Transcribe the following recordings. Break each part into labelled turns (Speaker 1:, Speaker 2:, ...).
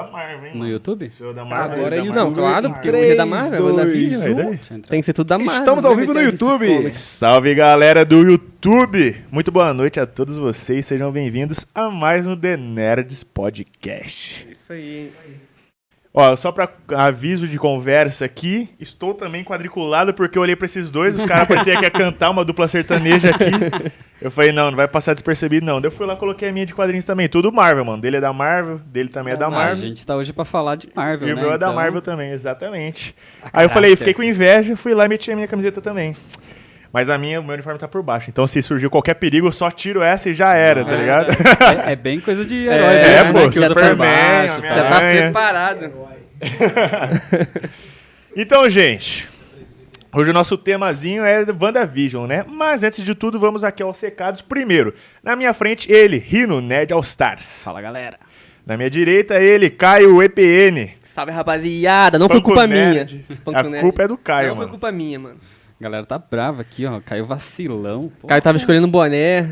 Speaker 1: da Marvel, hein?
Speaker 2: No
Speaker 1: mano?
Speaker 2: YouTube?
Speaker 1: Show da Marvel.
Speaker 3: Agora
Speaker 1: da
Speaker 3: é
Speaker 1: Marvel.
Speaker 2: Não, claro, porque hoje é da Marvel, é da Vision.
Speaker 3: Três, dois, um.
Speaker 2: Deixa eu entrar. Tem que ser
Speaker 4: Tá
Speaker 2: tudo da Marvel.
Speaker 3: Estamos ao
Speaker 2: né?
Speaker 3: vivo no
Speaker 2: Vai ter
Speaker 3: YouTube.
Speaker 2: esse
Speaker 1: Salve galera do YouTube! Muito boa noite a todos vocês, sejam bem-vindos a mais um The Nerds Podcast.
Speaker 2: comic. É Isso aí, hein?
Speaker 1: Ó, só pra aviso de conversa aqui, estou também quadriculado porque eu olhei pra esses dois, os caras pareciam que ia cantar uma dupla sertaneja aqui. Eu falei, não, não vai passar despercebido não. Daí eu fui lá coloquei a minha de quadrinhos também, tudo Marvel, mano. Dele é da Marvel, dele também é da
Speaker 2: Ah,
Speaker 1: Marvel.
Speaker 2: A gente tá hoje pra falar de Marvel,
Speaker 1: E o
Speaker 2: né?
Speaker 1: meu é da
Speaker 2: Então,
Speaker 1: Marvel também, exatamente. Aí eu
Speaker 2: caraca.
Speaker 1: falei, fiquei com inveja, fui lá e meti a minha camiseta também. Mas a minha, o meu uniforme tá por baixo. Então se surgir qualquer perigo, eu só tiro essa e já era, tá
Speaker 2: é,
Speaker 1: ligado?
Speaker 2: É, é bem coisa de
Speaker 4: É,
Speaker 2: herói.
Speaker 1: é,
Speaker 2: né?
Speaker 1: pô,
Speaker 2: Que usa pra
Speaker 1: Superman,
Speaker 2: baixo,
Speaker 1: Homem-Aranha.
Speaker 4: Já tá
Speaker 1: Aranha.
Speaker 4: preparado.
Speaker 1: Então, gente, hoje o nosso temazinho é WandaVision, né? Mas antes de tudo, vamos aqui aos recados. Primeiro, na minha frente, ele, Rino Nerd All Stars.
Speaker 2: Fala, galera.
Speaker 1: Na minha direita, ele, Caio EPN.
Speaker 4: Salve, rapaziada. Não foi
Speaker 1: Espanco
Speaker 4: culpa
Speaker 1: nerd.
Speaker 4: minha.
Speaker 1: A culpa é do Caio,
Speaker 4: Não foi
Speaker 1: mano.
Speaker 4: culpa minha, mano.
Speaker 2: A galera tá brava aqui, ó. Caiu vacilão. pô.
Speaker 4: O cara tava escolhendo um boné.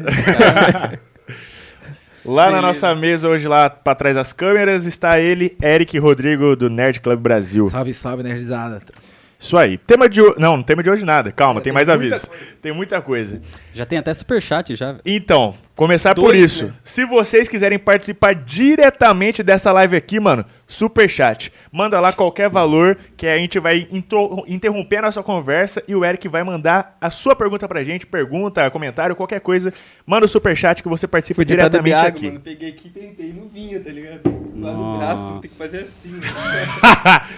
Speaker 1: Lá na nossa mesa, hoje, lá pra trás das câmeras, está ele, Eric Rodrigo, do Nerd Club Brasil.
Speaker 3: Salve, salve, nerdizada.
Speaker 1: Isso aí. Tema de hoje. Não, não tema de hoje nada.
Speaker 4: É,
Speaker 1: Calma, tem mais
Speaker 3: muita
Speaker 1: avisos. Tem muita coisa.
Speaker 2: Já tem até superchat já. velho.
Speaker 1: Então, começar por
Speaker 4: Dois,
Speaker 1: isso.
Speaker 4: né?
Speaker 1: Se vocês quiserem participar diretamente dessa live aqui, mano, super chat. Manda lá qualquer valor que a gente vai intro- interromper a nossa conversa e o Eric vai mandar a sua pergunta pra gente, pergunta, comentário, qualquer coisa. Manda o super chat que você participa
Speaker 4: Fui tentar
Speaker 1: diretamente
Speaker 4: beber água,
Speaker 1: aqui.
Speaker 4: mano. Peguei aqui e tentei. Não vinha, tá ligado? Lá no braço, tem que fazer assim.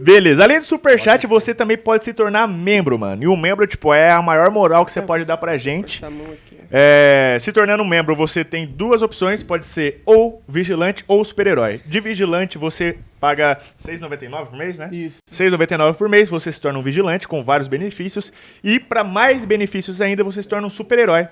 Speaker 1: Beleza, além do superchat, você também pode se tornar membro, mano. E o membro, tipo, é a maior moral que você pode dar pra gente.
Speaker 4: Essa mão aqui. ó.
Speaker 1: É, se tornando um membro, você tem duas opções: pode ser ou vigilante ou super-herói. De vigilante, você paga R$ 6,99 por mês, né?
Speaker 4: Isso.
Speaker 1: R$ 6,99 por mês, você se torna um vigilante com vários benefícios. E pra mais benefícios ainda, você se torna um super-herói,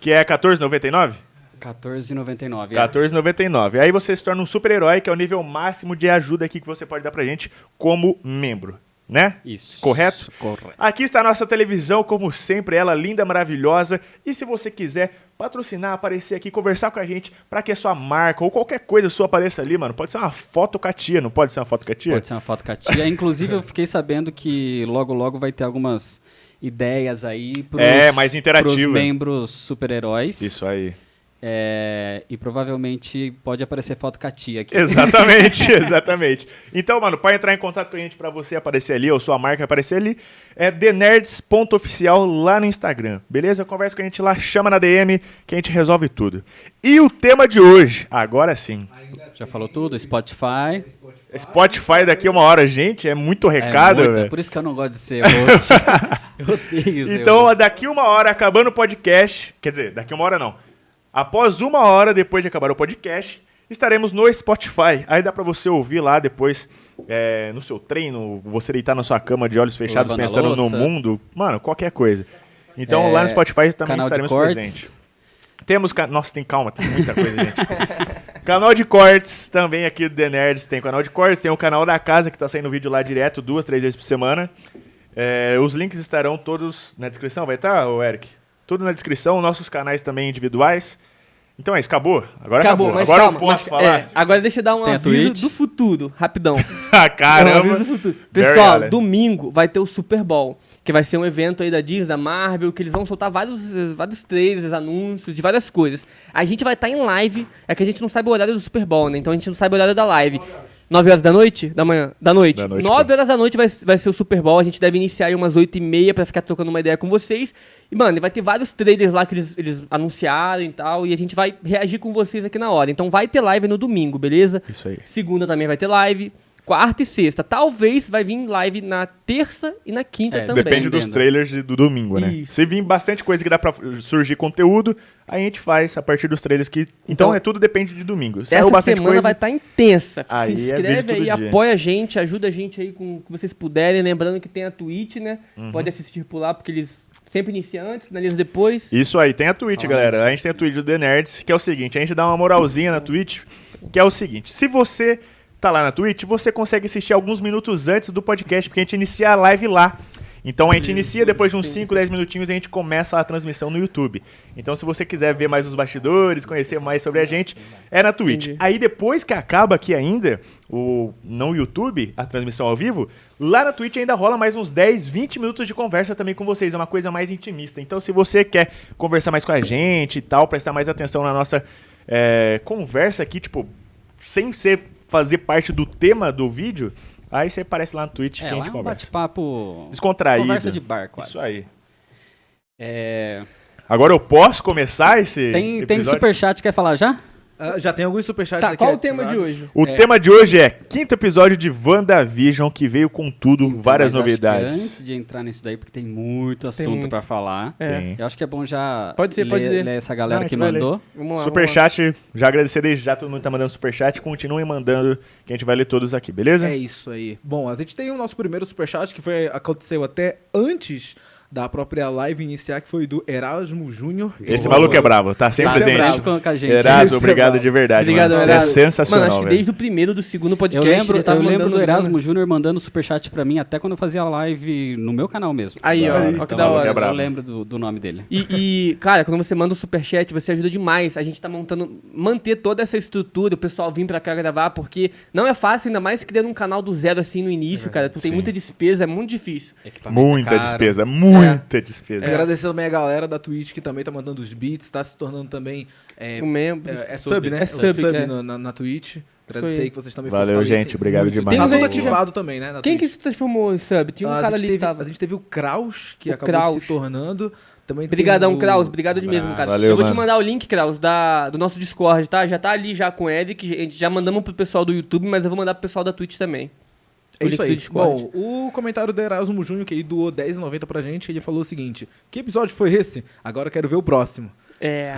Speaker 1: que é R$ 14,99?
Speaker 2: 14,99. é.
Speaker 1: 14,99. Aí você se torna um super-herói, que é o nível máximo de ajuda aqui que você pode dar pra gente como membro, né?
Speaker 2: Isso.
Speaker 1: Correto?
Speaker 2: Correto.
Speaker 1: Aqui está a nossa televisão, como sempre, ela linda, maravilhosa. E se você quiser patrocinar, aparecer aqui, conversar com a gente, pra que a sua marca ou qualquer coisa sua apareça ali, mano. Pode ser uma foto com a tia, não pode ser uma foto com a tia?
Speaker 2: Pode ser uma foto com a tia. Inclusive, eu fiquei sabendo que logo, logo vai ter algumas ideias aí pros,
Speaker 1: É, mais interativa.
Speaker 2: pros membros super-heróis.
Speaker 1: Isso aí.
Speaker 2: É, e provavelmente pode aparecer foto com a tia aqui.
Speaker 1: Exatamente, exatamente. Então, mano, pra entrar em contato com a gente, pra você aparecer ali, ou sua marca aparecer ali, é thenerds.oficial lá no Instagram, beleza? Conversa com a gente lá, chama na DM, que a gente resolve tudo. E o tema de hoje, agora sim.
Speaker 2: Já falou tudo? Spotify.
Speaker 1: Spotify daqui a uma hora, gente, é muito recado,
Speaker 2: é muito, é
Speaker 1: velho.
Speaker 2: por isso que eu não gosto de ser host. eu odeio ser
Speaker 1: Então,
Speaker 2: host.
Speaker 1: daqui uma hora, acabando o podcast, quer dizer, daqui uma hora não. Após uma hora, depois de acabar o podcast, estaremos no Spotify. Aí dá pra você ouvir lá depois, é, no seu treino, você deitar na sua cama de olhos fechados
Speaker 2: Lavando a
Speaker 1: pensando no
Speaker 2: louça.
Speaker 1: mundo. Mano, qualquer coisa. Então,
Speaker 2: É,
Speaker 1: lá no Spotify também
Speaker 2: canal de
Speaker 1: estaremos
Speaker 2: cortes. É,
Speaker 1: presentes. Temos. Ca... Nossa, tem calma, tem muita coisa, gente. canal de cortes também aqui do The Nerds. Tem o canal de cortes, tem o canal da casa que tá saindo vídeo lá direto, duas, três vezes por semana. É, os links estarão todos na descrição, vai estar, tá, ô Eric? Tudo na descrição, nossos canais também individuais. Então é isso, acabou. Agora acabou.
Speaker 4: Acabou, mas
Speaker 1: Agora
Speaker 4: calma,
Speaker 1: eu posso
Speaker 4: mas-
Speaker 1: falar.
Speaker 4: é, agora deixa eu dar um
Speaker 2: Tem a
Speaker 4: aviso
Speaker 2: Twitch?
Speaker 4: do futuro, rapidão.
Speaker 1: Ah,
Speaker 4: Um aviso
Speaker 1: Caramba.
Speaker 4: do futuro.
Speaker 1: Barry
Speaker 4: Pessoal,
Speaker 1: Allen.
Speaker 4: domingo vai ter o Super Bowl, que vai ser um evento aí da Disney, da Marvel, que eles vão soltar vários, eh, vários trailers, anúncios, de várias coisas. A gente vai estar em live, é que a gente não sabe o horário do Super Bowl, né? Então a gente não sabe o horário da live. 9 horas da noite? Da manhã? Da noite.
Speaker 1: Da noite,
Speaker 4: 9 horas da noite vai, vai ser o Super Bowl. A gente deve iniciar aí umas 8 e meia pra ficar trocando uma ideia com vocês. E, mano, vai ter vários trailers lá que eles, eles anunciaram e tal. E a gente vai reagir com vocês aqui na hora. Então vai ter live no domingo, beleza?
Speaker 1: Isso aí.
Speaker 4: Segunda também vai ter live. Quarta e sexta. Talvez vai vir live na terça e na quinta
Speaker 2: É,
Speaker 4: também.
Speaker 1: Depende dos
Speaker 2: entendo.
Speaker 1: trailers de- do domingo, né?
Speaker 4: Isso.
Speaker 1: Se vir bastante coisa que dá pra surgir conteúdo, a gente faz a partir dos trailers que. Então,
Speaker 4: Então,
Speaker 1: é tudo depende de domingo.
Speaker 4: Essa
Speaker 1: Saiu bastante
Speaker 4: semana
Speaker 1: coisa.
Speaker 4: vai estar intensa.
Speaker 1: Aí é
Speaker 4: Se
Speaker 1: vídeo
Speaker 4: inscreve
Speaker 1: todo
Speaker 4: aí,
Speaker 1: dia.
Speaker 4: apoia a gente, ajuda a gente aí com o que vocês puderem. Lembrando que tem a Twitch, né?
Speaker 1: Uhum.
Speaker 4: Pode assistir por lá, porque eles sempre iniciam antes, finalizam depois.
Speaker 1: Isso aí, tem a Twitch,
Speaker 2: Olha
Speaker 1: galera.
Speaker 2: isso.
Speaker 1: A gente tem a Twitch do The Nerds, que é o seguinte, a gente dá uma moralzinha na Twitch, que é o seguinte, se você tá lá na Twitch, você consegue assistir alguns minutos antes do podcast, porque a gente inicia a live lá. Então a gente inicia depois de uns 5, 10 minutinhos e a gente começa a transmissão no YouTube. Então se você quiser ver mais os bastidores, conhecer mais sobre a gente, é na Twitch. Aí depois que acaba aqui ainda, o não YouTube, a transmissão ao vivo, lá na Twitch ainda rola mais uns 10, 20 minutos de conversa também com vocês, é uma coisa mais intimista. Então se você quer conversar mais com a gente e tal, prestar mais atenção na nossa é, conversa aqui, tipo, sem ser fazer parte do tema do vídeo, aí você aparece lá no Twitch
Speaker 2: É,
Speaker 1: que a
Speaker 2: lá
Speaker 1: gente
Speaker 2: é um
Speaker 1: conversa.
Speaker 2: bate-papo.
Speaker 1: Descontraído.
Speaker 2: Conversa de bar, quase.
Speaker 1: Isso aí.
Speaker 2: É,
Speaker 1: Agora eu posso começar esse
Speaker 2: tem, tem
Speaker 1: episódio?
Speaker 2: superchat, quer falar já?
Speaker 3: Ah, já tem alguns superchats
Speaker 4: Tá,
Speaker 3: aqui
Speaker 4: qual o tema
Speaker 3: ativados.
Speaker 4: de hoje?
Speaker 1: O tema de hoje é quinto episódio de WandaVision, que veio com tudo, várias
Speaker 2: Então, Mas acho que
Speaker 1: novidades.
Speaker 2: antes de entrar nisso daí, porque tem muito assunto
Speaker 4: muito.
Speaker 2: pra falar.
Speaker 4: É.
Speaker 1: Tem.
Speaker 2: Eu acho que é bom já
Speaker 4: Pode ser,
Speaker 2: ler,
Speaker 4: pode ler.
Speaker 2: ler essa galera
Speaker 1: Não, a
Speaker 2: que
Speaker 1: gente vai ler.
Speaker 2: mandou.
Speaker 4: Vamos lá. vamos lá.
Speaker 1: Superchat, já agradecer desde já, todo mundo tá mandando superchat, continuem mandando, que a gente vai ler todos aqui, beleza?
Speaker 3: É isso aí. Bom, a gente tem o nosso primeiro superchat que foi, aconteceu até antes da própria live iniciar, que foi do Erasmo Júnior.
Speaker 1: Esse
Speaker 3: Eu-
Speaker 1: maluco é bravo, tá sempre
Speaker 2: Tá
Speaker 1: presente.
Speaker 2: sempre com a gente. né?
Speaker 1: Erasmo,
Speaker 3: Esse é
Speaker 1: obrigado
Speaker 3: bravo.
Speaker 1: de verdade,
Speaker 4: Obrigado,
Speaker 1: mano. Você é
Speaker 4: Erasmo.
Speaker 1: sensacional,
Speaker 4: Mano, acho que
Speaker 1: velho.
Speaker 4: desde o primeiro, do segundo
Speaker 2: Eu
Speaker 4: podcast,
Speaker 2: lembro,
Speaker 4: ele tava
Speaker 2: eu lembro
Speaker 4: mandando
Speaker 2: do Erasmo Júnior mandando superchat pra mim até quando eu fazia live no meu canal mesmo. Então,
Speaker 4: Aí, ó.
Speaker 1: Aí,
Speaker 4: ó que
Speaker 1: tá
Speaker 4: da
Speaker 1: maluco, é
Speaker 4: hora.
Speaker 1: brabo.
Speaker 2: Eu lembro do, do nome dele.
Speaker 4: E, e, cara, quando você manda um superchat, você ajuda demais. A gente tá montando, manter toda essa estrutura, o pessoal vir pra cá gravar, porque não é fácil, ainda mais que criando um canal do zero assim no início, cara. Tu tem muita despesa, é muito difícil.
Speaker 1: Muita despesa,
Speaker 2: É.
Speaker 1: muita despesa.
Speaker 3: É, Agradecer também a galera da Twitch que também tá mandando os beats, tá se tornando também é,
Speaker 4: O membro.
Speaker 3: é, é sub, né?
Speaker 4: É Um sub, é.
Speaker 3: na, na, na Twitch.
Speaker 4: Isso
Speaker 3: Agradecer
Speaker 4: aí.
Speaker 3: aí que vocês também
Speaker 1: Valeu,
Speaker 3: fortalecem
Speaker 1: gente, obrigado
Speaker 3: muito.
Speaker 1: demais.
Speaker 3: Tá
Speaker 4: Tem
Speaker 3: tudo
Speaker 4: gente já-
Speaker 3: ativado também, né? na
Speaker 4: Quem que
Speaker 3: Twitch.
Speaker 4: se transformou em sub? Tinha um
Speaker 3: Ah, a
Speaker 4: cara
Speaker 3: gente
Speaker 4: ali que
Speaker 3: teve-
Speaker 4: tava.
Speaker 3: A gente teve o Kraus, que
Speaker 4: O
Speaker 3: acabou
Speaker 4: Kraus.
Speaker 3: se tornando. Também tem
Speaker 4: Obrigadão,
Speaker 3: o-
Speaker 4: Kraus. Obrigado de mesmo, cara.
Speaker 1: Valeu,
Speaker 4: eu vou te
Speaker 1: mano.
Speaker 4: mandar o link, Kraus, da, do nosso Discord, tá? Já tá ali já com o Eric. A gente já mandamos pro pessoal do YouTube, mas eu vou mandar pro pessoal da Twitch também.
Speaker 3: É
Speaker 4: O link
Speaker 3: isso
Speaker 4: do
Speaker 3: aí.
Speaker 4: Discord.
Speaker 3: Bom, o comentário do Erasmo Júnior, que aí doou 10,90 pra gente, ele falou o seguinte: Que episódio foi esse? Agora eu quero ver o próximo.
Speaker 4: É.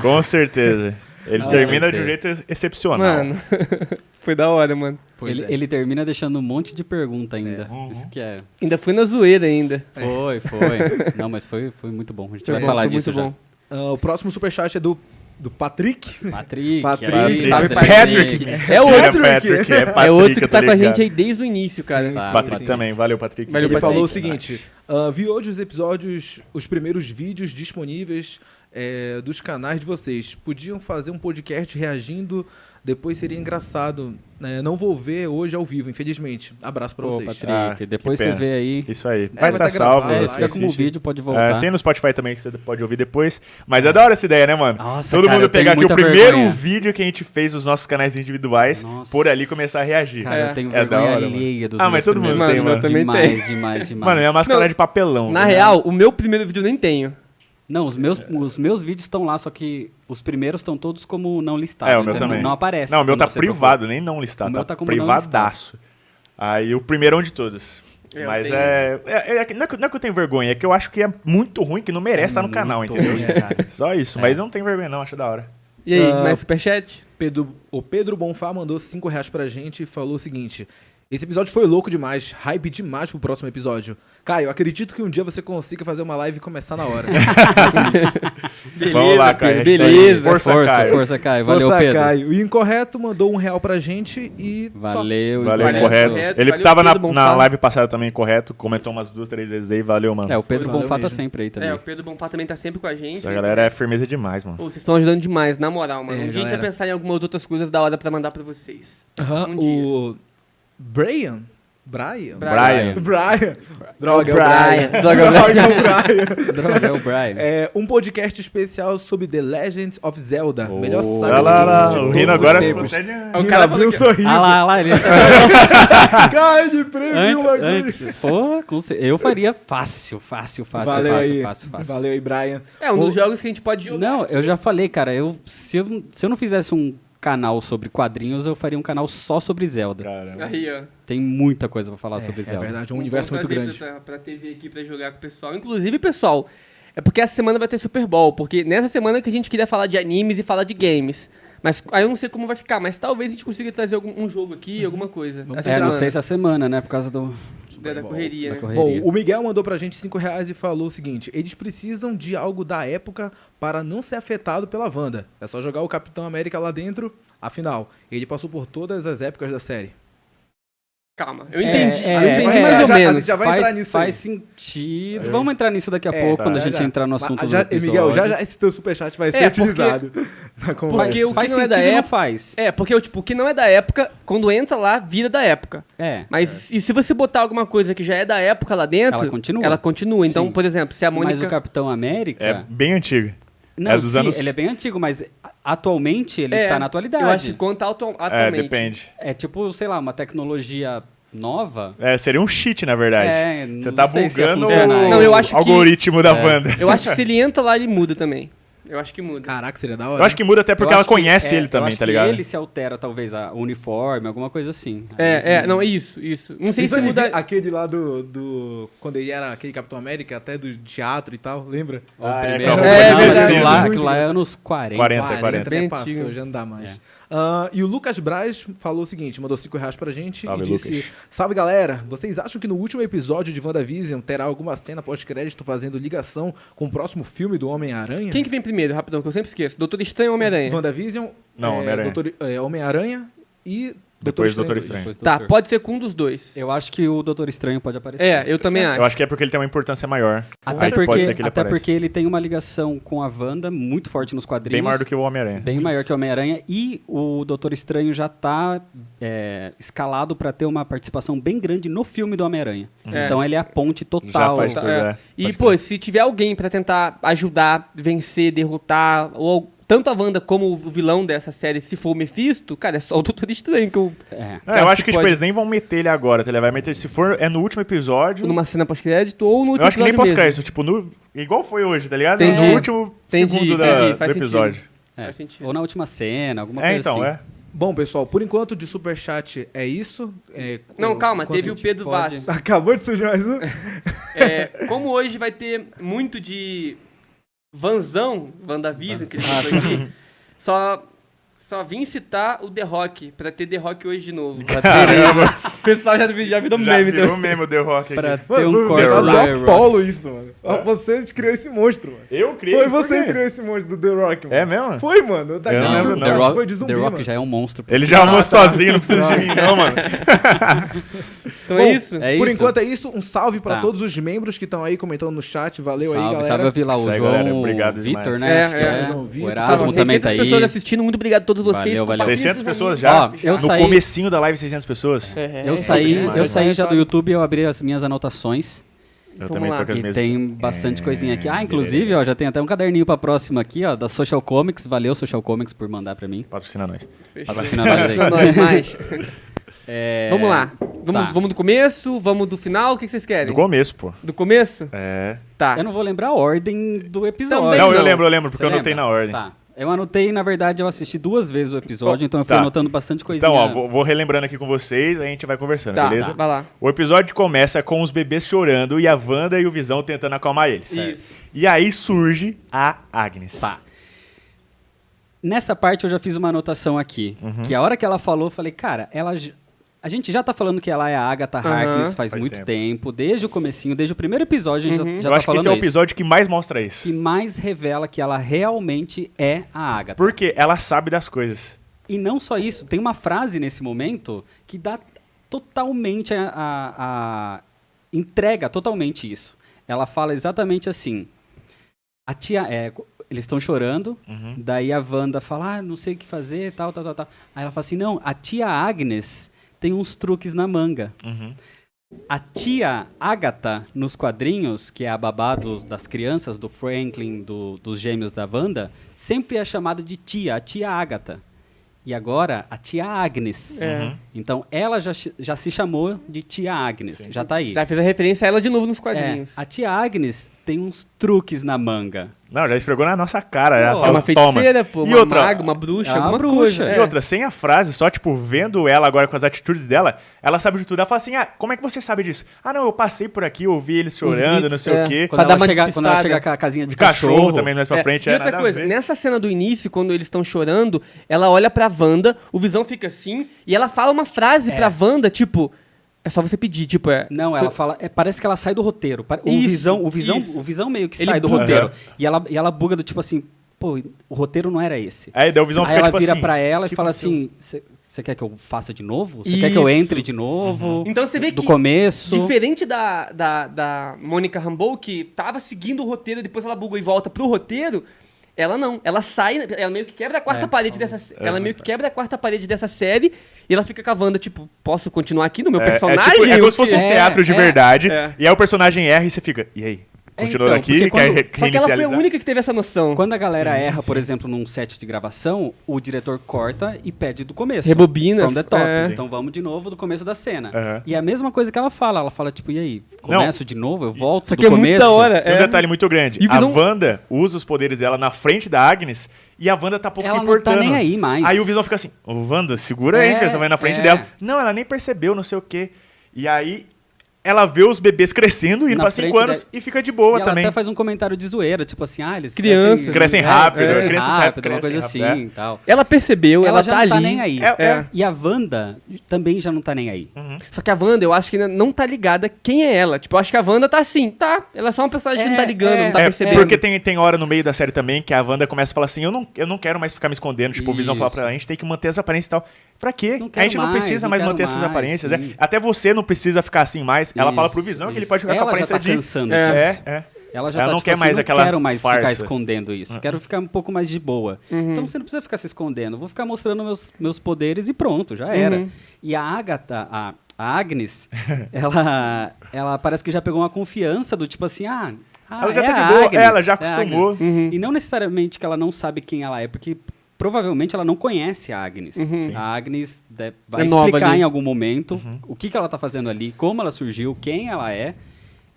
Speaker 1: Sim, com certeza. Ele termina de um jeito ex- excepcional.
Speaker 4: Mano, foi da hora, mano.
Speaker 2: Ele,
Speaker 1: é.
Speaker 2: ele termina deixando um monte de pergunta ainda.
Speaker 1: Uhum.
Speaker 2: Isso que é.
Speaker 4: Ainda foi na zoeira ainda.
Speaker 2: Foi, foi. Não, mas foi, foi muito bom. A gente
Speaker 4: Foi
Speaker 2: vai
Speaker 4: bom,
Speaker 2: falar
Speaker 4: foi
Speaker 2: disso
Speaker 4: muito
Speaker 2: já.
Speaker 4: bom.
Speaker 3: Ah, o próximo superchat é do, do Patrick.
Speaker 2: Patrick.
Speaker 3: Patrick,
Speaker 2: aí,
Speaker 1: Patrick, Patrick.
Speaker 4: É outro,
Speaker 1: É Patrick, é Patrick.
Speaker 4: é outro que
Speaker 1: eu tô
Speaker 4: tá com a
Speaker 1: ligado. tá
Speaker 4: gente aí desde o início, cara.
Speaker 3: Sim.
Speaker 1: Patrick
Speaker 3: Sim.
Speaker 1: também, valeu, Patrick.
Speaker 4: Valeu,
Speaker 3: ele
Speaker 4: Patrick.
Speaker 3: falou o seguinte: ah, Vi hoje os episódios, os primeiros vídeos disponíveis eh, dos canais de vocês. Podiam fazer um podcast reagindo, depois seria engraçado. né? não vou ver hoje ao vivo, infelizmente. Abraço pra
Speaker 2: Pô,
Speaker 3: vocês.
Speaker 2: Patrick,
Speaker 1: Ah, que
Speaker 2: depois você
Speaker 1: pena.
Speaker 2: vê aí.
Speaker 1: Isso aí. Vai
Speaker 3: vai
Speaker 1: estar
Speaker 3: tá gravado
Speaker 1: salvo.
Speaker 3: lá,
Speaker 2: É,
Speaker 1: você
Speaker 2: fica como
Speaker 1: assiste.
Speaker 2: vídeo, pode
Speaker 1: É,
Speaker 2: voltar.
Speaker 1: tem no Spotify também que você pode ouvir depois. Mas é da hora essa ideia, né, mano?
Speaker 2: Nossa,
Speaker 1: Todo
Speaker 2: cara, eu
Speaker 1: mundo
Speaker 2: tenho
Speaker 1: pegar aqui o
Speaker 2: muita
Speaker 1: primeiro
Speaker 2: vergonha.
Speaker 1: vídeo que a gente fez nos nossos canais individuais,
Speaker 2: Nossa.
Speaker 1: por ali começar a reagir.
Speaker 2: Cara, eu tenho
Speaker 1: É da
Speaker 2: vergonha
Speaker 1: hora, mano.
Speaker 2: alheia dos
Speaker 1: Ah,
Speaker 2: meus
Speaker 1: mas todo mundo
Speaker 2: primeiros
Speaker 1: tem,
Speaker 2: vídeos.
Speaker 1: mano.
Speaker 4: Eu também
Speaker 2: demais,
Speaker 4: tenho.
Speaker 2: demais, demais.
Speaker 1: Mano, é uma máscara
Speaker 4: Não.
Speaker 1: de papelão. né?
Speaker 4: Na
Speaker 1: velho.
Speaker 4: real, o meu primeiro vídeo eu nem tenho.
Speaker 1: é
Speaker 2: Não, os meus, os meus vídeos estão lá, só que os primeiros estão todos como não listados.
Speaker 1: É, o meu também.
Speaker 2: Não aparece.
Speaker 1: Não, o meu
Speaker 2: quando
Speaker 1: tá
Speaker 2: você
Speaker 1: privado, nem não
Speaker 2: O
Speaker 1: listado.
Speaker 2: meu
Speaker 1: Tá,
Speaker 2: tá como não
Speaker 1: privadaço. Aí o primeiro é um de todos.
Speaker 4: Eu
Speaker 1: Mas
Speaker 4: tenho.
Speaker 1: é, é- é que- não, é que, não é que eu tenho vergonha, é que eu acho que é muito ruim, que não merece estar no
Speaker 2: muito
Speaker 1: canal, entendeu?
Speaker 2: ruim, é. cara.
Speaker 1: Só isso, mas eu não tenho vergonha, não, acho da hora.
Speaker 4: E aí,
Speaker 3: Ah.
Speaker 4: mais superchat?
Speaker 3: Pedro- o Pedro Bonfá mandou 5 reais pra gente e falou o seguinte: Esse episódio foi louco demais, hype demais pro próximo episódio. Caio, acredito que um dia você consiga fazer uma live e começar na hora.
Speaker 1: Vamos lá, Caio,
Speaker 4: Pedro,
Speaker 1: hashtag
Speaker 4: Beleza.
Speaker 1: Força,
Speaker 2: Força, força,
Speaker 1: Caio.
Speaker 2: Caio. Valeu,
Speaker 3: Força,
Speaker 2: Pedro.
Speaker 3: Caio. O incorreto mandou um real pra gente e. só.
Speaker 2: Valeu,
Speaker 1: Valeu,
Speaker 4: Valeu,
Speaker 1: correto.
Speaker 4: correto.
Speaker 1: Ele
Speaker 4: Valeu,
Speaker 1: tava na,
Speaker 4: Pedro
Speaker 1: na
Speaker 4: Bonfá.
Speaker 1: live passada também, correto. Comentou umas duas, três vezes aí. Valeu, mano.
Speaker 2: É, o Pedro
Speaker 3: Valeu
Speaker 2: Bonfá tá
Speaker 3: mesmo.
Speaker 2: sempre aí também.
Speaker 4: É, o Pedro Bonfá também tá sempre com a gente.
Speaker 1: Essa galera é firmeza demais, mano.
Speaker 4: Pô, vocês estão ajudando demais, na moral, mano.
Speaker 3: É,
Speaker 4: um dia a gente vai
Speaker 3: galera.
Speaker 4: pensar em algumas outras coisas da hora pra mandar pra vocês.
Speaker 3: Aham,
Speaker 4: Um
Speaker 3: o. Brian? Brian?
Speaker 1: Brian.
Speaker 4: Brian.
Speaker 3: Brian. Droga, é o
Speaker 4: Brian.
Speaker 3: Brian.
Speaker 4: Droga, é o
Speaker 3: Droga, é o Brian.
Speaker 2: Droga, é o Brian.
Speaker 3: É, um podcast especial sobre The Legends of Zelda. Melhor
Speaker 2: Oh.
Speaker 3: saga
Speaker 1: Olha lá, lá,
Speaker 3: de todos
Speaker 1: o
Speaker 3: os
Speaker 1: Rino agora ficou
Speaker 3: tempos.
Speaker 1: até de-
Speaker 4: O
Speaker 3: Rino
Speaker 4: cara
Speaker 3: abriu um
Speaker 4: falou
Speaker 3: sorriso.
Speaker 2: Ah lá, ah lá, ele
Speaker 3: Cai de prêmio,
Speaker 2: antes,
Speaker 3: bagulho.
Speaker 2: antes. Pô, com cer- eu faria fácil, fácil, fácil,
Speaker 3: Valeu
Speaker 2: fácil,
Speaker 3: aí.
Speaker 2: fácil, fácil.
Speaker 3: Valeu aí, Brian.
Speaker 4: É, um dos jogos que a gente pode jogar.
Speaker 2: Não, eu já falei, cara, eu se, eu se eu não fizesse um canal sobre quadrinhos, eu faria um canal só sobre Zelda.
Speaker 1: Caramba.
Speaker 4: Aí, ó.
Speaker 2: Tem muita coisa pra falar sobre
Speaker 3: É
Speaker 2: Zelda.
Speaker 3: verdade, é um universo muito grande.
Speaker 4: Pra, pra TV aqui, pra jogar com o pessoal. Inclusive, pessoal, é porque essa semana vai ter Super Bowl. Porque nessa semana que a gente queria falar de animes e falar de games. Mas aí eu não sei como vai ficar, mas talvez a gente consiga trazer algum um jogo aqui, alguma coisa.
Speaker 3: Uhum. Vamos
Speaker 2: É,
Speaker 3: Essa
Speaker 2: não
Speaker 3: semana.
Speaker 2: sei essa semana, né, por causa do
Speaker 4: Da, da correria,
Speaker 2: da
Speaker 4: né?
Speaker 2: correria.
Speaker 3: Bom, o Miguel mandou pra gente 5 reais e falou o seguinte: eles precisam de algo da época para não ser afetado pela Wanda. É só jogar o Capitão América lá dentro. Afinal, ele passou por todas as épocas da série.
Speaker 4: Calma, eu entendi.
Speaker 2: é,
Speaker 4: eu
Speaker 2: é,
Speaker 4: entendi
Speaker 2: é,
Speaker 4: mais
Speaker 2: já-
Speaker 4: ou
Speaker 3: já-
Speaker 4: menos.
Speaker 3: já- vai
Speaker 2: faz,
Speaker 3: entrar nisso
Speaker 2: faz
Speaker 3: aí.
Speaker 2: sentido. É. Vamos entrar nisso daqui a pouco, quando a
Speaker 3: já,
Speaker 2: gente
Speaker 3: já.
Speaker 2: entrar no
Speaker 3: Mas,
Speaker 2: assunto
Speaker 3: já,
Speaker 2: do episódio.
Speaker 3: Miguel, já, já esse teu superchat vai ser
Speaker 4: É, porque-
Speaker 3: utilizado na conversa.
Speaker 4: porque o que
Speaker 2: faz
Speaker 4: não é da
Speaker 2: sentido ou não
Speaker 4: época-
Speaker 2: faz.
Speaker 3: tá.
Speaker 4: É, porque tipo, o que não é da época, quando entra lá, vira da época.
Speaker 2: É.
Speaker 4: Mas e se você botar alguma coisa que já é da época lá dentro,
Speaker 2: Ela continua.
Speaker 4: Ela continua. Então,
Speaker 2: Sim.
Speaker 4: por exemplo, se a
Speaker 2: Mas
Speaker 4: Mônica.
Speaker 2: o Capitão América...
Speaker 1: É bem antigo.
Speaker 2: Não,
Speaker 1: é dos
Speaker 2: sim,
Speaker 1: anos-
Speaker 2: ele é bem antigo, mas a- atualmente ele
Speaker 4: É,
Speaker 2: tá na atualidade.
Speaker 4: Eu acho que conta auto-
Speaker 1: É,
Speaker 4: atualmente.
Speaker 1: depende.
Speaker 2: É tipo, sei lá, uma tecnologia nova.
Speaker 1: É, seria um cheat, na verdade.
Speaker 2: É,
Speaker 1: Você
Speaker 2: não
Speaker 1: tá
Speaker 2: sei se ia
Speaker 1: bugando
Speaker 2: funcionar.
Speaker 1: o
Speaker 4: Não, eu acho que-
Speaker 1: algoritmo da
Speaker 2: É.
Speaker 1: Wanda.
Speaker 4: Eu acho que se ele entra lá, ele muda também. Eu acho que muda.
Speaker 3: Caraca, seria da hora.
Speaker 1: Eu acho que muda até porque
Speaker 2: Eu
Speaker 1: ela
Speaker 2: acho que-
Speaker 1: conhece
Speaker 2: é,
Speaker 1: ele
Speaker 2: eu
Speaker 1: também,
Speaker 2: acho
Speaker 1: tá
Speaker 2: que
Speaker 1: ligado?
Speaker 2: ele se altera, talvez, a o uniforme, alguma coisa assim. Aí,
Speaker 4: É, é,
Speaker 2: assim,
Speaker 4: não, é isso, isso. Não sei
Speaker 3: Vocês
Speaker 4: se muda.
Speaker 3: aquele lá do, do. Quando ele era aquele Capitão América, até do teatro e tal, lembra?
Speaker 2: o
Speaker 1: Ah, é,
Speaker 2: primeiro-
Speaker 1: calma,
Speaker 2: Não,
Speaker 4: é
Speaker 2: mas
Speaker 4: verdade.
Speaker 2: aquilo lá,
Speaker 3: Muito
Speaker 2: aquilo lá é
Speaker 3: engraçado.
Speaker 2: anos 40.
Speaker 1: 40.
Speaker 3: né?
Speaker 4: Bem
Speaker 3: passou,
Speaker 4: antigo.
Speaker 3: já não dá mais.
Speaker 2: É.
Speaker 3: Ah, e o Lucas Braz falou o seguinte, mandou 5 reais pra gente
Speaker 1: Salve,
Speaker 3: e disse...
Speaker 1: Lucas.
Speaker 3: Salve, galera! Vocês acham que no último episódio de WandaVision terá alguma cena pós-crédito fazendo ligação com o próximo filme do Homem-Aranha?
Speaker 4: Quem que vem primeiro, rapidão, que eu sempre esqueço? Doutor Estranho ou Homem-Aranha?
Speaker 3: WandaVision,
Speaker 1: Não,
Speaker 3: é,
Speaker 1: Homem-Aranha.
Speaker 3: Doutor- é, Homem-Aranha e...
Speaker 1: Depois
Speaker 3: Doutor
Speaker 1: Doutor
Speaker 3: Estranho.
Speaker 1: Estranho.
Speaker 2: Depois do
Speaker 4: Tá,
Speaker 2: Doutor.
Speaker 4: pode ser com um dos dois.
Speaker 2: Eu acho que o Doutor Estranho pode aparecer.
Speaker 4: É, eu também acho.
Speaker 1: Eu acho que é porque ele tem uma importância maior.
Speaker 2: Até,
Speaker 1: Aí
Speaker 2: porque,
Speaker 1: pode ser que ele
Speaker 2: até
Speaker 1: apareça.
Speaker 2: porque ele tem uma ligação com a Wanda muito forte nos quadrinhos.
Speaker 1: Bem maior do que o Homem-Aranha.
Speaker 2: Bem maior que o Homem-Aranha. E o Doutor Estranho já tá é, escalado pra ter uma participação bem grande no filme do Homem-Aranha.
Speaker 1: Uhum.
Speaker 4: É.
Speaker 2: Então ele é a ponte
Speaker 1: Já
Speaker 2: total.
Speaker 1: faz
Speaker 4: Tá,
Speaker 1: tudo,
Speaker 4: é.
Speaker 1: é.
Speaker 4: E,
Speaker 1: Pode
Speaker 4: pô, se tiver alguém pra tentar ajudar, vencer, derrotar, ou tanto a Wanda como o vilão dessa série, se for o Mephisto, cara, é só o Doutor Estranho que eu.
Speaker 2: É.
Speaker 1: É, eu acho que tipo,
Speaker 4: pode-
Speaker 1: eles nem vão meter ele agora, tá? Ele vai meter, se for, é no último episódio.
Speaker 4: Tipo, Numa cena pós-crédito ou no último
Speaker 1: Eu acho que nem
Speaker 4: episódio mesmo.
Speaker 1: pós-crédito, tipo, no... igual foi hoje, tá ligado?
Speaker 4: Entendi.
Speaker 1: No último
Speaker 4: Entendi,
Speaker 1: segundo da-
Speaker 4: entendi,
Speaker 1: do
Speaker 4: faz
Speaker 1: episódio.
Speaker 4: sentido.
Speaker 2: É.
Speaker 4: Faz sentido.
Speaker 2: Ou na última cena, alguma
Speaker 1: É,
Speaker 2: coisa
Speaker 1: então,
Speaker 2: assim.
Speaker 1: é.
Speaker 3: Bom, pessoal, por enquanto de superchat é isso. É,
Speaker 4: Não,
Speaker 3: o-
Speaker 4: calma,
Speaker 3: enquanto
Speaker 4: teve
Speaker 3: a
Speaker 4: o
Speaker 3: gente-
Speaker 4: Pedro
Speaker 2: pode-
Speaker 4: Vaz.
Speaker 3: Acabou de surgir mais um.
Speaker 4: É, como hoje vai ter muito de Vanzão, Wandavision, que ele
Speaker 2: Ah,
Speaker 4: citou aqui, só, só vim citar o The Rock, pra ter The Rock hoje de novo.
Speaker 1: Caramba,
Speaker 4: O pessoal já, já virou
Speaker 1: já
Speaker 4: meme.
Speaker 1: virou um
Speaker 4: Então.
Speaker 1: meme o The Rock
Speaker 2: Pra
Speaker 1: aqui.
Speaker 2: ter um corte
Speaker 1: The é
Speaker 3: causa do
Speaker 2: lá.
Speaker 3: Apollo isso, mano. Você criou esse monstro, mano.
Speaker 1: Eu criei.
Speaker 2: tá
Speaker 3: Foi
Speaker 1: por
Speaker 3: você
Speaker 1: quê?
Speaker 3: que criou esse monstro do The Rock, mano.
Speaker 1: É mesmo?
Speaker 3: Foi, mano. Tá
Speaker 1: Eu
Speaker 3: aqui
Speaker 1: não
Speaker 3: no
Speaker 1: lembro,
Speaker 3: YouTube,
Speaker 1: não.
Speaker 2: É The
Speaker 3: acho que
Speaker 2: Rock,
Speaker 3: foi de zumbi,
Speaker 2: The Rock
Speaker 3: mano.
Speaker 2: já é um monstro.
Speaker 1: Ele já almoçou sozinho, não precisa de mim, não, mano.
Speaker 4: então
Speaker 3: Bom,
Speaker 4: é isso?
Speaker 2: É
Speaker 3: Por
Speaker 2: isso.
Speaker 3: enquanto é isso. Um salve pra
Speaker 2: Tá.
Speaker 3: todos os membros que estão aí comentando no chat. Valeu aí,
Speaker 2: salve,
Speaker 3: galera.
Speaker 2: salve, eu vi lá
Speaker 1: Isso
Speaker 2: o
Speaker 1: aí,
Speaker 2: João
Speaker 1: galera, obrigado
Speaker 2: Vitor,
Speaker 1: demais.
Speaker 2: né?
Speaker 4: É,
Speaker 2: Acho que
Speaker 4: é.
Speaker 3: o João Vitor,
Speaker 2: O
Speaker 3: salve,
Speaker 2: Erasmo
Speaker 3: seiscentas
Speaker 2: também tá
Speaker 4: 600
Speaker 2: aí.
Speaker 4: pessoas assistindo, muito obrigado a todos vocês.
Speaker 2: Valeu, valeu.
Speaker 1: 600 pessoas
Speaker 2: Ó,
Speaker 1: já?
Speaker 2: eu
Speaker 1: no
Speaker 2: saí-
Speaker 1: comecinho da live, 600 pessoas?
Speaker 2: Eu saí,
Speaker 1: demais,
Speaker 2: eu saí
Speaker 4: demais.
Speaker 2: já do YouTube, eu abri as minhas anotações
Speaker 1: Eu
Speaker 4: Vamos
Speaker 1: também
Speaker 4: lá.
Speaker 1: tô com as
Speaker 2: e
Speaker 1: mesmas. É.
Speaker 2: tem bastante coisinha aqui. Ah, inclusive, ó, já tem até um caderninho pra próxima aqui, ó, da Social Comics. Valeu, Social Comics, por mandar pra mim.
Speaker 1: Patrocina nós.
Speaker 4: Fechou.
Speaker 2: Patrocina nós aí.
Speaker 4: Pra nós, mais.
Speaker 2: É,
Speaker 4: Vamos lá. Vamos,
Speaker 2: tá.
Speaker 4: vamos do começo, vamos do final, o que que vocês querem?
Speaker 1: Do começo, pô.
Speaker 4: Do começo?
Speaker 1: É.
Speaker 4: Tá.
Speaker 2: Eu não vou lembrar a ordem do episódio.
Speaker 4: Também
Speaker 1: Não, eu
Speaker 4: não.
Speaker 1: lembro, eu lembro, porque
Speaker 2: Você
Speaker 1: eu anotei
Speaker 2: lembra?
Speaker 1: na ordem.
Speaker 2: Tá. Eu anotei, na verdade, eu assisti duas vezes o episódio, então eu fui
Speaker 1: Tá.
Speaker 2: anotando bastante coisinha.
Speaker 1: Então, ó, vou, vou relembrando aqui com vocês, aí a gente vai conversando,
Speaker 4: Tá,
Speaker 1: beleza?
Speaker 4: vai lá.
Speaker 1: O episódio começa com os bebês chorando e a Wanda e o Visão tentando acalmar eles.
Speaker 4: Isso.
Speaker 1: E aí surge a Agnes.
Speaker 2: Tá. Nessa parte eu já fiz uma anotação aqui,
Speaker 1: Uhum.
Speaker 2: que a hora que ela falou, eu falei, cara, ela j- a gente já tá falando que ela é a Agatha
Speaker 4: Aham.
Speaker 2: Harkness faz,
Speaker 1: Faz
Speaker 2: muito
Speaker 1: tempo.
Speaker 2: tempo. desde o comecinho, desde o primeiro episódio a gente
Speaker 4: Uhum.
Speaker 2: já, já
Speaker 1: Eu
Speaker 2: tá
Speaker 1: acho que
Speaker 2: falando
Speaker 1: esse é o
Speaker 2: isso.
Speaker 1: episódio que mais mostra isso.
Speaker 2: Que mais revela que ela realmente é a Agatha.
Speaker 1: Porque ela sabe das coisas.
Speaker 2: E não só isso, tem uma frase nesse momento que dá totalmente a, a- a- entrega totalmente isso. Ela fala exatamente assim. A tia, é, co- eles estão chorando, daí a Wanda fala, ah, não sei o que fazer, tal, tal, tal, tal. Aí ela fala assim, não, a tia Agnes tem uns truques na manga.
Speaker 1: Uhum.
Speaker 2: A tia Agatha, nos quadrinhos, que é a babá dos- das crianças, do Franklin, do- dos gêmeos da Wanda, sempre é chamada de tia, a tia Agatha. E agora, a tia Agnes.
Speaker 4: É.
Speaker 1: Uhum.
Speaker 2: Então, ela já, chi- já se chamou de tia Agnes, já tá aí.
Speaker 4: Já fez a referência a ela de novo nos
Speaker 2: É,
Speaker 4: quadrinhos.
Speaker 2: a tia Agnes tem uns truques na manga.
Speaker 1: Não, já esfregou na nossa cara.
Speaker 2: Não,
Speaker 1: ela
Speaker 2: é
Speaker 1: fala,
Speaker 4: É uma
Speaker 1: "Toma."
Speaker 4: feiticeira, pô,
Speaker 1: E
Speaker 4: uma
Speaker 1: outra,
Speaker 4: maga, uma bruxa,
Speaker 2: É uma
Speaker 4: alguma
Speaker 2: bruxa.
Speaker 4: coisa.
Speaker 1: E
Speaker 4: é.
Speaker 1: outra, sem a frase, só, tipo, vendo ela agora com as atitudes dela, ela sabe de tudo. Ela fala assim, ah, como é que você sabe disso? Ah, não, eu passei por aqui, eu ouvi eles chorando,
Speaker 4: gritos,
Speaker 1: não sei
Speaker 4: é.
Speaker 1: o quê.
Speaker 4: Pra
Speaker 2: Quando
Speaker 4: dar
Speaker 2: ela,
Speaker 4: uma
Speaker 2: chega, quando ela
Speaker 4: despistada.
Speaker 2: chega com a casinha de,
Speaker 1: De cachorro, também, mais pra
Speaker 4: É,
Speaker 1: frente.
Speaker 4: e
Speaker 1: é,
Speaker 4: outra
Speaker 1: nada a
Speaker 4: coisa,
Speaker 1: ver.
Speaker 4: nessa cena do início, quando eles estão chorando, ela olha pra Wanda, o Visão fica assim, e ela fala uma frase pra Wanda, tipo, é só você pedir, tipo, é...
Speaker 2: É. Não, ela fala. é, parece que ela sai do roteiro. Pa- O
Speaker 4: Isso,
Speaker 2: visão, o visão,
Speaker 4: isso.
Speaker 2: o visão meio que
Speaker 4: Ele
Speaker 2: sai do
Speaker 4: buga.
Speaker 2: roteiro. E ela, e ela buga do tipo assim, pô, o roteiro não era esse.
Speaker 1: Aí daí o Visão
Speaker 2: Aí
Speaker 1: fica
Speaker 2: ela
Speaker 1: tipo
Speaker 2: vira
Speaker 1: assim.
Speaker 2: pra ela e
Speaker 1: "Que
Speaker 2: fala
Speaker 1: aconteceu?"
Speaker 2: assim: "Cê- Você quer que eu faça de novo? Você quer que eu
Speaker 4: Isso.
Speaker 2: entre de
Speaker 1: Uhum.
Speaker 2: novo?
Speaker 4: Então você vê
Speaker 2: Do
Speaker 4: que
Speaker 2: começo?
Speaker 4: Diferente da, da, da Mônica Rambeau, que tava seguindo o roteiro, depois ela bugou e volta pro roteiro, ela não. Ela sai, ela meio que quebra
Speaker 1: É,
Speaker 4: a quarta parede dessa Ela meio que quebra a quarta parede dessa série e ela fica cavando, tipo, posso continuar aqui no meu
Speaker 1: É,
Speaker 4: personagem?
Speaker 1: É, tipo, é como se fosse um
Speaker 2: É,
Speaker 1: teatro de
Speaker 2: é,
Speaker 1: verdade.
Speaker 4: é.
Speaker 1: E aí o personagem erra e você fica. E aí?
Speaker 2: É,
Speaker 1: Continua
Speaker 2: então,
Speaker 1: daqui?
Speaker 2: porque
Speaker 1: quer
Speaker 2: quando-
Speaker 1: re-
Speaker 4: Só que ela foi a
Speaker 1: um reinicializar?
Speaker 4: única que teve essa noção.
Speaker 2: Quando a galera erra, por exemplo, num set de gravação, o diretor corta e pede do começo.
Speaker 4: Rebobina,
Speaker 1: um
Speaker 2: From the top.
Speaker 4: é.
Speaker 1: assim.
Speaker 2: Então vamos de novo do começo da cena.
Speaker 1: Aham.
Speaker 2: E é a mesma coisa que ela fala. Ela fala, tipo, e aí? Começo de novo? Eu volto
Speaker 4: Isso aqui
Speaker 2: do
Speaker 4: é
Speaker 2: começo?
Speaker 4: muito da hora.
Speaker 1: Tem
Speaker 4: é.
Speaker 1: um detalhe muito grande.
Speaker 4: E o
Speaker 1: a
Speaker 4: Visão-
Speaker 1: Wanda usa os poderes dela na frente da Agnes e a Wanda tá pouco
Speaker 2: Ela
Speaker 1: se
Speaker 2: não tá
Speaker 1: importando.
Speaker 2: nem aí mais.
Speaker 1: Aí o Visão fica assim, ô Wanda, segura aí,
Speaker 2: É,
Speaker 1: filha, você vai na frente
Speaker 2: é.
Speaker 1: dela. Não, ela nem percebeu, não sei o quê. E aí ela vê os bebês crescendo, indo
Speaker 2: Na
Speaker 1: pra 5
Speaker 2: frente
Speaker 1: anos
Speaker 2: da-
Speaker 1: e fica de
Speaker 2: E
Speaker 1: boa
Speaker 2: ela
Speaker 1: também.
Speaker 2: até faz um comentário de zoeira, tipo assim, ah, eles
Speaker 4: Crianças.
Speaker 1: Crescem rápido,
Speaker 2: crescem
Speaker 1: crianças
Speaker 2: rápido,
Speaker 1: rápido,
Speaker 2: uma coisa
Speaker 1: crescem
Speaker 2: assim
Speaker 1: rápido,
Speaker 2: e tal.
Speaker 4: Ela percebeu, ela,
Speaker 2: Ela já
Speaker 4: tá
Speaker 2: não
Speaker 4: ali.
Speaker 2: tá nem aí.
Speaker 1: É, é.
Speaker 2: E a Wanda também já não tá nem aí.
Speaker 4: Só que a Wanda, eu acho que ainda não tá ligada quem é ela. Tipo, eu acho que a Wanda tá assim, tá. Ela é só uma personagem que não tá
Speaker 2: É,
Speaker 4: ligando,
Speaker 2: é.
Speaker 4: não tá
Speaker 1: é,
Speaker 4: percebendo.
Speaker 1: porque tem, tem hora no meio da série também que a Wanda começa a falar assim: eu não, eu não quero mais ficar me escondendo. Tipo, o Visão
Speaker 2: Isso.
Speaker 1: fala pra ela: a gente tem que manter as aparências e tal. Pra quê?
Speaker 2: Não
Speaker 1: a
Speaker 2: quero
Speaker 1: gente não
Speaker 2: mais,
Speaker 1: precisa
Speaker 2: não
Speaker 1: mais
Speaker 2: quero
Speaker 1: manter essas
Speaker 2: mais,
Speaker 1: aparências.
Speaker 2: sim.
Speaker 1: é. Até você não precisa ficar assim mais. Ela fala pro
Speaker 2: Isso,
Speaker 1: Visão que ele
Speaker 2: isso.
Speaker 1: pode ficar
Speaker 2: ela
Speaker 1: com a aparência
Speaker 2: já tá
Speaker 1: de.
Speaker 2: cansando disso.
Speaker 1: É, é.
Speaker 2: Ela já
Speaker 1: Ela
Speaker 2: tá
Speaker 1: não
Speaker 2: tipo
Speaker 1: quer
Speaker 2: assim,
Speaker 1: mais
Speaker 2: não
Speaker 1: aquela
Speaker 2: quero mais
Speaker 1: farsa. Hum.
Speaker 2: ficar escondendo isso. Quero ficar um pouco mais de boa.
Speaker 1: Uhum.
Speaker 2: Então você não precisa ficar se escondendo. Vou ficar mostrando meus, meus poderes e pronto, já era.
Speaker 1: Uhum.
Speaker 2: E a Agatha, a, a Agnes, ela, ela parece que já pegou uma confiança do tipo assim, ah. ah,
Speaker 1: Ela já
Speaker 2: é
Speaker 1: tá de
Speaker 2: a
Speaker 1: boa,
Speaker 2: Agnes,
Speaker 1: ela já
Speaker 2: é a
Speaker 1: acostumou.
Speaker 2: Agnes.
Speaker 4: Uhum.
Speaker 2: E não necessariamente que ela não sabe quem ela é, porque provavelmente ela não conhece a Agnes. A Agnes de- vai
Speaker 4: É nova
Speaker 2: explicar
Speaker 4: ali.
Speaker 2: em algum momento
Speaker 1: Uhum.
Speaker 2: o que, que ela tá fazendo ali, como ela surgiu, quem ela é.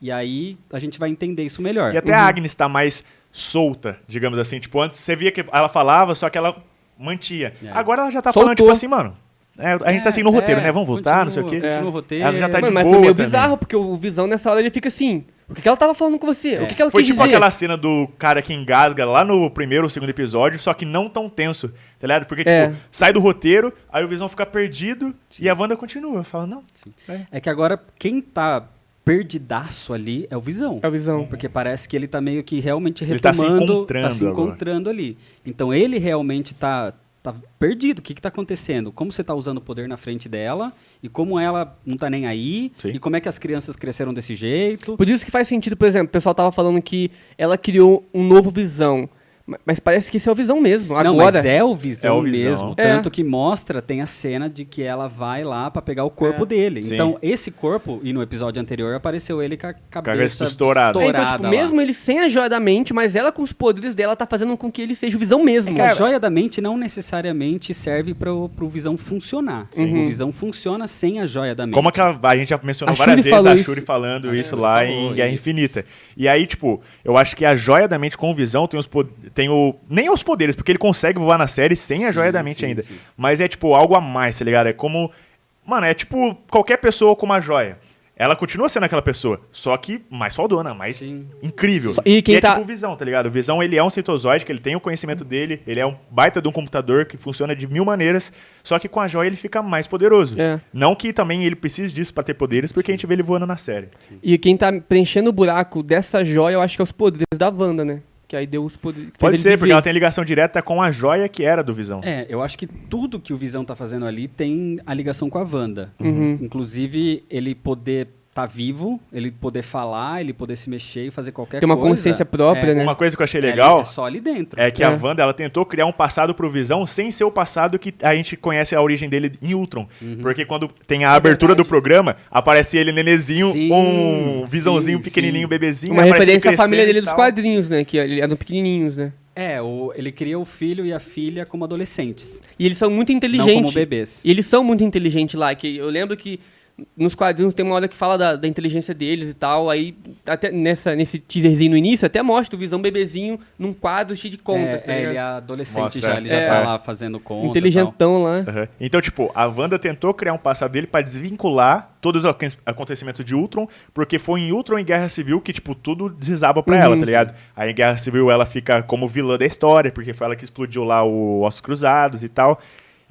Speaker 2: E aí a gente vai entender isso melhor.
Speaker 1: E até a Agnes tá mais solta, digamos assim. Tipo, antes você via que ela falava, só que ela mantia.
Speaker 2: É.
Speaker 1: Agora ela já tá
Speaker 4: Soltou.
Speaker 1: falando, tipo assim, mano. é, a gente tá seguindo o roteiro, né? Vamos voltar, não sei o quê.
Speaker 2: é, Continua o roteiro.
Speaker 1: Ela já tá de
Speaker 4: Mano, mas
Speaker 1: boa
Speaker 4: foi meio
Speaker 1: também.
Speaker 4: bizarro, porque o Visão nessa hora ele fica assim. O que, que ela tava falando com você? O que, que ela
Speaker 1: Foi
Speaker 4: quis
Speaker 1: tipo
Speaker 4: dizer?
Speaker 1: aquela cena do cara que engasga lá no primeiro ou segundo episódio, só que não tão tenso, tá ligado? Porque, tipo,
Speaker 4: É.
Speaker 1: sai do roteiro, aí o Visão fica perdido e a Wanda continua. Fala, não.
Speaker 2: É que agora quem tá perdidaço ali é o Visão.
Speaker 4: É o Visão.
Speaker 2: Porque parece que ele tá meio que realmente
Speaker 1: Ele tá se
Speaker 2: retomando,
Speaker 1: encontrando
Speaker 2: tá se
Speaker 1: agora.
Speaker 2: encontrando ali. Então ele realmente tá, tá perdido. O que que tá acontecendo? Como você tá usando o poder na frente dela e como ela não tá nem aí
Speaker 1: Sim.
Speaker 2: e como é que as crianças cresceram desse jeito?
Speaker 4: Por isso que faz sentido, por exemplo, o pessoal tava falando que ela criou um novo Visão. Ma- Mas parece que esse é o Visão mesmo. Agora.
Speaker 2: Não, mas é o Visão
Speaker 1: É o Visão.
Speaker 2: mesmo.
Speaker 4: É.
Speaker 2: Tanto que mostra, tem a cena de que ela vai lá pra pegar o corpo dele.
Speaker 1: É. Sim.
Speaker 2: Então, esse corpo, e no episódio anterior apareceu ele com a cabeça,
Speaker 1: estourada.
Speaker 2: estourada.
Speaker 4: É, então, tipo,
Speaker 2: lá.
Speaker 4: mesmo ele sem a joia da mente, mas ela com os poderes dela tá fazendo com que ele seja o Visão mesmo.
Speaker 2: É que a joia da mente não necessariamente serve para o visão funcionar.
Speaker 4: Uhum.
Speaker 2: O visão funciona sem a joia da mente.
Speaker 1: Como é aquela. A gente já mencionou
Speaker 4: A
Speaker 1: várias
Speaker 4: Shuri
Speaker 1: vezes
Speaker 4: falou
Speaker 1: a
Speaker 4: isso.
Speaker 1: Shuri falando
Speaker 2: A
Speaker 1: isso
Speaker 2: Shuri
Speaker 1: lá
Speaker 2: falou
Speaker 1: em Guerra
Speaker 2: isso.
Speaker 1: Infinita. E aí, tipo, eu acho que a joia da mente com o visão tem os pod- tem o nem os poderes, porque ele consegue voar na série sem a
Speaker 2: Sim,
Speaker 1: joia da mente
Speaker 2: sim,
Speaker 1: ainda.
Speaker 2: sim.
Speaker 1: Mas é tipo algo a mais, tá ligado? É como mano, é tipo qualquer pessoa com uma joia. Ela continua sendo aquela pessoa, só que mais faldona, mais
Speaker 2: Sim.
Speaker 1: incrível.
Speaker 4: E quem
Speaker 1: é
Speaker 4: tá-
Speaker 1: tipo o Visão, tá ligado? O Visão, ele é um citozoide, que ele tem o conhecimento dele, ele é um baita de um computador que funciona de mil maneiras, só que com a joia ele fica mais poderoso.
Speaker 4: É.
Speaker 1: Não que também ele precise disso pra ter poderes, porque a gente vê ele voando na série.
Speaker 4: E quem tá preenchendo o buraco dessa joia, eu acho que é os poderes da Wanda, né? Que aí deu os poderes. que
Speaker 1: Pode
Speaker 4: fez ele
Speaker 1: ser, porque
Speaker 4: viver.
Speaker 1: ela tem ligação direta com a joia que era do Visão.
Speaker 2: É, eu acho que tudo que o Visão tá fazendo ali tem a ligação com a Wanda.
Speaker 4: Uhum.
Speaker 2: Inclusive, ele poder estar vivo, ele poder falar, ele poder se mexer e fazer qualquer coisa.
Speaker 4: Tem uma consciência própria, né?
Speaker 1: Uma coisa que eu achei
Speaker 2: é ali-
Speaker 1: legal
Speaker 2: É só ali dentro.
Speaker 1: é que
Speaker 4: É.
Speaker 1: a Wanda, ela tentou criar um passado pro Visão sem ser o passado que a gente conhece a origem dele em Ultron. Porque quando tem a abertura do programa, aparece ele nenezinho,
Speaker 2: Sim,
Speaker 1: um Visãozinho
Speaker 2: sim,
Speaker 1: pequenininho,
Speaker 2: sim.
Speaker 1: bebezinho.
Speaker 4: Uma
Speaker 1: aí aparece ele
Speaker 4: referência à família
Speaker 1: crescendo e
Speaker 4: dele dos
Speaker 1: tal.
Speaker 4: quadrinhos, né? Que ele- eram pequenininhos, né?
Speaker 2: É, o- ele cria o filho e a filha como adolescentes.
Speaker 4: E eles são muito inteligentes.
Speaker 2: Não como bebês.
Speaker 4: E eles são muito inteligentes lá, que eu lembro que nos quadrinhos tem uma hora que fala da, da inteligência deles e tal, aí até nessa, nesse teaserzinho no início até mostra o Visão bebezinho num quadro cheio de contas,
Speaker 2: é,
Speaker 4: tá
Speaker 2: é, ele é
Speaker 4: ligado?
Speaker 2: adolescente
Speaker 1: Mostra,
Speaker 2: já, ele
Speaker 1: é.
Speaker 2: já tá
Speaker 1: É.
Speaker 2: lá fazendo conta. e tal.
Speaker 4: Inteligentão lá.
Speaker 1: Aham. Então, tipo, a Wanda tentou criar um passado dele pra desvincular todos os acon- acontecimentos de Ultron, porque foi em Ultron e Guerra Civil que, tipo, tudo desaba pra ela,
Speaker 4: Uhum.
Speaker 1: tá ligado? Aí em Guerra Civil ela fica como vilã da história, porque foi ela que explodiu lá o Ossos Cruzados e tal.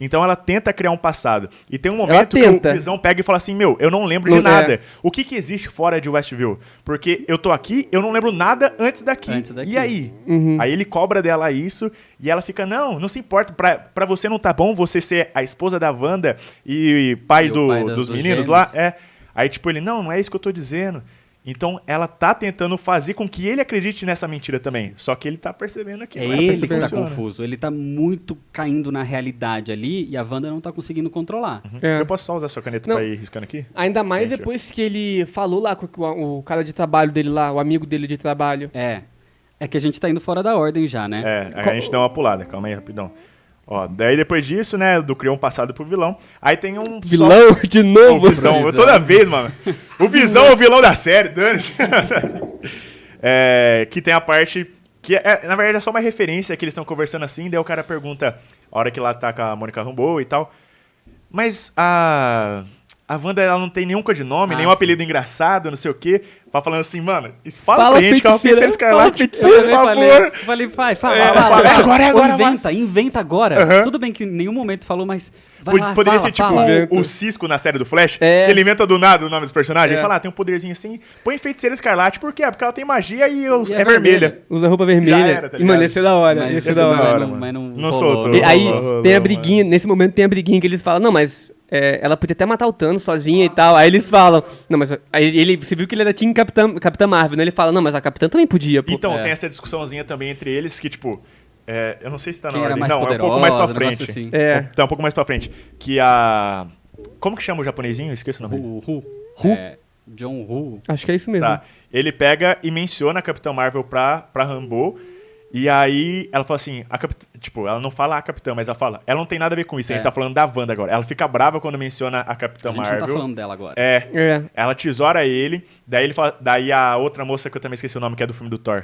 Speaker 1: Então ela tenta criar um passado. E tem um
Speaker 4: Ela
Speaker 1: momento que
Speaker 4: tenta.
Speaker 1: o Visão pega e fala assim: Meu, eu não lembro de
Speaker 4: Não- é.
Speaker 1: nada. O que, que existe fora de Westview? Porque eu tô aqui, eu não lembro nada antes daqui.
Speaker 2: Antes daqui.
Speaker 1: E aí?
Speaker 4: Uhum.
Speaker 1: Aí ele cobra dela isso e ela fica: Não, não se importa. Pra, pra você não tá bom você ser a esposa da Wanda e pai,
Speaker 5: E o
Speaker 1: do-
Speaker 5: pai
Speaker 1: dos,
Speaker 5: dos- dos gêmeos.
Speaker 1: meninos lá. É. Aí, tipo, ele, não, não é isso que eu tô dizendo. Então, ela tá tentando fazer com que ele acredite nessa mentira também. Só que ele tá percebendo que
Speaker 2: É
Speaker 1: não é assim
Speaker 2: ele que tá
Speaker 1: funciona.
Speaker 2: confuso. Ele tá muito caindo na realidade ali e a Wanda não tá conseguindo controlar.
Speaker 4: É.
Speaker 1: Eu posso só usar sua caneta
Speaker 4: Não.
Speaker 1: pra ir riscando aqui?
Speaker 2: Ah,
Speaker 4: Ainda mais
Speaker 1: Uhum. Entendi.
Speaker 4: depois que ele falou lá com o, o cara de trabalho dele lá, o amigo dele de trabalho.
Speaker 2: É. É que a gente tá indo fora da ordem já, né?
Speaker 1: É, aí
Speaker 4: Qual-
Speaker 1: a gente dá uma pulada, calma aí, rapidão. Ó, daí depois disso, né, do criou um passado pro vilão, aí tem um... só-
Speaker 4: Vilão de
Speaker 1: um
Speaker 4: novo?
Speaker 1: visão,
Speaker 2: Visão.
Speaker 1: eu toda vez, mano. O Visão é o vilão da série, dane-se. É, que tem a parte que, é, é, na verdade, é só uma referência que eles estão conversando assim, daí o cara pergunta, a hora que lá tá com a Mônica Rambeau e tal, mas a... A Wanda, ela não tem nenhum codinome,
Speaker 2: Ah,
Speaker 1: nenhum
Speaker 2: sim.
Speaker 1: apelido engraçado, não sei o quê. Vai falando assim, mano, fala,
Speaker 4: Fala
Speaker 1: pra gente que é uma
Speaker 4: feiticeira,
Speaker 1: feiticeira escarlate, por
Speaker 2: Eu
Speaker 4: fala feiticeira,
Speaker 2: também
Speaker 1: favor.
Speaker 2: falei, falei, pai, fala,
Speaker 1: É,
Speaker 2: fala,
Speaker 1: fala,
Speaker 2: fala.
Speaker 1: agora, agora,
Speaker 2: Ou inventa, inventa agora.
Speaker 1: Aham.
Speaker 2: Tudo bem que em nenhum momento falou, mas vai
Speaker 1: Pod-
Speaker 2: lá,
Speaker 1: poderia
Speaker 2: fala,
Speaker 1: ser tipo
Speaker 2: fala.
Speaker 1: o- o Cisco na série do Flash,
Speaker 4: É.
Speaker 1: que ele inventa do nada o nome dos personagens.
Speaker 4: É.
Speaker 1: Ele fala, ah, tem um poderzinho assim, põe feiticeira escarlate, por quê? Ah, Porque ela tem magia e, os-
Speaker 2: E
Speaker 1: é,
Speaker 2: é vermelha.
Speaker 1: vermelha.
Speaker 4: Usa roupa
Speaker 1: Já
Speaker 4: vermelha.
Speaker 1: era, tá
Speaker 4: e, mano,
Speaker 1: ligado?
Speaker 4: ia ser da hora.
Speaker 2: Mas
Speaker 4: ia ser
Speaker 1: esse
Speaker 4: da
Speaker 1: é da
Speaker 4: hora.
Speaker 1: hora,
Speaker 2: mas não,
Speaker 1: mano.
Speaker 2: mas
Speaker 1: Não
Speaker 2: não, rolou. né?
Speaker 1: soltou.
Speaker 4: E aí
Speaker 1: Rolou, rolou,
Speaker 4: tem a
Speaker 1: mano.
Speaker 4: briguinha, nesse momento tem a briguinha que eles falam, não, mas é, ela podia até matar o Thanos sozinha e tal. Aí eles falam, não, mas aí ele, você viu que ele era Team Capitã, Capitã Marvel, né? Ele fala, não, mas a Capitã também podia, pô.
Speaker 1: Então,
Speaker 2: É.
Speaker 1: tem essa discussãozinha também entre eles que, tipo, é, eu não sei se tá na
Speaker 2: Quem era
Speaker 1: ordem.
Speaker 2: mais
Speaker 1: não, é um pouco
Speaker 2: poderosa,
Speaker 1: mais pra
Speaker 2: um negócio
Speaker 1: frente.
Speaker 2: assim.
Speaker 4: É.
Speaker 1: Tá um pouco mais pra frente. Que a... Como que chama o japonesinho? Eu Esqueço o nome. dele.
Speaker 2: O Hu.
Speaker 4: Hu?
Speaker 2: É, John Hu.
Speaker 4: Acho que é isso mesmo.
Speaker 2: Uhum.
Speaker 1: Tá. Ele pega e menciona a Capitã Marvel pra, pra Rambo. E aí ela fala assim, a capit... tipo, ela não fala a Capitã, mas ela fala, ela não tem nada a ver com isso, a gente
Speaker 2: É.
Speaker 1: tá falando da Wanda agora. Ela fica brava quando menciona a Capitã
Speaker 2: A gente
Speaker 1: Então, Marvel.
Speaker 2: não tá falando dela agora.
Speaker 1: É.
Speaker 4: É.
Speaker 1: Ela tesoura ele, daí ele fala- daí a outra moça que eu também esqueci o nome, que é do filme do Thor,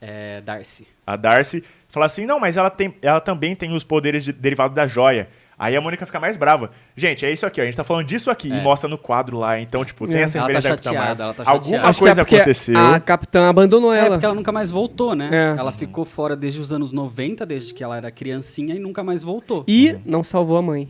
Speaker 2: É, Darcy.
Speaker 1: a Darcy, fala assim: "Não, mas ela tem, ela também tem os poderes de- derivados da joia". Aí a Mônica fica mais brava. Gente, é isso aqui, ó. A gente tá falando disso aqui.
Speaker 2: É.
Speaker 1: E mostra no quadro lá. Então, tipo, tem
Speaker 4: É.
Speaker 1: essa
Speaker 2: Ela tá
Speaker 1: referência da Capitã
Speaker 2: chateada,
Speaker 1: Marvel.
Speaker 2: ela tá
Speaker 1: Alguma
Speaker 2: chateada.
Speaker 4: Acho que
Speaker 1: coisa
Speaker 4: é porque
Speaker 1: aconteceu.
Speaker 4: a Capitã abandonou
Speaker 2: É,
Speaker 4: ela.
Speaker 2: porque ela nunca mais voltou, né?
Speaker 4: É.
Speaker 2: Ela ficou fora desde os anos 90, desde que ela era criancinha, e nunca mais voltou.
Speaker 1: Uhum.
Speaker 4: E não salvou a mãe.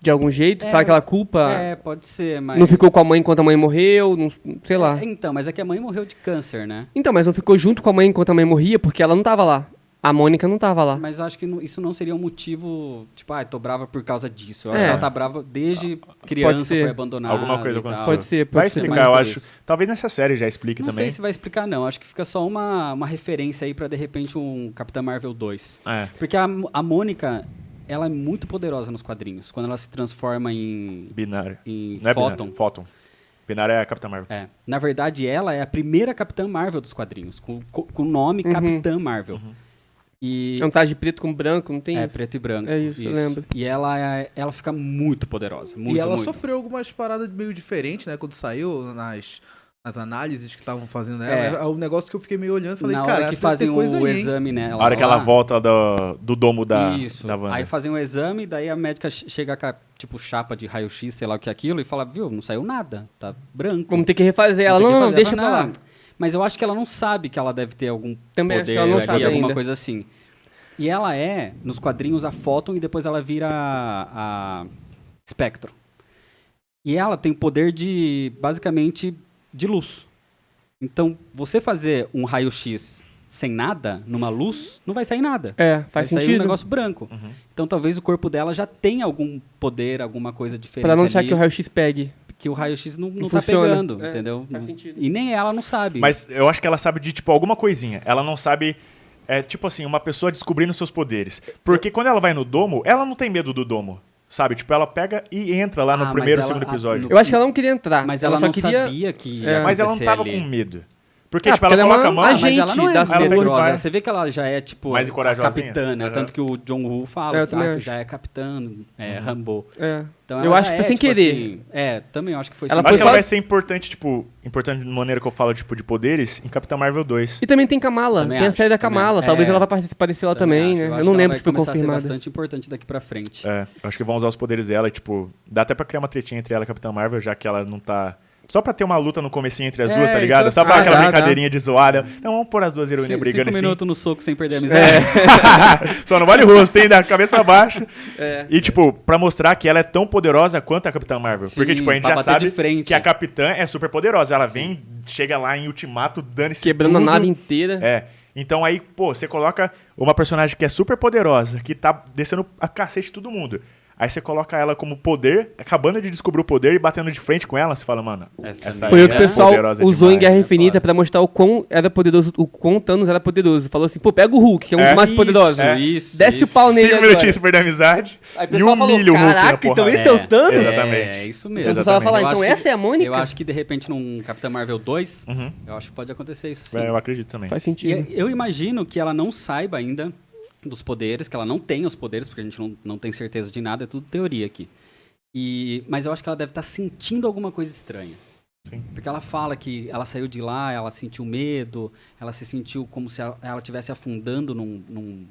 Speaker 4: De algum jeito,
Speaker 2: É.
Speaker 4: sabe aquela culpa?
Speaker 2: É, pode ser, mas...
Speaker 4: Não ficou com a mãe enquanto a mãe morreu, não, sei lá.
Speaker 2: É, então, mas é que a mãe morreu de câncer, né?
Speaker 4: Então, mas não ficou junto com a mãe enquanto a mãe morria porque ela não tava lá. A Mônica não tava lá.
Speaker 2: Mas eu acho que não- isso não seria um motivo, tipo, ah, tô brava por causa disso. Eu acho
Speaker 4: É.
Speaker 2: que ela tá brava desde criança,
Speaker 4: ser.
Speaker 2: foi abandonada.
Speaker 1: Ah, Alguma coisa
Speaker 2: e tal.
Speaker 1: aconteceu.
Speaker 4: Pode ser, pode
Speaker 1: Vai
Speaker 4: ser.
Speaker 1: explicar, eu
Speaker 2: Mais por
Speaker 1: acho.
Speaker 2: isso.
Speaker 1: Talvez nessa série já explique
Speaker 2: Não
Speaker 1: também.
Speaker 2: sei se vai explicar, não. Acho que fica só uma, uma referência aí pra, de repente, um Capitã Marvel 2.
Speaker 1: É.
Speaker 2: Porque a, a Mônica, ela é muito poderosa nos quadrinhos. Quando ela se transforma em,
Speaker 1: Binário.
Speaker 2: em
Speaker 1: Não é
Speaker 2: Photon.
Speaker 1: binário. Fóton. Binário é a Capitã Marvel.
Speaker 2: É. Na verdade, ela é a primeira Capitã Marvel dos quadrinhos, com com- com o nome
Speaker 4: Uhum.
Speaker 2: Capitã Marvel.
Speaker 1: Uhum.
Speaker 2: E
Speaker 4: É um traje preto com branco, não tem
Speaker 2: é
Speaker 4: isso?
Speaker 2: preto e branco.
Speaker 4: É isso, eu lembro.
Speaker 2: E ela, é- ela fica muito poderosa. Muito,
Speaker 3: e ela
Speaker 2: muito.
Speaker 3: sofreu algumas paradas meio diferentes, né? Quando saiu nas, nas análises que estavam fazendo dela.
Speaker 2: É.
Speaker 3: É. um negócio que eu fiquei meio olhando e falei,
Speaker 2: Na
Speaker 3: cara,
Speaker 2: hora que
Speaker 3: acho deve ter
Speaker 2: fazem o
Speaker 3: coisa aí, hein?
Speaker 2: exame nela.
Speaker 1: a hora que
Speaker 2: lá,
Speaker 1: ela volta do, do domo da,
Speaker 2: Isso.
Speaker 1: da Wanda.
Speaker 2: Aí fazem o exame, daí a médica che- chega com a, tipo, chapa de raio-x, sei lá o que é aquilo, e fala, viu, não saiu nada, tá branco.
Speaker 4: Vamos ter que refazer ela.
Speaker 2: tem
Speaker 4: Não,
Speaker 2: que
Speaker 4: não, não,
Speaker 2: fazer.
Speaker 4: deixa pra
Speaker 2: Fala,
Speaker 4: lá.
Speaker 2: "Ah, Mas eu acho que ela não sabe que ela deve ter algum
Speaker 4: Também acho que
Speaker 2: poder
Speaker 4: ela não
Speaker 2: ali,
Speaker 4: sabe
Speaker 2: alguma
Speaker 4: ainda.
Speaker 2: coisa assim. E ela é, nos quadrinhos, a Photon e depois ela vira a, a Spectro. E ela tem o poder de, basicamente, de luz. Então, você fazer um raio-x sem nada, numa luz, não vai sair nada.
Speaker 4: É, faz
Speaker 2: vai sair um
Speaker 4: sentido.
Speaker 2: negócio branco. Então, talvez o corpo dela já tenha algum poder, alguma coisa diferente
Speaker 4: Pra não
Speaker 2: ali
Speaker 4: deixar que o raio-x pegue.
Speaker 2: que o raio-x não, não,
Speaker 4: Não
Speaker 2: tá
Speaker 4: funciona.
Speaker 2: pegando,
Speaker 4: É,
Speaker 2: entendeu?
Speaker 4: faz sentido.
Speaker 2: E nem ela não sabe.
Speaker 1: Mas eu acho que ela sabe de, tipo, alguma coisinha. Ela não sabe. É tipo assim, uma pessoa descobrindo seus poderes. Porque quando ela vai no domo, ela não tem medo do domo. Sabe? Tipo, ela pega e entra lá
Speaker 2: Ah,
Speaker 1: no
Speaker 2: mas
Speaker 1: primeiro
Speaker 2: ela-
Speaker 1: segundo
Speaker 2: a-
Speaker 1: episódio.
Speaker 2: no-
Speaker 4: Eu acho que ela não queria entrar.
Speaker 2: Mas ela,
Speaker 4: só
Speaker 2: não
Speaker 4: queria...
Speaker 2: sabia que.
Speaker 4: É.
Speaker 2: ia
Speaker 1: Mas ela não
Speaker 2: acontecer
Speaker 1: tava
Speaker 2: ali.
Speaker 1: com medo. Porque,
Speaker 4: Ah,
Speaker 1: tipo,
Speaker 4: porque
Speaker 1: ela
Speaker 4: ela é
Speaker 1: coloca
Speaker 4: uma-
Speaker 1: a
Speaker 2: Ah,
Speaker 1: mão.
Speaker 4: gente
Speaker 2: mas ela não é
Speaker 4: da
Speaker 1: série.
Speaker 2: medrosa.
Speaker 1: Ela-
Speaker 2: Você vê que ela já é, tipo,
Speaker 1: Mais
Speaker 2: a
Speaker 1: corajosinha.
Speaker 2: capitã, né?
Speaker 1: Aham.
Speaker 2: Tanto que o John Woo
Speaker 4: É, eu
Speaker 2: fala,
Speaker 4: também
Speaker 2: sabe?
Speaker 4: acho.
Speaker 2: já é capitã, é, Rambo.
Speaker 4: É.
Speaker 2: Então
Speaker 4: eu
Speaker 2: ela
Speaker 4: acho
Speaker 2: já
Speaker 4: que foi
Speaker 2: é,
Speaker 4: sem
Speaker 2: tipo
Speaker 4: querer.
Speaker 2: assim, é, também eu acho que foi
Speaker 4: Ela
Speaker 1: Acho
Speaker 2: sem
Speaker 1: que
Speaker 4: foi
Speaker 1: ela
Speaker 4: falar-
Speaker 1: vai ser importante, tipo, importante de maneira que eu falo, tipo, de poderes, em Capitã Marvel 2.
Speaker 4: E também tem Kamala.
Speaker 2: Também
Speaker 4: tem a
Speaker 2: acho,
Speaker 4: série da
Speaker 2: também.
Speaker 4: Kamala. Talvez
Speaker 2: É.
Speaker 4: ela vá participar desse lá também,
Speaker 2: acho.
Speaker 4: né? Eu,
Speaker 2: acho
Speaker 4: não
Speaker 2: que
Speaker 4: lembro se foi
Speaker 2: ela vai começar a ser
Speaker 4: confirmado.
Speaker 2: bastante importante daqui pra frente.
Speaker 1: É, eu acho que vão usar os poderes dela, e, tipo, dá até pra criar uma tretinha entre ela e a Capitã Marvel, já que ela não tá Só pra ter uma luta no comecinho entre as
Speaker 4: É,
Speaker 1: duas, tá
Speaker 4: isso
Speaker 1: ligado?
Speaker 4: é-
Speaker 1: Só pra
Speaker 4: Ah,
Speaker 1: aquela
Speaker 4: dá, dá.
Speaker 1: brincadeirinha de zoada. Não, vamos pôr as duas heroínas
Speaker 2: Cinco
Speaker 1: brigando assim.
Speaker 2: minutos no soco sem perder a amizade.
Speaker 1: Só não vale o rosto, hein? Da cabeça pra baixo.
Speaker 2: É.
Speaker 1: E, tipo, pra mostrar que ela é tão poderosa quanto a Capitã Marvel.
Speaker 2: Sim,
Speaker 1: Porque, tipo, a gente
Speaker 2: pra
Speaker 1: já
Speaker 2: bater
Speaker 1: sabe
Speaker 2: de frente.
Speaker 1: que a Capitã é super poderosa. Ela vem, chega lá em ultimato, dane-se
Speaker 4: Quebrando
Speaker 1: tudo.
Speaker 4: a nave inteira.
Speaker 1: É. Então aí, pô, você coloca uma personagem que é super poderosa, que tá descendo a cacete de todo mundo. Aí você coloca ela como poder, acabando de descobrir o poder e batendo de frente com ela, você fala, mano, essa,
Speaker 2: Essa mina
Speaker 4: Foi
Speaker 1: aí
Speaker 4: o que
Speaker 1: é
Speaker 4: o pessoal
Speaker 1: poderosa
Speaker 4: usou em
Speaker 1: demais.
Speaker 4: Guerra Infinita pra mostrar o quão era poderoso, o quão Thanos era poderoso. Falou assim, pô, pega o Hulk, que é um dos
Speaker 1: É.
Speaker 4: mais poderosos.
Speaker 1: É.
Speaker 2: Isso,
Speaker 4: Desce o
Speaker 2: isso.
Speaker 4: pau nele
Speaker 1: Cinco minutinhos
Speaker 4: agora.
Speaker 1: pra perder a amizade.
Speaker 4: Aí o
Speaker 1: E
Speaker 4: pessoal falou,
Speaker 1: humilha o Hulk na
Speaker 4: "Caraca, então
Speaker 1: porrada."
Speaker 4: esse é o Thanos?
Speaker 1: Exatamente.
Speaker 2: É, isso
Speaker 1: Eu
Speaker 2: mesmo.
Speaker 1: precisava
Speaker 4: falar,
Speaker 2: Eu
Speaker 4: então
Speaker 2: acho
Speaker 4: essa é a Mônica?
Speaker 2: Eu acho que, de repente, num Capitã Marvel 2,
Speaker 1: Uhum.
Speaker 2: eu acho que pode acontecer isso sim.
Speaker 1: É, Eu acredito também.
Speaker 4: Faz
Speaker 2: E
Speaker 4: sentido.
Speaker 2: eu imagino que ela não saiba ainda dos poderes, que ela não tem os poderes, porque a gente não, não tem certeza de nada, é tudo teoria aqui. E, mas eu acho que ela deve estar sentindo alguma coisa estranha.
Speaker 1: Sim.
Speaker 2: Porque ela fala que ela saiu de lá, ela sentiu medo, ela se sentiu como se ela ela estivesse afundando num, num,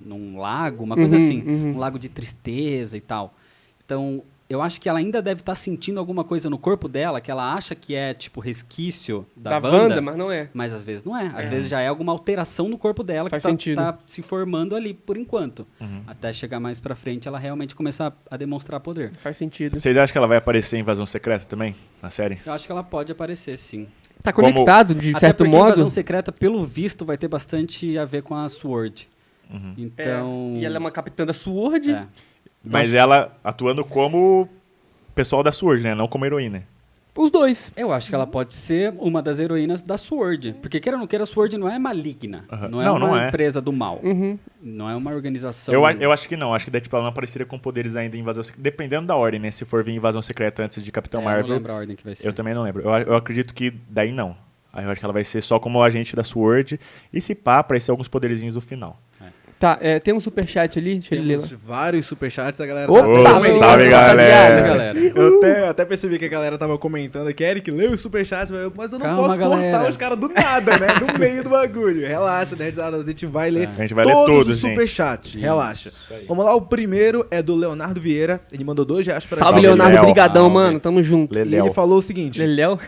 Speaker 2: num lago, uma coisa
Speaker 4: Uhum,
Speaker 2: assim,
Speaker 4: uhum.
Speaker 2: um lago de tristeza e tal. Então, eu acho que ela ainda deve estar sentindo alguma coisa no corpo dela que ela acha que é, tipo, resquício da,
Speaker 4: Da
Speaker 2: banda.
Speaker 4: Wanda, mas não é.
Speaker 2: Mas às vezes não é. Às vezes já é alguma alteração no corpo dela
Speaker 4: Faz
Speaker 2: que
Speaker 4: sentido.
Speaker 2: tá, tá se formando ali por enquanto.
Speaker 1: Uhum.
Speaker 2: Até chegar mais pra frente, ela realmente começar a demonstrar poder.
Speaker 4: Faz sentido.
Speaker 1: Vocês acham que ela vai aparecer em Invasão Secreta também? Na série?
Speaker 2: Eu acho que ela pode aparecer, sim.
Speaker 4: Tá
Speaker 1: Como-
Speaker 4: conectado, de
Speaker 2: Até
Speaker 4: certo
Speaker 2: porque
Speaker 4: modo.
Speaker 1: um
Speaker 2: Invasão Secreta, pelo visto, vai ter bastante a ver com a SWORD.
Speaker 1: Uhum.
Speaker 2: Então...
Speaker 4: E ela é uma capitã da SWORD.
Speaker 2: É.
Speaker 1: Mas ela atuando como pessoal da SWORD, né? Não como heroína.
Speaker 4: Os dois.
Speaker 2: Eu acho que ela pode ser uma das heroínas da SWORD. Porque, queira ou não queira, a SWORD não é maligna.
Speaker 1: Aham.
Speaker 2: Não é
Speaker 1: Não,
Speaker 2: uma
Speaker 1: não é.
Speaker 2: empresa do mal.
Speaker 4: Uhum.
Speaker 2: Não é uma organização... É,
Speaker 1: Eu, a- eu acho que não. Acho que daí, tipo, ela não apareceria com poderes ainda em Invasão Secreta. Dependendo da ordem, né? Se for vir Invasão Secreta antes de Capitão
Speaker 2: É, Eu não
Speaker 1: Marvel,
Speaker 2: lembro a ordem que vai ser.
Speaker 1: Então, Eu também não lembro. Eu, eu acredito que daí não. Aí eu acho que ela vai ser só como agente da SWORD e se pá, aparecer alguns poderezinhos no final.
Speaker 4: Tá, é, tem um superchat ali, deixa ele ler.
Speaker 3: Temos
Speaker 4: lá.
Speaker 3: vários superchats, a galera
Speaker 4: Opa,
Speaker 1: Ô,
Speaker 3: tá
Speaker 1: salve,
Speaker 4: salve,
Speaker 1: galera.
Speaker 2: galera.
Speaker 1: Uh.
Speaker 3: Eu até, até percebi que a galera tava comentando aqui, Eric, lê os superchats, mas eu- mas eu não
Speaker 2: Calma,
Speaker 3: posso
Speaker 2: galera.
Speaker 3: cortar os caras do nada, né? No meio do bagulho. Relaxa, Nerdzada, a gente vai ler
Speaker 1: A gente vai ler
Speaker 3: todos
Speaker 1: todos,
Speaker 3: os
Speaker 1: gente.
Speaker 3: superchats. Relaxa. Vamos lá, o primeiro é do Leonardo Vieira, ele mandou dois reais pra
Speaker 4: Salve,
Speaker 1: Salve,
Speaker 3: gente.
Speaker 4: Leonardo.
Speaker 1: Léo.
Speaker 4: Obrigadão,
Speaker 2: Salve.
Speaker 4: mano. Tamo junto.
Speaker 1: Lele-
Speaker 3: E ele
Speaker 1: Léo.
Speaker 3: falou o seguinte,
Speaker 4: Leléu.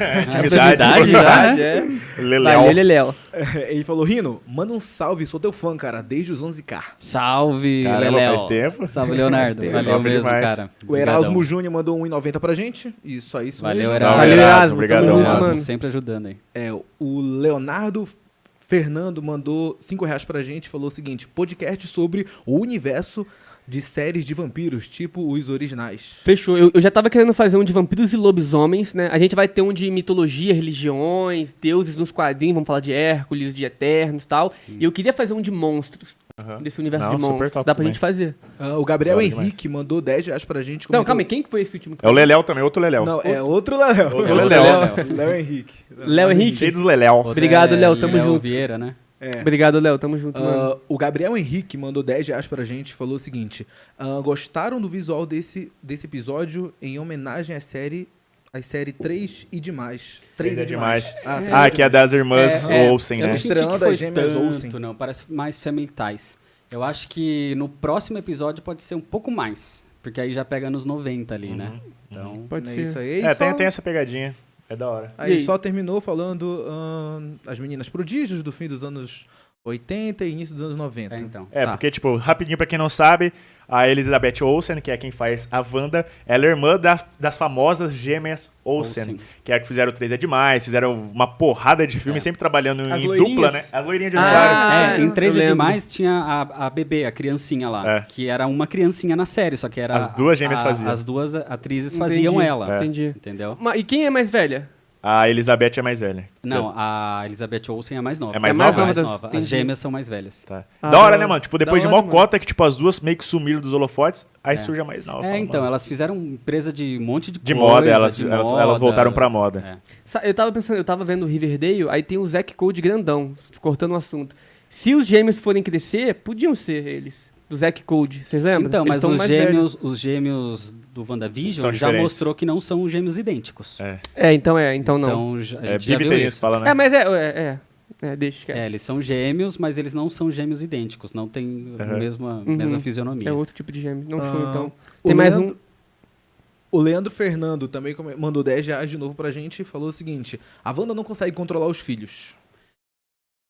Speaker 1: É Atividade,
Speaker 4: Verdade, é.
Speaker 1: Leléu.
Speaker 4: Valeu, Leléu.
Speaker 3: ele falou, Rino, manda um salve, sou teu fã, cara, desde os 11k.
Speaker 2: Salve,
Speaker 1: Caramba,
Speaker 2: Leléo.
Speaker 1: faz tempo.
Speaker 2: Salve, Leonardo.
Speaker 1: tempo.
Speaker 2: Valeu
Speaker 1: Top
Speaker 2: mesmo,
Speaker 1: demais.
Speaker 2: cara.
Speaker 3: O Erasmo Júnior mandou 1,90 pra gente, e só isso
Speaker 2: Valeu,
Speaker 3: mesmo.
Speaker 2: Erasmo.
Speaker 4: Valeu, Erasmo.
Speaker 1: obrigadão,
Speaker 4: Tamo junto,
Speaker 1: Erasmo.
Speaker 4: mano.
Speaker 2: sempre ajudando aí.
Speaker 3: É, o Leonardo Fernando mandou 5 reais pra gente falou o seguinte: podcast sobre o universo de séries de vampiros, tipo os originais.
Speaker 4: Fechou. Eu, eu já tava querendo fazer um de vampiros e lobisomens, né? A gente vai ter um de mitologia, religiões, deuses nos quadrinhos, vamos falar de Hércules, de Eternos e tal. E eu queria fazer um de monstros,
Speaker 1: Aham.
Speaker 4: desse universo
Speaker 1: Não,
Speaker 4: de
Speaker 1: super
Speaker 4: monstros. Dá
Speaker 1: top
Speaker 4: pra
Speaker 1: também.
Speaker 4: gente fazer.
Speaker 3: Ah, o Gabriel
Speaker 1: Claro demais.
Speaker 3: Henrique mandou 10 reais pra gente.
Speaker 4: Não,
Speaker 3: comentou-
Speaker 4: calma aí, quem que foi esse último? que
Speaker 1: É o Leléu também, outro Leléu.
Speaker 3: Não, é outro Léo.
Speaker 1: Outro
Speaker 4: Outro
Speaker 1: Leléu.
Speaker 4: Leléu.
Speaker 3: Léo Henrique.
Speaker 4: Léo Henrique.
Speaker 1: Cheio dos Leléu.
Speaker 2: Outro
Speaker 4: Obrigado, Léo,
Speaker 2: é
Speaker 4: tamo
Speaker 2: Léo
Speaker 4: junto.
Speaker 2: Vieira, né?
Speaker 4: Obrigado, Léo. Tamo junto, mano.
Speaker 3: Ah, o Gabriel Henrique mandou 10 reais pra gente falou o seguinte: ah, gostaram do visual desse, desse episódio em homenagem à série. às série 3 e demais. 3
Speaker 1: é
Speaker 3: e demais.
Speaker 1: demais.
Speaker 3: três
Speaker 1: Ah,
Speaker 3: e
Speaker 1: que é das irmãs
Speaker 2: É, é.
Speaker 1: Olsen,
Speaker 2: Eu
Speaker 1: né?
Speaker 2: não senti
Speaker 3: Estreando
Speaker 2: que foi
Speaker 3: as gêmeas
Speaker 2: tanto,
Speaker 3: Olsen.
Speaker 2: não. Parece mais Family Ties. Eu acho que no próximo episódio pode ser um pouco mais. Porque aí já pega nos 90 ali, né?
Speaker 1: Uhum.
Speaker 2: Então...
Speaker 4: Pode
Speaker 3: É
Speaker 4: ser.
Speaker 3: isso aí.
Speaker 1: É,
Speaker 3: só-
Speaker 1: tem, tem essa pegadinha. É da hora.
Speaker 4: E
Speaker 3: Aí
Speaker 4: aí?
Speaker 3: só terminou falando ahn, as meninas prodígios do fim dos anos 80 e início dos anos 90.
Speaker 2: É, então.
Speaker 1: É,
Speaker 3: Tá.
Speaker 1: porque, tipo, rapidinho pra quem não sabe, a Elizabeth Olsen, que é quem faz a Wanda, ela é irmã da- das famosas gêmeas Olsen,
Speaker 2: Olsen.
Speaker 1: que é a que fizeram Três é Demais, fizeram uma porrada de filme,
Speaker 2: É.
Speaker 1: sempre trabalhando
Speaker 4: As
Speaker 1: em dupla,
Speaker 4: loirinhas.
Speaker 1: né? As loirinhas de
Speaker 4: Ah,
Speaker 1: Claro.
Speaker 2: É, em
Speaker 4: eu
Speaker 2: 3 é
Speaker 4: lembro.
Speaker 2: demais tinha a, a bebê, a criancinha lá.
Speaker 1: É.
Speaker 2: Que era uma criancinha na série, só que era.
Speaker 1: As duas gêmeas
Speaker 2: a-
Speaker 1: faziam. é.
Speaker 2: As duas atrizes
Speaker 4: Entendi,
Speaker 2: faziam ela.
Speaker 4: Entendi.
Speaker 2: Entendeu?
Speaker 4: Ma- e quem é mais velha?
Speaker 1: A Elizabeth é mais velha.
Speaker 2: Não, a Elizabeth Olsen é a mais nova.
Speaker 1: É mais
Speaker 2: a
Speaker 1: nova?
Speaker 2: mais
Speaker 4: das-
Speaker 2: nova. As
Speaker 4: entendi.
Speaker 2: gêmeas são mais velhas.
Speaker 1: Tá.
Speaker 4: Ah,
Speaker 1: da hora,
Speaker 4: da
Speaker 1: né,
Speaker 4: hora.
Speaker 1: mano? Tipo, depois
Speaker 4: Da
Speaker 1: de
Speaker 4: hora,
Speaker 1: uma cota que, tipo, as duas meio que sumiram dos holofotes, aí
Speaker 2: É.
Speaker 1: surge a mais nova.
Speaker 2: é,
Speaker 1: fala,
Speaker 2: então,
Speaker 1: mano.
Speaker 2: elas fizeram empresa de um monte de,
Speaker 1: tá, De
Speaker 2: coisa,
Speaker 1: moda, elas,
Speaker 2: de
Speaker 1: elas,
Speaker 2: moda.
Speaker 1: elas voltaram pra moda.
Speaker 2: É.
Speaker 4: Sa- Eu tava pensando, eu tava vendo o Riverdale, aí tem o Zack Code grandão, cortando o assunto. Se os gêmeos forem crescer, podiam ser eles. Do Zack Code, vocês lembram?
Speaker 2: Então,
Speaker 4: É, Eles
Speaker 2: mas
Speaker 4: tão
Speaker 2: os
Speaker 4: mais velhos.
Speaker 2: gêmeos, os gêmeos do WandaVision
Speaker 1: São
Speaker 2: já
Speaker 1: diferentes.
Speaker 2: mostrou que não são gêmeos idênticos.
Speaker 1: É.
Speaker 4: É, então é, então não.
Speaker 2: Então, já, a
Speaker 1: É,
Speaker 2: gente já
Speaker 1: Big
Speaker 2: viu
Speaker 1: tem isso,
Speaker 2: isso.
Speaker 1: fala, né?
Speaker 4: É, mas é, é, é, é deixa, esquece.
Speaker 2: É, eles são gêmeos, mas eles não são gêmeos idênticos. Não tem a mesma,
Speaker 4: Uhum.
Speaker 2: mesma fisionomia.
Speaker 4: É outro tipo de gêmeo. Não
Speaker 3: Ah,
Speaker 4: show, então.
Speaker 3: o
Speaker 4: Tem mais
Speaker 3: Leandro-
Speaker 4: um.
Speaker 3: O Leandro Fernando também come- mandou 10 reais de novo pra gente e falou o seguinte: a Wanda não consegue controlar os filhos.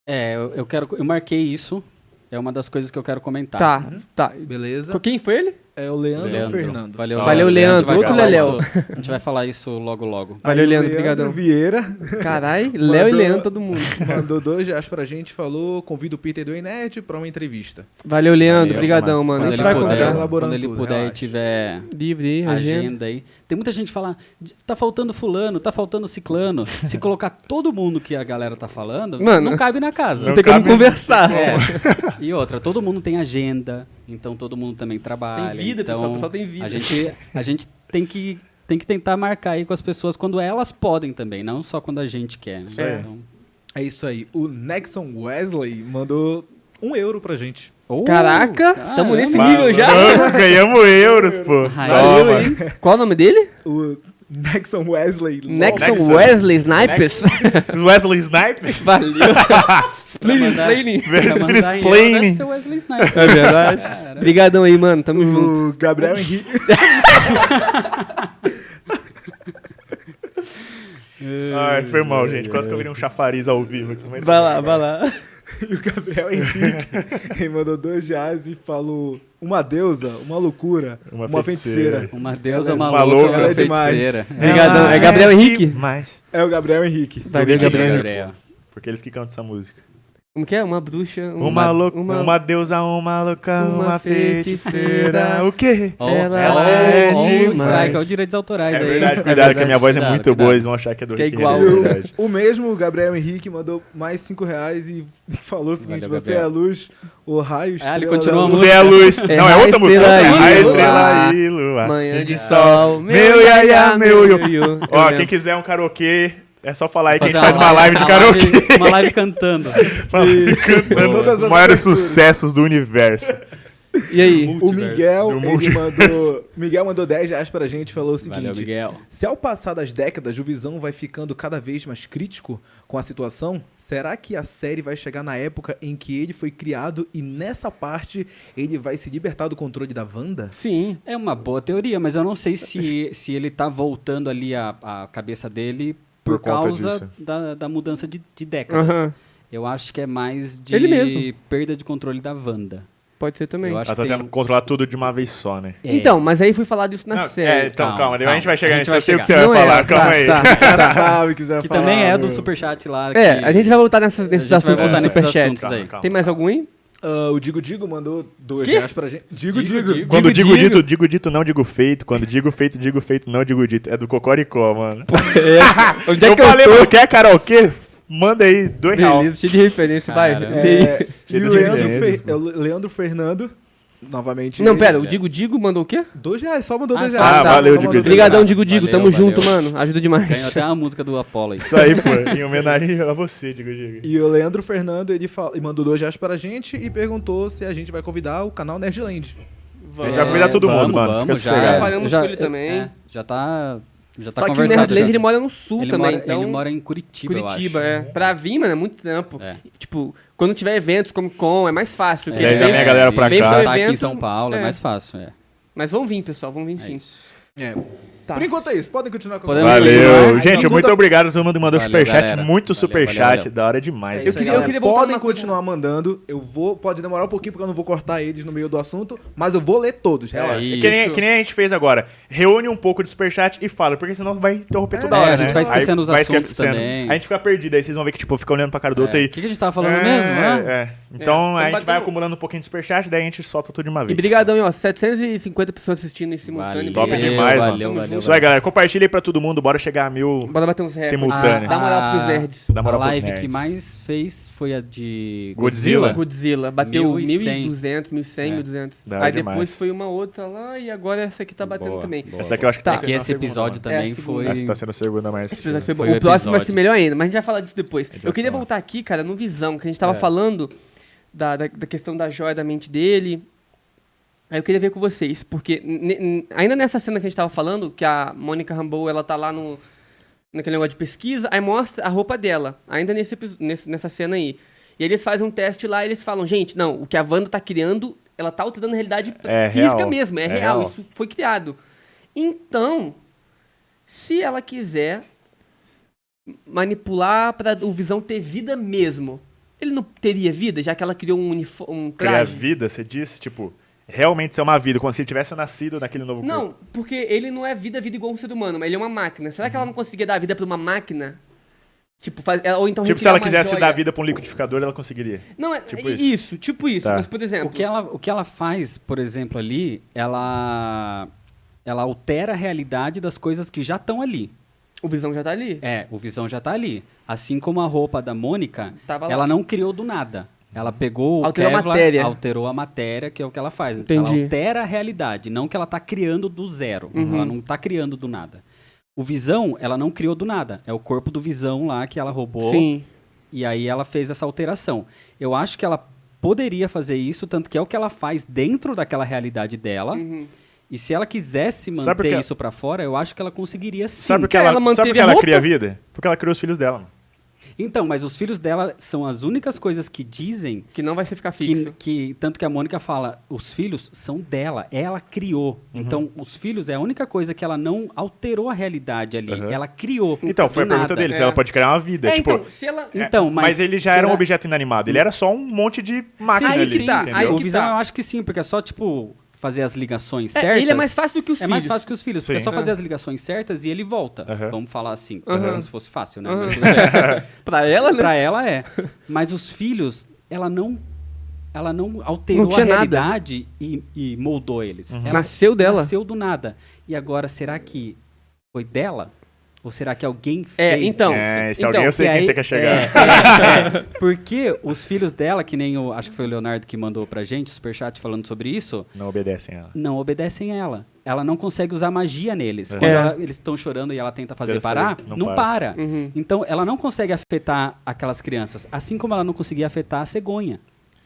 Speaker 2: É, eu, eu quero. Eu marquei isso. É uma das coisas que eu quero comentar.
Speaker 4: Tá, tá.
Speaker 3: Beleza?
Speaker 4: Por Quem foi ele?
Speaker 3: É o Leandro, Fernando.
Speaker 2: Valeu,
Speaker 1: Salve,
Speaker 4: Valeu, Leandro.
Speaker 2: A gente vai
Speaker 4: Outro
Speaker 2: falar isso- A gente vai falar isso logo, logo.
Speaker 3: Aí
Speaker 4: Valeu,
Speaker 3: o
Speaker 4: Leandro, brigadão.
Speaker 3: Vieira
Speaker 4: Carai, Léo e
Speaker 3: Mandou-
Speaker 4: Leandro, todo mundo.
Speaker 3: mandou 2 reais pra gente e falou: convida o Peter do Enet pra uma entrevista.
Speaker 4: Valeu,
Speaker 2: Valeu,
Speaker 4: Leandro. Obrigadão, mano. A
Speaker 2: Quando
Speaker 4: gente
Speaker 2: ele
Speaker 4: vai
Speaker 3: puder.
Speaker 4: convidar.
Speaker 2: puder,
Speaker 3: elaborando
Speaker 2: quando ele
Speaker 3: tudo,
Speaker 2: puder e
Speaker 3: relaxa.
Speaker 2: tiver
Speaker 4: Livre aí, agenda.
Speaker 2: agenda aí. Tem muita gente que fala, tá faltando fulano, tá faltando ciclano. Se colocar todo mundo que a galera tá falando,
Speaker 4: Mano,
Speaker 2: não cabe na casa.
Speaker 4: Não tem como
Speaker 1: cabe-
Speaker 4: conversar.
Speaker 2: É. E outra, todo mundo tem agenda, então todo mundo também trabalha.
Speaker 4: Tem vida,
Speaker 2: então,
Speaker 4: pessoal, o pessoal tem vida.
Speaker 2: A gente, a gente tem, que, tem que tentar marcar aí com as pessoas quando elas podem também, não só quando a gente quer. né?
Speaker 4: É.
Speaker 2: Então,
Speaker 3: É isso aí. O Nexon Wesley mandou um euro pra gente.
Speaker 2: Oh,
Speaker 4: Caraca,
Speaker 2: caramba.
Speaker 4: tamo nesse nível já.
Speaker 1: Vamos, Ganhamos euros, pô. Tá
Speaker 2: Valeu,
Speaker 1: Toma.
Speaker 4: hein? Qual o nome dele?
Speaker 3: O Nexon Wesley.
Speaker 4: Nexon,
Speaker 1: Nexon.
Speaker 4: Wesley Snipers.
Speaker 1: Wesley Snipes?
Speaker 4: Valeu. Explaining,
Speaker 2: Pra mandar-
Speaker 4: explaining.
Speaker 2: Pra mandar em ela,
Speaker 1: Explaining.
Speaker 2: Deve ser Wesley Snipes.
Speaker 4: É verdade.
Speaker 2: Cara.
Speaker 4: Obrigadão aí, mano. Tamo
Speaker 1: Uhum.
Speaker 4: junto.
Speaker 3: O Gabriel Henrique.
Speaker 1: Ai, foi mal, gente. Quase que eu virei um chafariz ao vivo aqui. mas-
Speaker 4: Vai lá, vai lá.
Speaker 3: E o Gabriel Henrique ele mandou dois reais e falou: Uma deusa, uma loucura, uma,
Speaker 1: Uma
Speaker 3: feiticeira.
Speaker 1: feiticeira."
Speaker 2: Uma deusa
Speaker 1: Uma
Speaker 2: maluca,
Speaker 1: louca,
Speaker 2: uma
Speaker 1: ela é
Speaker 3: demais.
Speaker 2: feiticeira.
Speaker 4: Obrigadão.
Speaker 1: Ela
Speaker 4: É Gabriel Henrique?
Speaker 1: demais.
Speaker 3: É o Gabriel Henrique.
Speaker 2: Tá
Speaker 4: Vai
Speaker 1: Gabriel
Speaker 4: vir, Gabriel.
Speaker 1: Henrique. Porque é eles que cantam essa música.
Speaker 4: é? Como que é? Uma bruxa.
Speaker 1: Uma, louca,
Speaker 4: uma-
Speaker 1: uma... deusa, uma louca,
Speaker 4: uma
Speaker 1: uma,
Speaker 4: feiticeira.
Speaker 1: feiticeira. O quê?
Speaker 2: Ó,
Speaker 4: Ela
Speaker 2: ela
Speaker 1: é
Speaker 2: ó, ó,
Speaker 1: demais.
Speaker 2: o strike, olha os direitos autorais
Speaker 1: É
Speaker 2: aí.
Speaker 1: verdade,
Speaker 4: É
Speaker 1: cuidado, que a minha
Speaker 4: verdade,
Speaker 1: voz é
Speaker 2: cuidado,
Speaker 1: muito
Speaker 2: cuidado.
Speaker 1: boa, eles vão achar que é do
Speaker 4: Que é
Speaker 1: Rick
Speaker 4: igual.
Speaker 3: E
Speaker 1: Renner,
Speaker 3: o-
Speaker 1: é verdade.
Speaker 3: o, mesmo Gabriel Henrique mandou mais cinco reais e falou o seguinte:
Speaker 2: Valeu,
Speaker 3: Você é
Speaker 2: Gabriel.
Speaker 3: a luz, o raio,
Speaker 2: Ah,
Speaker 3: estrela.
Speaker 2: ele continua
Speaker 3: da luz.
Speaker 1: Você é a luz.
Speaker 4: É
Speaker 1: Não, é
Speaker 4: raio,
Speaker 1: outra música.
Speaker 4: estrela e
Speaker 1: Raio,
Speaker 4: lua.
Speaker 1: estrela e lua.
Speaker 4: Manhã de sol.
Speaker 1: Meu iaiá, meu iô.
Speaker 4: iô.
Speaker 1: Ó,
Speaker 4: É
Speaker 1: quem
Speaker 4: mesmo.
Speaker 1: quiser um karaokê, é só falar aí que a
Speaker 2: Fazer
Speaker 1: gente faz uma live de
Speaker 2: uma
Speaker 1: karaokê. É
Speaker 2: live- Uma live cantando.
Speaker 1: Fala- cantando
Speaker 3: Todas
Speaker 1: os
Speaker 3: as
Speaker 1: maiores
Speaker 3: aberturas.
Speaker 1: sucessos do universo.
Speaker 4: E aí?
Speaker 1: Uhum.
Speaker 3: O Miguel,
Speaker 1: Do
Speaker 2: um
Speaker 3: ele
Speaker 1: multiverso.
Speaker 3: mandou, Miguel mandou 10 reais pra gente e falou o seguinte:
Speaker 2: Valeu, Miguel.
Speaker 3: Se ao passar das décadas o Visão vai ficando cada vez mais crítico com a situação, será que a série vai chegar na época em que ele foi criado e nessa parte ele vai se libertar do controle da Wanda?
Speaker 4: Sim.
Speaker 2: É uma boa teoria, mas eu não sei se, se ele tá voltando ali a, a cabeça dele por,
Speaker 1: Por conta
Speaker 2: causa
Speaker 1: disso.
Speaker 2: da, da mudança de, de décadas.
Speaker 4: Aham.
Speaker 2: Eu acho que é mais de
Speaker 4: Ele mesmo.
Speaker 2: perda de controle da Wanda.
Speaker 4: Pode ser também.
Speaker 2: Eu acho
Speaker 1: Ela tá
Speaker 2: que tem-
Speaker 1: tentando controlar tudo de uma vez só, né?
Speaker 2: É.
Speaker 4: Então, mas aí foi falado isso na
Speaker 1: Não, é,
Speaker 4: série.
Speaker 1: então calma,
Speaker 2: Calma,
Speaker 1: daí a gente vai chegar
Speaker 2: calma.
Speaker 1: nisso.
Speaker 2: A
Speaker 1: Eu
Speaker 2: gente
Speaker 1: sei o
Speaker 2: vai
Speaker 1: que você vai
Speaker 4: Não
Speaker 1: falar,
Speaker 4: era,
Speaker 1: calma
Speaker 4: tá,
Speaker 1: aí.
Speaker 4: tá.
Speaker 3: Já sabe que você vai
Speaker 2: que
Speaker 3: falar,
Speaker 2: também é do
Speaker 3: meu.
Speaker 2: superchat lá.
Speaker 4: É,
Speaker 2: que-
Speaker 4: a gente vai voltar nessas- nesses
Speaker 2: gente vai
Speaker 4: assuntos
Speaker 2: voltar
Speaker 4: do
Speaker 2: nesses
Speaker 4: Superchat.
Speaker 2: assuntos aí.
Speaker 4: Tem mais algum aí?
Speaker 3: Ah, o Digo Digo mandou dois reais pra gente. Digo
Speaker 2: Digo
Speaker 3: Digo.
Speaker 2: Digo.
Speaker 1: Quando
Speaker 4: Digo,
Speaker 1: digo,
Speaker 4: digo.
Speaker 1: dito, digo dito, não digo feito. Quando digo feito, digo feito, não digo dito. É do Cocoricó, mano.
Speaker 4: Onde é
Speaker 1: eu
Speaker 4: que
Speaker 1: falei,
Speaker 4: eu
Speaker 1: mano,
Speaker 4: tô?
Speaker 1: quer karaokê? Manda aí, dois reais.
Speaker 4: Beleza, cheio de referência, vai.
Speaker 2: Cara,
Speaker 3: É, e
Speaker 1: Cheio
Speaker 3: o
Speaker 1: de
Speaker 3: Leandro,
Speaker 1: referências,
Speaker 3: Fer- é o Leandro Fernando, novamente.
Speaker 4: Não,
Speaker 3: ele-
Speaker 4: pera, o Digo Digo mandou o quê?
Speaker 3: Dois reais, só mandou
Speaker 2: Ah,
Speaker 3: dois
Speaker 2: só-
Speaker 3: reais. Tá,
Speaker 1: Ah, valeu, Digo
Speaker 3: Só mandou
Speaker 1: Digo.
Speaker 3: dois reais.
Speaker 4: Obrigadão, Digo Digo,
Speaker 2: Valeu,
Speaker 4: tamo junto,
Speaker 2: valeu.
Speaker 4: mano. Ajuda demais.
Speaker 2: Ganhou até a música do Apollo aí.
Speaker 1: Isso aí, pô. Em homenagem a você, digo, digo.
Speaker 3: E o Leandro Fernando, ele, fala, ele mandou dois reais pra gente e perguntou se a gente vai convidar o canal Nerdland.
Speaker 1: A
Speaker 4: É,
Speaker 1: gente vai convidar todo
Speaker 2: É, vamos,
Speaker 1: mundo, mano. Fica
Speaker 2: vamos, já.
Speaker 4: Já
Speaker 1: sossegado.
Speaker 4: falamos
Speaker 2: já-
Speaker 4: com ele também.
Speaker 2: é, já tá, já tá
Speaker 4: Só que o
Speaker 2: conversado.
Speaker 4: Nerdland,
Speaker 2: já.
Speaker 4: ele mora no sul
Speaker 2: Ele
Speaker 4: também,
Speaker 2: mora-
Speaker 4: então...
Speaker 2: ele mora em Curitiba, eu
Speaker 4: Curitiba,
Speaker 2: acho.
Speaker 4: é. Pra vir, mano, é muito tempo.
Speaker 2: É.
Speaker 4: Tipo, quando tiver eventos como Con, é mais fácil. porque
Speaker 1: E aí já
Speaker 4: vem-
Speaker 1: vem a galera pra
Speaker 2: vem
Speaker 1: cá.
Speaker 2: pro
Speaker 4: Tá
Speaker 2: aqui em
Speaker 4: evento,
Speaker 2: São Paulo, é,
Speaker 4: é.
Speaker 2: mais fácil. É.
Speaker 4: Mas vão vir, pessoal, vão vir sim.
Speaker 3: É.
Speaker 4: Tá.
Speaker 3: Por enquanto é isso, podem continuar com
Speaker 2: Podemos
Speaker 1: Valeu.
Speaker 2: Valeu.
Speaker 3: então,
Speaker 1: Gente, muito obrigado a todo mundo que mandou
Speaker 2: Valeu,
Speaker 1: superchat.
Speaker 2: galera.
Speaker 1: Muito
Speaker 2: Valeu,
Speaker 1: superchat.
Speaker 2: valeu, valeu.
Speaker 1: Da hora demais.
Speaker 4: É isso aí, galera. queria voltar
Speaker 3: Podem
Speaker 4: numa coisa-
Speaker 3: continuar mandando. Eu vou. Pode demorar um pouquinho porque eu não vou cortar eles no meio do assunto, mas eu vou ler todos. Relaxa.
Speaker 2: aí.
Speaker 1: É que, nem,
Speaker 2: Isso.
Speaker 1: que nem a gente fez agora. Reúne um pouco de superchat e fala, porque senão vai interromper toda
Speaker 2: É,
Speaker 1: hora.
Speaker 2: a gente
Speaker 1: né?
Speaker 2: vai esquecendo os assuntos
Speaker 1: esquecendo.
Speaker 2: também.
Speaker 1: A gente fica perdido, aí vocês vão ver que tipo, fica olhando pra cara do outro
Speaker 2: É.
Speaker 1: e.
Speaker 2: O que, que a gente tava falando
Speaker 1: é,
Speaker 2: mesmo?
Speaker 1: é.
Speaker 2: né?
Speaker 1: Então
Speaker 4: É,
Speaker 1: a
Speaker 4: então
Speaker 1: gente vai
Speaker 4: bateu-
Speaker 1: acumulando um pouquinho de superchat, daí a gente solta tudo de uma vez.
Speaker 4: E brigadão, hein, ó. 750 pessoas assistindo em simultâneo.
Speaker 2: Valeu,
Speaker 1: Top
Speaker 4: Obrigado.
Speaker 1: demais, mano.
Speaker 2: valeu, valeu,
Speaker 1: É Isso aí, galera. Compartilha aí pra todo mundo. Bora chegar a mil.
Speaker 4: Bora bater uns recordes.
Speaker 1: Simultâneo.
Speaker 4: Ah, Dá moral
Speaker 2: Ah.
Speaker 4: pros nerds.
Speaker 1: Dá moral
Speaker 2: a
Speaker 1: pros
Speaker 2: live
Speaker 1: nerds.
Speaker 2: que mais fez foi a de
Speaker 1: Godzilla.
Speaker 2: Godzilla.
Speaker 4: Godzilla. Bateu
Speaker 2: 1.100.
Speaker 4: 1.200, 1.100,
Speaker 2: É.
Speaker 4: 1.200.
Speaker 1: Da hora
Speaker 4: Aí
Speaker 1: demais.
Speaker 4: depois foi uma outra lá e agora essa aqui tá batendo
Speaker 2: Boa,
Speaker 4: também.
Speaker 2: boa.
Speaker 1: Essa aqui eu acho que
Speaker 4: Tá.
Speaker 1: tá
Speaker 2: É que
Speaker 1: sendo a
Speaker 2: esse
Speaker 1: segunda,
Speaker 2: episódio
Speaker 1: mano.
Speaker 2: também
Speaker 4: É,
Speaker 2: foi...
Speaker 1: Essa tá sendo a segunda mais.
Speaker 4: Esse episódio foi bom.
Speaker 2: Foi
Speaker 4: o
Speaker 2: o
Speaker 4: próximo vai ser
Speaker 2: episódio.
Speaker 4: melhor ainda, mas a gente vai falar disso depois.
Speaker 1: gente vai
Speaker 4: Eu queria
Speaker 1: falar.
Speaker 4: voltar aqui, cara, no Visão, que a gente tava
Speaker 2: É.
Speaker 4: falando da, da, da questão da joia da mente dele. Aí eu queria ver com vocês, porque ne- ne- ainda nessa cena que a gente tava falando, que a Mônica Rambeau, ela tá lá no naquele negócio de pesquisa, aí mostra a roupa dela, ainda nesse, episo- nesse- nessa cena aí. E eles fazem um teste lá e eles falam, gente, não, o que a Wanda tá criando, ela tá alterando a realidade
Speaker 1: É
Speaker 4: física
Speaker 1: real.
Speaker 4: mesmo, é,
Speaker 1: É
Speaker 4: real,
Speaker 1: real.
Speaker 4: isso foi criado. Então, se ela quiser manipular para o Visão ter vida mesmo, ele não teria vida, já que ela criou um, unifo- um
Speaker 1: Criar
Speaker 4: traje?
Speaker 1: vida, você disse, tipo, realmente ser uma vida, como se ele tivesse nascido naquele novo corpo.
Speaker 4: Não, porque ele não é vida, vida igual um ser humano, mas ele é uma máquina. Será que ela não conseguia dar vida pra uma máquina? Tipo, faz, ou então
Speaker 1: Tipo, se
Speaker 4: retirar
Speaker 1: ela
Speaker 4: uma
Speaker 1: quisesse
Speaker 4: joia.
Speaker 1: dar vida pra um liquidificador, ela conseguiria.
Speaker 4: Não, é,
Speaker 1: Tipo
Speaker 4: é
Speaker 1: isso.
Speaker 4: isso. tipo isso.
Speaker 1: Tá.
Speaker 4: Mas, por
Speaker 2: O
Speaker 4: exemplo,
Speaker 2: que é- ela, o que ela faz, por exemplo, ali, ela, ela altera a realidade das coisas que já estão ali.
Speaker 4: o Visão já tá ali.
Speaker 2: É, o Visão já tá ali. Assim como a roupa da Mônica,
Speaker 4: Tava lá.
Speaker 2: ela não criou do nada. Ela pegou
Speaker 4: Alterou a
Speaker 2: o Kevlar,
Speaker 4: matéria.
Speaker 2: alterou a matéria, que é o que ela faz.
Speaker 4: Entendi.
Speaker 2: Ela altera a realidade, não que ela tá criando do zero.
Speaker 4: Uhum.
Speaker 2: Ela não tá criando do nada. O Visão, ela não criou do nada. É o corpo do Visão lá que ela roubou.
Speaker 4: Sim.
Speaker 2: E aí ela fez essa alteração. Eu acho que ela poderia fazer isso, tanto que é o que ela faz dentro daquela realidade dela.
Speaker 4: Uhum.
Speaker 2: E se ela quisesse
Speaker 1: Sabe
Speaker 2: manter
Speaker 1: porque-
Speaker 2: isso pra fora, eu acho que ela conseguiria sim.
Speaker 1: sabe por que
Speaker 4: Cara,
Speaker 1: ela,
Speaker 4: ela
Speaker 1: sabe por
Speaker 4: manteve
Speaker 1: que
Speaker 4: a
Speaker 1: ela
Speaker 4: roupa?
Speaker 1: cria vida? Porque ela criou os filhos dela. mano.
Speaker 2: Então, mas os filhos dela são as únicas coisas que dizem
Speaker 4: Que não vai ser ficar fixo.
Speaker 2: que, que- tanto que a Mônica fala, os filhos são dela, ela criou.
Speaker 1: Uhum.
Speaker 2: Então, os filhos é a única coisa que ela não alterou a realidade ali,
Speaker 1: Uhum.
Speaker 2: ela criou.
Speaker 1: Então, foi a
Speaker 2: do
Speaker 1: pergunta
Speaker 2: nada.
Speaker 1: dele, se
Speaker 4: É.
Speaker 1: ela pode criar uma vida.
Speaker 4: É,
Speaker 1: tipo,
Speaker 4: então, se ela...
Speaker 1: é,
Speaker 2: Então,
Speaker 1: mas,
Speaker 2: mas
Speaker 1: ele já era um
Speaker 2: será-
Speaker 1: objeto inanimado, ele era só um monte de máquina
Speaker 4: Aí
Speaker 1: ali,
Speaker 4: que tá,
Speaker 1: né, entendeu?
Speaker 4: aí
Speaker 2: o
Speaker 4: que
Speaker 2: Visão
Speaker 4: tá.
Speaker 2: eu acho que sim, porque é só, tipo, fazer as ligações
Speaker 4: É,
Speaker 2: certas.
Speaker 4: ele é mais fácil do que os
Speaker 2: É mais
Speaker 4: filhos.
Speaker 2: fácil que os filhos, porque
Speaker 1: Sim.
Speaker 2: é só fazer as ligações certas e ele volta.
Speaker 1: Aham.
Speaker 2: Vamos falar assim,
Speaker 4: Aham.
Speaker 2: como se fosse fácil, né?
Speaker 4: Aham.
Speaker 2: Mas tudo bem.
Speaker 4: Pra ela, né?
Speaker 2: Pra ela é. Mas os filhos, ela não ela não alterou
Speaker 4: Não tinha
Speaker 2: a
Speaker 4: nada.
Speaker 2: realidade e, e moldou eles.
Speaker 1: Uhum.
Speaker 2: Ela
Speaker 4: Nasceu dela.
Speaker 2: nasceu do nada. E agora, será que foi dela? Ou será que alguém fez
Speaker 4: É, então.
Speaker 2: isso?
Speaker 1: É, se
Speaker 4: Então,
Speaker 1: alguém eu sei
Speaker 2: E
Speaker 1: quem
Speaker 2: aí-
Speaker 1: você quer chegar.
Speaker 2: é, é, é. porque os filhos dela, que nem o, acho que foi o Leonardo que mandou pra gente, o superchat falando sobre isso,
Speaker 1: Não obedecem ela.
Speaker 2: não obedecem a ela. Ela não consegue usar magia neles.
Speaker 1: É.
Speaker 2: Quando ela- eles estão chorando e ela tenta fazer
Speaker 1: Eu
Speaker 2: parar,
Speaker 1: falei, não
Speaker 2: não,
Speaker 1: para.
Speaker 2: para.
Speaker 4: Uhum.
Speaker 2: Então, ela não consegue afetar aquelas crianças, assim como ela não conseguia afetar a cegonha.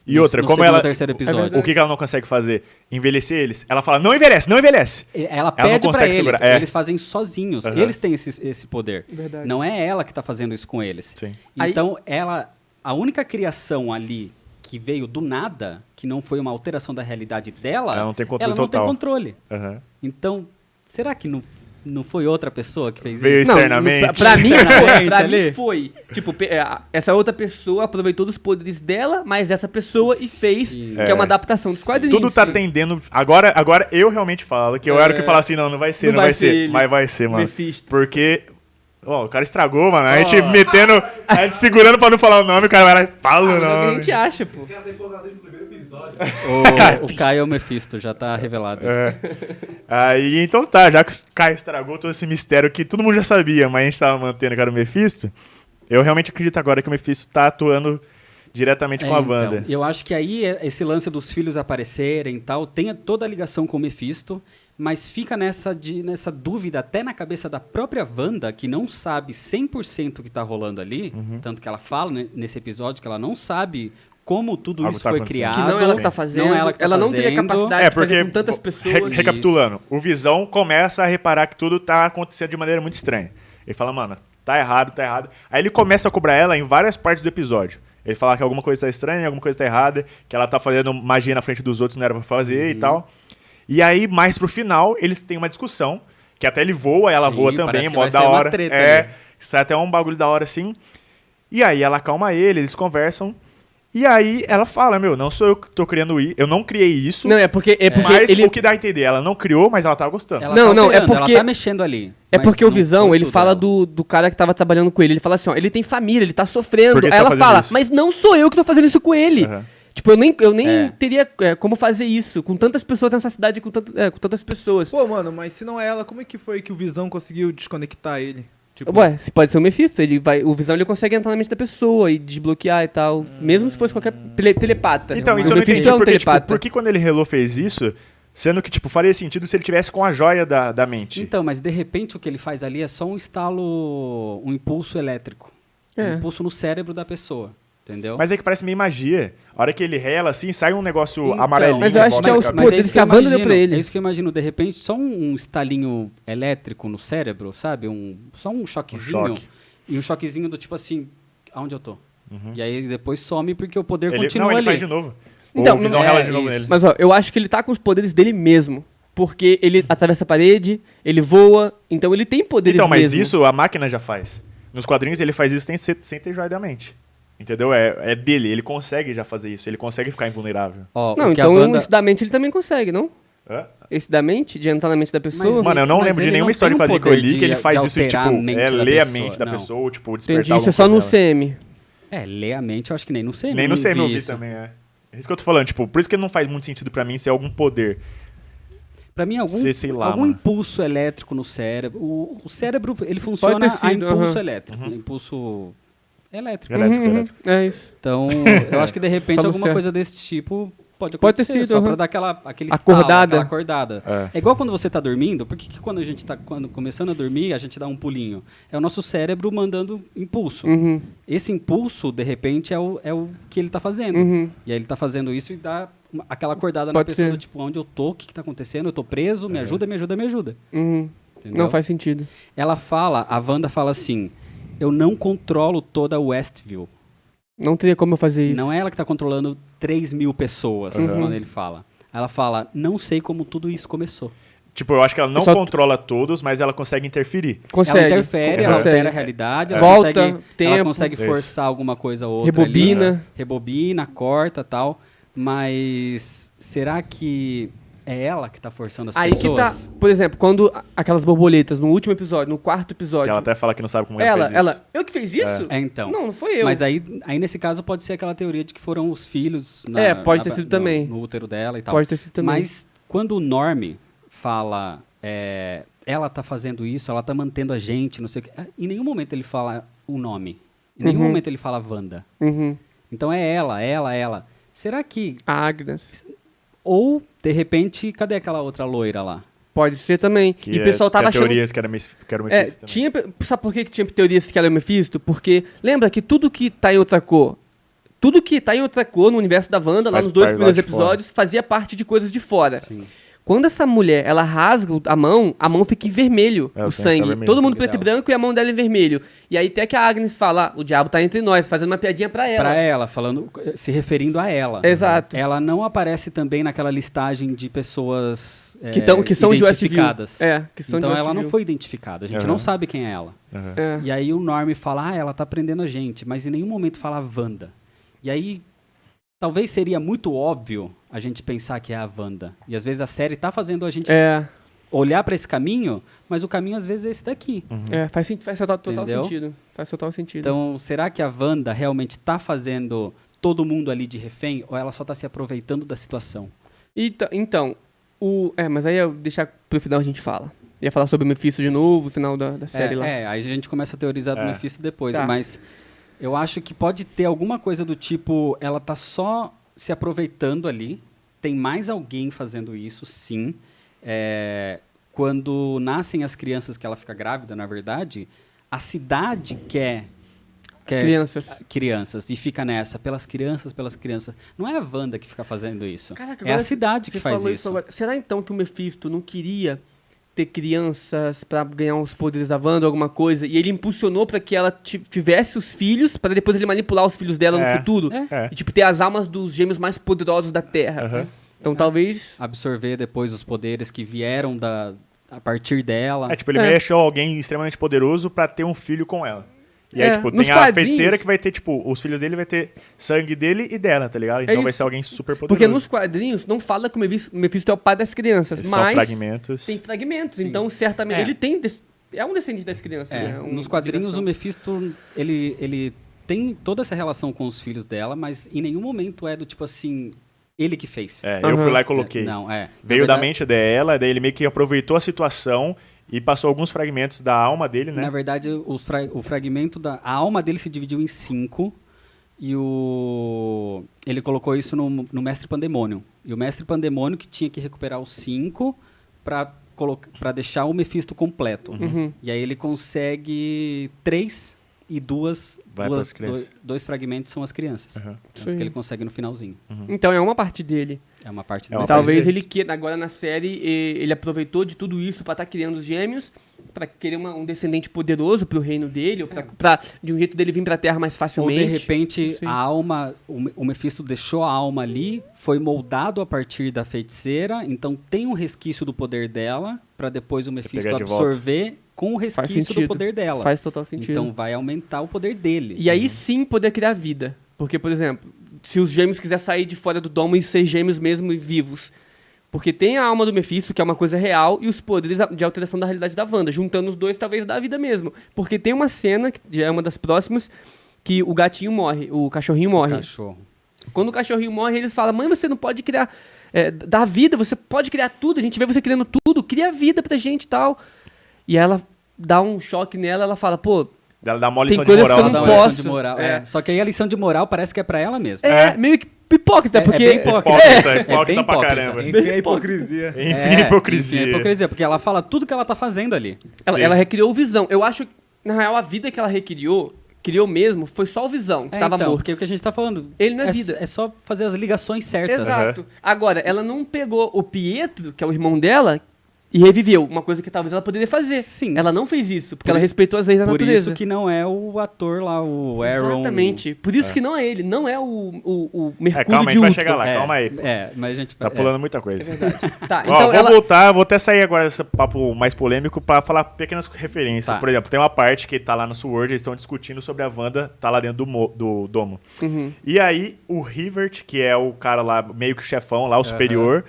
Speaker 1: E
Speaker 2: No-
Speaker 1: outra,
Speaker 2: no
Speaker 1: como
Speaker 2: segundo
Speaker 1: ela- É
Speaker 2: ou terceiro episódio.
Speaker 1: O que, que ela não consegue fazer? Envelhecer eles? Ela fala, não envelhece, não envelhece!
Speaker 2: E- Ela
Speaker 1: Ela não
Speaker 2: pede pra
Speaker 1: consegue
Speaker 2: eles,
Speaker 1: segurar, é.
Speaker 2: eles fazem sozinhos.
Speaker 1: Aham.
Speaker 2: Eles têm esse, esse poder.
Speaker 4: Verdade.
Speaker 2: Não é ela que tá fazendo isso com eles.
Speaker 1: Sim.
Speaker 4: Aí-
Speaker 2: Então, ela, a única criação ali que veio do nada, que não foi uma alteração da realidade dela,
Speaker 1: Ela não tem controle
Speaker 2: ela não
Speaker 1: total.
Speaker 2: tem controle.
Speaker 1: Aham.
Speaker 2: Então, será que não, não foi outra pessoa que fez
Speaker 1: Veio
Speaker 2: isso?
Speaker 1: externamente.
Speaker 4: Não, pra, pra mim foi.
Speaker 2: Externamente
Speaker 4: Pra mim
Speaker 2: ali.
Speaker 4: foi. Tipo, pe- é, a- essa outra pessoa aproveitou dos poderes dela, mas essa pessoa e fez,
Speaker 2: Sim.
Speaker 4: que é uma adaptação dos quadrinhos.
Speaker 1: Tudo tá
Speaker 4: Sim.
Speaker 1: tendendo. Agora, agora eu realmente falo que eu era o que falava assim, não, não vai ser, não, vai, ser.
Speaker 4: ele.
Speaker 1: Mas vai ser, mano.
Speaker 4: Mephisto.
Speaker 1: Porque. Ó, o cara estragou, mano. A gente metendo. A gente segurando pra não falar o nome, o cara vai lá e fala o
Speaker 4: Mas é o que a
Speaker 1: nome.
Speaker 4: gente acha, pô.
Speaker 2: O, o Caio Mephisto já tá revelado.
Speaker 1: É.
Speaker 2: isso.
Speaker 1: Aí, então tá, já que o Caio estragou todo esse mistério que todo mundo já sabia, mas a gente tava mantendo que era o Mephisto. Eu realmente acredito agora que o Mephisto tá atuando diretamente com a
Speaker 2: É, então,
Speaker 1: tipo Wanda.
Speaker 2: eu acho que aí é- esse lance dos filhos aparecerem e tal tem a- toda a ligação com o Mephisto, mas fica nessa, de- nessa dúvida até na cabeça da própria Wanda, que não sabe 100% o que tá rolando ali,
Speaker 1: Uhum.
Speaker 2: tanto que ela fala né, nesse episódio que ela não sabe como tudo
Speaker 1: Algo
Speaker 2: isso
Speaker 1: tá
Speaker 2: foi
Speaker 1: acontecendo.
Speaker 2: criado.
Speaker 4: Que não ela que tá fazendo.
Speaker 2: Não ela que tá
Speaker 4: não teria
Speaker 2: fazendo.
Speaker 4: capacidade
Speaker 1: É,
Speaker 4: de fazer
Speaker 1: porque.
Speaker 4: com tantas
Speaker 1: re-
Speaker 4: pessoas.
Speaker 1: recapitulando, o Visão começa a reparar que tudo tá acontecendo de maneira muito estranha. Ele fala, mano, tá errado, tá errado. Aí ele começa a cobrar ela em várias partes do episódio. Ele fala que alguma coisa tá estranha, alguma coisa tá errada, que ela tá fazendo magia na frente dos outros, não era pra fazer e
Speaker 2: Uhum.
Speaker 1: tal. E aí, mais pro final, eles têm uma discussão, que até ele voa, ela
Speaker 2: Sim,
Speaker 1: voa
Speaker 2: parece
Speaker 1: também,
Speaker 2: que
Speaker 1: mó
Speaker 2: vai
Speaker 1: da
Speaker 2: ser uma
Speaker 1: hora.
Speaker 2: treta
Speaker 1: é,
Speaker 2: ali.
Speaker 1: sai até um bagulho da hora assim. E aí ela acalma ele, eles conversam. E aí ela fala, meu, não sou eu que tô criando isso, eu não criei isso.
Speaker 4: Não, é porque, é porque
Speaker 1: Mas
Speaker 4: ele
Speaker 1: o que dá a entender, ela não criou, mas ela tava gostando.
Speaker 2: Ela
Speaker 4: Não,
Speaker 2: tá
Speaker 4: não, é
Speaker 2: alterando,
Speaker 4: porque-
Speaker 2: ela tá mexendo ali.
Speaker 4: É
Speaker 2: mas
Speaker 4: porque o
Speaker 2: não
Speaker 4: Visão,
Speaker 2: foi
Speaker 4: ele
Speaker 2: tudo
Speaker 4: fala
Speaker 2: ela.
Speaker 4: do, do cara que tava trabalhando com ele. Ele fala assim, ó, ele tem família, ele tá sofrendo.
Speaker 1: Por que você
Speaker 4: Aí
Speaker 1: tá
Speaker 4: ela
Speaker 1: fazendo
Speaker 4: fala,
Speaker 1: isso?
Speaker 4: mas não sou eu que tô fazendo isso com ele.
Speaker 1: Aham.
Speaker 4: Tipo, eu nem, eu nem
Speaker 2: É.
Speaker 4: teria é, como fazer isso com tantas pessoas nessa cidade, com, tanto- é, com tantas pessoas.
Speaker 3: Pô, mano, mas se não é ela, como é que foi que o Visão conseguiu desconectar ele? Tipo,
Speaker 4: Ué, se pode ser o Mephisto, ele vai, o Visão ele consegue entrar na mente da pessoa e desbloquear e tal. Mesmo se fosse qualquer tele- telepata.
Speaker 1: Então,
Speaker 4: O
Speaker 1: isso eu não
Speaker 4: Mephisto
Speaker 1: entendi.
Speaker 4: é um
Speaker 1: Porque, tipo,
Speaker 4: telepata.
Speaker 1: por que quando ele relou fez isso, sendo que, tipo, faria sentido se ele tivesse com a joia da, da mente.
Speaker 2: Então, mas de repente o que ele faz ali é só um estalo, um impulso elétrico. Um
Speaker 4: É.
Speaker 2: impulso no cérebro da pessoa, entendeu?
Speaker 1: mas é que parece meio magia. A hora que ele rela, assim, sai um negócio
Speaker 2: Então,
Speaker 1: amarelinho. né,
Speaker 4: Mas eu acho
Speaker 1: em
Speaker 4: que é
Speaker 1: volta
Speaker 4: os
Speaker 1: da
Speaker 2: mas
Speaker 1: cabeça.
Speaker 4: poderes
Speaker 2: isso
Speaker 4: que
Speaker 2: que
Speaker 4: a
Speaker 2: eu
Speaker 4: Wanda deu
Speaker 2: imagino,
Speaker 4: pra ele.
Speaker 2: É isso que eu imagino. De repente, só um estalinho elétrico no cérebro, sabe? Um, só um choquezinho.
Speaker 1: Um choque.
Speaker 2: E um choquezinho do tipo assim, aonde eu tô? E aí ele depois some porque o poder
Speaker 1: Uhum. Ele,
Speaker 2: continua
Speaker 1: não, ele
Speaker 2: ali.
Speaker 1: faz de um- novo.
Speaker 4: Então,
Speaker 1: o visão
Speaker 4: não-
Speaker 1: rela
Speaker 2: é
Speaker 1: de novo
Speaker 2: isso.
Speaker 1: nele.
Speaker 4: Mas ó, eu acho que ele tá com os poderes dele mesmo. porque ele atravessa a parede, ele voa, então ele tem poderes
Speaker 1: Então, mas
Speaker 4: mesmo.
Speaker 1: isso a máquina já faz. Nos quadrinhos ele faz isso sem, ser- sem ter joia da mente. Entendeu? É, é dele, ele consegue já fazer isso, ele consegue ficar invulnerável.
Speaker 2: Ó, o
Speaker 4: Não,
Speaker 2: que
Speaker 4: então
Speaker 2: a Wanda...
Speaker 4: isso da mente ele também consegue, não?
Speaker 1: Hã?
Speaker 4: Esse da mente, de entrar na mente da pessoa.
Speaker 2: Mas-
Speaker 1: Mano, eu não
Speaker 2: Mas
Speaker 1: lembro de
Speaker 2: ele
Speaker 1: nenhuma
Speaker 2: não
Speaker 1: história
Speaker 2: tem o
Speaker 1: quadrinho que eu
Speaker 2: poder
Speaker 1: li que
Speaker 2: de-
Speaker 1: ele faz
Speaker 2: de
Speaker 1: isso e, tipo,
Speaker 2: alterar a mente
Speaker 1: é
Speaker 2: da
Speaker 1: ler a
Speaker 2: pessoa,
Speaker 1: mente da
Speaker 2: não.
Speaker 1: pessoa, ou, tipo, despertar
Speaker 4: Entendi, isso
Speaker 1: alguma
Speaker 4: é só
Speaker 1: coisa
Speaker 4: no
Speaker 1: nela.
Speaker 4: CM.
Speaker 2: É, ler a mente eu acho que nem no CM.
Speaker 1: Nem no CM eu vi
Speaker 2: isso.
Speaker 1: também, é. É isso que eu tô falando, tipo, por isso que não faz muito sentido pra mim ser algum poder.
Speaker 2: Pra mim, algum,
Speaker 1: Sei- sei lá,
Speaker 2: algum
Speaker 1: mano.
Speaker 2: impulso elétrico no cérebro. O, o cérebro, ele funciona
Speaker 4: ter sido,
Speaker 2: a impulso
Speaker 4: aham.
Speaker 2: elétrico. Impulso elétrico.
Speaker 1: Uhum. Elétrico,
Speaker 4: Uhum,
Speaker 1: elétrico.
Speaker 4: uhum, É isso.
Speaker 2: Então, eu acho que de repente
Speaker 4: Só no
Speaker 2: alguma
Speaker 4: cérebro.
Speaker 2: coisa desse tipo pode acontecer.
Speaker 4: Pode ter sido,
Speaker 2: só
Speaker 4: aham.
Speaker 2: pra dar aquela, aquele
Speaker 4: Acordada.
Speaker 2: Estalo, aquela acordada.
Speaker 1: É.
Speaker 2: É. igual quando você tá dormindo. Por que que quando a gente tá quando começando a dormir, a gente dá um pulinho? É o nosso cérebro mandando impulso.
Speaker 4: Uhum,
Speaker 2: Esse impulso, de repente, é o, é o que ele tá fazendo.
Speaker 4: uhum.
Speaker 2: E aí ele tá fazendo isso e dá uma- aquela acordada na
Speaker 4: Pode
Speaker 2: pessoa
Speaker 4: ser.
Speaker 2: do tipo, onde eu tô, o que, que tá acontecendo? Eu tô preso, me ajuda, me ajuda, me ajuda.
Speaker 4: Uhum.
Speaker 2: Entendeu?
Speaker 4: Não faz sentido.
Speaker 2: Ela fala, a Wanda fala assim, eu não controlo toda Westview.
Speaker 4: Não teria como eu fazer isso.
Speaker 2: Não é ela que tá controlando 3 mil pessoas,
Speaker 1: Uhum.
Speaker 2: quando ele fala. Ela fala, não sei como tudo isso começou.
Speaker 1: Tipo, eu acho que ela não
Speaker 4: Só-
Speaker 1: controla todos, mas ela consegue interferir.
Speaker 4: Consegue.
Speaker 2: Ela interfere, ela
Speaker 4: Consegue.
Speaker 2: altera a realidade, ela,
Speaker 4: Volta,
Speaker 2: consegue,
Speaker 4: tempo.
Speaker 2: ela consegue
Speaker 1: Isso.
Speaker 2: forçar alguma coisa ou outra. ali. né?
Speaker 4: Rebobina.
Speaker 2: rebobina, corta tal. Mas será que é ela que tá forçando as
Speaker 4: Aí
Speaker 2: pessoas?
Speaker 4: que tá, por exemplo, quando a- aquelas borboletas no último episódio, no quarto
Speaker 1: Que
Speaker 4: episódio.
Speaker 1: ela até fala que não sabe como
Speaker 4: ela,
Speaker 1: ela fez isso.
Speaker 4: ela- eu que fiz isso?
Speaker 2: É, então.
Speaker 4: Não, não foi eu.
Speaker 2: Mas aí, aí, nesse caso, pode ser aquela teoria de que foram os filhos. na-
Speaker 4: É, pode ter
Speaker 2: na-
Speaker 4: sido
Speaker 2: no-
Speaker 4: também.
Speaker 2: No útero dela e tal.
Speaker 4: Pode ter sido também.
Speaker 2: Mas quando o Norm fala. é, ela tá fazendo isso, ela tá mantendo a gente, não sei o quê. ah, Em nenhum momento ele fala o nome. Em nenhum
Speaker 4: Uhum.
Speaker 2: momento ele fala Wanda.
Speaker 4: Uhum.
Speaker 2: Então é ela, ela, ela. Será que.
Speaker 4: A Agnes.
Speaker 2: Ou, de repente, cadê aquela outra loira lá?
Speaker 4: Pode ser também.
Speaker 1: Que
Speaker 4: e o
Speaker 1: é-
Speaker 4: pessoal tava
Speaker 1: é
Speaker 4: achando.
Speaker 1: teorias que era Mef- que era o
Speaker 4: É,
Speaker 1: Mephisto também.
Speaker 4: tinha, pe- sabe por que que tinha teorias que ela é o Mephisto? Porque lembra que tudo que tá em outra cor, tudo que tá em outra cor no universo da Wanda, lá
Speaker 1: Faz
Speaker 4: nos dois
Speaker 1: parte lá
Speaker 4: primeiros
Speaker 1: de fora.
Speaker 4: episódios, fazia parte de coisas de fora. Quando essa mulher, ela rasga o- a mão, a mão fica em vermelho,
Speaker 1: É,
Speaker 4: o
Speaker 1: o sangue tá
Speaker 4: sangue.
Speaker 1: vermelho.
Speaker 4: Todo mundo
Speaker 2: Sangue
Speaker 4: preto e
Speaker 2: dela.
Speaker 4: branco e a mão dela em vermelho. E aí até que a Agnes fala, "Ah, o diabo tá entre nós, fazendo uma piadinha pra ela.
Speaker 2: Pra ela, falando, se referindo a ela.
Speaker 4: Exato.
Speaker 2: Ela não aparece também naquela listagem de pessoas
Speaker 4: Que,
Speaker 2: eh,
Speaker 4: tão, que são de Westview.
Speaker 2: identificadas.
Speaker 4: É, que são
Speaker 2: então
Speaker 4: de
Speaker 2: ela
Speaker 4: Westview.
Speaker 2: não foi identificada. A gente
Speaker 1: Aham.
Speaker 2: não sabe quem é ela.
Speaker 1: Aham.
Speaker 4: É.
Speaker 2: E aí o Norm fala, ah, ela tá prendendo a gente, mas em nenhum momento fala Wanda. E aí talvez seria muito óbvio a gente pensar que é a Wanda. E às vezes a série tá fazendo a gente
Speaker 4: É,
Speaker 2: olhar pra esse caminho, mas o caminho às vezes é esse daqui.
Speaker 4: é, faz, sen- faz total, total
Speaker 2: Entendeu?
Speaker 4: sentido. Faz total sentido.
Speaker 2: Então, será que a Wanda realmente tá fazendo todo mundo ali de refém ou ela só tá se aproveitando da situação?
Speaker 4: Então, então, o. É, mas aí eu deixar pro final a gente fala. Ia falar sobre o Mephisto de novo, o final da, da série
Speaker 2: é,
Speaker 4: lá.
Speaker 2: é, aí a gente começa a teorizar
Speaker 1: É.
Speaker 2: do Mephisto depois,
Speaker 4: Tá.
Speaker 2: mas eu acho que pode ter alguma coisa do tipo, ela tá só se aproveitando ali, tem mais alguém fazendo isso, sim. É, quando nascem as crianças que ela fica grávida, na verdade, a cidade quer, quer
Speaker 4: Crianças.
Speaker 2: crianças e fica nessa, pelas crianças, pelas crianças. Não é a Wanda que fica fazendo isso.
Speaker 4: Caraca,
Speaker 2: é a
Speaker 4: agora
Speaker 2: cidade
Speaker 4: você
Speaker 2: que faz
Speaker 4: falou
Speaker 2: isso.
Speaker 4: agora. Será então que o Mephisto não queria ter crianças pra ganhar os poderes da Wanda ou alguma coisa? E ele impulsionou pra que ela ti- tivesse os filhos, pra depois ele manipular os filhos dela
Speaker 1: É.
Speaker 4: no futuro?
Speaker 2: É.
Speaker 1: É.
Speaker 4: E tipo, ter as almas dos gêmeos mais poderosos da Terra.
Speaker 1: Aham. É.
Speaker 4: Então talvez.
Speaker 2: Absorver depois os poderes que vieram da, a partir dela.
Speaker 1: É, tipo, ele
Speaker 4: É.
Speaker 1: meio achou alguém extremamente poderoso pra ter um filho com ela. E aí,
Speaker 4: É,
Speaker 1: tipo,
Speaker 4: nos
Speaker 1: tem a
Speaker 4: quadrinhos-
Speaker 1: feiticeira que vai ter, tipo, os filhos dele vai ter sangue dele e dela, tá ligado? Então vai
Speaker 4: É isso.
Speaker 1: ser alguém super poderoso.
Speaker 4: Porque nos quadrinhos não fala que o Mephisto, o Mephisto é o pai das crianças,
Speaker 1: Eles São
Speaker 4: mas.
Speaker 1: fragmentos.
Speaker 4: Tem fragmentos, então certamente.
Speaker 2: É.
Speaker 4: Ele tem. des- É um descendente das crianças.
Speaker 2: É,
Speaker 4: né? Um-
Speaker 2: nos quadrinhos,
Speaker 4: direção.
Speaker 2: o Mephisto, ele, ele tem toda essa relação com os filhos dela, mas em nenhum momento é do tipo assim, ele que fez.
Speaker 1: É,
Speaker 4: Aham.
Speaker 1: eu fui lá e coloquei.
Speaker 2: Não, é. Na
Speaker 1: Veio da
Speaker 2: verdade-
Speaker 1: mente dela, daí ele meio que aproveitou a situação e passou alguns fragmentos da alma dele, né?
Speaker 2: Na verdade, os fra- o fragmento da. A alma dele se dividiu em cinco. E o. Ele colocou isso no, no Mestre Pandemônio. E o Mestre Pandemônio que tinha que recuperar os cinco pra, colo- pra deixar o Mephisto completo. E aí ele consegue três e duas.
Speaker 1: Vai
Speaker 2: duas
Speaker 1: pras crianças. Uhum.
Speaker 2: dois, dois fragmentos são as crianças.
Speaker 1: Aham.
Speaker 2: Tanto
Speaker 4: Sim.
Speaker 2: que ele consegue no finalzinho.
Speaker 4: Então é uma parte dele.
Speaker 2: É uma parte do
Speaker 1: Uhum. É uma parte
Speaker 2: Mephisto.
Speaker 4: Talvez
Speaker 1: dele.
Speaker 4: ele queira. Agora na série, e- ele aproveitou de tudo isso pra estar tá criando os gêmeos. pra querer uma- um descendente poderoso pro reino dele, ou pra, pra- de um jeito dele vir pra terra mais
Speaker 2: É. Ou
Speaker 4: facilmente.
Speaker 2: de repente
Speaker 4: Sim.
Speaker 2: a alma, o Me- o Mephisto deixou a alma ali, foi moldado a partir da feiticeira, então tem um resquício do poder dela, pra depois o Mephisto
Speaker 1: pegar de volta.
Speaker 2: absorver com o resquício do
Speaker 4: sentido.
Speaker 2: poder dela.
Speaker 4: Faz total sentido.
Speaker 2: então vai aumentar o poder dele. Hum,
Speaker 4: E aí sim poder criar vida. Porque, por exemplo, se os gêmeos quiser sair de fora do domo e ser gêmeos mesmo e vivos. Porque tem a alma do Mephisto, que é uma coisa real, e os poderes de alteração da realidade da Wanda. Juntando os dois, talvez dá vida mesmo. Porque tem uma cena, que já é uma das próximas, que o gatinho morre, o cachorrinho morre.
Speaker 2: Cachorro.
Speaker 4: Quando o cachorrinho morre, eles falam: mãe, você não pode criar. É, dar vida, você pode criar tudo, a gente vê você criando tudo, cria vida pra gente e tal. E ela dá um choque nela, ela fala: pô,
Speaker 1: Ela dá uma
Speaker 4: Tem
Speaker 1: lição de
Speaker 4: coisas que
Speaker 1: moral. né? nas
Speaker 2: Ela
Speaker 4: eu
Speaker 2: dá
Speaker 4: não
Speaker 2: uma
Speaker 1: mulheres.
Speaker 2: lição de
Speaker 4: posso.
Speaker 2: moral.
Speaker 4: É.
Speaker 2: é. Só que aí a lição de moral parece que é pra ela mesma.
Speaker 4: é,
Speaker 1: É.
Speaker 4: meio que hipócrita,
Speaker 2: É- é
Speaker 4: porque.
Speaker 2: bem hipócrita.
Speaker 1: Hipócrita,
Speaker 2: É, é
Speaker 1: hipócrita
Speaker 2: bem
Speaker 1: pra
Speaker 2: hipócrita.
Speaker 1: caramba.
Speaker 3: Enfim, a hipocrisia.
Speaker 1: Enfim,
Speaker 2: É,
Speaker 1: hipocrisia.
Speaker 2: enfim, é hipocrisia, porque ela fala tudo que ela tá fazendo ali.
Speaker 4: Ela,
Speaker 1: Sim.
Speaker 4: ela recriou o Visão. Eu acho que, na real, a vida que ela recriou, criou mesmo, foi só o Visão, que
Speaker 2: É,
Speaker 4: tava
Speaker 2: então,
Speaker 4: morto.
Speaker 2: Porque é o que a gente tá falando.
Speaker 4: Ele na
Speaker 2: é,
Speaker 4: vida.
Speaker 2: s- É só fazer as ligações certas.
Speaker 4: Exato. Agora, ela não pegou o Pietro, que é o irmão dela, e reviveu. Uma coisa que talvez ela poderia fazer.
Speaker 2: Sim.
Speaker 4: Ela não fez isso, porque
Speaker 2: Por-
Speaker 4: ela respeitou as leis da
Speaker 2: Por
Speaker 4: natureza.
Speaker 2: isso que não é o ator lá, o Aaron.
Speaker 4: Exatamente. Por isso que não é ele, não é o, o, o Mercúrio
Speaker 1: É, calma aí,
Speaker 4: de
Speaker 1: a gente vai
Speaker 4: Último.
Speaker 1: chegar lá,
Speaker 2: É,
Speaker 1: calma aí.
Speaker 2: É, mas a gente
Speaker 1: Tá
Speaker 2: é.
Speaker 1: pulando muita coisa.
Speaker 4: Tá,
Speaker 1: Ó,
Speaker 4: então
Speaker 1: vou
Speaker 4: ela...
Speaker 1: voltar, vou até sair agora desse papo mais polêmico pra falar pequenas referências.
Speaker 2: Tá.
Speaker 1: Por exemplo, tem uma parte que tá lá no Sword, eles estão discutindo sobre a Wanda, tá lá dentro do, mo- do domo.
Speaker 4: Uhum.
Speaker 1: E aí, o Rivert, que é o cara lá, meio que chefão lá, o superior,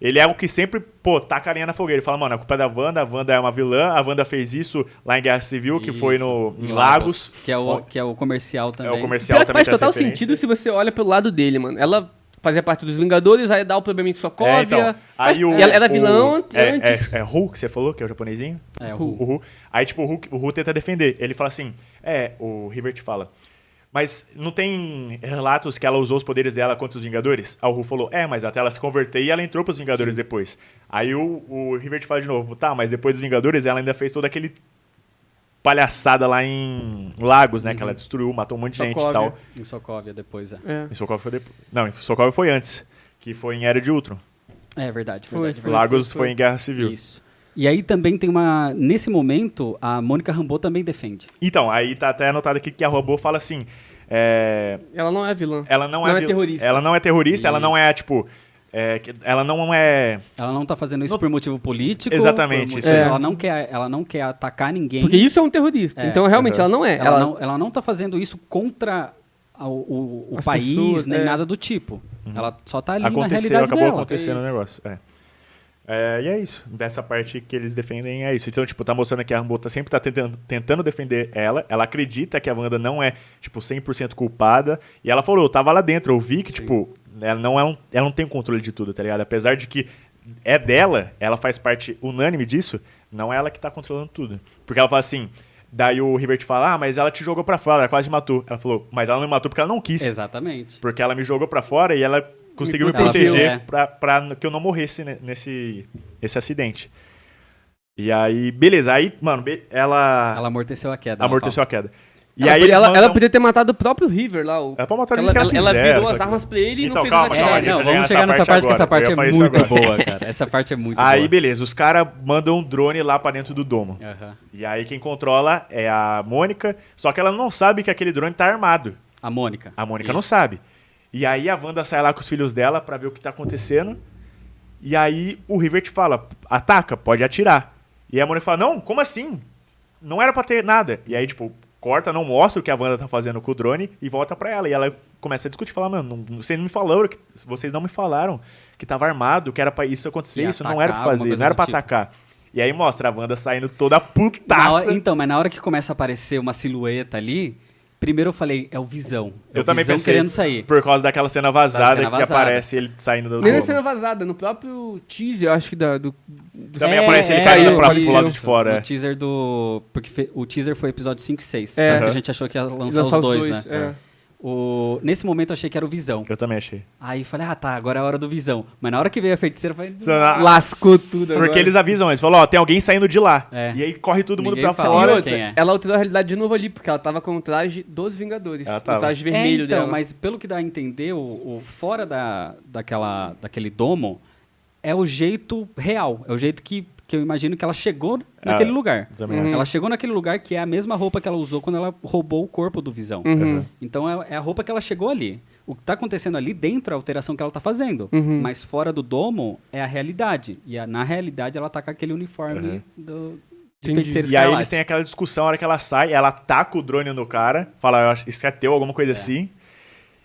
Speaker 1: ele é o que sempre, pô, tá a carinha na fogueira. Ele fala, mano, a culpa é da Wanda, a Wanda é uma vilã, a Wanda fez isso lá em Guerra Civil, que foi no,
Speaker 2: Isso,
Speaker 1: em Lagos.
Speaker 2: Que é o, que é o comercial
Speaker 1: É
Speaker 2: também.
Speaker 1: o comercial
Speaker 4: Pior que
Speaker 1: também
Speaker 4: faz
Speaker 1: tem essa
Speaker 4: total
Speaker 1: referência.
Speaker 4: sentido se você olha pelo lado dele, mano. Ela fazia parte dos Vingadores, aí dá o problema em Sokovia.
Speaker 1: É, então,
Speaker 4: faz-
Speaker 1: aí o,
Speaker 4: e ela era
Speaker 1: o-
Speaker 4: vilão antes.
Speaker 1: é, é, é Hulk, você falou, que é o japonesinho?
Speaker 2: É, o
Speaker 1: O
Speaker 2: Hulk.
Speaker 1: Hulk. Aí, tipo, o Hulk, o Hulk tenta defender. Ele fala assim: É, o Hibbert fala. Mas não tem relatos que ela usou os poderes dela contra os Vingadores? Aí o Hulk falou: É, mas até ela se converter e ela entrou pros Vingadores depois. Aí o, o Hibbert fala de novo: Tá, mas depois dos Vingadores ela ainda fez todo aquele palhaçada lá em Lagos, né? Que ela destruiu, matou um monte de gente e
Speaker 4: Sokovia.
Speaker 1: tal.
Speaker 2: Em Sokovia depois, é.
Speaker 4: É.
Speaker 1: Em Sokovia foi depois. Não, em Sokovia foi antes. Que foi em Era de Ultron.
Speaker 2: É verdade, verdade.
Speaker 4: Foi, foi.
Speaker 2: verdade.
Speaker 1: Lagos foi, em Guerra Civil.
Speaker 2: Isso. E aí também tem uma. Nesse momento, a Mônica Rambeau também defende.
Speaker 1: Então, aí tá até anotado aqui que a robô fala assim. É,
Speaker 4: Ela não é vilã.
Speaker 1: Ela não,
Speaker 4: Não é
Speaker 1: vil-
Speaker 4: terrorista.
Speaker 1: Ela não é terrorista, ela não é, tipo. é, que- ela não é.
Speaker 2: Ela não tá fazendo isso
Speaker 1: Não-
Speaker 2: por motivo político.
Speaker 1: Exatamente,
Speaker 2: por
Speaker 1: isso
Speaker 2: motivo-
Speaker 4: aí.
Speaker 2: Ela, não quer, ela não quer atacar ninguém.
Speaker 4: Porque isso é um terrorista.
Speaker 2: É.
Speaker 4: Então, realmente,
Speaker 1: Uhum.
Speaker 4: ela não é.
Speaker 2: ela, não, ela não tá fazendo isso contra a- o, o- o
Speaker 4: As
Speaker 2: país,
Speaker 4: pessoas,
Speaker 2: nem
Speaker 4: é.
Speaker 2: nada do tipo. Ela só tá ali na
Speaker 1: Uhum. aconteceu,
Speaker 2: realidade
Speaker 1: acabou
Speaker 2: dela.
Speaker 1: acontecendo o negócio. É. É, e é isso. Dessa parte que eles defendem é isso. Então, tipo, tá mostrando que a Rambo tá sempre tá tentando, tentando defender ela. Ela acredita que a Wanda não é, tipo, 100% culpada. E ela falou, eu tava lá dentro, eu vi que, tipo, ela não, é um, ela não tem controle de tudo, tá ligado? Apesar de que é dela, ela faz parte unânime disso, não é ela que tá controlando tudo. Porque ela fala assim, daí o Hibbert fala, ah, mas ela te jogou pra fora, ela quase te matou. Ela falou, mas ela não me matou porque ela não quis.
Speaker 2: Exatamente.
Speaker 1: Porque ela me jogou pra fora e ela conseguiu me,
Speaker 4: Me protegeu,
Speaker 1: proteger
Speaker 2: é.
Speaker 1: pra, pra que eu não morresse ne- nesse, nesse acidente. E aí, beleza. Aí, mano, be- ela,
Speaker 2: Ela amorteceu a queda. ela
Speaker 1: Tá. amorteceu a queda. E
Speaker 4: ela,
Speaker 1: aí
Speaker 4: podia-
Speaker 1: eles
Speaker 4: ela,
Speaker 1: mandam-
Speaker 4: ela podia ter matado o próprio River lá. O...
Speaker 1: Ela pode matar do
Speaker 4: ela,
Speaker 1: jeito que ela
Speaker 4: ela
Speaker 1: quiser,
Speaker 4: virou as
Speaker 1: tá
Speaker 4: armas pra ele e
Speaker 1: Então,
Speaker 4: não fez
Speaker 1: calma,
Speaker 4: nada.
Speaker 2: fala.
Speaker 1: calma,
Speaker 2: É,
Speaker 1: a gente
Speaker 2: não,
Speaker 1: vai chegar
Speaker 2: vamos chegar nessa
Speaker 1: nessa
Speaker 2: parte, que essa
Speaker 1: parte
Speaker 2: parte é
Speaker 1: agora. Eu ia
Speaker 2: muito
Speaker 1: falar isso
Speaker 2: boa, cara. Essa parte é muito
Speaker 4: né?
Speaker 1: Aí,
Speaker 2: boa.
Speaker 1: beleza. Os caras mandam um drone lá pra dentro do domo.
Speaker 4: É.
Speaker 2: Aham.
Speaker 1: E aí, quem controla é a Mônica. Só que ela não sabe que aquele drone tá armado.
Speaker 2: A Mônica.
Speaker 1: A Mônica não
Speaker 2: Isso.
Speaker 1: sabe. E aí a Wanda sai lá com os filhos dela pra ver o que tá acontecendo. E aí o River te fala: ataca, pode atirar. E a Mônica fala: não, como assim? Não era pra ter nada. E aí, tipo, corta, não mostra o que a Wanda tá fazendo com o drone e volta pra ela. E ela começa a discutir: fala, mano, não- vocês não me falaram, que- vocês não me falaram que tava armado, que era pra isso acontecer,
Speaker 2: Que ia
Speaker 1: isso não era pra
Speaker 2: atacar, alguma
Speaker 1: fazer,
Speaker 2: coisa
Speaker 1: não era
Speaker 2: do
Speaker 1: pra
Speaker 2: tipo.
Speaker 1: atacar. E aí mostra a Wanda saindo toda putaça.
Speaker 2: Na hora- então, mas na hora que começa a aparecer uma silhueta ali, primeiro eu falei, é o Visão. É
Speaker 1: eu
Speaker 2: o
Speaker 1: também
Speaker 2: visão
Speaker 1: pensei.
Speaker 2: querendo sair.
Speaker 1: Por causa daquela cena vazada,
Speaker 2: Da cena
Speaker 1: que
Speaker 2: vazada.
Speaker 1: aparece ele saindo do.
Speaker 4: Nem na
Speaker 1: domo.
Speaker 4: cena vazada, no próprio teaser, eu acho que da, do, do-
Speaker 1: Também
Speaker 4: É,
Speaker 1: aparece ele
Speaker 4: é,
Speaker 1: caindo
Speaker 4: eu-
Speaker 1: pra- pro
Speaker 4: isso.
Speaker 1: lado de fora,
Speaker 2: O
Speaker 1: é.
Speaker 2: teaser do. Porque fe- o teaser foi episódio 5 e 6.
Speaker 4: É.
Speaker 2: Tanto que
Speaker 1: Aham.
Speaker 2: a gente achou que ia
Speaker 4: E
Speaker 2: lançar, os dois, né?
Speaker 4: é.
Speaker 2: O- nesse momento eu achei que era o Visão.
Speaker 1: Eu também achei.
Speaker 2: Aí eu falei, ah tá, agora é a hora do Visão. Mas na hora que veio a feiticeira, eu falei.
Speaker 4: Lascou tudo
Speaker 1: Tá. Porque
Speaker 4: agora.
Speaker 1: eles avisam antes, falam, ó, tem alguém saindo de lá.
Speaker 2: É.
Speaker 1: E aí corre todo mundo
Speaker 2: Ninguém
Speaker 1: pra
Speaker 2: fala.
Speaker 1: fora.
Speaker 2: E quem é.
Speaker 4: Ela alterou a realidade de novo ali, porque ela tava com o traje dos Vingadores.
Speaker 1: Ela
Speaker 4: O
Speaker 1: tava.
Speaker 4: traje vermelho
Speaker 2: é, então,
Speaker 4: dela.
Speaker 2: mas pelo que dá a entender, o, o fora da, daquela, daquele domo é o jeito real, é o jeito que, que eu imagino que ela chegou naquele
Speaker 1: Ah,
Speaker 2: lugar.
Speaker 1: também
Speaker 4: acho.
Speaker 2: Ela chegou naquele lugar que é a mesma roupa que ela usou quando ela roubou o corpo do Visão.
Speaker 4: Uhum.
Speaker 2: Então é, é a roupa que ela chegou ali. O que tá acontecendo ali dentro é a alteração que ela tá fazendo.
Speaker 4: Uhum.
Speaker 2: Mas fora do domo é a realidade. E a- na realidade ela tá com aquele uniforme do, de
Speaker 4: Entendi.
Speaker 2: feiticeiro
Speaker 1: Uhum. E aí
Speaker 2: escarlate.
Speaker 1: eles têm aquela discussão, a hora que ela sai, ela taca o drone no cara, fala, "Eu acho- isso é teu, alguma coisa assim.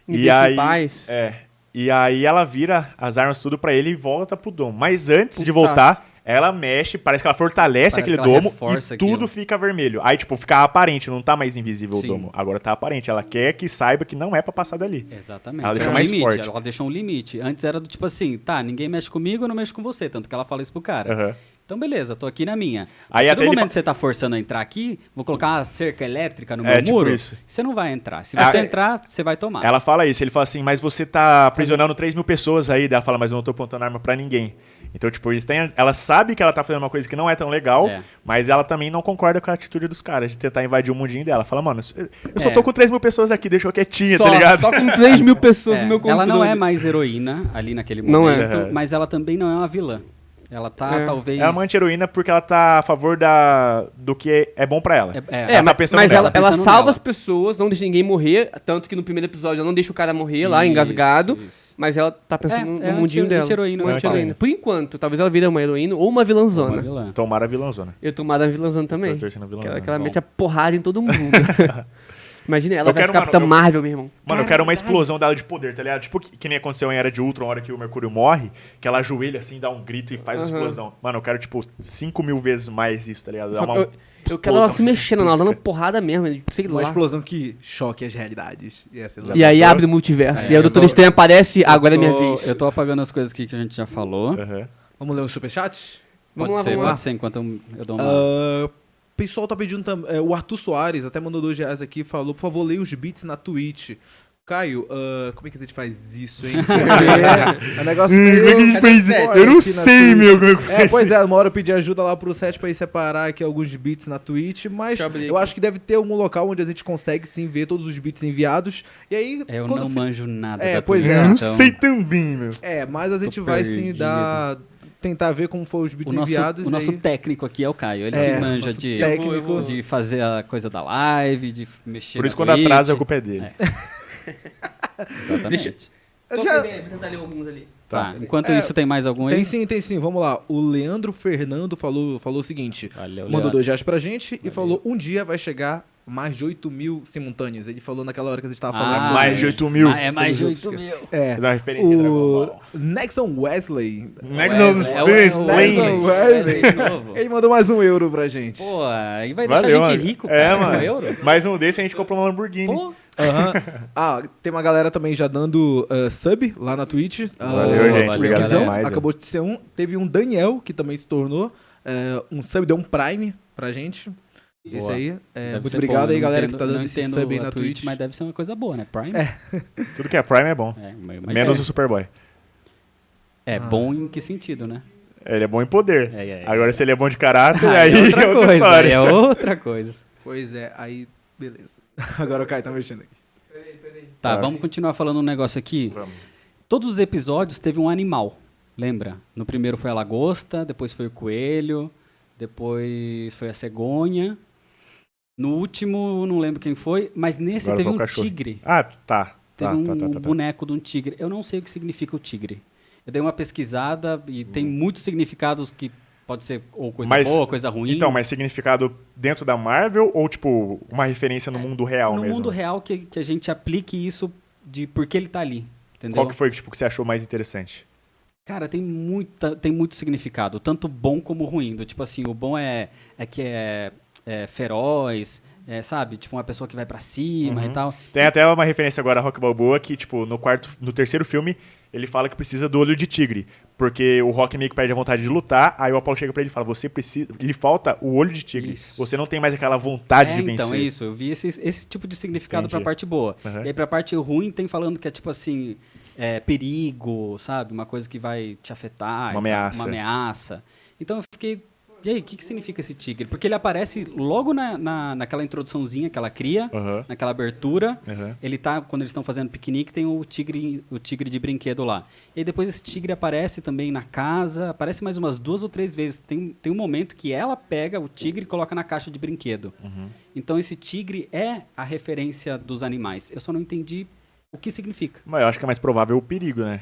Speaker 4: Me
Speaker 1: E
Speaker 4: deixa em
Speaker 1: aí-
Speaker 4: paz.
Speaker 1: É. E aí ela vira as armas tudo pra ele e volta pro domo. Mas antes de
Speaker 4: Putaço.
Speaker 1: voltar, ela mexe, parece que ela fortalece
Speaker 2: Parece
Speaker 1: aquele
Speaker 2: que ela
Speaker 1: domo
Speaker 2: reforça
Speaker 1: e tudo
Speaker 2: aquilo.
Speaker 1: fica vermelho. Aí, tipo, fica aparente, não tá mais invisível
Speaker 2: Sim.
Speaker 1: o domo. Agora tá aparente. Ela quer que saiba que não é pra passar dali.
Speaker 2: Exatamente.
Speaker 1: Ela deixou
Speaker 2: um
Speaker 1: mais
Speaker 2: limite,
Speaker 1: forte.
Speaker 2: Ela deixou um limite. Antes era do tipo assim, tá, ninguém mexe comigo, eu não mexo com você. Tanto que ela fala isso pro cara.
Speaker 1: Aham.
Speaker 2: Então beleza, tô aqui na minha.
Speaker 1: Aí
Speaker 2: a
Speaker 1: até
Speaker 2: todo
Speaker 1: ele
Speaker 2: momento
Speaker 1: fa-
Speaker 2: que você tá forçando a entrar aqui, vou colocar uma cerca elétrica no
Speaker 1: É,
Speaker 2: meu
Speaker 1: tipo
Speaker 2: muro,
Speaker 1: isso.
Speaker 2: você não vai entrar. Se
Speaker 1: Ah,
Speaker 2: você
Speaker 1: é.
Speaker 2: entrar, você vai
Speaker 4: Ah.
Speaker 2: tomar.
Speaker 1: Ela fala isso, ele fala assim, mas você
Speaker 4: Uhum.
Speaker 1: tá aprisionando 3 mil pessoas aí. Daí ela fala, mas eu não tô apontando arma pra ninguém. Então, tipo, eles têm, ela sabe que ela tá fazendo uma coisa que não é tão legal,
Speaker 2: É.
Speaker 1: mas ela também não concorda com a atitude dos caras de tentar invadir o mundinho dela. Fala, mano, eu só
Speaker 2: É.
Speaker 1: tô com 3 mil pessoas aqui, deixa eu quietinha,
Speaker 4: Só,
Speaker 1: tá ligado?
Speaker 4: só com 3 mil pessoas
Speaker 2: É,
Speaker 4: no meu controle.
Speaker 2: ela não é mais heroína ali naquele momento,
Speaker 4: Não é.
Speaker 1: É.
Speaker 2: mas ela também não é uma vilã. Ela tá,
Speaker 4: É.
Speaker 2: talvez.
Speaker 1: Ela é uma anti-heroína porque ela tá a favor da, do que é bom pra ela.
Speaker 2: É,
Speaker 4: É,
Speaker 1: Ela tá
Speaker 4: mas,
Speaker 1: pensando
Speaker 4: mas ela,
Speaker 1: nela.
Speaker 4: ela
Speaker 2: Pensando
Speaker 4: salva
Speaker 2: nela.
Speaker 4: as pessoas, não deixa ninguém morrer. Tanto que no primeiro episódio ela não deixa o cara morrer lá,
Speaker 2: Isso,
Speaker 4: engasgado.
Speaker 2: isso.
Speaker 4: Mas ela tá pensando
Speaker 2: É,
Speaker 4: no
Speaker 2: é
Speaker 4: mundinho
Speaker 2: anti-
Speaker 4: dela.
Speaker 2: anti-heroína,
Speaker 4: Uma
Speaker 1: né?
Speaker 4: anti-heroína. Por enquanto, talvire ela vire uma heroína ou uma vilãzona.
Speaker 2: Uma vilã.
Speaker 1: Tomara a vilãzona.
Speaker 4: Eu tomada a vilãzona também.
Speaker 1: Tô torcendo a vilãzona,
Speaker 4: que ela, que ela
Speaker 1: bom.
Speaker 4: mete a porrada em todo mundo. Imagina, ela
Speaker 1: Eu
Speaker 4: vai
Speaker 1: quero,
Speaker 4: ser Capitã
Speaker 1: mano, eu-
Speaker 4: Marvel, meu irmão.
Speaker 1: Mano, eu quero uma
Speaker 4: Caralho.
Speaker 1: explosão dela de poder, tá ligado? Tipo que, que nem aconteceu em Era de Ultron, a hora que o Mercúrio morre, que ela ajoelha assim, dá um grito e faz uma
Speaker 4: Aham.
Speaker 1: explosão. Mano, eu quero, tipo, 5 mil vezes mais isso, tá ligado? É
Speaker 4: Só
Speaker 1: uma
Speaker 4: que eu, eu quero ela
Speaker 1: explosão
Speaker 4: se mexendo, ela dando
Speaker 1: gigantesca.
Speaker 4: porrada mesmo. né? Sei
Speaker 3: Uma
Speaker 4: lá.
Speaker 3: explosão que choque as realidades. é assim, Ia ser legal.
Speaker 4: E aí
Speaker 1: pessoa-
Speaker 4: abre o
Speaker 3: É,
Speaker 4: multiverso. e aí o
Speaker 3: eu
Speaker 4: Doutor
Speaker 3: tô-
Speaker 4: Estranho aparece, agora é
Speaker 2: Tô-
Speaker 4: minha vez.
Speaker 2: Eu tô apagando as coisas aqui que a gente já falou.
Speaker 1: Aham.
Speaker 3: Vamos ler um superchat?
Speaker 4: Vamos
Speaker 2: Pode
Speaker 4: lá,
Speaker 2: ser,
Speaker 4: vamos
Speaker 2: pode
Speaker 4: lá.
Speaker 2: ser, enquanto eu eu dou uma.
Speaker 3: Ah, O pessoal tá pedindo também. o Arthur Soares até mandou dois reais aqui falou: por favor, leia os beats na Twitch. Caio, ah, como é que a gente faz isso, hein? Porque é um negócio meio-
Speaker 1: Como é que a gente fez isso?
Speaker 3: Cadê
Speaker 1: Eu não
Speaker 3: aqui na
Speaker 1: sei,
Speaker 3: Twitch?
Speaker 1: meu. como é que
Speaker 3: É, pois é, uma hora eu pedi ajuda lá pro set pra ir separar aqui alguns beats na Twitch, mas
Speaker 4: Deixa eu abrir
Speaker 3: eu
Speaker 4: aqui.
Speaker 3: acho que deve ter algum local onde a gente consegue sim ver todos os beats enviados. E aí,
Speaker 1: É,
Speaker 2: Eu
Speaker 3: quando
Speaker 2: não
Speaker 3: fi-
Speaker 2: manjo nada.
Speaker 3: É,
Speaker 2: da
Speaker 3: pois
Speaker 2: Twitch,
Speaker 3: é.
Speaker 1: Eu não
Speaker 2: então-
Speaker 1: sei também, meu.
Speaker 3: É, mas a gente
Speaker 2: Tô
Speaker 3: vai sim
Speaker 2: perdido.
Speaker 3: dar. tentar ver como foram os beats
Speaker 2: O nosso,
Speaker 3: enviados.
Speaker 2: o
Speaker 3: e
Speaker 2: nosso
Speaker 3: aí-
Speaker 2: técnico aqui é o Caio. Ele
Speaker 3: É,
Speaker 2: que manja
Speaker 3: nosso
Speaker 2: de,
Speaker 3: técnico. Eu vou-
Speaker 2: de fazer a coisa da live, de mexer
Speaker 1: Por isso,
Speaker 2: na
Speaker 1: quando atrasa, a
Speaker 2: Twitch.
Speaker 1: culpa é dele.
Speaker 2: Exatamente.
Speaker 3: Eu já-
Speaker 4: tentar ler alguns ali.
Speaker 2: Tá.
Speaker 1: Tá.
Speaker 2: Enquanto
Speaker 3: É,
Speaker 2: isso, tem mais algum aí?
Speaker 3: Tem sim, tem sim, vamos lá. O Leandro Fernando falou, falou o seguinte:
Speaker 2: Valeu,
Speaker 3: mandou
Speaker 2: Leandro.
Speaker 3: dois reais pra gente e falou: um dia vai chegar mais de 8 mil simultâneos. Ele falou naquela hora que a gente tava falando.
Speaker 2: Ah,
Speaker 3: sobre-
Speaker 1: mais de 8 mil.
Speaker 2: Ah, é mais de
Speaker 3: Sobre
Speaker 2: 8
Speaker 3: música.
Speaker 2: mil.
Speaker 3: É.
Speaker 1: Dá uma referência em Dragon
Speaker 3: O
Speaker 1: Ball.
Speaker 3: Nexon Wesley.
Speaker 1: Nexus
Speaker 2: É, é o- é o-
Speaker 1: Explain.
Speaker 2: é o-
Speaker 3: Wesley.
Speaker 2: de novo.
Speaker 3: Ele mandou mais um euro pra gente.
Speaker 2: Pô, aí vai deixar
Speaker 1: Valeu,
Speaker 2: a gente
Speaker 1: mano.
Speaker 2: rico, cara.
Speaker 1: É,
Speaker 2: com
Speaker 1: mano.
Speaker 2: euro.
Speaker 1: Mais um desse a gente comprou uma Lamborghini.
Speaker 2: Pô,
Speaker 3: Aham. Ah, tem uma galera também já dando uh, sub lá na Twitch. Ah,
Speaker 1: Valeu,
Speaker 3: o
Speaker 1: gente.
Speaker 3: Guizão
Speaker 2: Obrigado
Speaker 1: demais,
Speaker 3: acabou de ser um. Teve um Daniel que também se tornou eh, um sub, deu um Prime pra gente. Esse
Speaker 2: Boa.
Speaker 3: aí. eh,
Speaker 2: deve
Speaker 3: muito
Speaker 2: ser
Speaker 3: obrigado
Speaker 2: bom,
Speaker 3: aí,
Speaker 2: eu não
Speaker 3: galera, que
Speaker 2: entendo-
Speaker 3: tá dando
Speaker 2: não
Speaker 3: esse
Speaker 2: entendo
Speaker 3: sub aí
Speaker 2: a
Speaker 3: na Twitch.
Speaker 2: Mas deve ser uma coisa boa, né? Prime?
Speaker 1: Tudo que é Prime é bom.
Speaker 2: É, mas- mas
Speaker 1: Menos
Speaker 2: é.
Speaker 1: o Superboy.
Speaker 2: É bom em que sentido, né?
Speaker 1: Ele é bom em poder.
Speaker 2: É, é, é.
Speaker 1: Agora, se ele é bom de caráter,
Speaker 2: Aí
Speaker 1: aí é outra,
Speaker 2: coisa, aí
Speaker 1: história.
Speaker 2: é outra coisa.
Speaker 3: Pois é, aí. Beleza. Agora o Caio tá mexendo aqui.
Speaker 2: Tá,
Speaker 1: Tá.
Speaker 2: vamos continuar falando um negócio aqui.
Speaker 1: Vamos.
Speaker 2: Todos os episódios teve um animal, lembra? No primeiro foi a lagosta, depois foi o coelho, depois foi a cegonha. No último, não lembro quem foi, mas nesse
Speaker 1: Agora
Speaker 2: teve
Speaker 1: foi o
Speaker 2: um
Speaker 1: cachorro.
Speaker 2: tigre.
Speaker 1: Ah, tá.
Speaker 2: Teve
Speaker 1: Tá,
Speaker 2: um
Speaker 1: tá, tá, tá, tá.
Speaker 2: boneco de um tigre. Eu não sei o que significa o tigre. Eu dei uma pesquisada e tem muitos significados que pode ser ou coisa
Speaker 1: Hum. Mas-
Speaker 2: boa, coisa ruim.
Speaker 1: Então, mas significado dentro da Marvel ou, tipo, uma referência no mundo é real
Speaker 2: É, no
Speaker 1: mesmo?
Speaker 2: mundo real que, que a gente aplique isso de por que ele tá ali. Entendeu?
Speaker 1: Qual que foi tipo, que você achou mais interessante?
Speaker 2: Cara, tem, muita, tem muito significado, tanto bom como ruim. Do tipo assim, o bom é, é que é, é feroz, é, sabe? Tipo, uma pessoa que vai pra cima
Speaker 1: Uhum.
Speaker 2: e tal.
Speaker 1: Tem até uma referência agora a Rock Balboa que, tipo, no quarto, no terceiro filme, ele fala que precisa do olho de tigre. Porque o Rock meio que perde a vontade de lutar, aí o Apollo chega pra ele e fala, você precisa. Lhe falta o olho de tigre.
Speaker 2: Isso.
Speaker 1: Você não tem mais aquela vontade
Speaker 2: É,
Speaker 1: de vencer.
Speaker 2: então, é isso. Eu vi esse, esse tipo de significado pra
Speaker 1: Entendi. Uhum.
Speaker 2: parte boa.
Speaker 1: Aham.
Speaker 2: E aí pra parte ruim tem falando que é tipo assim, é, perigo, sabe? Uma coisa que vai te afetar.
Speaker 1: Uma
Speaker 2: e tal,
Speaker 1: ameaça.
Speaker 2: Uma ameaça. Então eu fiquei E aí, o que, que significa esse tigre? Porque ele aparece logo na, na, naquela introduçãozinha que ela cria,
Speaker 1: Aham.
Speaker 2: naquela abertura.
Speaker 1: Aham.
Speaker 2: Ele tá, quando eles estão fazendo piquenique, tem o tigre, o tigre de brinquedo lá. E aí depois esse tigre aparece também na casa, aparece mais umas duas ou três vezes. Tem, tem um momento que ela pega o tigre e coloca na caixa de brinquedo.
Speaker 1: Uhum.
Speaker 2: Então esse tigre é a referência dos animais. Eu só não entendi o que significa.
Speaker 1: Mas eu acho que é mais provável o perigo, né?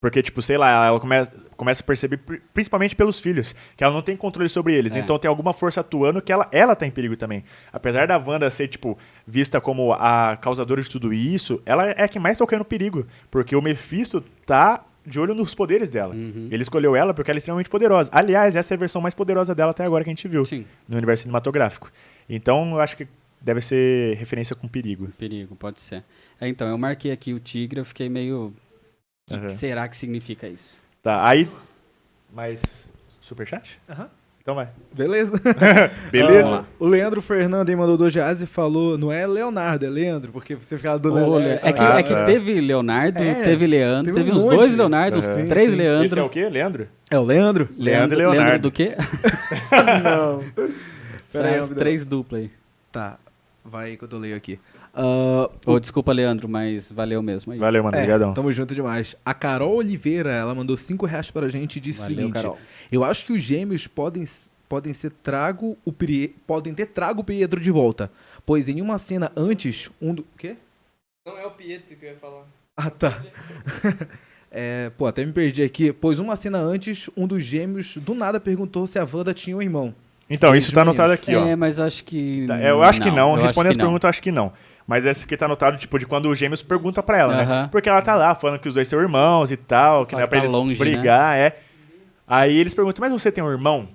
Speaker 1: Porque, tipo, sei lá, ela começa, começa a perceber, pri- principalmente pelos filhos, que ela não tem controle sobre eles.
Speaker 2: É.
Speaker 1: Então tem alguma força atuando que ela, ela tá em perigo também. Apesar da Wanda ser, tipo, vista como a causadora de tudo isso, ela é a que mais tá correndo perigo. Porque o Mephisto tá de olho nos poderes dela.
Speaker 2: Uhum.
Speaker 1: Ele escolheu ela porque ela é extremamente poderosa. Aliás, essa é a versão mais poderosa dela até agora que a gente viu
Speaker 2: Sim.
Speaker 1: no universo cinematográfico. Então eu acho que deve ser referência com perigo.
Speaker 2: Perigo, pode ser. É, então, eu marquei aqui o tigre, eu fiquei meio. O que
Speaker 1: Aham.
Speaker 2: que será que significa isso?
Speaker 1: Tá, aí. Mais. Superchat?
Speaker 3: Aham.
Speaker 1: Então vai.
Speaker 3: Beleza.
Speaker 1: Beleza?
Speaker 3: Ah, o Leandro Fernando aí mandou do Jazz e falou: não é Leonardo, é Leandro, porque você ficava do Leandro.
Speaker 2: Olha, é que,
Speaker 1: Ah,
Speaker 2: é que
Speaker 1: tá.
Speaker 2: teve Leonardo,
Speaker 3: É,
Speaker 2: teve Leandro,
Speaker 3: teve
Speaker 2: teve,
Speaker 3: um
Speaker 2: uns
Speaker 3: monte. Uhum.
Speaker 2: dois Leonardo, uns
Speaker 1: Aham. Sim,
Speaker 2: três
Speaker 3: sim.
Speaker 2: Leandro.
Speaker 1: Esse é o quê, Leandro?
Speaker 3: É o Leandro?
Speaker 1: Leandro e
Speaker 2: Leandro
Speaker 1: Leonardo.
Speaker 2: do quê?
Speaker 3: não. Pera aí,
Speaker 2: Será as
Speaker 3: rapidão.
Speaker 2: três duplas aí.
Speaker 3: Tá, vai que eu leio aqui. Ah,
Speaker 2: Ô, desculpa, Leandro, mas valeu mesmo aí.
Speaker 1: Valeu, mano.
Speaker 3: é,
Speaker 1: Obrigadão.
Speaker 3: tamo junto demais. A Carol Oliveira, ela mandou 5 reais pra gente e disse o
Speaker 2: Valeu,
Speaker 3: seguinte:
Speaker 2: Carol.
Speaker 3: Eu acho que os gêmeos podem, s- podem ser trago o Pri- podem ter trago o Pedro de volta. Pois em uma cena antes, um do. Quê?
Speaker 4: Não é o Pietro que eu ia falar.
Speaker 3: Ah, tá. É, pô, até me perdi aqui. Pois uma cena antes, um dos gêmeos do nada perguntou se a Wanda tinha um irmão.
Speaker 1: Então, isso
Speaker 3: Isso,
Speaker 1: tá anotado
Speaker 3: meninos.
Speaker 1: aqui, ó.
Speaker 2: É, mas eu acho que.
Speaker 1: Tá, Eu acho que não.
Speaker 2: eu acho
Speaker 1: Responde
Speaker 2: que
Speaker 1: as
Speaker 2: não.
Speaker 1: perguntas, eu acho que não. Mas essa aqui tá anotado, tipo, de quando o Gêmeos pergunta pra ela, né?
Speaker 2: Aham.
Speaker 1: Porque ela tá lá falando que os dois são irmãos e tal, que
Speaker 2: Fala
Speaker 1: não é
Speaker 2: que
Speaker 1: pra
Speaker 2: tá
Speaker 1: eles
Speaker 2: longe, né?
Speaker 1: brigar, é. Aí eles perguntam, mas você tem um irmão?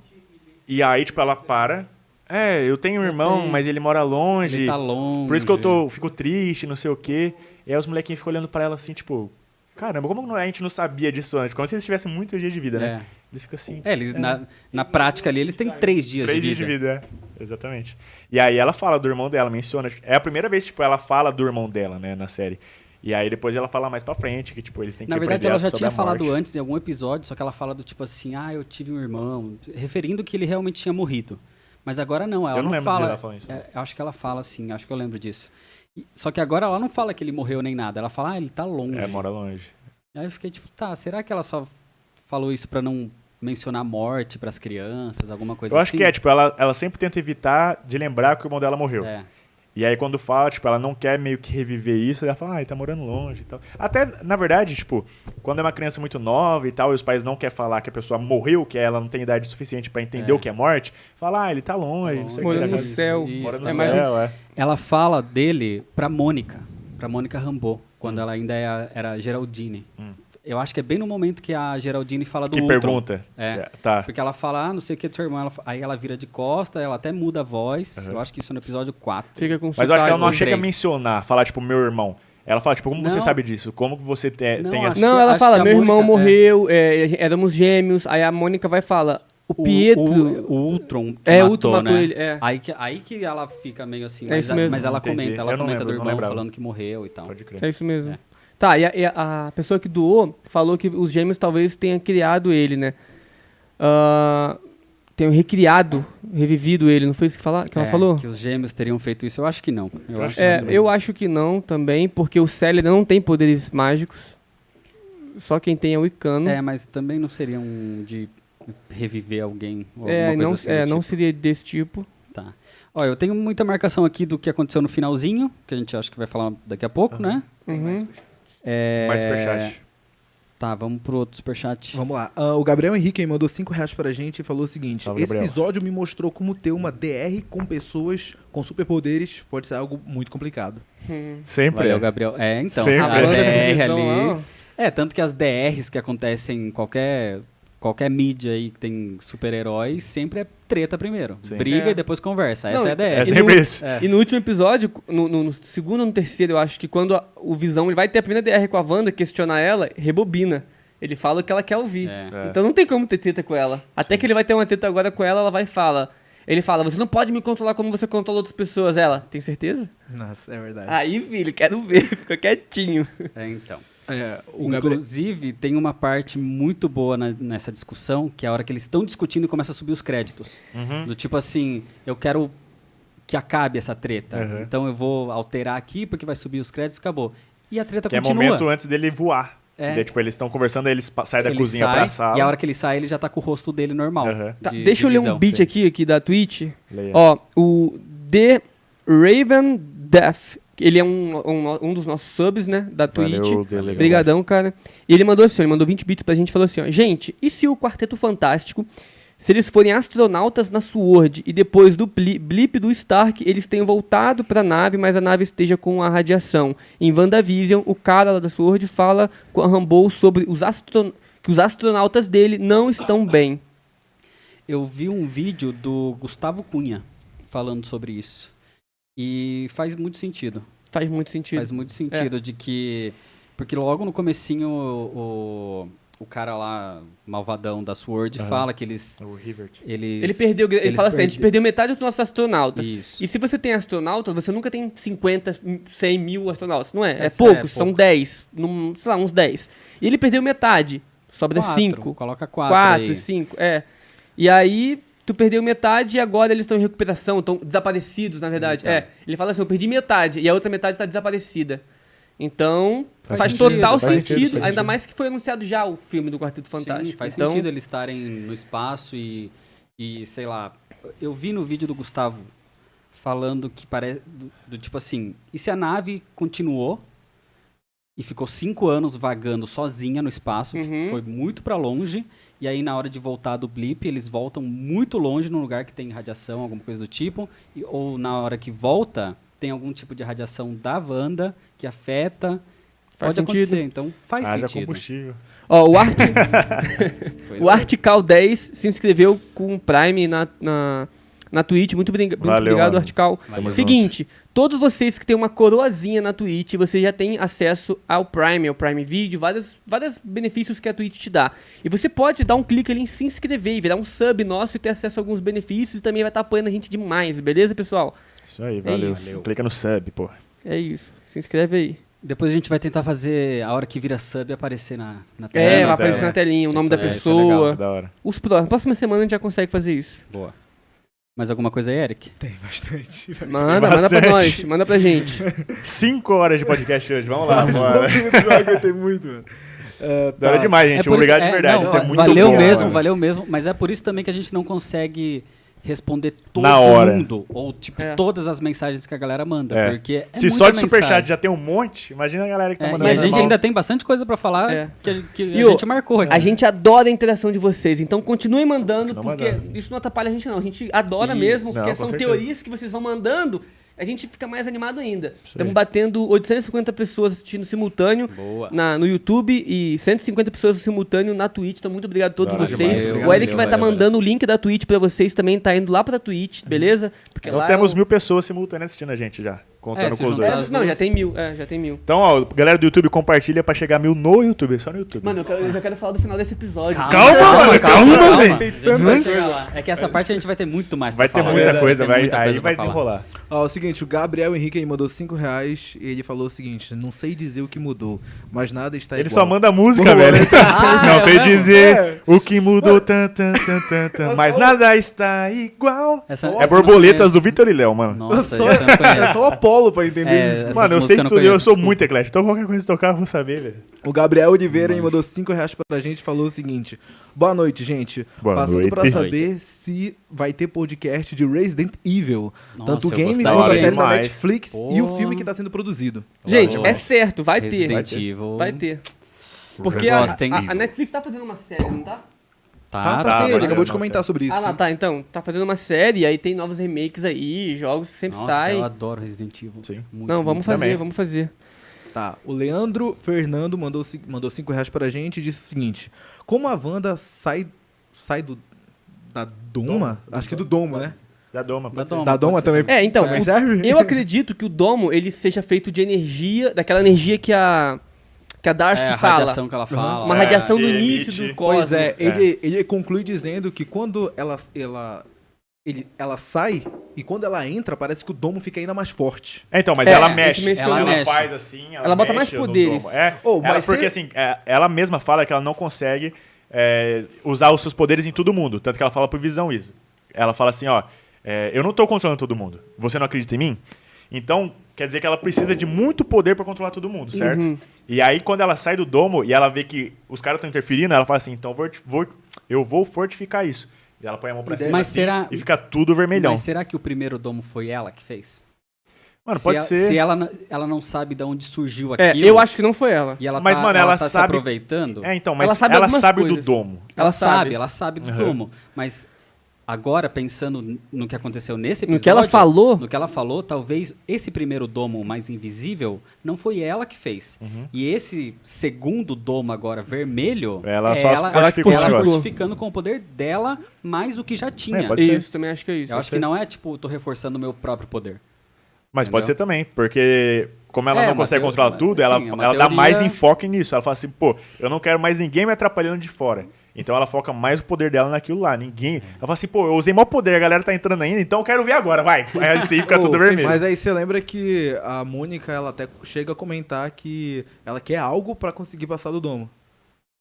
Speaker 1: E aí, tipo, ela para. É, eu tenho um irmão,
Speaker 2: tenho.
Speaker 1: mas ele mora longe.
Speaker 2: Ele tá longe.
Speaker 1: Por isso que eu
Speaker 2: Uhum.
Speaker 1: tô, fico triste, não sei o quê. E aí os molequinhos ficam olhando pra ela assim, tipo, caramba, como não- a gente não sabia disso antes? Como se eles tivessem muitos dias de vida, né? Eles ficam assim.
Speaker 2: É, eles, Na, na prática ali, eles têm três dias
Speaker 1: Três
Speaker 2: de
Speaker 1: dias de
Speaker 2: vida.
Speaker 1: vida, é. Exatamente. E aí ela fala do irmão dela, menciona. É a primeira vez, tipo, ela fala do irmão dela, né, na série. E aí depois ela fala mais pra frente, que, tipo, eles têm que
Speaker 2: Na verdade,
Speaker 1: aprender
Speaker 2: ela já
Speaker 1: sobre
Speaker 2: tinha
Speaker 1: a morte.
Speaker 2: falado antes em algum episódio, só que ela fala do tipo assim, ah, eu tive um irmão, referindo que ele realmente tinha morrido. Mas agora não, ela
Speaker 1: Eu não lembro de
Speaker 2: fala.
Speaker 1: ela falando isso.
Speaker 2: É, eu acho que ela fala assim, acho que eu lembro disso. E- só que agora ela não fala que ele morreu nem nada, ela fala, ah, ele tá longe.
Speaker 1: É, mora longe.
Speaker 2: Aí eu fiquei tipo, tá, será que ela só falou isso pra não mencionar a morte pras crianças, alguma coisa
Speaker 1: Eu acho
Speaker 2: assim?
Speaker 1: que é, tipo, ela, ela sempre tenta evitar de lembrar que o irmão dela morreu.
Speaker 2: É.
Speaker 1: E aí quando fala, tipo, ela não quer meio que reviver isso, ela fala, ah, ele tá morando longe e tal. Até, na verdade, tipo, quando é uma criança muito nova e tal, e os pais não querem falar que a pessoa morreu, que ela não tem idade suficiente pra entender
Speaker 2: É.
Speaker 1: o que é morte, fala, ah, ele tá longe, não sei o que.
Speaker 4: Morando
Speaker 1: ele
Speaker 4: no
Speaker 1: acaba-
Speaker 4: céu.
Speaker 2: Isso,
Speaker 1: Mora no
Speaker 4: é mais um-
Speaker 1: céu, é.
Speaker 2: Ela fala dele pra Mônica, pra Mônica Rambeau,
Speaker 1: Hum.
Speaker 2: quando ela ainda era, era Geraldine. Eu acho que é bem no momento que a Geraldine fala do
Speaker 1: Que
Speaker 2: Ultron.
Speaker 1: pergunta.
Speaker 2: É.
Speaker 1: Tá.
Speaker 2: Porque ela fala, ah, não sei o que é teu irmão. Ela fa- aí ela vira de costa, ela até muda a voz. Eu acho que isso é no episódio 4.
Speaker 4: Fica com
Speaker 1: Mas eu acho que ela não
Speaker 2: Sotaque.
Speaker 1: chega a
Speaker 2: Três.
Speaker 1: mencionar, falar, tipo, meu irmão. Ela fala, tipo, como você
Speaker 2: Não.
Speaker 1: sabe disso? Como que você te-
Speaker 2: Não,
Speaker 1: tem
Speaker 2: acho
Speaker 1: essa...
Speaker 4: Não, ela
Speaker 2: que
Speaker 4: fala,
Speaker 2: a
Speaker 4: meu irmão
Speaker 2: Mônica-
Speaker 4: morreu, é, é, éramos gêmeos. Aí a Mônica vai e fala, o Pietro...
Speaker 2: O, o Ultron. que
Speaker 4: É,
Speaker 2: matou,
Speaker 4: o Ultron matou
Speaker 2: né?
Speaker 4: ele, é.
Speaker 2: Aí, que, aí que ela fica meio assim.
Speaker 4: É
Speaker 2: Mas,
Speaker 4: isso
Speaker 2: a-
Speaker 4: mesmo.
Speaker 2: mas ela
Speaker 1: Entendi.
Speaker 2: comenta, ela
Speaker 1: Eu não lembro,
Speaker 2: comenta
Speaker 1: não
Speaker 2: do irmão
Speaker 1: lembrava.
Speaker 2: falando que morreu e tal.
Speaker 1: Pode crer.
Speaker 4: É isso mesmo.
Speaker 2: É.
Speaker 4: Tá, e a, e a- a pessoa que doou falou que os gêmeos talvez tenham criado ele, né? Ah, tenham recriado, revivido ele, não foi isso que, fala, que ela
Speaker 2: É,
Speaker 4: falou?
Speaker 2: Que os gêmeos teriam feito isso, eu acho que não. Eu
Speaker 1: Eu
Speaker 2: acho
Speaker 1: acho
Speaker 2: que
Speaker 4: É,
Speaker 2: não.
Speaker 4: eu acho que não também, porque o Célio não tem poderes mágicos. Só quem tem é o Icano.
Speaker 2: É, mas também não seria um de reviver alguém ou
Speaker 4: É,
Speaker 2: alguma coisa
Speaker 4: não,
Speaker 2: assim
Speaker 4: é,
Speaker 2: do
Speaker 4: não
Speaker 2: tipo.
Speaker 4: seria desse tipo.
Speaker 2: Tá. Ó, eu tenho muita marcação aqui do que aconteceu no finalzinho, que a gente acha que vai falar daqui a pouco, né?
Speaker 4: Uhum.
Speaker 2: É...
Speaker 1: Mais superchat.
Speaker 2: Tá, vamos pro outro superchat.
Speaker 3: Vamos lá. Ah, o Gabriel Henrique aí mandou 5 reais pra gente e falou o seguinte:
Speaker 1: Salve,
Speaker 3: Esse
Speaker 1: Gabriel.
Speaker 3: episódio me mostrou como ter uma DR com pessoas com superpoderes pode ser algo muito complicado.
Speaker 4: Hum.
Speaker 1: Sempre.
Speaker 2: Valeu, Gabriel. É, então,
Speaker 1: Sempre.
Speaker 2: a
Speaker 1: A banda do
Speaker 2: DR
Speaker 4: Visão lá, ó.
Speaker 2: ali. É, tanto que as DRs que acontecem em qualquer, qualquer mídia aí que tem super-herói, sempre é treta primeiro.
Speaker 1: Sim.
Speaker 2: Briga
Speaker 4: É.
Speaker 2: e depois conversa. Essa
Speaker 4: Não,
Speaker 2: é a DR.
Speaker 1: É
Speaker 4: E
Speaker 1: sempre
Speaker 4: no-
Speaker 1: isso.
Speaker 2: É.
Speaker 4: E no último episódio, no, no- no segundo ou no terceiro, eu acho que quando a- o Visão ele vai ter a primeira DR com a Wanda, questiona ela, rebobina. Ele fala o que ela quer ouvir.
Speaker 2: É.
Speaker 1: É.
Speaker 4: Então não tem como ter treta com ela. Até que ele vai ter uma treta agora com ela, ela vai e fala. Ele fala, você não pode me controlar como você controla outras pessoas. Ela, tem certeza?
Speaker 3: Nossa, é verdade.
Speaker 4: Aí, filho, quero ver. Fica quietinho.
Speaker 2: É, então.
Speaker 3: É, o Gabriel.
Speaker 2: Inclusive, tem uma parte muito boa na- nessa discussão, que é a hora que eles estão discutindo e começa a subir os créditos.
Speaker 1: Uhum.
Speaker 2: Do tipo assim, eu quero que acabe essa treta.
Speaker 1: Uhum.
Speaker 2: Então eu vou alterar aqui porque vai subir os créditos e acabou. E a treta
Speaker 1: Que é
Speaker 2: continua.
Speaker 1: momento antes dele voar.
Speaker 2: É.
Speaker 1: Que daí, tipo, eles estão conversando, aí eles pa- saem da
Speaker 2: Ele
Speaker 1: cozinha
Speaker 2: sai,
Speaker 1: pra sala. Uhum.
Speaker 2: E a hora que ele sai, ele já tá com o rosto dele normal.
Speaker 1: Aham.
Speaker 4: Tá,
Speaker 2: de-
Speaker 4: deixa
Speaker 2: de
Speaker 4: eu ler
Speaker 2: visão.
Speaker 4: um beat
Speaker 1: sim.
Speaker 4: aqui, aqui da Twitch.
Speaker 1: Leia.
Speaker 4: Ó, o The Raven Death. Ele é um, um, um dos nossos subs, né? Da
Speaker 1: Valeu,
Speaker 4: Twitch.
Speaker 1: The Legal.
Speaker 4: Obrigadão, cara. E ele mandou assim, ó, ele mandou 20 bits pra gente e falou assim, ó. Gente, e se o Quarteto Fantástico, se eles forem astronautas na SWORD e depois do pli- blip do Stark, eles tenham voltado pra nave, mas a nave esteja com a radiação. Em WandaVision, o cara lá da SWORD fala com a Rambeau sobre os astron que os astronautas dele não estão bem.
Speaker 2: Eu vi um vídeo do Gustavo Cunha falando sobre isso. E faz muito sentido.
Speaker 4: Faz muito sentido. É.
Speaker 2: Faz muito sentido de que... Porque logo no comecinho, o, o, o cara lá, malvadão da SWORD,
Speaker 1: Aham.
Speaker 2: fala que eles...
Speaker 1: O Rivert.
Speaker 2: eles
Speaker 4: Ele perdeu, ele
Speaker 2: eles
Speaker 4: fala assim, a gente
Speaker 2: perde-
Speaker 4: perdeu metade dos nossos astronautas.
Speaker 2: Isso.
Speaker 4: E se você tem astronautas, você nunca tem 50, 100 mil astronautas, não é? É,
Speaker 2: É,
Speaker 4: poucos,
Speaker 2: é
Speaker 4: são
Speaker 2: pouco.
Speaker 4: 10, num, sei lá, uns 10. E ele perdeu metade, sobra
Speaker 2: Quatro,
Speaker 4: 5,
Speaker 2: Coloca
Speaker 4: 4,
Speaker 2: quatro.
Speaker 4: 5, é. E aí, tu perdeu metade e agora eles estão em recuperação, estão desaparecidos, na verdade.
Speaker 2: tá.
Speaker 4: É, ele fala assim, eu perdi metade e a outra metade está desaparecida. Então, faz,
Speaker 1: Faz
Speaker 2: sentido,
Speaker 4: total
Speaker 1: faz
Speaker 4: sentido,
Speaker 1: sentido, faz
Speaker 4: ainda
Speaker 1: sentido.
Speaker 4: mais que foi anunciado já o filme do Quarteto Fantástico.
Speaker 2: Sim, faz
Speaker 4: então,
Speaker 2: sentido eles estarem no espaço e, e, sei lá. Eu vi no vídeo do Gustavo falando que parece. Do, do tipo assim, e se a nave continuou e ficou cinco anos vagando sozinha no espaço, f-
Speaker 4: Uhum.
Speaker 2: foi muito pra longe, e aí na hora de voltar do blip, eles voltam muito longe num lugar que tem radiação, alguma coisa do tipo, e- ou na hora que volta, tem algum tipo de radiação da Wanda que afeta.
Speaker 4: Faz
Speaker 2: Pode
Speaker 4: sentido.
Speaker 2: acontecer, então faz
Speaker 1: Haja
Speaker 2: sentido.
Speaker 1: combustível.
Speaker 4: Ó, o Arthur
Speaker 2: Pois
Speaker 4: O
Speaker 2: é.
Speaker 4: Artical 10 se inscreveu com o Prime na, na, na Twitch. Muito, bringa- muito
Speaker 1: Valeu,
Speaker 4: obrigado,
Speaker 1: mano.
Speaker 4: Artical.
Speaker 1: Tamo
Speaker 4: Seguinte, todos vocês que têm uma coroazinha na Twitch, vocês já têm acesso ao Prime, ao Prime Video, vários, vários benefícios que a Twitch te dá. E você pode dar um clique ali em se inscrever e virar um sub nosso e ter acesso a alguns benefícios e também vai estar apoiando a gente demais, beleza, pessoal?
Speaker 1: Isso aí, valeu.
Speaker 2: Valeu.
Speaker 1: Clica no sub, pô.
Speaker 4: É isso. Se inscreve aí.
Speaker 2: Depois a gente vai tentar fazer a hora que vira sub aparecer na, na tela.
Speaker 4: É,
Speaker 1: na
Speaker 4: vai
Speaker 1: tela.
Speaker 4: aparecer na telinha o nome da
Speaker 2: É, isso é legal.
Speaker 1: É
Speaker 4: pessoa.
Speaker 1: da hora.
Speaker 4: Os pró- próxima semana a gente já consegue fazer isso.
Speaker 2: Boa. Mais alguma coisa aí, Eric?
Speaker 3: Tem bastante.
Speaker 4: Manda, manda pra
Speaker 1: Bastante.
Speaker 4: nós, manda pra gente.
Speaker 1: Cinco horas de podcast hoje. Vamos lá, bora.
Speaker 3: Eu aguentei muito, mano. Ah,
Speaker 1: Da hora
Speaker 3: tá.
Speaker 1: é demais, gente.
Speaker 2: por
Speaker 1: Obrigado um
Speaker 2: isso-
Speaker 1: de
Speaker 2: é,
Speaker 1: verdade.
Speaker 2: não,
Speaker 1: Isso é muito
Speaker 2: valeu
Speaker 1: bom,
Speaker 2: mesmo,
Speaker 1: mano.
Speaker 2: valeu mesmo. Mas é por isso também que a gente não consegue responder todo
Speaker 1: Na hora.
Speaker 2: mundo. Ou, tipo,
Speaker 4: É.
Speaker 2: todas as mensagens que a galera manda.
Speaker 1: É.
Speaker 2: Porque é
Speaker 1: Se só de
Speaker 2: muita
Speaker 1: superchat
Speaker 2: mensagem.
Speaker 1: já tem um monte, imagina a galera que tá
Speaker 2: É,
Speaker 1: mandando.
Speaker 2: e a gente
Speaker 1: normal.
Speaker 2: ainda tem bastante coisa pra falar
Speaker 4: É.
Speaker 2: que, a- que
Speaker 4: E,
Speaker 2: a
Speaker 4: ô,
Speaker 2: gente marcou né? aqui.
Speaker 4: A gente adora a interação de vocês, então continue mandando,
Speaker 1: Continua
Speaker 4: porque
Speaker 1: mandando.
Speaker 4: isso não atrapalha a gente, não. A gente adora
Speaker 2: Isso.
Speaker 4: mesmo,
Speaker 1: Não,
Speaker 4: porque
Speaker 1: com
Speaker 4: são
Speaker 1: certeza.
Speaker 4: teorias que vocês vão mandando, a gente fica mais animado ainda.
Speaker 1: aí.
Speaker 4: Estamos batendo 850 pessoas assistindo simultâneo
Speaker 2: Boa.
Speaker 4: na- no YouTube e 150 pessoas simultâneo na Twitch. Então, muito obrigado a todos
Speaker 1: Valeu,
Speaker 4: vocês.
Speaker 2: valeu,
Speaker 4: o Eric
Speaker 2: valeu,
Speaker 4: vai estar
Speaker 2: valeu,
Speaker 4: mandando o link da Twitch pra vocês também, tá indo lá pra Twitch, beleza? Porque
Speaker 1: Então
Speaker 4: lá
Speaker 1: temos
Speaker 4: é um-
Speaker 1: mil pessoas simultâneas assistindo a gente já,
Speaker 2: tá É,
Speaker 1: contando
Speaker 2: se
Speaker 1: com os
Speaker 2: juntar
Speaker 1: dois.
Speaker 2: as
Speaker 4: É, não, já
Speaker 2: duas.
Speaker 4: tem mil. É, já tem mil.
Speaker 1: Então, ó, galera do YouTube, compartilha pra chegar mil no YouTube, só no YouTube.
Speaker 4: Mano, eu, quero- eu já quero falar do final desse episódio.
Speaker 1: Calma, mano, calma, velho.
Speaker 2: A gente vai chegar lá. É que essa parte a gente vai ter muito mais
Speaker 1: vai
Speaker 2: pra
Speaker 1: ter
Speaker 2: falar.
Speaker 1: muita
Speaker 3: verdade,
Speaker 1: coisa,
Speaker 2: Tem
Speaker 1: vai,
Speaker 2: muita
Speaker 1: aí
Speaker 2: coisa pra
Speaker 1: vai
Speaker 2: falar.
Speaker 1: desenrolar.
Speaker 3: Ó, o seguinte, o Gabriel Henrique aí mandou 5 reais e ele falou o seguinte: não sei dizer o que mudou, mas nada está
Speaker 1: Ele
Speaker 3: tá igual.
Speaker 1: só manda música,
Speaker 3: Boa,
Speaker 1: velho.
Speaker 3: né?
Speaker 1: Não
Speaker 4: é
Speaker 1: sei
Speaker 4: mesmo?
Speaker 1: dizer o que mudou, tan, tan, tan, tan, tan, mas nada está igual.
Speaker 2: Essa- essa
Speaker 1: É
Speaker 2: eu
Speaker 1: borboletas
Speaker 2: não
Speaker 1: do Vitor e Léo, mano.
Speaker 2: conheço. Nossa,
Speaker 3: Eu sou-
Speaker 2: essa eu não conheço.
Speaker 3: É só o Apolo pra entender
Speaker 2: É,
Speaker 3: isso.
Speaker 2: essas
Speaker 1: Mano, eu
Speaker 2: músicas
Speaker 1: sei
Speaker 2: eu não
Speaker 1: tudo, eu
Speaker 2: conheço,
Speaker 1: sou
Speaker 2: desculpa.
Speaker 1: muito eclético. Então qualquer coisa que tocar, eu vou saber, velho.
Speaker 3: O Gabriel Oliveira aí mandou 5 reais pra gente e falou o seguinte: Boa noite, gente.
Speaker 1: Boa
Speaker 3: Passando
Speaker 1: noite.
Speaker 3: pra saber se vai ter podcast de Resident Evil.
Speaker 2: Nossa,
Speaker 3: tanto o
Speaker 2: eu
Speaker 3: game
Speaker 2: gostava
Speaker 3: quanto a
Speaker 1: hein?
Speaker 3: série da
Speaker 1: Demais.
Speaker 3: Netflix e o
Speaker 2: Porra.
Speaker 3: filme que tá sendo produzido.
Speaker 4: Gente,
Speaker 2: Valeu.
Speaker 4: é certo, vai ter.
Speaker 2: Resident Evil.
Speaker 4: Vai ter. Porque a,
Speaker 2: Resident
Speaker 4: a-
Speaker 2: Evil.
Speaker 4: a Netflix tá fazendo uma série, não tá?
Speaker 3: tá,
Speaker 2: Tá,
Speaker 3: tá, sim,
Speaker 1: vai
Speaker 3: ele
Speaker 1: ter,
Speaker 3: acabou de
Speaker 1: não,
Speaker 3: comentar sobre isso.
Speaker 4: Ah lá, tá, então. Tá fazendo uma série, aí tem novos remakes aí, jogos que sempre
Speaker 2: Nossa,
Speaker 4: saem.
Speaker 2: eu adoro Resident Evil.
Speaker 1: Sim.
Speaker 2: Muito,
Speaker 4: Não,
Speaker 2: muito.
Speaker 4: vamos fazer,
Speaker 1: Também.
Speaker 4: vamos fazer.
Speaker 3: Tá, o Leandro Fernando mandou, ci- mandou cinco reais pra gente e disse o seguinte: Como a Wanda sai, sai do. Da Doma? Acho que do Domo, né?
Speaker 1: Da Doma, pode
Speaker 2: Da
Speaker 1: ser.
Speaker 2: Doma.
Speaker 3: da Doma
Speaker 2: pode ser
Speaker 3: também.
Speaker 4: É, então,
Speaker 3: Também
Speaker 4: o-
Speaker 3: serve?
Speaker 4: eu acredito que o domo, ele seja feito de energia, daquela energia que a que a Darcy
Speaker 2: É, a
Speaker 4: fala.
Speaker 2: radiação que ela fala.
Speaker 4: Uma
Speaker 1: É,
Speaker 4: radiação do
Speaker 1: que
Speaker 4: início
Speaker 3: é,
Speaker 1: emite.
Speaker 4: do cosmos.
Speaker 3: Pois é,
Speaker 1: É.
Speaker 3: Ele, ele conclui dizendo que quando ela, ela ele, ela sai e quando ela entra, parece que o domo fica ainda mais forte.
Speaker 1: É, então, mas
Speaker 4: É,
Speaker 1: ela
Speaker 4: a gente
Speaker 1: mexe.
Speaker 4: mencionou.
Speaker 1: Ela,
Speaker 2: Ela mexe.
Speaker 1: faz assim. Ela,
Speaker 4: Ela bota mais
Speaker 1: mexe no
Speaker 4: poderes.
Speaker 1: domo. É,
Speaker 3: Oh,
Speaker 1: ela-
Speaker 3: mas
Speaker 1: porque
Speaker 3: você-
Speaker 1: assim, é, ela mesma fala que ela não consegue é, usar os seus poderes em todo mundo. Tanto que ela fala pro Visão isso. Ela fala assim, ó, é, eu não tô controlando todo mundo. Você não acredita em mim? Então, quer dizer que ela precisa de muito poder pra controlar todo mundo, certo?
Speaker 4: Uhum.
Speaker 1: E aí, quando ela sai do domo e ela vê que os caras estão interferindo, ela fala assim, então eu vou, vou- eu vou fortificar isso. E ela põe a mão pra
Speaker 3: Mas
Speaker 1: cima
Speaker 2: Mas
Speaker 1: assim,
Speaker 2: será,
Speaker 1: e fica tudo vermelhão.
Speaker 2: mas será que o primeiro domo foi ela que fez?
Speaker 1: Mano,
Speaker 2: se
Speaker 1: pode
Speaker 2: ela,
Speaker 1: ser...
Speaker 2: Se ela, n- ela não sabe de onde surgiu
Speaker 4: É,
Speaker 2: aquilo
Speaker 4: eu acho que não foi ela.
Speaker 2: e ela
Speaker 1: Mas,
Speaker 2: tá,
Speaker 1: mano,
Speaker 2: ela
Speaker 1: ela
Speaker 2: tá se
Speaker 1: sabe-
Speaker 2: aproveitando,
Speaker 1: É, então, mas
Speaker 4: Ela
Speaker 1: ela
Speaker 4: sabe
Speaker 1: sabe,
Speaker 4: algumas
Speaker 1: do
Speaker 4: coisas.
Speaker 1: domo.
Speaker 2: ela,
Speaker 4: ela
Speaker 2: sabe,
Speaker 4: sabe.
Speaker 2: ela sabe do
Speaker 1: Aham.
Speaker 2: domo. Mas agora, pensando n- no que aconteceu nesse
Speaker 4: No
Speaker 2: episódio...
Speaker 4: que ela falou,
Speaker 2: No que ela falou, talvez esse primeiro domo mais invisível não foi ela que fez.
Speaker 1: Uhum.
Speaker 2: E esse segundo domo agora vermelho,
Speaker 1: Ela
Speaker 2: é
Speaker 1: só
Speaker 2: ela,
Speaker 4: ela
Speaker 1: fortificou
Speaker 4: que
Speaker 1: o
Speaker 2: ela
Speaker 1: negócio.
Speaker 4: fortificou.
Speaker 2: fortificando com o poder dela mais o que já tinha.
Speaker 1: É, pode ser.
Speaker 4: isso, também acho que é isso.
Speaker 2: Eu acho que não é tipo, tô reforçando o meu próprio poder.
Speaker 1: Mas pode
Speaker 2: Entendeu?
Speaker 1: ser também, porque como ela
Speaker 2: É,
Speaker 1: não
Speaker 2: uma
Speaker 1: consegue
Speaker 2: teo-
Speaker 1: controlar
Speaker 2: uma-
Speaker 1: tudo,
Speaker 2: sim,
Speaker 1: ela,
Speaker 2: é uma
Speaker 1: ela dá
Speaker 2: teoria-
Speaker 1: mais enfoque nisso. Ela fala assim, pô, eu não quero mais ninguém me atrapalhando de fora. Então ela foca mais o poder dela naquilo lá. Ninguém. Ela fala assim, pô, eu usei maior poder, a galera tá entrando ainda, então eu quero ver agora, vai. Aí assim fica
Speaker 3: Oh,
Speaker 1: tudo vermelho.
Speaker 3: Mas aí você lembra que a Mônica, ela até chega a comentar que ela quer algo pra conseguir passar do domo.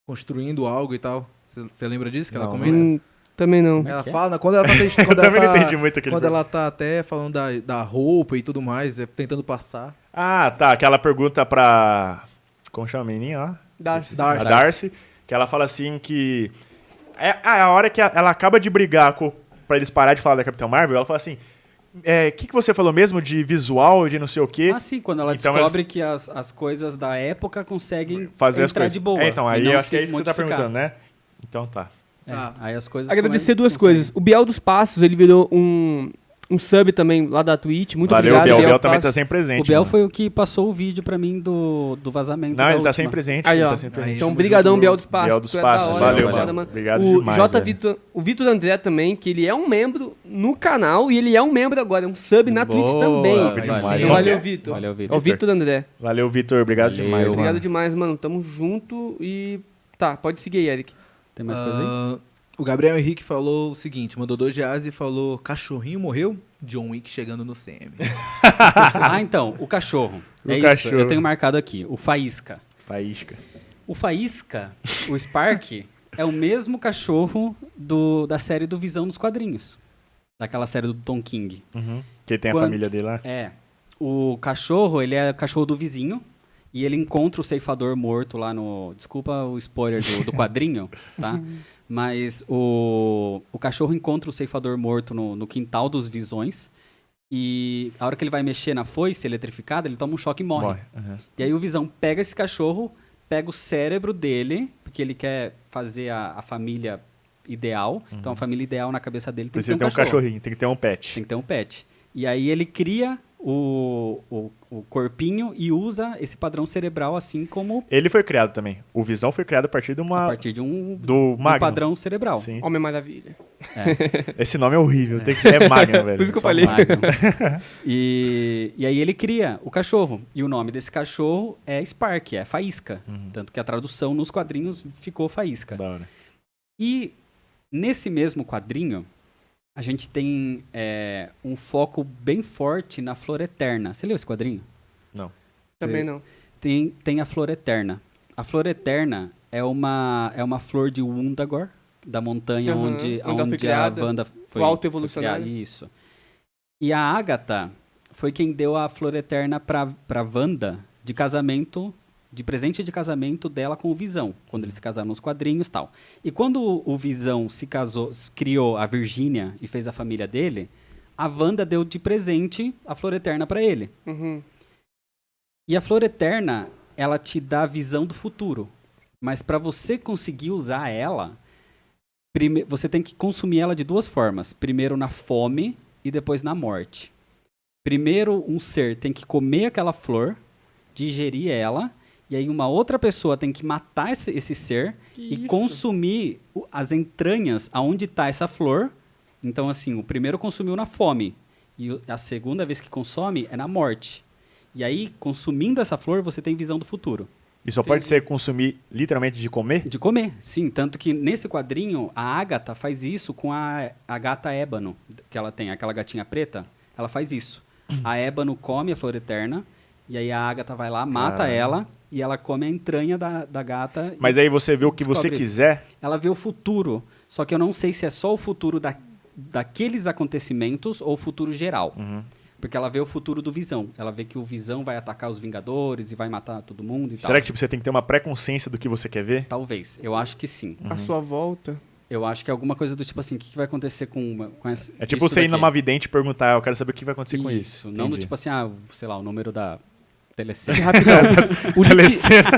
Speaker 3: Construindo algo e tal. Você- Você lembra disso que ela
Speaker 1: Não,
Speaker 2: né?
Speaker 3: comenta?
Speaker 4: Hum, também não.
Speaker 3: Ela
Speaker 2: que é?
Speaker 3: fala, quando ela tá testando.
Speaker 1: Eu
Speaker 3: Quando,
Speaker 1: também não
Speaker 3: ela
Speaker 1: entendi
Speaker 3: tá,
Speaker 1: muito aquele
Speaker 3: quando ela tá até falando da, da roupa e tudo mais, é, tentando passar.
Speaker 1: Ah, tá. Aquela pergunta pra. Como chama a menininha lá?
Speaker 4: Darcy.
Speaker 3: Darcy.
Speaker 1: A Darcy. Que ela fala assim que. É, ah, é a hora que a- ela acaba de brigar com, pra eles parar de falar da Capitão Marvel, ela fala assim. O que, que você falou mesmo de visual, de não sei o quê?
Speaker 2: Ah, sim, quando ela
Speaker 1: Então
Speaker 2: descobre que as, as coisas da época conseguem
Speaker 1: fazer as
Speaker 2: entrar
Speaker 1: coisas.
Speaker 2: de boa.
Speaker 1: É, então,
Speaker 2: e
Speaker 1: aí
Speaker 2: não
Speaker 1: eu acho que
Speaker 2: se
Speaker 1: é isso que você tá
Speaker 2: modificar.
Speaker 1: perguntando, né? Então tá.
Speaker 2: É,
Speaker 3: Ah.
Speaker 2: aí as coisas
Speaker 4: Agradecer
Speaker 2: também
Speaker 4: duas
Speaker 2: conseguem.
Speaker 4: coisas. O Biel dos Passos, ele virou um, um sub também lá da Twitch. Muito
Speaker 1: Valeu,
Speaker 4: obrigado,
Speaker 1: Biel. O Biel também tá
Speaker 4: Passos.
Speaker 1: sempre presente.
Speaker 2: O Biel
Speaker 1: mano.
Speaker 2: foi o que passou o vídeo pra mim do, do vazamento.
Speaker 1: Não,
Speaker 2: da
Speaker 1: ele tá
Speaker 2: última.
Speaker 1: sempre presente.
Speaker 4: Aí,
Speaker 1: ele
Speaker 4: ó.
Speaker 1: tá sempre presente.
Speaker 4: Então, brigadão,
Speaker 3: junto,
Speaker 4: Biel dos Passos.
Speaker 1: Biel dos
Speaker 4: Tu é
Speaker 1: Passos,
Speaker 4: da
Speaker 1: valeu,
Speaker 4: foda,
Speaker 1: valeu.
Speaker 4: mano.
Speaker 1: Obrigado
Speaker 4: o
Speaker 1: demais,
Speaker 4: J.
Speaker 1: velho.
Speaker 4: Vitor, o Vitor André também, que ele é um membro no canal e ele é um membro agora, é um sub na Twitch
Speaker 2: Boa,
Speaker 4: também.
Speaker 1: demais.
Speaker 4: Então, valeu, Vitor.
Speaker 2: Valeu, Vitor.
Speaker 4: É o Vitor André.
Speaker 1: Valeu, Vitor. Obrigado
Speaker 2: Valeu,
Speaker 1: demais.
Speaker 2: obrigado
Speaker 1: mano.
Speaker 4: Obrigado demais, mano. Tamo junto e... Tá, pode seguir aí, Eric.
Speaker 2: Tem mais coisa aí?
Speaker 3: Ah, o Gabriel Henrique falou o seguinte: mandou dois reais e falou: cachorrinho morreu, John Wick chegando no CM.
Speaker 2: Ah, então, o cachorro.
Speaker 1: O
Speaker 2: é isso,
Speaker 1: cachorro.
Speaker 2: eu tenho marcado aqui. O Faísca.
Speaker 1: Faísca.
Speaker 2: O Faísca, o Spark, é o mesmo cachorro do, da série do Visão dos Quadrinhos. Daquela série do Tom King.
Speaker 1: Uhum. Que tem a
Speaker 2: Quando-
Speaker 1: família dele lá.
Speaker 2: É. O cachorro, ele é cachorro do vizinho. E ele encontra o ceifador morto lá no. Desculpa o spoiler do, do quadrinho, tá? Mas o, o cachorro encontra o ceifador morto no, no quintal dos visões. E a hora que ele vai mexer na foice eletrificada, ele toma um choque e morre.
Speaker 1: Uhum.
Speaker 2: E aí o Visão pega esse cachorro, pega o cérebro dele, porque ele quer fazer a, a família ideal. Então a família ideal na cabeça dele tem
Speaker 1: Uhum. Precisa
Speaker 2: que
Speaker 1: ter um
Speaker 2: cachorro.
Speaker 1: cachorrinho, tem que ter um pet.
Speaker 2: Tem que ter um pet. E aí ele cria o, o, o corpinho e usa esse padrão cerebral assim como
Speaker 1: Ele foi criado também. O Visão foi criado a partir de
Speaker 2: a
Speaker 1: uma.
Speaker 2: partir de um, do
Speaker 1: Ah, Do Magnum.
Speaker 2: padrão cerebral.
Speaker 1: Sim.
Speaker 4: Homem Maravilha.
Speaker 1: Esse nome é horrível. Tem que ser é Magnum, velho.
Speaker 4: Por isso que eu
Speaker 1: Só
Speaker 4: falei.
Speaker 2: Magnum. e, e aí ele cria o cachorro. E o nome desse cachorro é Spark, é Faísca.
Speaker 1: Uhum.
Speaker 2: Tanto que a tradução nos quadrinhos ficou Faísca.
Speaker 1: Da hora.
Speaker 2: E nesse mesmo quadrinho, a gente tem é, um foco bem forte na Flor Eterna. Você leu esse quadrinho?
Speaker 4: Também não.
Speaker 2: Tem, tem a flor eterna. A flor eterna é uma, é uma flor de Wundagor, da montanha
Speaker 4: Aham,
Speaker 2: onde,
Speaker 4: Uhum. onde ela foi
Speaker 2: onde a
Speaker 4: criada,
Speaker 2: Wanda foi.
Speaker 4: o
Speaker 2: foi
Speaker 4: autoevolucionário.
Speaker 2: criada, Isso. E a Agatha foi quem deu a flor eterna pra, pra Wanda de casamento, de presente de casamento dela com o Visão, quando eles se casaram nos quadrinhos e tal. E quando o- o Visão se casou, se criou a Virgínia e fez a família dele, a Wanda deu de presente a flor eterna pra ele.
Speaker 4: Uhum.
Speaker 2: E a flor eterna, ela te dá a visão do futuro. Mas para você conseguir usar ela, prime- você tem que consumir ela de duas formas: primeiro na fome e depois na morte. Primeiro, um ser tem que comer aquela flor, digerir ela, e aí uma outra pessoa tem que matar esse, esse ser e consumir o- as entranhas aonde está essa flor. Então, assim, o primeiro consumiu na fome. E o- a segunda vez que consome é na morte. E aí, consumindo essa flor, você tem visão do futuro.
Speaker 1: E só pode ser consumir literalmente de comer?
Speaker 2: De comer, sim. Tanto que nesse quadrinho, a Agatha faz isso com a, a gata Ébano, que ela tem, aquela gatinha preta. Ela faz isso.
Speaker 1: Hum.
Speaker 2: A Ébano come a flor eterna, e aí a Agatha vai lá, mata
Speaker 1: Caramba.
Speaker 2: ela, e ela come a entranha da, da gata. e
Speaker 1: Mas é- aí você vê o que você
Speaker 2: descobre isso. Tá.
Speaker 1: quiser.
Speaker 2: Ela vê o futuro, só que eu não sei se é só o futuro da, daqueles acontecimentos ou o futuro geral.
Speaker 1: Uhum.
Speaker 2: Porque ela vê o futuro do Visão. Ela vê que o Visão vai atacar os Vingadores e vai matar todo mundo e
Speaker 1: Será
Speaker 2: tal.
Speaker 1: que tipo, você tem que ter uma pré-consciência do que você quer ver?
Speaker 2: Talvez. Eu acho que sim.
Speaker 4: A
Speaker 1: Uhum.
Speaker 4: sua volta.
Speaker 2: Eu acho que é alguma coisa do tipo assim, o que, que vai acontecer com, uma- com essa.
Speaker 1: É tipo você ir numa vidente e perguntar, eu quero saber o que vai acontecer com isso.
Speaker 2: Não do
Speaker 1: Entendi.
Speaker 2: tipo assim, ah, sei lá, o número da telecena.
Speaker 4: Rapidão.
Speaker 2: assim,
Speaker 4: o, Lit,
Speaker 1: Telecena.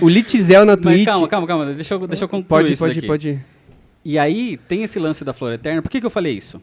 Speaker 4: o Litzel na Twitch.
Speaker 2: Mas calma, calma, calma, deixa eu, deixa eu concluir
Speaker 4: Pode,
Speaker 2: isso
Speaker 4: pode,
Speaker 2: daqui.
Speaker 4: pode. ir.
Speaker 2: E aí tem esse lance da Flor Eterna. Por que, que eu falei isso?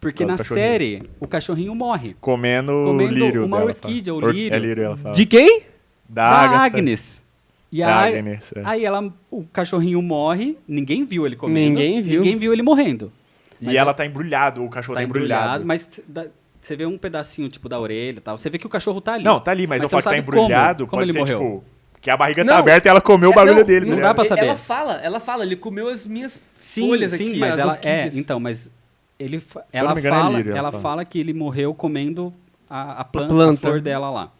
Speaker 2: Porque
Speaker 1: Ah, do
Speaker 2: na
Speaker 1: cachorrinho.
Speaker 2: série o cachorrinho morre.
Speaker 1: Comendo,
Speaker 2: Comendo
Speaker 1: lírio dela,
Speaker 2: uma
Speaker 1: fala.
Speaker 2: orquídea, o
Speaker 1: Or-
Speaker 2: lírio.
Speaker 1: É lírio, ela fala.
Speaker 4: De quem?
Speaker 1: Da
Speaker 2: Da
Speaker 1: Agatha.
Speaker 2: Agnes. E
Speaker 1: Da
Speaker 2: a,
Speaker 1: Agnes, é.
Speaker 2: aí ela, o cachorrinho morre, ninguém viu ele comendo.
Speaker 4: Ninguém viu.
Speaker 2: Ninguém viu ele morrendo. Mas
Speaker 1: E ela tá embrulhada, o cachorro tá,
Speaker 2: tá
Speaker 1: embrulhado.
Speaker 2: embrulhado, mas t- da- você vê um pedacinho tipo da orelha e tal. Você vê que o cachorro tá ali.
Speaker 1: Não, tá ali, mas, eu
Speaker 2: você
Speaker 1: falo que
Speaker 2: não
Speaker 1: tá
Speaker 2: sabe como,
Speaker 1: embrulhado,
Speaker 2: como
Speaker 1: pode
Speaker 2: ele
Speaker 1: ser
Speaker 2: morreu.
Speaker 1: tipo. Que a barriga
Speaker 4: Não.
Speaker 1: tá aberta e ela comeu o
Speaker 4: É,
Speaker 1: bagulho
Speaker 4: não,
Speaker 1: dele, tá
Speaker 2: não
Speaker 1: ligado?
Speaker 2: dá pra saber.
Speaker 4: Ela fala, ela fala, ele comeu as minhas
Speaker 2: Sim,
Speaker 4: folhas
Speaker 2: sim,
Speaker 4: aqui,
Speaker 2: mas
Speaker 4: as
Speaker 2: ela
Speaker 4: orquídeas.
Speaker 2: é, então, mas ele fa-
Speaker 1: Se eu não
Speaker 2: ela
Speaker 1: me engano, é
Speaker 2: fala,
Speaker 1: lírio, ela
Speaker 2: ela
Speaker 1: fala.
Speaker 2: fala que ele morreu comendo a, a planta, a
Speaker 4: planta.
Speaker 2: flor dela lá.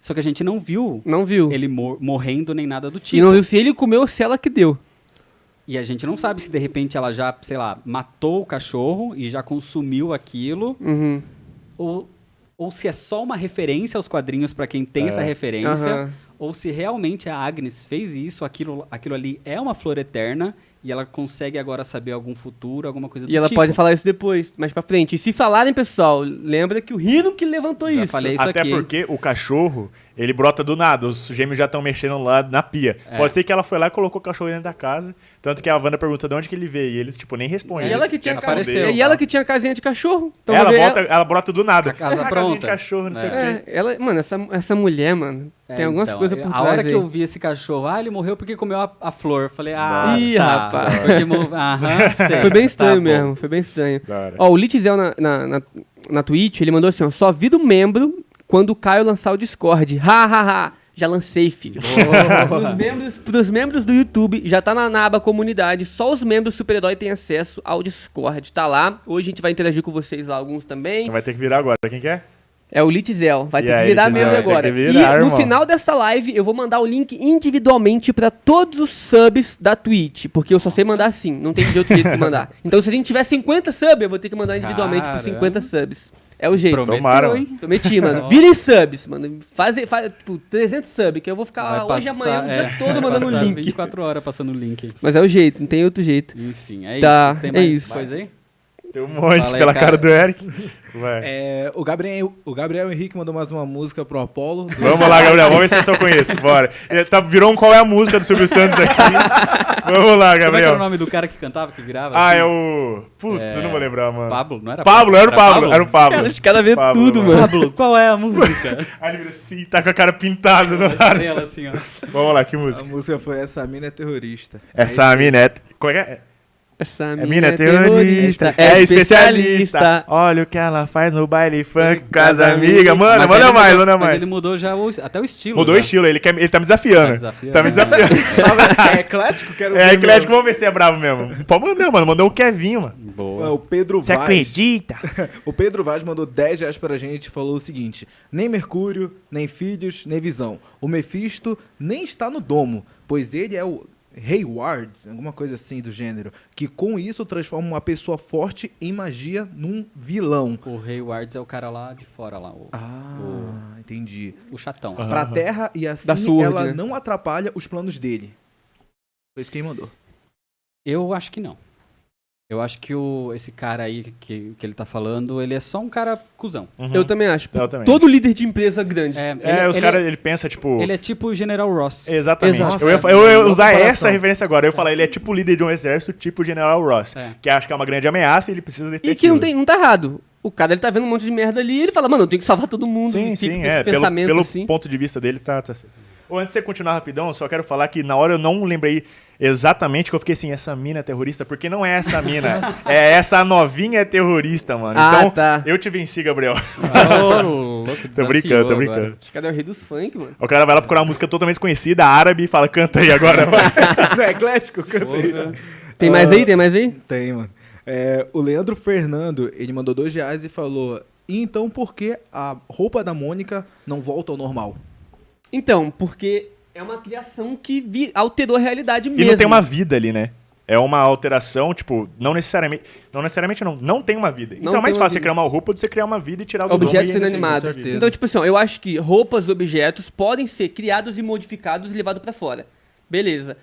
Speaker 2: Só que a gente não viu
Speaker 4: Não viu.
Speaker 2: ele mor- morrendo nem nada do tipo.
Speaker 4: E não viu se ele comeu ou se ela que deu.
Speaker 2: E a gente não sabe se de repente ela já, sei lá, matou o cachorro e já consumiu aquilo
Speaker 4: Uhum.
Speaker 2: ou ou se é só uma referência aos quadrinhos pra quem
Speaker 1: É.
Speaker 2: tem essa referência,
Speaker 4: Aham.
Speaker 2: ou se realmente a Agnes fez isso, aquilo, aquilo ali é uma flor eterna e ela consegue agora saber algum futuro, alguma coisa do
Speaker 4: E ela
Speaker 2: tipo.
Speaker 4: pode falar isso depois, mais pra frente. E se falarem, pessoal, lembra que o Rino que levantou
Speaker 2: Já
Speaker 4: É isso.
Speaker 2: falei isso
Speaker 1: Até
Speaker 2: aqui.
Speaker 1: porque o cachorro, ele brota do nada. Os gêmeos já estão mexendo lá na pia.
Speaker 4: É.
Speaker 1: Pode ser que ela foi lá e colocou o cachorro dentro da casa. Tanto que a Wanda pergunta de onde que ele veio. E eles, tipo, nem respondem.
Speaker 4: E
Speaker 1: eles
Speaker 4: ela que tinha,
Speaker 1: querem
Speaker 4: ca-
Speaker 2: apareceu,
Speaker 1: esconder.
Speaker 4: e ela que tinha casinha de cachorro. Então
Speaker 1: Ela,
Speaker 4: vê-
Speaker 1: volta, ela... brota do nada.
Speaker 2: A casa
Speaker 1: Ah, casinha
Speaker 2: pronta.
Speaker 1: de cachorro, não sei o quê.
Speaker 4: É, ela, mano, essa, essa mulher, mano,
Speaker 2: É,
Speaker 4: tem algumas
Speaker 2: então,
Speaker 4: coisas por
Speaker 2: A
Speaker 4: trás
Speaker 2: hora
Speaker 4: aí.
Speaker 2: que eu vi esse cachorro, ah, ele morreu porque comeu a, a flor. Eu Falei, ah,
Speaker 4: Ih,
Speaker 2: tá,
Speaker 4: rapaz.
Speaker 2: Porque mo- Aham, sei,
Speaker 4: Foi bem
Speaker 2: tá
Speaker 4: estranho
Speaker 2: bom.
Speaker 4: mesmo, foi bem estranho.
Speaker 1: Da hora.
Speaker 4: Ó, o Litzel na, na, na, na Twitch, ele mandou assim, ó, só vira o membro quando o Caio lançar o Discord. Ha, ha, ha. Já lancei, filho. pros, membros, pros membros do YouTube, já tá na, na aba comunidade, só os membros do super-herói têm acesso ao Discord. Tá lá, hoje a gente vai interagir com vocês lá, alguns também.
Speaker 1: Vai ter que virar agora. Quem quer?
Speaker 4: É o Litzel, vai
Speaker 1: E
Speaker 4: ter que
Speaker 1: aí,
Speaker 4: virar
Speaker 1: Litzel,
Speaker 4: membro
Speaker 1: vai ter
Speaker 4: agora.
Speaker 1: que virar,
Speaker 4: e no
Speaker 1: irmão.
Speaker 4: final dessa live eu vou mandar o link individualmente pra todos os subs da Twitch, porque eu só sei mandar assim, não tem de outro jeito que mandar. Então se a gente tiver 50 subs, eu vou ter que mandar individualmente pros
Speaker 2: Caramba.
Speaker 4: 50 subs. É o jeito.
Speaker 2: Prometeu,
Speaker 1: Tomara, mano.
Speaker 2: hein?
Speaker 4: Prometi, mano. Virem subs, mano. Faz, faz tipo, 300 subs, que eu vou
Speaker 2: Vai
Speaker 4: ficar hoje,
Speaker 2: passar-
Speaker 4: amanhã, o
Speaker 2: é,
Speaker 4: dia todo
Speaker 2: vai
Speaker 4: mandando o
Speaker 2: passar
Speaker 4: link.
Speaker 2: 24 horas passando o link.
Speaker 4: Mas é o jeito, não tem outro jeito.
Speaker 2: Enfim, é
Speaker 4: Tá,
Speaker 2: isso. Tem
Speaker 4: é
Speaker 2: mais
Speaker 4: isso.
Speaker 2: coisa aí?
Speaker 1: Tem um monte
Speaker 2: Fala aí,
Speaker 1: pela cara.
Speaker 2: cara.
Speaker 1: do Eric. Vai.
Speaker 3: É, o, Gabriel, o Gabriel Henrique mandou mais uma música pro Apollo.
Speaker 1: Vamos lá, Gabriel. Vamos ver se eu só conheço. Bora. Ele Tá, virou um qual é a música do Silvio Santos aqui. Vamos lá,
Speaker 2: Como é que era o
Speaker 1: Gabriel.
Speaker 2: nome do cara que cantava, que virava?
Speaker 1: Ah,
Speaker 2: assim?
Speaker 1: é o. Putz, eu não vou lembrar, mano.
Speaker 2: Pablo, não Tá era
Speaker 1: Pablo, era o Pablo, era o Pablo.
Speaker 4: Cara, os caras vê
Speaker 1: Pablo,
Speaker 4: tudo,
Speaker 1: mano.
Speaker 4: mano.
Speaker 2: Pablo, qual é a música?
Speaker 1: Aí ele vira assim, tá com a cara pintada no ar.
Speaker 2: Estrela, assim, ó.
Speaker 1: Vamos lá, que
Speaker 3: A
Speaker 1: música?
Speaker 3: música foi Essa Mina é Terrorista.
Speaker 1: Essa mina é. Como é que é?
Speaker 4: Essa
Speaker 1: É mina é terrorista, é especialista. Olha o que ela faz no baile funk com as amigas. Mano,
Speaker 2: Mas
Speaker 1: manda
Speaker 2: ele
Speaker 1: mais,
Speaker 2: mudou-
Speaker 1: manda
Speaker 2: Mas ele
Speaker 1: mais.
Speaker 2: mudou já o- até o estilo.
Speaker 1: Mudou o
Speaker 2: já.
Speaker 1: estilo, ele, quer, ele tá me desafiando.
Speaker 2: Tá desafiando.
Speaker 1: Tá me desafiando.
Speaker 3: é eclético? Quero
Speaker 1: É,
Speaker 3: ver,
Speaker 1: Eclético, vamos ver se é bravo mesmo. Pode mandar, mano. Mandou o Kevinho, mano.
Speaker 3: mano. É, O Pedro
Speaker 1: Você
Speaker 3: Vaz.
Speaker 1: acredita?
Speaker 3: O Pedro Vaz mandou 10 reais pra gente e falou o seguinte: nem Mercúrio, nem Filhos, nem Visão. O Mephisto nem está no domo, pois ele é o Hayward, alguma coisa assim do gênero, que com isso transforma uma pessoa forte em magia num vilão.
Speaker 2: O Ray Wards é o cara lá de fora, lá, o,
Speaker 3: Ah, entendi.
Speaker 2: o chatão.
Speaker 1: Ah.
Speaker 3: Pra terra e assim
Speaker 4: Da Sword,
Speaker 3: ela
Speaker 4: né?
Speaker 3: não atrapalha os planos dele. Foi isso quem mandou.
Speaker 2: Eu acho que não. Eu acho que o, esse cara aí que, que ele tá falando, ele é só um cara cuzão.
Speaker 4: Eu também acho.
Speaker 1: Eu também.
Speaker 4: Todo líder de empresa grande.
Speaker 2: É, ele,
Speaker 1: É, os
Speaker 2: ele-
Speaker 1: caras, Uhum. ele pensa, tipo.
Speaker 2: ele é tipo o General Ross.
Speaker 1: Exatamente.
Speaker 4: Exato.
Speaker 1: Eu ia,
Speaker 3: Nossa,
Speaker 1: eu ia
Speaker 3: boa
Speaker 1: usar
Speaker 3: comparação.
Speaker 1: essa referência agora. Eu ia falar, ele é tipo o líder de um exército, tipo o General Ross.
Speaker 2: É.
Speaker 1: Que acha que é uma grande ameaça e ele precisa deter
Speaker 4: E que não,
Speaker 1: aquilo.
Speaker 4: tem, não tá errado. O cara ele tá vendo um monte de merda ali ele fala, mano, eu tenho que salvar todo mundo.
Speaker 1: Sim,
Speaker 4: e fica
Speaker 1: sim,
Speaker 4: com
Speaker 1: é.
Speaker 4: esse
Speaker 1: Pelo,
Speaker 4: pensamento
Speaker 1: pelo
Speaker 4: assim.
Speaker 1: ponto de vista dele, tá, tá certo. Ô, antes de você continuar rapidão, eu só quero falar que na hora eu não lembrei exatamente que eu fiquei assim, essa mina é terrorista, porque não é essa mina. é essa novinha é terrorista, mano.
Speaker 4: Ah,
Speaker 1: então,
Speaker 4: tá.
Speaker 1: eu te venci, Gabriel.
Speaker 2: Ah, ô, louco,
Speaker 1: um Tô brincando, tô
Speaker 2: desafiou
Speaker 1: brincando.
Speaker 2: agora.
Speaker 4: Cadê o rei dos funk, mano?
Speaker 1: O cara vai lá procurar uma música totalmente desconhecida, árabe, e fala, canta aí agora. vai."
Speaker 3: Não é eclético? Canta aí.
Speaker 4: Tem
Speaker 1: Ah.
Speaker 4: mais aí? Tem mais aí?
Speaker 3: Tem, mano. É, o Leandro Fernando, ele mandou dois reais e falou: E então por que a roupa da Mônica não volta ao normal?
Speaker 4: Então, porque é uma criação que vi- alterou a realidade
Speaker 1: e
Speaker 4: mesmo.
Speaker 1: não tem uma vida ali, né? É uma alteração, tipo, não necessariamente. Não necessariamente não. Não tem uma vida. então é
Speaker 4: tem
Speaker 1: mais
Speaker 4: uma
Speaker 1: fácil você
Speaker 4: vida.
Speaker 1: criar uma roupa do que você criar uma vida e tirar o
Speaker 4: Objetos
Speaker 3: Sim, com
Speaker 4: inanimados.
Speaker 3: certeza.
Speaker 4: Então, tipo assim, ó, eu acho que roupas, objetos podem ser criados e modificados e levados pra fora. Beleza.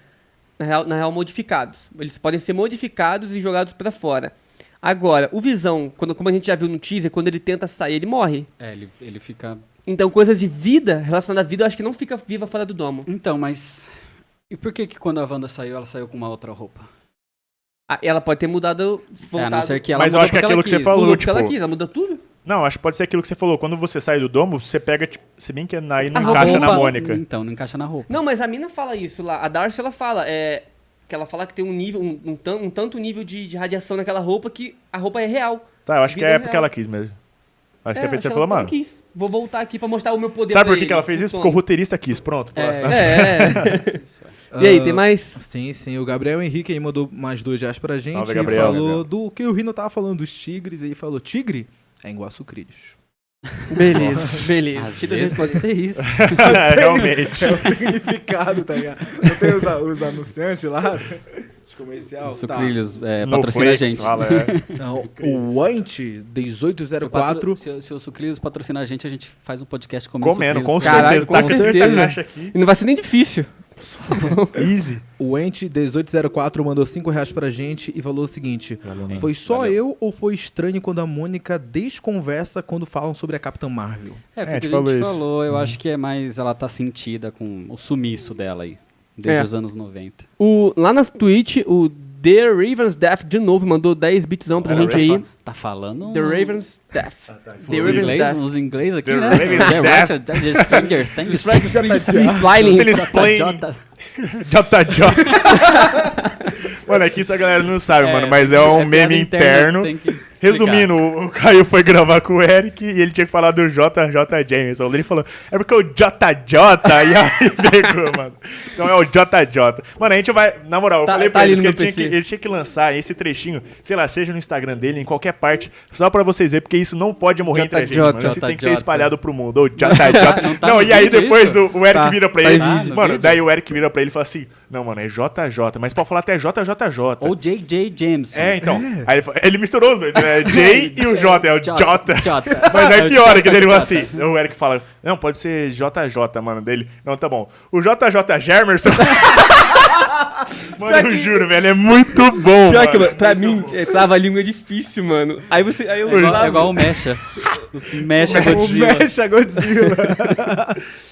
Speaker 4: Na real, na real, modificados. Eles podem ser modificados e jogados pra fora. Agora, o Visão, quando, como a gente já viu no teaser, quando ele tenta sair, ele morre.
Speaker 2: É, ele, ele fica.
Speaker 4: Então, coisas de vida, relacionadas à vida, eu acho que não fica viva fora do domo.
Speaker 2: Então, mas. E por que que quando a Wanda saiu, ela saiu com uma outra roupa?
Speaker 4: Ah, Ela pode ter mudado,
Speaker 2: É, a
Speaker 4: voltado.
Speaker 2: não ser que ela
Speaker 1: Mas eu
Speaker 2: mudou
Speaker 1: acho que
Speaker 2: porque
Speaker 1: aquilo
Speaker 2: ela
Speaker 1: que você
Speaker 2: quis.
Speaker 1: falou,
Speaker 4: mudou porque ela
Speaker 1: tipo-
Speaker 4: quis, ela muda tudo.
Speaker 1: Não, acho que pode ser aquilo que você falou. Quando você sai do domo, você pega, tipo, se bem que aí não
Speaker 4: A
Speaker 1: encaixa na
Speaker 2: Roupa-
Speaker 1: Mônica.
Speaker 2: Então, não encaixa na roupa.
Speaker 4: Não, mas a mina fala isso lá. A Darcy, ela fala. É, que ela fala que tem um nível, um, um tan- um tanto nível de, de radiação naquela roupa que a roupa é real.
Speaker 1: Tá, eu acho que
Speaker 4: Vida
Speaker 1: é porque
Speaker 4: real.
Speaker 1: ela quis mesmo. Acho que é
Speaker 4: acho
Speaker 1: porque você
Speaker 4: ela-
Speaker 1: falou,
Speaker 4: ela
Speaker 1: mano.
Speaker 4: quis. Vou voltar aqui pra mostrar o meu poder.
Speaker 1: Sabe
Speaker 4: pra
Speaker 1: por que, que
Speaker 4: eles,
Speaker 1: ela fez
Speaker 4: um
Speaker 1: isso?
Speaker 4: tom.
Speaker 1: Porque o roteirista quis. Pronto, assim, próximo.
Speaker 4: É,
Speaker 2: Isso é.
Speaker 4: é. E aí, tem
Speaker 3: Ah,
Speaker 4: mais?
Speaker 3: Sim, sim. O Gabriel Henrique aí mandou mais dois reais pra gente
Speaker 1: Salve,
Speaker 3: e
Speaker 1: Gabriel,
Speaker 3: falou
Speaker 1: Gabriel.
Speaker 3: do que o Rino tava falando dos tigres. Ele falou: Tigre é em Guaçucrilhos.
Speaker 4: Beleza, beleza. tá
Speaker 2: Às vezes pode ser isso.
Speaker 1: Realmente.
Speaker 3: É o significado, tá ligado? Não tem os, os anunciantes lá? Os comercial. Tá.
Speaker 2: Sucrilhos, é,
Speaker 1: Snowflakes,
Speaker 2: patrocina a gente.
Speaker 1: Fala, é.
Speaker 3: Não, o Ant 1804
Speaker 2: Se, o- se o Sucrilhos patrocinar a gente, a gente faz um podcast comendo
Speaker 1: Comendo, com
Speaker 2: sucrilhos.
Speaker 1: certeza.
Speaker 4: Caralho, com
Speaker 1: Tá com certeza.
Speaker 4: certeza.
Speaker 1: Caixa aqui.
Speaker 4: E não vai ser nem difícil.
Speaker 1: Easy.
Speaker 3: O Ent1804 mandou 5 reais pra gente e falou o seguinte:
Speaker 1: mano.
Speaker 3: Foi só eu ou foi estranho quando a Mônica desconversa quando falam sobre a Capitã Marvel?
Speaker 2: É,
Speaker 1: É,
Speaker 2: foi o que
Speaker 1: te
Speaker 2: a
Speaker 1: falou
Speaker 2: gente
Speaker 1: isso. Uhum.
Speaker 2: falou. Eu acho que é mais ela tá sentida com o sumiço dela aí. Desde
Speaker 4: É.
Speaker 2: os anos 90.
Speaker 4: O, lá na Twitch, o The Raven's Death de novo mandou 10 bitzão pra
Speaker 1: Olha,
Speaker 4: gente aí.
Speaker 2: Tá falando
Speaker 4: The
Speaker 2: uns-
Speaker 4: Raven's
Speaker 1: Ah,
Speaker 4: Death.
Speaker 1: tá,
Speaker 2: uns
Speaker 4: The Raven's
Speaker 2: inglês,
Speaker 4: Death.
Speaker 2: uns inglês aqui,
Speaker 1: The
Speaker 2: né?
Speaker 1: Raven's
Speaker 2: The
Speaker 1: Death.
Speaker 2: Ratchet, The Stranger Things.
Speaker 1: tá
Speaker 4: Freeflying.
Speaker 1: Eles explain.
Speaker 2: tá Jota.
Speaker 1: Jota Jota. tá Mano, é que isso a galera não sabe, mano, mas é um
Speaker 2: piada
Speaker 1: meme interno.
Speaker 2: interna, tem que explicar.
Speaker 1: Resumindo, o Caio foi gravar com o Eric e ele tinha que falar do JJ Jameson. Ele falou, é porque o JJ e aí pegou, mano. Então é o JJ. Mano, a gente vai. Na moral, eu
Speaker 4: Tá-
Speaker 1: falei
Speaker 4: tá
Speaker 1: pra
Speaker 4: ali
Speaker 1: eles que
Speaker 4: no
Speaker 1: ele, tinha
Speaker 4: PC.
Speaker 1: que ele tinha que lançar esse trechinho, sei lá, seja no Instagram dele, em qualquer parte, só pra vocês verem, porque isso não pode morrer entre a gente,
Speaker 4: JJ.
Speaker 1: mano. Isso tem que ser
Speaker 2: JJ.
Speaker 1: espalhado pro mundo. Ou JJ. Não,
Speaker 2: Não tá no
Speaker 1: e aí
Speaker 2: vídeo
Speaker 1: depois
Speaker 2: isso?
Speaker 1: o, o Eric
Speaker 4: Tá,
Speaker 1: vira pra
Speaker 4: tá
Speaker 1: ele.
Speaker 4: em
Speaker 2: vídeo.
Speaker 1: mano,
Speaker 2: No
Speaker 1: daí o Eric vira pra ele e fala assim: Não, mano, é JJ, mas pode falar até JJJ.
Speaker 2: Ou J.J. Jameson.
Speaker 1: É, então. Aí ele, fa- ele misturou os dois, né? J e o J, é o Jota.
Speaker 2: Jota.
Speaker 1: Mas
Speaker 2: É
Speaker 1: aí
Speaker 2: o
Speaker 1: pior, é que
Speaker 2: Jota,
Speaker 1: daí ele fala
Speaker 2: Jota.
Speaker 1: assim. O Eric fala, não, pode ser JJ, mano, dele. Não, tá bom. O JJ Germerson. mano, eu juro, velho, é muito bom.
Speaker 4: Pior que,
Speaker 1: mano.
Speaker 4: mano, pra mim, é, trava a língua é difícil, mano. Aí você. Aí eu
Speaker 2: É igual,
Speaker 4: travo.
Speaker 2: é igual o Mecha. Os Mecha
Speaker 4: é
Speaker 2: Godzilla.
Speaker 3: Mecha Godzilla.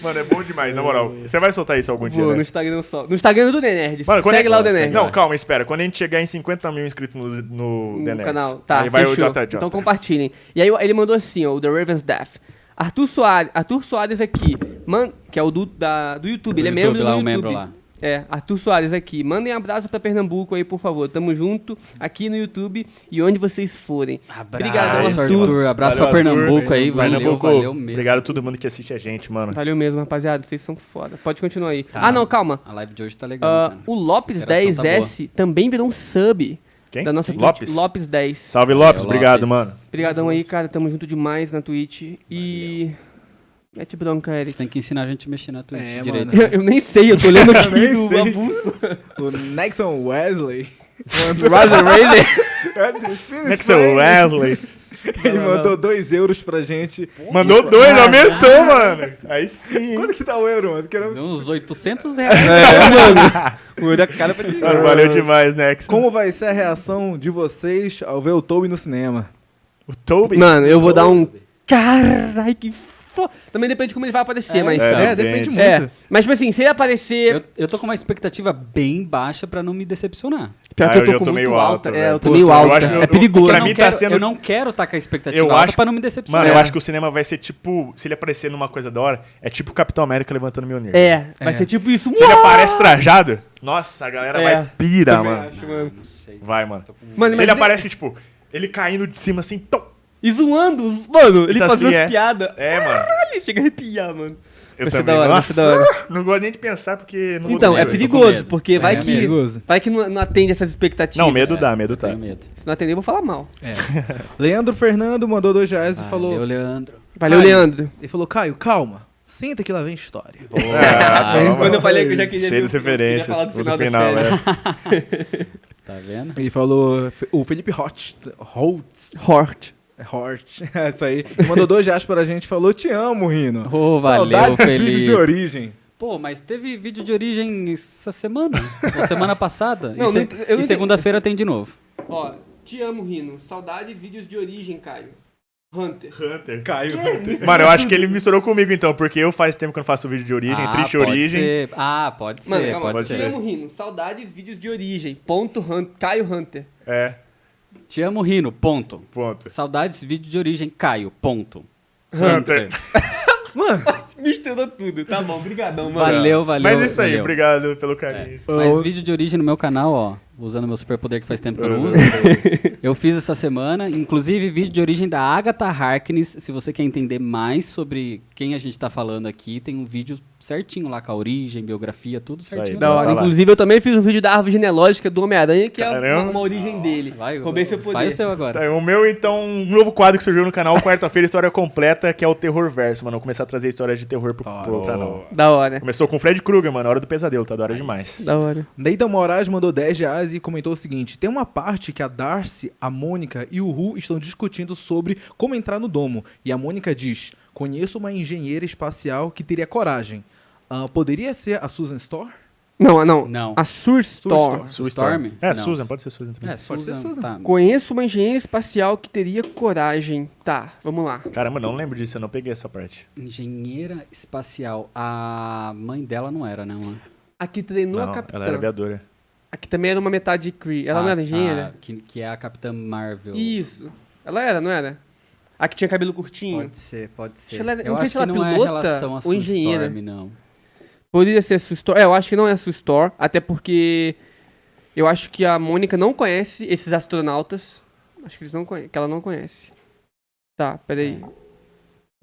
Speaker 1: Mano, é bom demais, na moral. Você vai soltar isso algum dia,
Speaker 4: É. Vou, no
Speaker 1: né?
Speaker 4: Instagram só. No Instagram do The Nerd.
Speaker 1: Mano, quando
Speaker 4: segue
Speaker 1: é-
Speaker 4: lá o The Nerd.
Speaker 1: Não, calma, espera. Quando a gente chegar em 50 mil inscritos no, no, The
Speaker 4: no
Speaker 1: Nerds,
Speaker 4: canal. Tá,
Speaker 1: aí vai
Speaker 4: fechou.
Speaker 1: o JJ.
Speaker 4: Então compartilhem. E aí ele mandou assim, ó, o The Raven's Death. Arthur Soares, Arthur Soares aqui, man, que é o do, da, do YouTube, ele é
Speaker 2: YouTube,
Speaker 4: membro
Speaker 2: lá,
Speaker 4: do
Speaker 2: o
Speaker 4: YouTube.
Speaker 2: membro lá.
Speaker 4: É, Arthur Soares aqui. Mandem um abraço pra Pernambuco aí, por favor. Tamo junto aqui no YouTube e onde vocês forem.
Speaker 2: Abraço,
Speaker 4: Obrigado,
Speaker 2: Arthur.
Speaker 4: Arthur.
Speaker 2: Abraço
Speaker 1: Valeu,
Speaker 2: pra
Speaker 1: Arthur.
Speaker 2: Pernambuco aí. Valeu,
Speaker 1: Pernambuco,
Speaker 2: valeu mesmo.
Speaker 1: Obrigado a todo mundo que assiste a gente, mano.
Speaker 4: Valeu mesmo, rapaziada. Vocês são foda. Pode continuar aí. Ah, não, calma.
Speaker 2: A live de hoje tá
Speaker 4: Ah,
Speaker 2: legal, cara.
Speaker 4: o Lopes
Speaker 2: Interação tá
Speaker 4: 10S também virou um sub
Speaker 1: Quem?
Speaker 4: da nossa
Speaker 1: Quem?
Speaker 4: Twitch.
Speaker 1: Lopes?
Speaker 4: Lopes 10.
Speaker 1: Salve, Lopes.
Speaker 2: Valeu,
Speaker 1: Obrigado,
Speaker 2: Lopes.
Speaker 1: mano.
Speaker 4: Obrigadão aí, cara. Tamo junto demais na Twitch. E. Mete bronca,
Speaker 2: Você
Speaker 4: Eric.
Speaker 2: tem que ensinar a gente a mexer na Twitch
Speaker 3: É,
Speaker 2: direito.
Speaker 3: mano.
Speaker 4: Eu, eu nem sei, eu tô lendo aqui
Speaker 3: nem
Speaker 4: do
Speaker 3: sei.
Speaker 4: abuso.
Speaker 3: o Nexon Wesley.
Speaker 4: Razer Razer.
Speaker 1: Nixon é Wesley.
Speaker 3: Ele mandou 2 euros pra gente.
Speaker 1: Mandou dois, aumentou, mano. Aí sim.
Speaker 3: Quanto que tá o euro, mano? Queremos-
Speaker 2: Deu uns 800 reais.
Speaker 4: Olha a cara pra ele.
Speaker 1: Mano, valeu demais, Nexon.
Speaker 3: Como vai ser a reação de vocês ao ver o Toby no cinema?
Speaker 1: O Toby.
Speaker 4: Mano, eu vou dar um. Caralho, que for. Também depende de como ele vai aparecer, mas.
Speaker 3: É,
Speaker 1: É, depende.
Speaker 3: depende muito.
Speaker 4: É, mas tipo assim, se ele aparecer.
Speaker 2: Eu, eu tô com uma expectativa bem baixa pra não me decepcionar.
Speaker 4: Pior
Speaker 1: Ah,
Speaker 4: que eu
Speaker 1: eu
Speaker 4: tô
Speaker 1: já
Speaker 4: com
Speaker 1: tô meio
Speaker 4: muito
Speaker 1: alto,
Speaker 4: alta. É,
Speaker 1: velho.
Speaker 4: eu tô
Speaker 1: Puta,
Speaker 4: meio
Speaker 1: eu
Speaker 4: alta.
Speaker 1: acho que eu-
Speaker 4: É
Speaker 1: eu-
Speaker 4: perigoso.
Speaker 1: pra
Speaker 2: eu,
Speaker 1: mim
Speaker 2: não
Speaker 1: tá
Speaker 2: quero,
Speaker 1: sendo-
Speaker 2: eu não quero tacar a expectativa
Speaker 1: Eu
Speaker 2: alta
Speaker 1: acho-
Speaker 2: pra não me decepcionar.
Speaker 1: Mano, eu
Speaker 4: É.
Speaker 1: acho que o cinema vai ser tipo. Se ele aparecer numa coisa da hora, é tipo o Capitão América levantando meu Mjolnir.
Speaker 4: É, vai
Speaker 3: É.
Speaker 4: ser tipo isso.
Speaker 1: Se ele
Speaker 4: Uau!
Speaker 1: aparece trajado, nossa, a galera
Speaker 4: É.
Speaker 1: vai pira,
Speaker 4: Também
Speaker 1: mano.
Speaker 4: acho, mano.
Speaker 2: Não sei.
Speaker 1: Vai, mano.
Speaker 4: Mano,
Speaker 1: Se ele
Speaker 4: imagina-
Speaker 1: aparece, tipo, ele caindo de cima assim, tom.
Speaker 4: E zoando, os- mano, ele
Speaker 1: Então,
Speaker 4: fazendo
Speaker 1: assim,
Speaker 4: as
Speaker 1: é.
Speaker 4: piadas.
Speaker 1: É, mano.
Speaker 4: Caralho, chega a arrepiar, mano.
Speaker 1: Eu
Speaker 4: Vai ser
Speaker 1: também.
Speaker 4: da hora, vai ser
Speaker 1: nossa,
Speaker 4: da hora.
Speaker 1: não gosto nem de pensar porque não vou
Speaker 4: Então,
Speaker 1: dormir,
Speaker 4: é
Speaker 1: velho.
Speaker 4: perigoso,
Speaker 2: medo.
Speaker 4: porque vai
Speaker 3: É
Speaker 4: que,
Speaker 3: perigoso.
Speaker 4: vai que não, não atende essas expectativas.
Speaker 1: Não, medo dá, medo tá.
Speaker 2: Tenho medo.
Speaker 4: Se não atender, eu vou falar mal.
Speaker 3: É. Leandro Fernando mandou dois reais e
Speaker 2: Valeu,
Speaker 3: falou.
Speaker 2: Leandro.
Speaker 4: Valeu,
Speaker 3: Caio.
Speaker 4: Leandro.
Speaker 3: Ele falou, Caio, calma. Senta que lá vem história.
Speaker 1: Ah, calma.
Speaker 4: Quando eu falei que eu já queria...
Speaker 1: Cheio
Speaker 4: eu
Speaker 1: das
Speaker 4: queria
Speaker 1: referências.
Speaker 4: falar do
Speaker 1: o do
Speaker 4: da
Speaker 1: final,
Speaker 4: série.
Speaker 1: é.
Speaker 2: Tá vendo?
Speaker 3: Ele falou, Fe- o Felipe Hort, Holtz,
Speaker 4: Hort.
Speaker 3: é Hort, é isso aí, mandou dois reais pra gente e falou, te amo, Rino.
Speaker 2: Ô, valeu,
Speaker 3: Saudades dos
Speaker 2: Felipe.
Speaker 3: vídeos de origem.
Speaker 2: Pô, mas teve vídeo de origem essa semana, ou semana passada,
Speaker 4: Não,
Speaker 2: e, se-
Speaker 4: não ent- eu
Speaker 2: e
Speaker 4: não
Speaker 2: segunda-feira tem de novo.
Speaker 4: Ó, te amo, Rino. Saudades vídeos de origem, Caio. Hunter.
Speaker 1: Hunter. Caiu. Mano, eu acho que ele misturou comigo então, porque eu faz tempo que eu não faço vídeo de origem,
Speaker 2: ah,
Speaker 1: triste
Speaker 2: pode
Speaker 1: origem.
Speaker 2: ser. Ah, pode ser,
Speaker 4: Mano,
Speaker 2: pode,
Speaker 4: calma.
Speaker 1: é, pode
Speaker 4: te
Speaker 1: ser.
Speaker 4: amo, Rino. Saudades vídeos de origem. Ponto Hun- Caio Hunter.
Speaker 1: É,
Speaker 2: ser. Te amo, Rino, ponto.
Speaker 1: ponto.
Speaker 2: Saudades, vídeo de origem, Caio, ponto.
Speaker 1: Hunter.
Speaker 3: Mano,
Speaker 4: Misturou tudo. Tá bom, brigadão, mano.
Speaker 2: Valeu, valeu.
Speaker 1: Mas é isso aí,
Speaker 2: valeu.
Speaker 1: obrigado pelo carinho.
Speaker 3: Eu-
Speaker 2: Mas vídeo de origem no meu canal, ó, usando meu superpoder que faz tempo que eu
Speaker 4: Uhum.
Speaker 2: não uso. Eu fiz essa semana, inclusive vídeo de origem da Agatha Harkness. Se você quer entender mais sobre quem a gente tá falando aqui, tem um vídeo certinho lá com a origem, biografia, tudo
Speaker 1: aí,
Speaker 2: certinho.
Speaker 4: Da
Speaker 1: Então,
Speaker 4: hora.
Speaker 1: tá lá.
Speaker 4: Inclusive, eu também fiz um vídeo da árvore genealógica do Homem-Aranha, que é
Speaker 1: Caramba.
Speaker 4: uma, uma origem dele.
Speaker 2: Vai,
Speaker 4: Roubei seu poder.
Speaker 2: Faz o seu agora.
Speaker 1: Tá, O meu, então, um novo quadro que surgiu no canal, quarta-feira, história completa, que é o Terror Verso, mano. Vou começar a trazer histórias de terror pro, pro canal.
Speaker 4: Da hora.
Speaker 1: Começou com o Fred Krueger, mano. Hora do pesadelo, tá da
Speaker 2: É
Speaker 1: hora demais.
Speaker 2: um
Speaker 4: Da hora.
Speaker 3: Neida Moraes mandou 10 reais e comentou o seguinte: tem uma parte que a Darcy, a Mônica e o Ru estão discutindo sobre como entrar no domo. E a Mônica diz: Conheço uma engenheira espacial que teria coragem. Ah, poderia ser a Susan Storr?
Speaker 4: Não, ah, não.
Speaker 2: Não.
Speaker 4: A Sur Storm.
Speaker 3: Storm.
Speaker 1: Sue
Speaker 2: Storm?
Speaker 1: É,
Speaker 2: Não.
Speaker 1: Susan, pode ser Susan também.
Speaker 2: É,
Speaker 3: Pode ser
Speaker 2: Susan,
Speaker 3: Susan.
Speaker 2: tá.
Speaker 4: Conheço uma engenheira espacial que teria coragem. Tá, vamos lá.
Speaker 1: Caramba, não lembro disso, eu não peguei essa parte.
Speaker 2: Engenheira espacial. A mãe dela não era, né, mano?
Speaker 4: A que treinou a
Speaker 1: não,
Speaker 4: capitã.
Speaker 1: ela era aviadora.
Speaker 4: A que também era uma metade de Cree. Ela
Speaker 2: A-
Speaker 4: não era
Speaker 2: a-
Speaker 4: engenheira?
Speaker 2: que, que é a Capitã Marvel.
Speaker 4: Isso. Ela era, não era? A que tinha cabelo curtinho?
Speaker 2: Pode ser, pode ser.
Speaker 4: Acho que ela-
Speaker 2: eu
Speaker 4: não sei
Speaker 2: acho
Speaker 4: se
Speaker 2: que
Speaker 4: ela é
Speaker 2: não é
Speaker 4: pilota
Speaker 2: relação
Speaker 4: ou
Speaker 2: a Sue
Speaker 4: engenheira.
Speaker 2: Storm, não.
Speaker 4: Poderia ser a Sue Storm. É, eu acho que não é a Sue Storm, até porque eu acho que a Mônica não conhece esses astronautas. Acho que eles não conhe- que ela não conhece. Tá, peraí.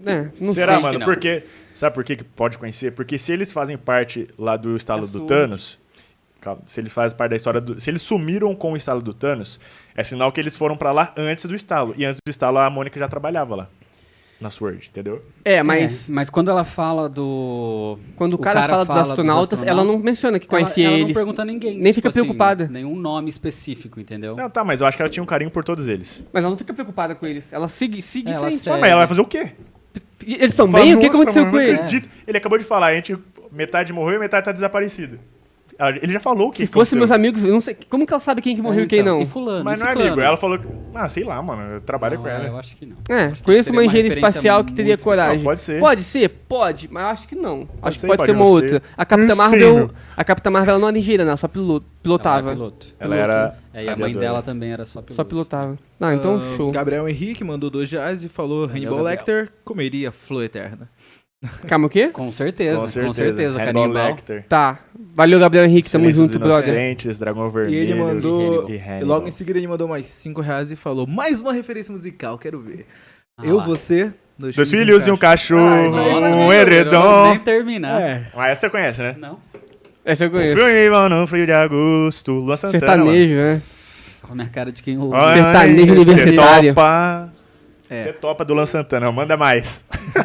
Speaker 4: É, não
Speaker 1: Será,
Speaker 4: sei.
Speaker 2: que
Speaker 1: mano?
Speaker 2: não.
Speaker 1: Porque. Sabe por que que pode conhecer? Porque se eles fazem parte lá do estalo
Speaker 2: É
Speaker 4: Eu
Speaker 1: do
Speaker 4: sou-
Speaker 1: Thanos. calma, Se eles fazem parte da história do. Se eles sumiram com o estalo do Thanos, é sinal que eles foram pra lá antes do estalo. E antes do estalo, a Mônica já trabalhava lá. Na Sword, entendeu?
Speaker 4: É, mas
Speaker 2: É, mas quando ela fala do.
Speaker 4: quando o cara, fala, dos, astronautas, ela não menciona que conhecia
Speaker 2: ela, ela não
Speaker 4: eles.
Speaker 2: pergunta a ninguém. tipo assim,
Speaker 4: nem fica preocupada.
Speaker 2: Nenhum nome específico, entendeu?
Speaker 1: Não, tá, mas eu acho que ela tinha um carinho por todos eles.
Speaker 4: Mas ela não fica preocupada com eles. Ela segue, segue
Speaker 2: Ela
Speaker 4: em frente.
Speaker 1: Ah,
Speaker 2: segue. É.
Speaker 1: mas ela vai fazer o quê?
Speaker 4: E Eles estão
Speaker 1: Fala,
Speaker 4: bem? O que
Speaker 1: "Nossa,
Speaker 4: aconteceu
Speaker 1: mano,
Speaker 4: com
Speaker 1: eu não
Speaker 4: eles?
Speaker 1: acredito. Ele acabou de falar, a gente. Metade morreu e metade tá desaparecido. Ela- Ele já falou o que
Speaker 4: Se fossem
Speaker 1: aconteceu.
Speaker 4: meus amigos, eu não sei. Como que ela sabe quem que morreu e quem
Speaker 2: Então,
Speaker 4: não?
Speaker 2: E Fulano,
Speaker 1: Mas
Speaker 2: e
Speaker 1: não é
Speaker 2: ciclano?
Speaker 1: amigo. Ela falou. que- Ah, sei lá, mano. Eu trabalho
Speaker 2: Não,
Speaker 1: com ela.
Speaker 2: Eu acho que não.
Speaker 4: É,
Speaker 2: Acho que
Speaker 4: conheço
Speaker 2: seria
Speaker 4: uma engenharia
Speaker 2: referência
Speaker 4: espacial que teria
Speaker 2: muito especial.
Speaker 4: coragem.
Speaker 1: Pode ser.
Speaker 4: Pode ser? Pode, mas eu acho que não. acho que
Speaker 1: ser,
Speaker 4: pode,
Speaker 1: pode
Speaker 4: ser uma
Speaker 1: não
Speaker 4: outra.
Speaker 1: ser.
Speaker 4: A Capitã
Speaker 1: Não sei,
Speaker 4: Marvel.
Speaker 1: meu.
Speaker 4: A Capitã Marvel não era engenheira, não, só pilo- pilotava.
Speaker 2: Ela era é piloto.
Speaker 1: Ela era.
Speaker 2: É, e a mãe
Speaker 1: aviadora.
Speaker 2: dela também era só piloto.
Speaker 4: Só pilotava. Ah, então
Speaker 3: Ah,
Speaker 4: show.
Speaker 3: Gabriel Henrique mandou dois reais e falou: Hannibal
Speaker 2: Gabriel.
Speaker 3: Lecter comeria flor eterna.
Speaker 4: Calma o quê?
Speaker 2: Com certeza, com certeza,
Speaker 1: Hannibal
Speaker 2: canibal.
Speaker 1: Lecter.
Speaker 4: Tá. Valeu, Gabriel Henrique. Tamo
Speaker 1: Silêncio
Speaker 4: junto,
Speaker 1: dos
Speaker 4: brother.
Speaker 1: Inocentes, Dragão Vermelho.
Speaker 3: e ele mandou.
Speaker 1: E
Speaker 3: E,
Speaker 1: Hannibal.
Speaker 3: logo em seguida ele mandou mais cinco reais e falou: Mais uma referência musical, quero ver.
Speaker 2: Ah,
Speaker 3: Eu,
Speaker 2: lá.
Speaker 3: você, dois,
Speaker 1: Dois filhos e um cachorro,
Speaker 3: Ah, isso aí pra mim,
Speaker 1: um
Speaker 2: não vou
Speaker 1: edredom.
Speaker 2: Nem terminar.
Speaker 3: É.
Speaker 1: Ah, essa você conhece, né?
Speaker 2: Não.
Speaker 4: Essa eu
Speaker 1: O
Speaker 4: conheço.
Speaker 1: filme, mano, Frio de Agosto, Lua Santana.
Speaker 4: Sertanejo, né?
Speaker 2: Olha a minha cara de quem ouve.
Speaker 1: mano. Ai,
Speaker 4: Sertanejo
Speaker 1: cê
Speaker 4: universitário.
Speaker 1: topa-
Speaker 3: É.
Speaker 1: Você topa do Luan Santana, manda mais.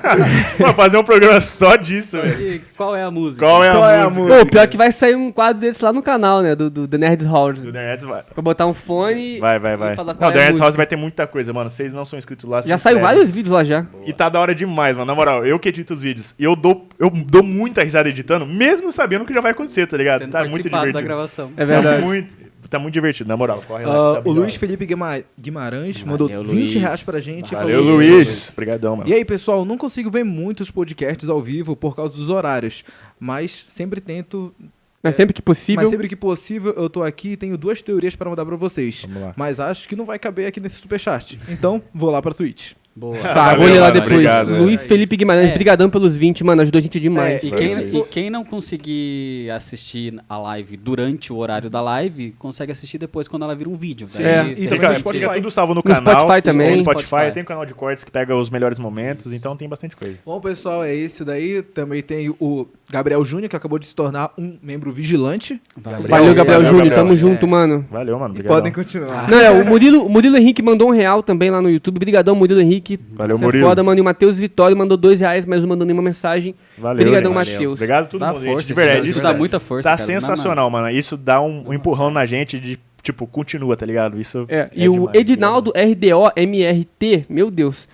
Speaker 1: Mano, fazer um programa só disso, velho.
Speaker 2: E qual é a música?
Speaker 1: Qual é a
Speaker 3: Qual é a
Speaker 1: música?
Speaker 3: música?
Speaker 4: Pô, pior que vai sair um quadro desse lá no canal, né? Do, do The Nerds Halls.
Speaker 1: Do Nerd's vai.
Speaker 4: Pra botar um fone.
Speaker 1: Vai, vai,
Speaker 4: e
Speaker 1: vai.
Speaker 4: falar
Speaker 1: Não,
Speaker 4: qual
Speaker 1: The
Speaker 4: é a
Speaker 1: Nerd's House é
Speaker 4: música.
Speaker 1: vai ter muita coisa, mano. Vocês não são inscritos lá. se
Speaker 4: Já saiu
Speaker 1: inscreve.
Speaker 4: vários vídeos lá já. é
Speaker 1: E tá da hora demais, mano. Na moral, eu que edito os vídeos. E eu dou, eu dou muita risada editando, mesmo sabendo o que já vai acontecer, tá ligado?
Speaker 2: Tendo
Speaker 1: tá muito
Speaker 2: participado da
Speaker 1: divertido.
Speaker 2: gravação.
Speaker 4: É verdade.
Speaker 1: Tá muito- Tá muito divertido, na moral. Corre
Speaker 3: Ah,
Speaker 1: lá. tá
Speaker 3: o
Speaker 1: bem da
Speaker 3: Luiz
Speaker 1: hora.
Speaker 3: Felipe Guima- Guimarães
Speaker 2: Valeu,
Speaker 3: mandou 20
Speaker 2: Luiz.
Speaker 3: reais pra gente. e
Speaker 1: Valeu,
Speaker 3: falou- né?
Speaker 1: Luiz. Obrigadão, mano.
Speaker 3: E aí, pessoal, não consigo ver muitos podcasts ao vivo por causa dos horários, mas sempre tento,
Speaker 4: Mas sempre que possível.
Speaker 3: mas sempre que possível eu tô aqui e tenho duas teorias pra mandar pra vocês.
Speaker 1: Vamos lá.
Speaker 3: Mas acho que não vai caber aqui nesse superchat. Então, vou lá pra Twitch.
Speaker 2: Boa.
Speaker 4: Tá,
Speaker 1: Valeu,
Speaker 4: vou ler lá
Speaker 1: mano,
Speaker 4: depois.
Speaker 1: obrigado, é.
Speaker 4: Luiz
Speaker 3: É
Speaker 4: Felipe Guimarães,
Speaker 2: É.
Speaker 4: brigadão pelos 20, mano, ajudou a gente demais.
Speaker 3: É,
Speaker 2: E
Speaker 1: Foi
Speaker 2: quem,
Speaker 1: isso.
Speaker 2: e quem não conseguir assistir a live durante o horário da live, consegue assistir depois quando ela vira um vídeo. Daí
Speaker 4: É.
Speaker 3: E
Speaker 2: tem
Speaker 1: Então,
Speaker 3: também
Speaker 1: cara,
Speaker 3: no Spotify.
Speaker 1: fica tudo salvo no,
Speaker 4: No
Speaker 1: canal.
Speaker 4: Spotify também.
Speaker 1: Tem Spotify,
Speaker 2: Spotify.
Speaker 1: tem o canal de cortes que pega os melhores momentos, então tem bastante coisa.
Speaker 3: Bom, pessoal, é esse daí. Também tem o Gabriel Júnior, que acabou de se tornar um membro vigilante.
Speaker 2: Valeu.
Speaker 4: Valeu, Gabriel
Speaker 1: Valeu,
Speaker 4: Júnior,
Speaker 1: Gabriel. Ah.
Speaker 4: tamo junto,
Speaker 3: É.
Speaker 4: mano.
Speaker 1: Valeu, mano.
Speaker 3: E
Speaker 1: Obrigado.
Speaker 3: podem continuar.
Speaker 4: Não, é, o Murilo, o Murilo Henrique mandou um real também lá no YouTube. Brigadão, Murilo Henrique.
Speaker 1: Valeu,
Speaker 4: Você
Speaker 1: Murilo.
Speaker 4: É foda, mano. E o Matheus Vitório mandou dois reais, mas não mandou nenhuma mensagem.
Speaker 1: Valeu,
Speaker 4: Obrigadão,
Speaker 1: gente.
Speaker 4: Matheus.
Speaker 1: Obrigado a todo
Speaker 2: Dá
Speaker 1: mundo,
Speaker 2: força,
Speaker 1: gente. De verdade,
Speaker 2: isso
Speaker 1: isso
Speaker 2: dá muita força,
Speaker 1: Tá
Speaker 2: cara,
Speaker 1: sensacional, mano. Isso dá um, um empurrão na gente de, tipo, continua, tá ligado? Isso
Speaker 4: É,
Speaker 1: é
Speaker 4: e o
Speaker 1: demais,
Speaker 4: Edinaldo RDO MRT, meu Deus,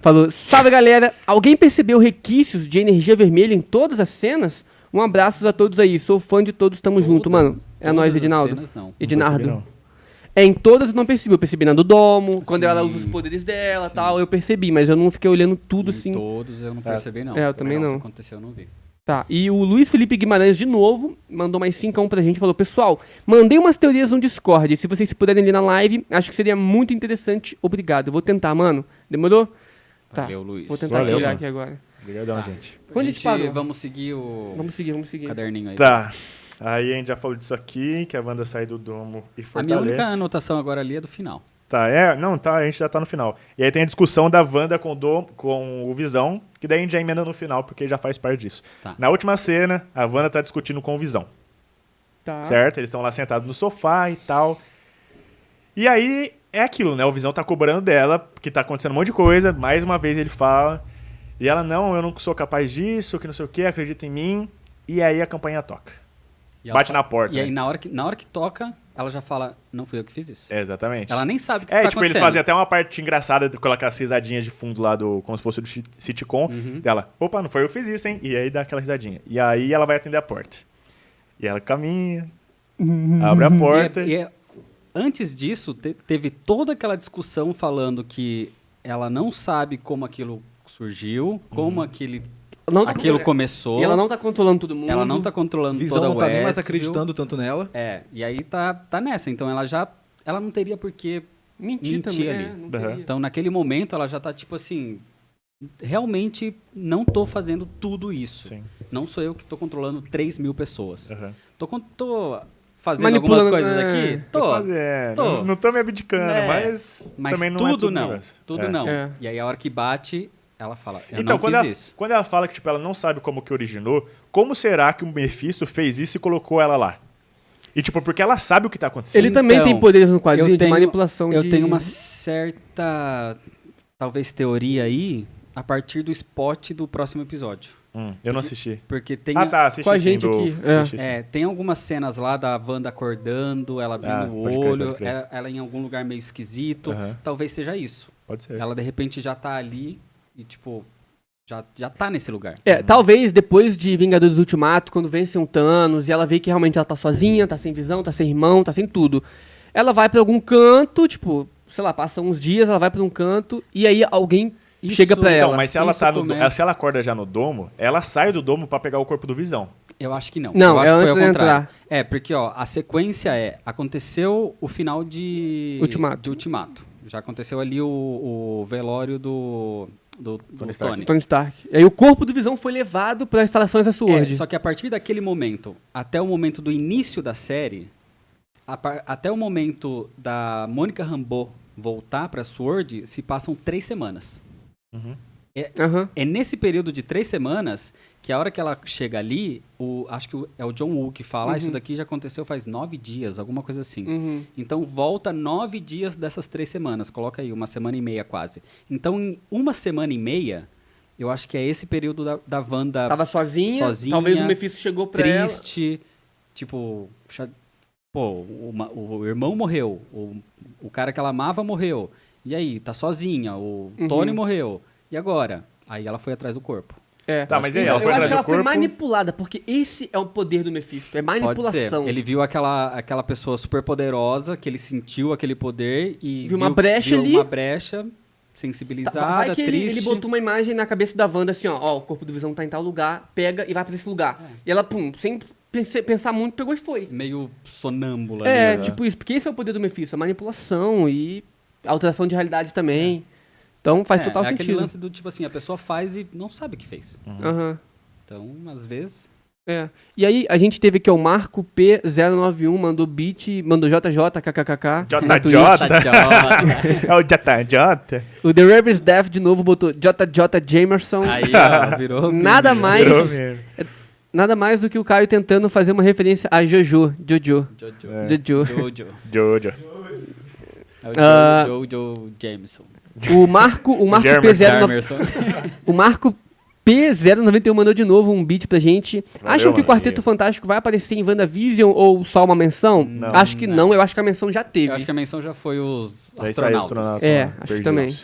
Speaker 4: falou: Salve galera, alguém percebeu requisitos de energia vermelha em todas as cenas? Um abraço a todos aí, sou fã de todos, tamo junto, mano. É
Speaker 2: todas
Speaker 4: nóis,
Speaker 2: as
Speaker 4: Edinaldo.
Speaker 2: cenas, não. Não
Speaker 4: Edinardo.
Speaker 1: percebi, não.
Speaker 4: É, em todas eu não percebi. Eu percebi na do Domo, quando
Speaker 2: Sim.
Speaker 4: ela usa os poderes dela e tal, eu percebi, mas eu não fiquei olhando tudo
Speaker 2: Em
Speaker 4: assim.
Speaker 2: todos eu não percebi, não.
Speaker 4: É, eu também não.
Speaker 2: Se aconteceu, eu não vi.
Speaker 4: Tá, e o Luiz Felipe Guimarães, de novo, mandou mais 5 pra gente. Falou: Pessoal, mandei umas teorias no Discord. Se vocês puderem ler na live, acho que seria muito interessante. Obrigado. Vou tentar, mano. Demorou? Tá.
Speaker 2: Valeu, Luiz.
Speaker 4: Vou tentar
Speaker 1: Valeu,
Speaker 4: olhar
Speaker 1: mano.
Speaker 4: aqui agora.
Speaker 1: Obrigadão,
Speaker 2: Tá.
Speaker 1: gente.
Speaker 4: Onde a gente parou?
Speaker 2: Vamos seguir o
Speaker 4: Vamos seguir, vamos seguir.
Speaker 2: caderninho aí.
Speaker 1: Tá. Aí a gente já falou disso aqui, que a Wanda sai do domo e
Speaker 2: A minha
Speaker 1: fortalece.
Speaker 2: única anotação agora ali é do final.
Speaker 1: Tá, é, não, tá, a gente já tá no final. E aí tem a discussão da Wanda com o, Dom, com o Visão, que daí a gente já emenda no final, porque já faz parte disso.
Speaker 2: Tá.
Speaker 1: Na última cena, a Wanda tá discutindo com o Visão,
Speaker 2: Ah.
Speaker 4: Tá.
Speaker 1: certo? Eles estão lá sentados no sofá e tal. E aí é aquilo, né? O Visão tá cobrando dela, porque tá acontecendo um monte de coisa, mais uma vez ele fala. E ela, não, eu não sou capaz disso, que não sei o que, acredita em mim. E aí a campainha toca.
Speaker 2: E ela
Speaker 1: Bate
Speaker 2: fala-
Speaker 1: na porta.
Speaker 2: E aí,
Speaker 1: né?
Speaker 2: na hora, que, na hora que toca, ela já fala, não fui eu que fiz isso.
Speaker 1: É, Exatamente.
Speaker 2: Ela nem sabe o que
Speaker 1: É,
Speaker 2: tá
Speaker 1: tipo,
Speaker 2: acontecendo.
Speaker 1: eles fazem até uma parte engraçada de colocar as risadinhas de fundo lá do. Como se fosse do chi- sitcom.
Speaker 2: Uhum.
Speaker 1: Dela, opa, não foi eu que fiz isso, hein? E aí dá aquela risadinha. E aí ela vai atender a porta. E ela caminha, abre a porta.
Speaker 2: Uhum. E é- e é- antes disso, te- teve toda aquela discussão falando que ela não sabe como aquilo surgiu,
Speaker 3: Uhum.
Speaker 2: como aquele,
Speaker 4: Não tá
Speaker 2: aquilo
Speaker 4: controlando-
Speaker 2: começou.
Speaker 4: E ela não tá controlando todo mundo.
Speaker 2: ela não tá controlando
Speaker 3: Visão
Speaker 2: toda
Speaker 3: não tá
Speaker 2: a
Speaker 3: nem mais
Speaker 2: Westview.
Speaker 3: acreditando tanto nela.
Speaker 2: É, e aí tá, tá nessa. Então ela já. Ela não teria por que
Speaker 4: Mentir,
Speaker 2: Mentir
Speaker 4: também.
Speaker 2: ali.
Speaker 4: é, não
Speaker 1: Aham.
Speaker 4: teria.
Speaker 2: Então, naquele momento, ela já tá tipo assim. Realmente não tô fazendo tudo isso.
Speaker 1: Sim.
Speaker 2: Não sou eu que tô controlando 3 mil
Speaker 3: É.
Speaker 2: pessoas.
Speaker 1: aham.
Speaker 2: Tô, con- tô fazendo
Speaker 4: Manipulando,
Speaker 2: algumas coisas
Speaker 4: né?
Speaker 2: aqui? Tô.
Speaker 1: Mas é,
Speaker 2: tô.
Speaker 1: Não, não tô me abdicando,
Speaker 2: É,
Speaker 1: mas.
Speaker 2: Mas
Speaker 1: também não
Speaker 2: tudo
Speaker 1: é
Speaker 2: não.
Speaker 1: tudo
Speaker 2: Tudo não.
Speaker 1: negócio. É.
Speaker 4: É.
Speaker 2: E aí a hora que bate, ela fala, eu
Speaker 1: Então,
Speaker 2: não fiz
Speaker 1: quando ela,
Speaker 2: isso.
Speaker 1: quando ela fala que tipo, ela não sabe como que originou, como será que o Mephisto fez isso e colocou ela lá? E, tipo, porque ela sabe o que tá acontecendo.
Speaker 4: Ele também
Speaker 2: Então,
Speaker 4: tem poderes no quadrinho
Speaker 2: eu
Speaker 4: de
Speaker 2: tenho-
Speaker 4: manipulação.
Speaker 2: Eu
Speaker 4: de-
Speaker 2: tenho uma certa, talvez, teoria aí, a partir do spot do próximo episódio.
Speaker 1: Hum, eu não assisti.
Speaker 2: Porque tem,
Speaker 1: Ah, tá, assisti
Speaker 4: com a
Speaker 1: sim,
Speaker 4: gente
Speaker 1: do-
Speaker 4: aqui,
Speaker 1: assisti
Speaker 4: é.
Speaker 1: sim.
Speaker 2: é, tem algumas cenas lá da Wanda acordando, ela abrindo
Speaker 1: Ah,
Speaker 2: o
Speaker 1: pode crer,
Speaker 2: olho,
Speaker 1: pode crer.
Speaker 2: ela, ela em algum lugar meio esquisito.
Speaker 1: Aham. É.
Speaker 2: Talvez seja isso.
Speaker 1: Pode ser.
Speaker 2: Ela, de repente, já tá ali e, tipo, já, já tá nesse lugar.
Speaker 4: É, talvez depois de Vingadores Ultimato, quando vencem o Thanos e ela vê que realmente ela tá sozinha, tá sem visão, tá sem irmão, tá sem tudo. Ela vai pra algum canto, tipo, sei lá, passa uns dias, ela vai pra um canto e aí alguém
Speaker 2: Isso-
Speaker 4: chega pra
Speaker 1: Então,
Speaker 4: ela.
Speaker 1: mas se ela,
Speaker 2: Isso
Speaker 1: tá no-
Speaker 2: começa-
Speaker 1: se ela acorda já no domo, ela sai do domo pra pegar o corpo do Visão.
Speaker 2: Eu acho que não.
Speaker 4: Não,
Speaker 2: eu acho
Speaker 4: é
Speaker 2: que foi ao
Speaker 4: antes de
Speaker 2: contrário. É, porque ó, a sequência é: aconteceu o final de.
Speaker 4: Ultimato.
Speaker 2: de Ultimato. Já aconteceu ali o, o velório do. do, do
Speaker 1: Tony
Speaker 2: Tony.
Speaker 1: Stark.
Speaker 4: Tony Stark. E aí o corpo do Visão foi levado pra instalações da
Speaker 2: É,
Speaker 4: SWORD.
Speaker 2: só que a partir daquele momento, até o momento do início da série, a par- até o momento da Mônica Rambeau voltar pra Sword, se passam três semanas.
Speaker 4: Aham.
Speaker 2: É nesse período de três semanas que a hora que ela chega ali, o, acho que o- é o John Woo que fala, "Ah, isso daqui já aconteceu faz nove dias, alguma coisa assim.
Speaker 4: Uhum.
Speaker 2: Então volta nove dias dessas três semanas, coloca aí uma semana e meia quase. Então em uma semana e meia, eu acho que é esse período da, da Wanda
Speaker 4: Tava sozinha,
Speaker 2: Sozinha,
Speaker 4: talvez o Mephisto chegou pra ela.
Speaker 2: triste, tipo, cha- pô, uma- o irmão morreu, o, o cara que ela amava morreu, e aí, tá sozinha, o
Speaker 4: Uhum.
Speaker 2: Tony morreu, e agora? Aí ela foi atrás do corpo.
Speaker 4: É.
Speaker 1: Tá, mas e aí?
Speaker 4: Então,
Speaker 1: Ela foi
Speaker 4: eu acho
Speaker 1: atrás
Speaker 4: que ela
Speaker 1: do
Speaker 4: foi
Speaker 1: corpo.
Speaker 4: manipulada, porque esse é o poder do Mephisto. É
Speaker 2: Pode ser.
Speaker 4: manipulação.
Speaker 2: Ele viu aquela, aquela pessoa super poderosa, que ele sentiu aquele poder e.
Speaker 4: Viu uma brecha
Speaker 2: viu
Speaker 4: ali.
Speaker 2: uma brecha,
Speaker 4: Tá,
Speaker 2: sensibilizada,
Speaker 4: vai que ele,
Speaker 2: é triste.
Speaker 4: ele botou uma imagem na cabeça da Wanda assim, ó, ó, o corpo do Visão tá em tal lugar, pega e vai pra esse
Speaker 2: É.
Speaker 4: lugar. E ela, pum, sem pense- pensar muito, pegou e foi.
Speaker 2: Meio sonâmbula.
Speaker 4: É,
Speaker 2: ali, né?
Speaker 4: tipo isso, porque esse é o poder do Mephisto, a manipulação e alteração de realidade também. Então faz
Speaker 2: É,
Speaker 4: total
Speaker 2: é aquele
Speaker 4: sentido.
Speaker 2: lance do tipo assim, a pessoa faz e não sabe o que fez.
Speaker 4: Aham.
Speaker 2: Então, às vezes.
Speaker 4: É. E aí, a gente teve aqui ó, o Marco P091, mandou beat, mandou JJ, kkkk. no Twitter.
Speaker 1: JJ. É o Jota Jota.
Speaker 4: O The Reverse Death de novo botou JJ Jamerson.
Speaker 2: Aí, ó, virou.
Speaker 4: Nada
Speaker 2: meme.
Speaker 4: mais.
Speaker 1: Virou mesmo.
Speaker 4: Nada mais do que o Caio tentando fazer uma referência a Jojo. Jojo.
Speaker 2: Jojo.
Speaker 1: É.
Speaker 4: Jojo.
Speaker 2: Jojo.
Speaker 1: Jojo.
Speaker 2: É o
Speaker 4: Ah.
Speaker 2: Jojo, Jojo Jameson.
Speaker 4: O Marco, o Marco
Speaker 1: Germer.
Speaker 4: P091.
Speaker 2: Jamerson.
Speaker 4: O Marco P091 mandou de novo um beat pra gente.
Speaker 1: Valeu,
Speaker 4: Acham que o
Speaker 1: mano.
Speaker 4: Quarteto Fantástico vai aparecer em WandaVision ou só uma menção?
Speaker 1: Não.
Speaker 4: acho que não. eu acho que a menção já teve.
Speaker 2: Eu acho que a menção já foi os
Speaker 1: Daí
Speaker 2: astronautas.
Speaker 1: saiu o astronauta.
Speaker 4: É,
Speaker 1: lá,
Speaker 4: acho que
Speaker 1: perdidos.
Speaker 4: também.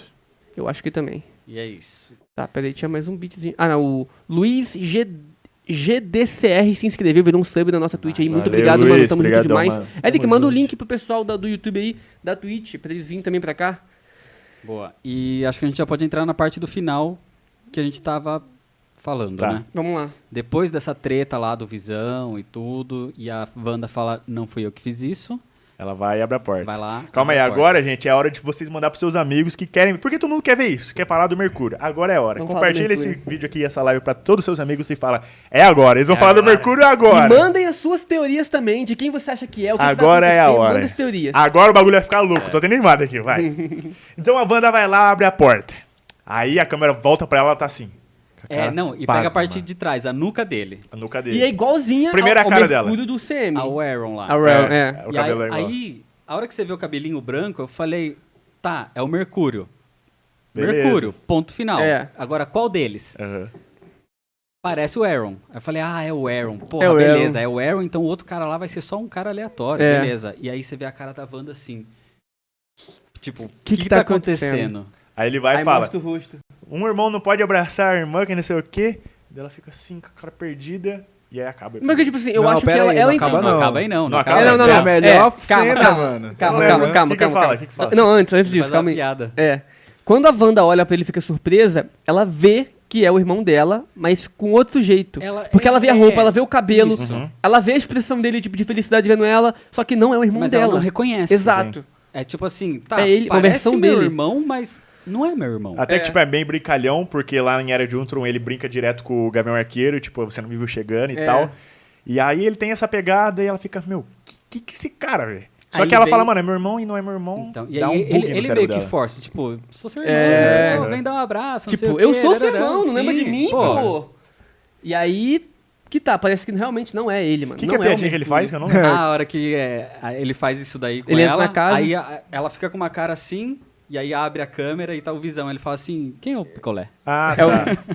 Speaker 4: Eu acho que também.
Speaker 2: E é isso.
Speaker 4: Tá, peraí, tinha mais um beatzinho. Ah, não, o Luiz G... GDCR se inscreveu, virou um sub na nossa Twitch aí. Muito
Speaker 1: Valeu,
Speaker 4: obrigado,
Speaker 1: Luiz,
Speaker 4: mano. Tamo junto
Speaker 1: obrigadão,
Speaker 4: demais.
Speaker 1: mano.
Speaker 4: É, Eric,
Speaker 1: Tamo
Speaker 4: manda o
Speaker 1: junto.
Speaker 4: link pro pessoal da- do YouTube aí, da Twitch, pra eles virem também pra cá.
Speaker 2: Boa. E acho que a gente já pode entrar na parte do final que a gente tava falando,
Speaker 1: Tá.
Speaker 2: né?
Speaker 4: Vamos lá.
Speaker 2: Depois dessa treta lá do Visão e tudo, e a Wanda fala, não fui eu que fiz isso,
Speaker 1: Ela vai e abre a porta.
Speaker 2: vai lá.
Speaker 1: Calma aí,
Speaker 2: abre a porta.
Speaker 1: agora, gente, é a hora de vocês mandar pros seus amigos que querem. Porque todo mundo quer ver isso, quer falar do Mercúrio. Agora é a hora.
Speaker 4: Vamos falar do
Speaker 1: Compartilha esse
Speaker 4: Mercúrio.
Speaker 1: vídeo aqui, essa live, pra todos os seus amigos e fala. É agora, eles vão falar do Mercúrio agora.
Speaker 4: E mandem as suas teorias também, de quem você acha que é, o que que tá
Speaker 1: Agora é a
Speaker 4: acontecendo,
Speaker 1: hora.
Speaker 4: Manda as teorias.
Speaker 1: Agora o bagulho vai ficar
Speaker 2: É.
Speaker 1: louco, tô tendo animado aqui, vai. então a Wanda vai lá, abre a porta. Aí a câmera volta pra ela, ela tá assim. com a
Speaker 2: É,
Speaker 1: cara
Speaker 2: não, e pega a
Speaker 1: pasma,
Speaker 2: parte de trás, a nuca dele,
Speaker 1: A nuca dele.
Speaker 4: E é igualzinha
Speaker 1: Primeira
Speaker 4: ao, ao
Speaker 1: cara
Speaker 4: Mercúrio
Speaker 1: dela.
Speaker 4: do CM.
Speaker 2: ao Aaron lá.
Speaker 4: A Rel, é.
Speaker 1: O
Speaker 2: E
Speaker 1: cabelo
Speaker 2: aí,
Speaker 1: é igual.
Speaker 2: aí, a hora que você vê o cabelinho branco, eu falei, tá, é o Mercúrio.
Speaker 1: Beleza.
Speaker 2: Mercúrio, ponto final.
Speaker 4: É.
Speaker 2: Agora, qual deles?
Speaker 1: Aham.
Speaker 2: Parece o Aaron. Aí Eu falei, ah, é o Aaron. Porra,
Speaker 4: É o
Speaker 2: beleza, é o Aaron, então o outro cara lá vai ser só um cara aleatório,
Speaker 4: É.
Speaker 2: beleza. E aí você vê a cara da Wanda assim. Tipo, o
Speaker 4: que tá acontecendo?
Speaker 1: Aí ele vai
Speaker 2: é
Speaker 4: Aí
Speaker 1: e fala:
Speaker 4: mostra o rosto.
Speaker 1: um irmão não pode abraçar a irmã, que não sei o quê. Daí ela fica assim, com a cara perdida. E aí acaba.
Speaker 4: Mas que, tipo assim, eu
Speaker 3: Não,
Speaker 4: acho que
Speaker 3: pera
Speaker 4: ela,
Speaker 3: aí,
Speaker 4: ela
Speaker 3: não acaba
Speaker 2: Não, não,
Speaker 3: não.
Speaker 2: acaba aí não. Não,
Speaker 1: Não
Speaker 2: acaba,
Speaker 1: acaba,
Speaker 2: aí,
Speaker 1: não, não,
Speaker 3: É a
Speaker 2: pera.
Speaker 3: melhor
Speaker 4: É,
Speaker 3: cena,
Speaker 4: calma, calma.
Speaker 3: mano. é
Speaker 4: Calma,
Speaker 1: Não,
Speaker 4: calma,
Speaker 1: né?
Speaker 4: calma,
Speaker 1: Que que eu
Speaker 4: calma,
Speaker 1: falo?
Speaker 4: calma.
Speaker 1: Que que fala?
Speaker 4: Não, antes, antes
Speaker 2: Ele faz
Speaker 4: disso,
Speaker 2: uma
Speaker 4: calma aí.
Speaker 2: piada.
Speaker 4: É. Quando a Wanda olha pra ele e fica surpresa, ela vê que é o irmão dela, mas com outro jeito.
Speaker 2: Ela-
Speaker 4: Porque ela vê a
Speaker 2: é,
Speaker 4: roupa, ela vê o cabelo,
Speaker 2: isso.
Speaker 1: Uhum.
Speaker 4: ela vê a expressão dele tipo, de felicidade vendo ela, só que não é o irmão
Speaker 2: Mas
Speaker 4: dela.
Speaker 2: ela não reconhece.
Speaker 4: Exato.
Speaker 2: É tipo assim, tá,
Speaker 4: É ele, uma
Speaker 2: parece
Speaker 4: versão
Speaker 2: meu
Speaker 4: dele.
Speaker 2: irmão, mas não é meu irmão.
Speaker 1: Até
Speaker 4: É.
Speaker 1: que, tipo, é bem brincalhão, porque lá em Era de Ultron ele brinca direto com o Gavião Arqueiro, tipo, você não me viu chegando e
Speaker 4: É.
Speaker 1: tal. E aí ele tem essa pegada e ela fica, meu, que que, que esse cara, velho? Só
Speaker 2: Aí
Speaker 1: que ela
Speaker 2: vem-
Speaker 1: fala, mano, é meu irmão e não é meu irmão.
Speaker 2: Então, e
Speaker 1: Dá
Speaker 2: aí
Speaker 1: um bug
Speaker 2: ele,
Speaker 1: no
Speaker 2: ele
Speaker 1: cérebro
Speaker 2: meio que
Speaker 1: dela.
Speaker 2: força, tipo, sou seu irmão,
Speaker 4: É.
Speaker 2: né? Pô, vem dar um abraço, não sei
Speaker 4: Tipo,
Speaker 2: o
Speaker 4: eu
Speaker 2: quê,
Speaker 4: sou seu
Speaker 2: darará,
Speaker 4: irmão, não lembra de
Speaker 2: sim,
Speaker 4: mim, pô. E aí, que tá, parece que realmente não é ele, mano.
Speaker 1: O que,
Speaker 4: não
Speaker 1: que é a
Speaker 4: o
Speaker 1: piadinha que ele
Speaker 4: Mercúrio.
Speaker 1: faz? Que eu não lembro.
Speaker 2: A hora que Ah, é, a- ele faz isso daí com
Speaker 4: Ele entra
Speaker 2: ela,
Speaker 4: na casa.
Speaker 2: aí a- ela fica com uma cara assim, e aí abre a câmera e tá o visão. Ele fala assim, quem é o picolé?
Speaker 1: Ah,
Speaker 4: É
Speaker 1: tá.
Speaker 4: o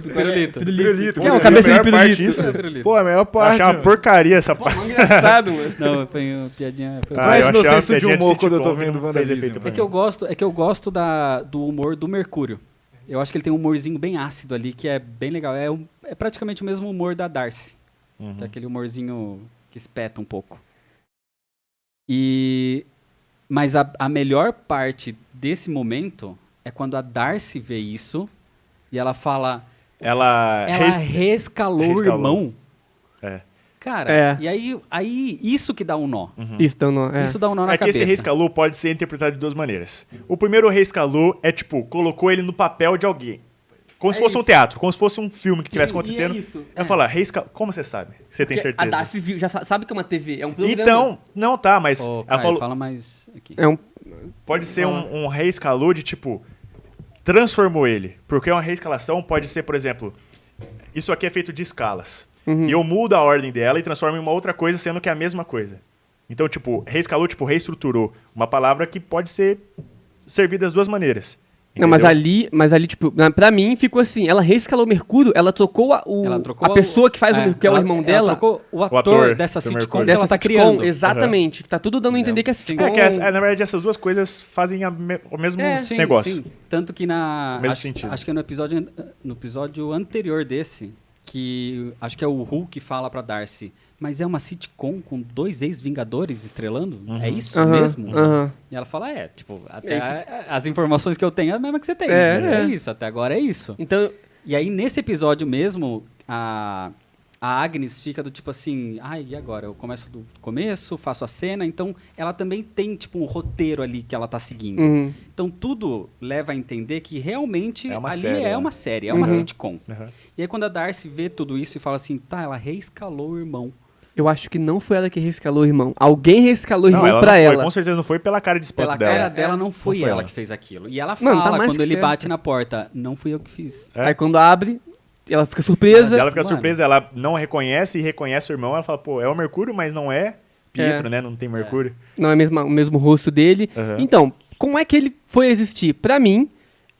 Speaker 2: Pirulito.
Speaker 4: Pirulito.
Speaker 1: Pô,
Speaker 4: É,
Speaker 1: a
Speaker 4: o cabeça de
Speaker 1: melhor parte
Speaker 4: pirulito.
Speaker 1: disso.
Speaker 2: É, pirulito.
Speaker 3: Pô, a melhor
Speaker 1: Eu
Speaker 3: parte.
Speaker 1: achei uma
Speaker 3: mano.
Speaker 1: porcaria essa parte.
Speaker 4: Engraçado, mano.
Speaker 2: Não, foi uma piadinha... foi-
Speaker 1: Ah,
Speaker 3: Qual é
Speaker 1: eu
Speaker 3: esse meu
Speaker 1: achei uma
Speaker 3: senso de
Speaker 1: piadinha
Speaker 3: humor quando eu tô
Speaker 1: sitcom que
Speaker 3: vendo
Speaker 1: não fez
Speaker 3: WandaVision,
Speaker 1: um efeito pra
Speaker 2: É que eu gosto, é que eu gosto da, do humor do Mercúrio. Eu acho que ele tem um humorzinho bem ácido ali, que é bem legal. É, um- é praticamente o mesmo humor da Darcy.
Speaker 1: Uhum.
Speaker 2: Que é aquele humorzinho que espeta um pouco. E... Mas a, a melhor parte desse momento é quando a Darcy vê isso e ela fala...
Speaker 1: Ela. É,
Speaker 2: Ela é
Speaker 1: res-
Speaker 2: rescalou, o
Speaker 1: rescalou.
Speaker 2: irmão.
Speaker 1: É.
Speaker 2: Cara,
Speaker 4: É.
Speaker 2: e aí, aí isso que dá um nó.
Speaker 1: Uhum.
Speaker 4: Isso, então, não. É.
Speaker 2: Isso dá um nó na
Speaker 1: É que
Speaker 2: cabeça.
Speaker 1: esse rescalou pode ser interpretado de duas maneiras. O primeiro rescalou é tipo, colocou ele no papel de alguém. Como se
Speaker 4: É
Speaker 1: fosse um
Speaker 4: isso.
Speaker 1: teatro, como se fosse um filme que estivesse
Speaker 4: Sim, e é
Speaker 1: acontecendo.
Speaker 4: isso,
Speaker 1: Eu
Speaker 4: é.
Speaker 1: falar, rescalou. Como você sabe? Você tem
Speaker 4: Porque A
Speaker 1: certeza?
Speaker 4: Darcy viu, já fa- sabe que é uma TV, é um programa.
Speaker 1: Então, não tá, mas
Speaker 2: Ô,
Speaker 1: ela
Speaker 2: Caio,
Speaker 1: falou,
Speaker 2: fala mais aqui.
Speaker 4: É um...
Speaker 1: pode ser um, um reescalou de tipo, transformou ele. Porque uma reescalação pode ser, por exemplo, isso aqui é feito de escalas.
Speaker 4: Uhum.
Speaker 1: E eu mudo a ordem dela e transformo em uma outra coisa, sendo que é a mesma coisa. Então, tipo, reescalou, tipo, reestruturou. Uma palavra que pode ser servida das duas maneiras.
Speaker 4: Não, mas
Speaker 1: entendeu?
Speaker 4: ali, mas ali, tipo, na- pra mim ficou assim, ela reescalou o Mercúrio, ela trocou a, o-
Speaker 2: Ela trocou
Speaker 4: a pessoa que faz o Mercúrio, que é o
Speaker 2: ela-
Speaker 4: irmão
Speaker 2: ela
Speaker 4: dela,
Speaker 2: trocou o ator,
Speaker 1: ator
Speaker 2: dessa
Speaker 1: do
Speaker 2: sitcom
Speaker 1: Mercúrio.
Speaker 2: que ela tá
Speaker 4: sitcom,
Speaker 2: criando.
Speaker 4: Exatamente, que tá tudo dando a entender que é sitcom.
Speaker 1: É, que as- é, na verdade, essas duas coisas fazem a me- o mesmo
Speaker 4: É,
Speaker 2: um Sim,
Speaker 1: negócio.
Speaker 2: sim. Tanto que na.
Speaker 1: Mesmo
Speaker 2: acho,
Speaker 1: sentido.
Speaker 2: acho que é no episódio, an- no episódio anterior desse, que acho que é o Hulk que fala pra Darcy. Mas é uma sitcom com dois ex-vingadores estrelando? É
Speaker 1: Uhum.
Speaker 2: isso
Speaker 4: Aham,
Speaker 2: mesmo?
Speaker 4: aham.
Speaker 2: E ela fala, é, tipo, até a- as informações que eu tenho é a mesma que você tem.
Speaker 4: É,
Speaker 2: né? é
Speaker 4: é.
Speaker 2: isso, até agora é isso.
Speaker 4: Então,
Speaker 2: E aí, nesse episódio mesmo, a, a Agnes fica do tipo assim, ai, e agora? Eu começo do começo, faço a cena, então ela também tem, tipo, um roteiro ali que ela tá seguindo.
Speaker 4: uhum.
Speaker 2: Então tudo leva a entender que realmente
Speaker 1: É uma
Speaker 2: ali
Speaker 1: série,
Speaker 2: é
Speaker 1: né?
Speaker 2: uma série, é uma
Speaker 4: Uhum.
Speaker 2: sitcom.
Speaker 1: Aham.
Speaker 2: E aí quando a Darcy vê tudo isso e fala assim, tá, ela reescalou o irmão.
Speaker 4: eu acho que não foi ela que reescalou o irmão. Alguém reescalou o
Speaker 1: Não,
Speaker 4: irmão
Speaker 1: ela
Speaker 4: pra
Speaker 1: não foi,
Speaker 4: ela.
Speaker 1: com certeza não foi pela cara de espanto
Speaker 2: Pela
Speaker 1: dela.
Speaker 2: cara dela não foi,
Speaker 1: foi
Speaker 2: ela,
Speaker 1: ela.
Speaker 2: que fez aquilo. E ela
Speaker 4: Mano, É. tá
Speaker 2: fala
Speaker 4: mais
Speaker 2: quando
Speaker 4: que
Speaker 2: ele
Speaker 4: certo.
Speaker 2: bate na porta, não fui eu que fiz.
Speaker 1: É.
Speaker 4: Aí quando abre, ela fica surpresa.
Speaker 1: Ela fica
Speaker 2: Mano.
Speaker 1: surpresa, ela não reconhece e reconhece o irmão. Ela fala, pô, é o Mercúrio, mas não é Pietro, né? Não tem Mercúrio.
Speaker 4: Não é a mesma- o mesmo rosto dele.
Speaker 1: Aham.
Speaker 4: Então, como é que ele foi existir? Pra mim,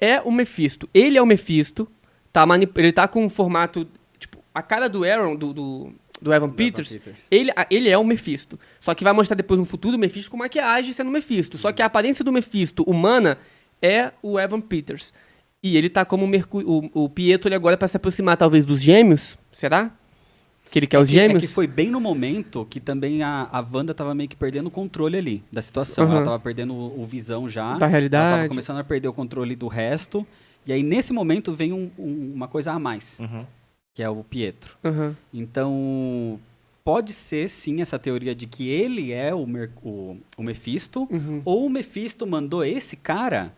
Speaker 4: é o Mephisto. Ele é o Mephisto. Tá mani- ele tá com um formato. Tipo, a cara do Aaron, do, do, do Evan Peters,
Speaker 2: Peters.
Speaker 4: Ele, a- ele é o Mephisto. Só que vai mostrar depois no futuro o Mephisto com maquiagem sendo o Mephisto. Só que a aparência do Mephisto humana é o Evan Peters. E ele tá como o, Mercu- o, o Pietro ele agora pra se aproximar, talvez, dos gêmeos. Será? Que ele quer os
Speaker 2: É
Speaker 4: gêmeos?
Speaker 2: que foi bem no momento que também a, a Wanda tava meio que perdendo o controle ali da situação.
Speaker 4: Aham.
Speaker 2: Ela tava perdendo o, o visão já.
Speaker 4: Uhum. Da realidade.
Speaker 2: Ela tava começando a perder o controle do resto. E aí nesse momento vem um- um- uma coisa a mais,
Speaker 1: Uhum.
Speaker 2: que é o Pietro.
Speaker 4: Aham.
Speaker 2: Então, pode ser sim essa teoria de que ele é o, Mer o, o Mephisto,
Speaker 4: Uhum.
Speaker 2: ou o Mephisto mandou esse cara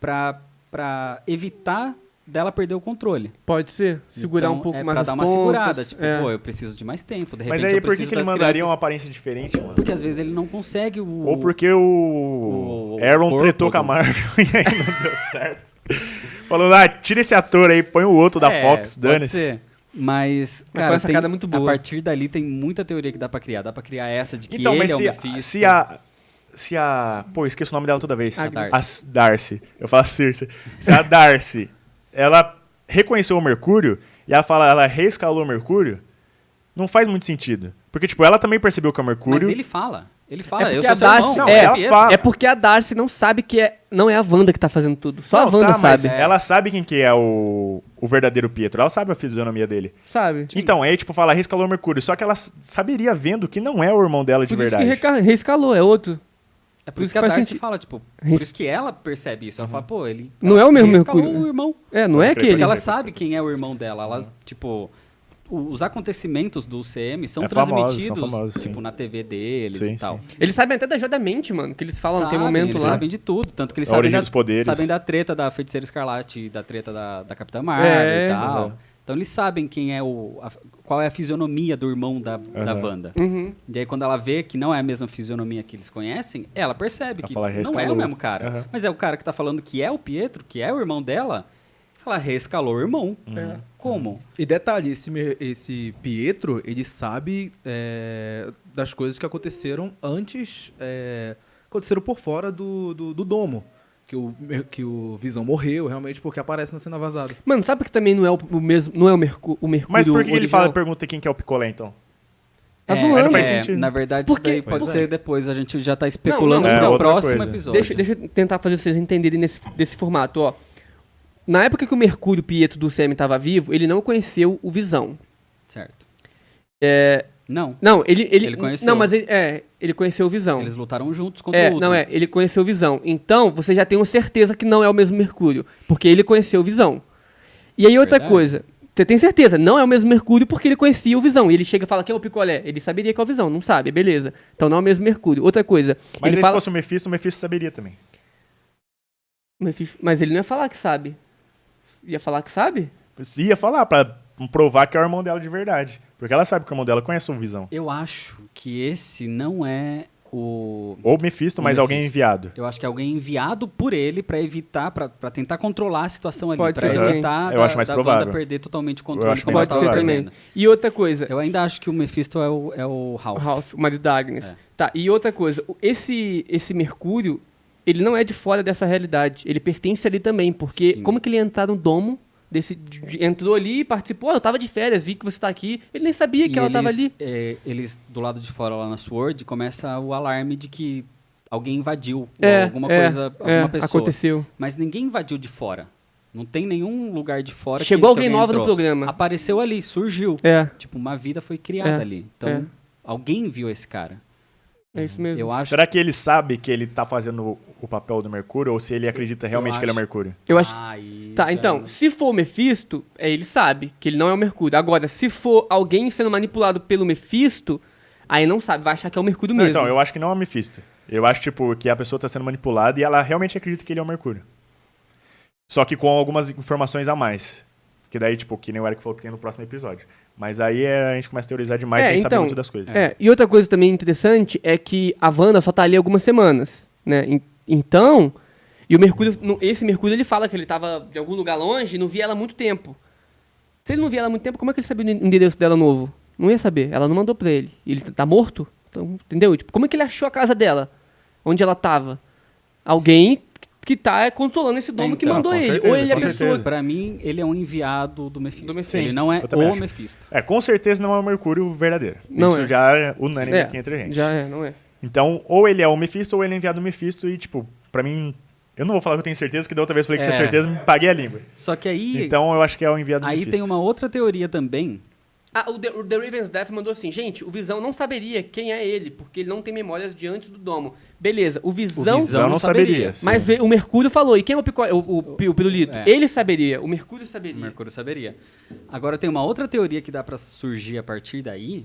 Speaker 2: pra, pra evitar dela perder o controle.
Speaker 4: Pode ser. Segurar
Speaker 2: Então,
Speaker 4: um pouco
Speaker 2: é
Speaker 4: mais
Speaker 2: pra
Speaker 4: as
Speaker 2: dar uma
Speaker 4: pontas,
Speaker 2: segurada, tipo,
Speaker 4: é.
Speaker 2: pô, eu preciso de mais tempo, de repente
Speaker 1: Mas aí por
Speaker 2: eu
Speaker 1: que,
Speaker 2: preciso
Speaker 1: que ele
Speaker 2: das
Speaker 1: mandaria uma
Speaker 2: crianças,
Speaker 1: aparência diferente, mano?
Speaker 2: Porque às vezes ele não consegue o...
Speaker 1: Ou porque o,
Speaker 2: o- o
Speaker 1: Aaron
Speaker 2: corpo
Speaker 1: tretou
Speaker 2: do-
Speaker 1: com a Marvel e aí não deu certo. Falou, ah, tira esse ator aí, põe o outro da
Speaker 2: É,
Speaker 1: Fox,
Speaker 2: pode
Speaker 1: dane-se.
Speaker 2: ser. Mas,
Speaker 4: foi
Speaker 2: cara,
Speaker 4: uma sacada
Speaker 2: tem-
Speaker 4: muito
Speaker 2: a
Speaker 4: boa.
Speaker 2: partir dali tem muita teoria que dá pra criar. Dá pra criar essa de que
Speaker 1: Então,
Speaker 2: ele
Speaker 1: mas
Speaker 2: é o
Speaker 1: se,
Speaker 2: Mephisto.
Speaker 1: se a. Se a. Pô, eu esqueço o nome dela toda vez.
Speaker 2: A Darcy.
Speaker 1: A Darcy. Eu falo Circe. Se a Darcy, ela reconheceu o Mercúrio e ela fala, ela reescalou o Mercúrio, não faz muito sentido. Porque, tipo, ela também percebeu que é o
Speaker 2: Mas
Speaker 1: Mercúrio.
Speaker 2: ele fala.
Speaker 1: É
Speaker 2: Ele fala,
Speaker 4: porque
Speaker 2: eu
Speaker 4: a
Speaker 2: sou seu
Speaker 4: Darcy-
Speaker 2: irmão.
Speaker 1: Não,
Speaker 4: é,
Speaker 1: ela
Speaker 2: Pietro.
Speaker 1: fala.
Speaker 4: É porque a Darcy não sabe que é, não é a Wanda que tá fazendo tudo. Só a
Speaker 1: Não,
Speaker 4: Wanda
Speaker 1: tá, mas
Speaker 4: sabe.
Speaker 1: Ela sabe quem que é o, o verdadeiro Pietro. Ela sabe a fisionomia dele.
Speaker 4: Sabe?
Speaker 1: Então, aí, tipo, fala, reescalou o Mercúrio. Só que ela s- saberia vendo que não é o irmão dela de
Speaker 4: Por
Speaker 1: verdade.
Speaker 4: isso que reca- reescalou, é outro.
Speaker 2: É por isso que a
Speaker 4: faz
Speaker 2: Darcy
Speaker 4: sentido.
Speaker 2: fala, tipo, por
Speaker 4: Risco.
Speaker 2: isso que ela percebe isso. Ela fala, pô, ele.
Speaker 4: Não é o mesmo
Speaker 2: risca
Speaker 4: Mercúrio.
Speaker 2: o irmão.
Speaker 4: É, não
Speaker 1: Pode
Speaker 4: é
Speaker 1: crer,
Speaker 4: aquele.
Speaker 2: Porque ela sabe quem é o irmão dela. Ela, tipo, o- os acontecimentos do CM são
Speaker 1: É famoso, são
Speaker 2: transmitidos,
Speaker 1: famosos,
Speaker 2: tipo,
Speaker 1: sim.
Speaker 2: na TV deles
Speaker 1: Sim,
Speaker 2: e tal.
Speaker 4: Eles sabem até da joia da mente, mano, que eles falam, tem um
Speaker 2: Sabem,
Speaker 4: momento
Speaker 2: eles
Speaker 4: lá.
Speaker 2: sabem de tudo. Tanto que eles
Speaker 1: É A
Speaker 2: sabem
Speaker 1: origem
Speaker 2: da,
Speaker 1: dos poderes.
Speaker 2: sabem da treta da Feiticeira Escarlate, da treta da, da Capitã Marvel
Speaker 4: É.
Speaker 2: e tal.
Speaker 1: Uhum.
Speaker 2: Então eles sabem quem é o. a- qual é a fisionomia do irmão da, da
Speaker 1: Uhum.
Speaker 2: Wanda.
Speaker 4: Uhum.
Speaker 2: E aí, quando ela vê que não é a mesma fisionomia que eles conhecem, ela percebe
Speaker 1: Ela
Speaker 2: que
Speaker 1: fala,
Speaker 2: não é
Speaker 1: "Reescalou".
Speaker 2: o mesmo cara.
Speaker 1: Aham.
Speaker 2: Mas é o cara que tá falando que é o Pietro, que é o irmão dela. Ela reescalou o irmão. Como?
Speaker 3: E detalhe, esse, me- esse Pietro, ele sabe é, das coisas que aconteceram antes, é, aconteceram por fora do, do, do domo. Que o, Mer- que o Visão morreu, realmente, porque aparece na cena vazada.
Speaker 4: Mano, sabe que também não é o, o mesmo, não é o Mercú- o Mercúrio
Speaker 1: Mas por que ele fala,
Speaker 4: original?
Speaker 1: pergunta quem que é o picolé, então?
Speaker 4: Tá
Speaker 2: É,
Speaker 4: zoando.
Speaker 1: não faz
Speaker 2: é,
Speaker 1: sentido.
Speaker 2: Na verdade,
Speaker 4: Porque-
Speaker 2: isso daí pode
Speaker 3: Pois é.
Speaker 2: ser depois. A gente já tá especulando
Speaker 4: não,
Speaker 2: no
Speaker 4: não. É,
Speaker 1: outra
Speaker 2: próximo
Speaker 1: coisa.
Speaker 2: episódio.
Speaker 4: Deixa, deixa eu tentar fazer vocês entenderem nesse, desse formato, ó. Na época que o Mercúrio Pietro do Semi tava vivo, ele não conheceu o Visão.
Speaker 2: Certo.
Speaker 4: É,
Speaker 2: Não.
Speaker 4: não, ele, ele,
Speaker 2: Ele conheceu.
Speaker 4: Não, mas ele, é, ele conheceu o Visão.
Speaker 2: Eles lutaram juntos contra
Speaker 4: É,
Speaker 2: o Ultron.
Speaker 4: não é, ele conheceu o Visão. Então, você já tem uma certeza que não é o mesmo Mercúrio, porque ele conheceu o Visão. E aí outra
Speaker 2: Verdade.
Speaker 4: coisa, você tem certeza, não é o mesmo Mercúrio porque ele conhecia o Visão. E ele chega e fala que é o picolé, ele saberia que é o Visão, não sabe, beleza. Então não é o mesmo Mercúrio. Outra coisa,
Speaker 1: Mas
Speaker 4: ele
Speaker 1: se
Speaker 4: fala,
Speaker 1: fosse o Mephisto, o Mephisto saberia também.
Speaker 4: Mephisto- mas ele não ia falar que sabe. Ia falar que sabe?
Speaker 1: Ia falar pra provar que é o irmão dela de verdade. Porque ela sabe que o irmão dela conhece o Visão.
Speaker 2: Eu acho que esse não é o.
Speaker 1: Ou Mephisto,
Speaker 2: O
Speaker 1: mas alguém
Speaker 2: Mephisto.
Speaker 1: enviado.
Speaker 2: Eu acho que é alguém enviado por ele pra evitar, pra pra tentar controlar a situação ali,
Speaker 4: Pode
Speaker 2: Pra
Speaker 4: ser também.
Speaker 2: evitar
Speaker 1: Eu
Speaker 2: da,
Speaker 1: acho mais
Speaker 2: da
Speaker 1: provável.
Speaker 2: Wanda perder totalmente o
Speaker 1: Eu
Speaker 2: controle.
Speaker 1: acho
Speaker 2: como
Speaker 1: bem
Speaker 2: ela
Speaker 4: Pode
Speaker 1: mais
Speaker 2: tava
Speaker 4: ser
Speaker 1: provável.
Speaker 4: também.
Speaker 2: perdendo.
Speaker 4: E outra coisa,
Speaker 2: Eu ainda acho que É o Mephisto é o, é o Ralph.
Speaker 4: Ralph, o marido da Agnes.
Speaker 2: É.
Speaker 4: Tá, e outra coisa, o- esse, esse Mercúrio, ele não é de fora dessa realidade. Ele pertence ali também, porque
Speaker 2: Sim.
Speaker 4: como que ele ia entrar no domo desse de- de- entrou ali e participou, "Ah, eu tava de férias, vi que você tá aqui. Ele nem sabia que ela
Speaker 2: eles,
Speaker 4: tava ali.
Speaker 2: é, eles, do lado de fora, lá na Sword, começa o alarme de que alguém invadiu. ou
Speaker 4: É,
Speaker 2: alguma
Speaker 4: é,
Speaker 2: coisa,
Speaker 4: é,
Speaker 2: alguma pessoa.
Speaker 4: aconteceu.
Speaker 2: Mas ninguém invadiu de fora. Não tem nenhum lugar de fora
Speaker 4: Chegou
Speaker 2: que, que
Speaker 4: alguém nova no
Speaker 2: entrou.
Speaker 4: programa.
Speaker 2: Apareceu ali, surgiu.
Speaker 4: É,
Speaker 2: Tipo, uma vida foi criada
Speaker 4: É,
Speaker 2: ali. Então,
Speaker 4: é.
Speaker 2: alguém viu esse cara.
Speaker 4: é isso mesmo.
Speaker 2: Eu acho
Speaker 1: Será que ele sabe que ele tá fazendo o papel do Mercúrio ou se ele acredita realmente que ele é o
Speaker 2: acho.
Speaker 1: Mercúrio?
Speaker 4: Eu acho que
Speaker 2: Aí
Speaker 4: Tá,
Speaker 2: já
Speaker 4: então,
Speaker 1: é.
Speaker 2: não-
Speaker 4: se for o Mefisto, é, ele sabe que ele não é o Mercúrio. Agora, se for alguém sendo manipulado pelo Mefisto, aí não sabe, vai achar que é o Mercúrio
Speaker 1: Não,
Speaker 4: mesmo.
Speaker 1: então, eu acho que não é o Mephisto. Eu acho, tipo, que a pessoa tá sendo manipulada e ela realmente acredita que ele é o Mercúrio. Só que com algumas informações a mais. Que daí, tipo, que nem o Eric falou que tem no próximo episódio. Mas aí é, a gente começa a teorizar demais
Speaker 4: É,
Speaker 1: sem saber
Speaker 4: então,
Speaker 1: muito das coisas.
Speaker 4: É, e outra coisa também interessante é que a Wanda só tá ali algumas semanas, né? En- Então, e o Mercúrio, no- esse Mercúrio ele fala que ele tava de algum lugar longe e não via ela há muito tempo. Se ele não via ela há muito tempo, como é que ele sabia o endereço dela novo? Não ia saber, ela não mandou pra ele. E Ele tá morto? Então, entendeu? Tipo, como é que ele achou a casa dela? Onde ela tava? Alguém que tá controlando esse domo que
Speaker 2: Então,
Speaker 4: mandou
Speaker 1: com
Speaker 4: ele.
Speaker 1: certeza,
Speaker 4: Ou ele é a
Speaker 1: com
Speaker 4: pessoa
Speaker 1: certeza.
Speaker 2: Pra mim, ele é um enviado do Mephisto.
Speaker 4: Do Mephisto.
Speaker 2: Ele não é
Speaker 1: Eu também
Speaker 2: o
Speaker 1: acho.
Speaker 2: Mephisto.
Speaker 1: É, com certeza não é o Mercúrio verdadeiro.
Speaker 4: Não
Speaker 1: Isso
Speaker 4: é.
Speaker 1: já é unânime
Speaker 4: É,
Speaker 1: aqui entre a gente.
Speaker 4: Já é, não é.
Speaker 1: Então, ou ele é o Mephisto ou ele é enviado do Mephisto e, tipo, pra mim... Eu não vou falar que eu tenho certeza, que da outra vez eu falei que tinha
Speaker 2: É.
Speaker 1: certeza me paguei a língua.
Speaker 2: Só que aí,
Speaker 1: Então eu acho que é o enviado do
Speaker 2: aí
Speaker 1: Mephisto.
Speaker 2: tem uma outra teoria também.
Speaker 4: Ah, o The, o The Raven's Death mandou assim, gente, o Visão não saberia quem é ele, porque ele não tem memórias de antes do domo. Beleza, o
Speaker 2: O
Speaker 4: Visão...
Speaker 1: Mas eu
Speaker 2: Visão-
Speaker 1: não
Speaker 2: não
Speaker 1: saberia.
Speaker 2: saberia.
Speaker 1: sim.
Speaker 4: Mas veio- o Mercúrio falou, e quem é o, pico, o, o, pi- o pirulito?
Speaker 2: É.
Speaker 4: Ele saberia, o Mercúrio
Speaker 2: O
Speaker 4: saberia.
Speaker 2: Mercúrio saberia. Agora tem uma outra teoria que dá pra surgir a partir daí,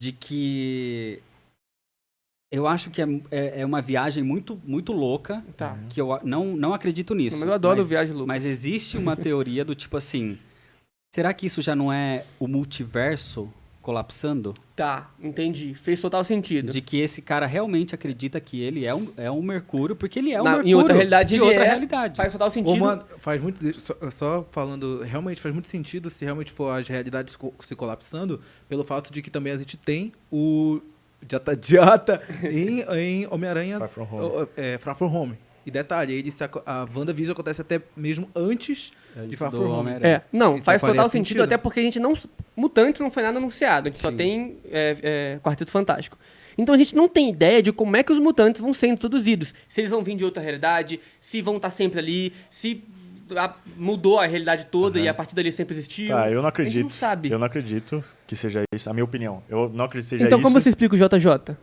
Speaker 2: de que eu acho que é, é- é uma viagem muito, muito louca,
Speaker 4: Tá.
Speaker 2: que eu a- não, não acredito nisso.
Speaker 4: Mas eu adoro
Speaker 2: mas,
Speaker 4: Viagem Louca.
Speaker 2: Mas existe uma teoria do tipo assim, será que isso já não é o multiverso colapsando?
Speaker 4: Tá, entendi. Fez total sentido.
Speaker 2: De que esse cara realmente acredita que ele é um, é um Mercúrio, porque ele é um
Speaker 4: Na-
Speaker 2: Mercúrio
Speaker 4: em outra realidade
Speaker 2: de
Speaker 4: ele
Speaker 2: outra
Speaker 4: é,
Speaker 2: realidade.
Speaker 4: Faz total sentido.
Speaker 3: Ô, mano, faz muito. Só, só falando, realmente faz muito sentido se realmente for as realidades co- se colapsando, pelo fato de que também a gente tem o Jata Jata em, em Homem-Aranha
Speaker 1: Far From Home.
Speaker 3: o- o- é, Far From Home. E detalhe, ele se, aco- a WandaVision acontece até mesmo antes,
Speaker 2: Antes
Speaker 3: de Far
Speaker 2: do
Speaker 3: From Home.
Speaker 2: Homem-Aranha.
Speaker 4: É, não,
Speaker 3: Então
Speaker 4: faz
Speaker 3: faria
Speaker 4: total sentido,
Speaker 3: sentido.
Speaker 4: até porque a gente não. Mutantes não foi nada anunciado, a gente só
Speaker 2: Sim.
Speaker 4: tem é, é, Quarteto Fantástico. Então a gente não tem ideia de como é que os mutantes vão ser introduzidos. Se eles vão vir de outra realidade, se vão estar sempre ali, se a- mudou a realidade toda e a partir dali sempre existiu.
Speaker 1: Tá, eu não
Speaker 4: A gente
Speaker 1: acredito.
Speaker 4: não sabe.
Speaker 1: Eu não acredito que seja isso. A minha opinião. Eu não acredito que seja
Speaker 4: então,
Speaker 1: isso.
Speaker 4: como você explica o JJ?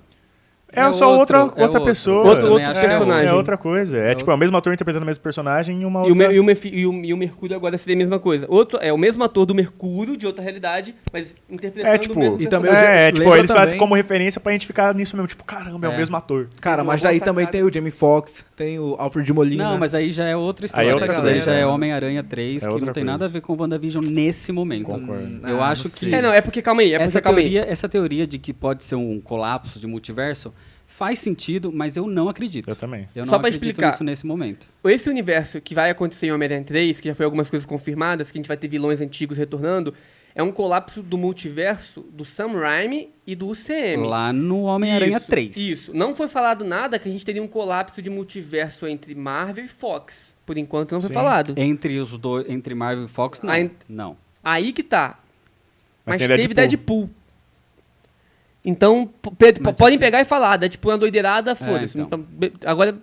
Speaker 1: É,
Speaker 2: É
Speaker 1: só outra,
Speaker 2: outro, é
Speaker 1: outra
Speaker 2: outro.
Speaker 1: pessoa.
Speaker 4: Outro-
Speaker 1: Eu
Speaker 4: outro
Speaker 1: também acho
Speaker 4: personagem.
Speaker 1: que É, é outra coisa. É,
Speaker 2: É
Speaker 1: tipo, é o mesmo ator interpretando o mesmo personagem e uma
Speaker 4: E o,
Speaker 1: outra...
Speaker 4: Me- e o Mefi- e o- e o Mercúrio agora seria a mesma coisa. Outro, é o mesmo ator do Mercúrio, de outra realidade, mas interpretando
Speaker 1: É,
Speaker 4: o mesmo
Speaker 1: tipo...
Speaker 3: E também
Speaker 1: é,
Speaker 3: o
Speaker 4: personagem.
Speaker 1: é,
Speaker 3: James-
Speaker 1: tipo,
Speaker 3: lembra
Speaker 1: eles fazem
Speaker 3: também-
Speaker 1: como referência pra gente ficar nisso mesmo. Tipo, caramba, é, o
Speaker 2: É.
Speaker 1: mesmo ator.
Speaker 3: Cara,
Speaker 4: Uma
Speaker 3: mas
Speaker 4: boa
Speaker 3: daí também
Speaker 4: sacada.
Speaker 3: tem o Jamie Fox, tem o Alfred de Molina.
Speaker 2: Não, mas aí já é outra história.
Speaker 1: Aí é
Speaker 3: outra
Speaker 2: Isso daí
Speaker 3: coisa,
Speaker 2: já
Speaker 3: né?
Speaker 2: é Homem-Aranha 3,
Speaker 1: É
Speaker 2: que não
Speaker 1: outra
Speaker 2: tem
Speaker 1: coisa.
Speaker 2: nada a ver com WandaVision nesse momento.
Speaker 1: Concordo.
Speaker 2: Eu
Speaker 3: Ah,
Speaker 2: acho
Speaker 3: não
Speaker 2: que-
Speaker 3: sei.
Speaker 4: É, não, é porque, calma aí, é
Speaker 2: essa,
Speaker 4: porque, calma aí.
Speaker 2: teoria, essa teoria de que pode ser um colapso de multiverso faz sentido, mas eu não acredito.
Speaker 1: Eu também.
Speaker 2: Eu
Speaker 4: Só
Speaker 2: não
Speaker 4: pra
Speaker 2: acredito
Speaker 4: explicar.
Speaker 2: nisso nesse momento.
Speaker 4: Esse universo que vai acontecer em Homem-Aranha 3, que já foi algumas coisas confirmadas, que a gente vai ter vilões antigos retornando, é um colapso do multiverso do Sam Raimi e do UCM.
Speaker 2: Lá no Homem-Aranha
Speaker 4: Isso,
Speaker 2: 3.
Speaker 4: Isso. Não foi falado nada que a gente teria um colapso de multiverso entre Marvel e Fox. Por enquanto não foi
Speaker 1: Sim.
Speaker 4: falado.
Speaker 2: Entre os dois, entre Marvel e Fox, não.
Speaker 4: Ah, ent-
Speaker 2: Não.
Speaker 4: Aí que tá.
Speaker 1: Mas
Speaker 4: Mas,
Speaker 1: tem
Speaker 4: teve
Speaker 1: Deadpool.
Speaker 4: Deadpool. Então, p- pe-
Speaker 2: Mas
Speaker 4: podem
Speaker 2: aqui-
Speaker 4: pegar e falar, Deadpool é uma doideirada, foda-se.
Speaker 2: então.
Speaker 4: Então, be- agora,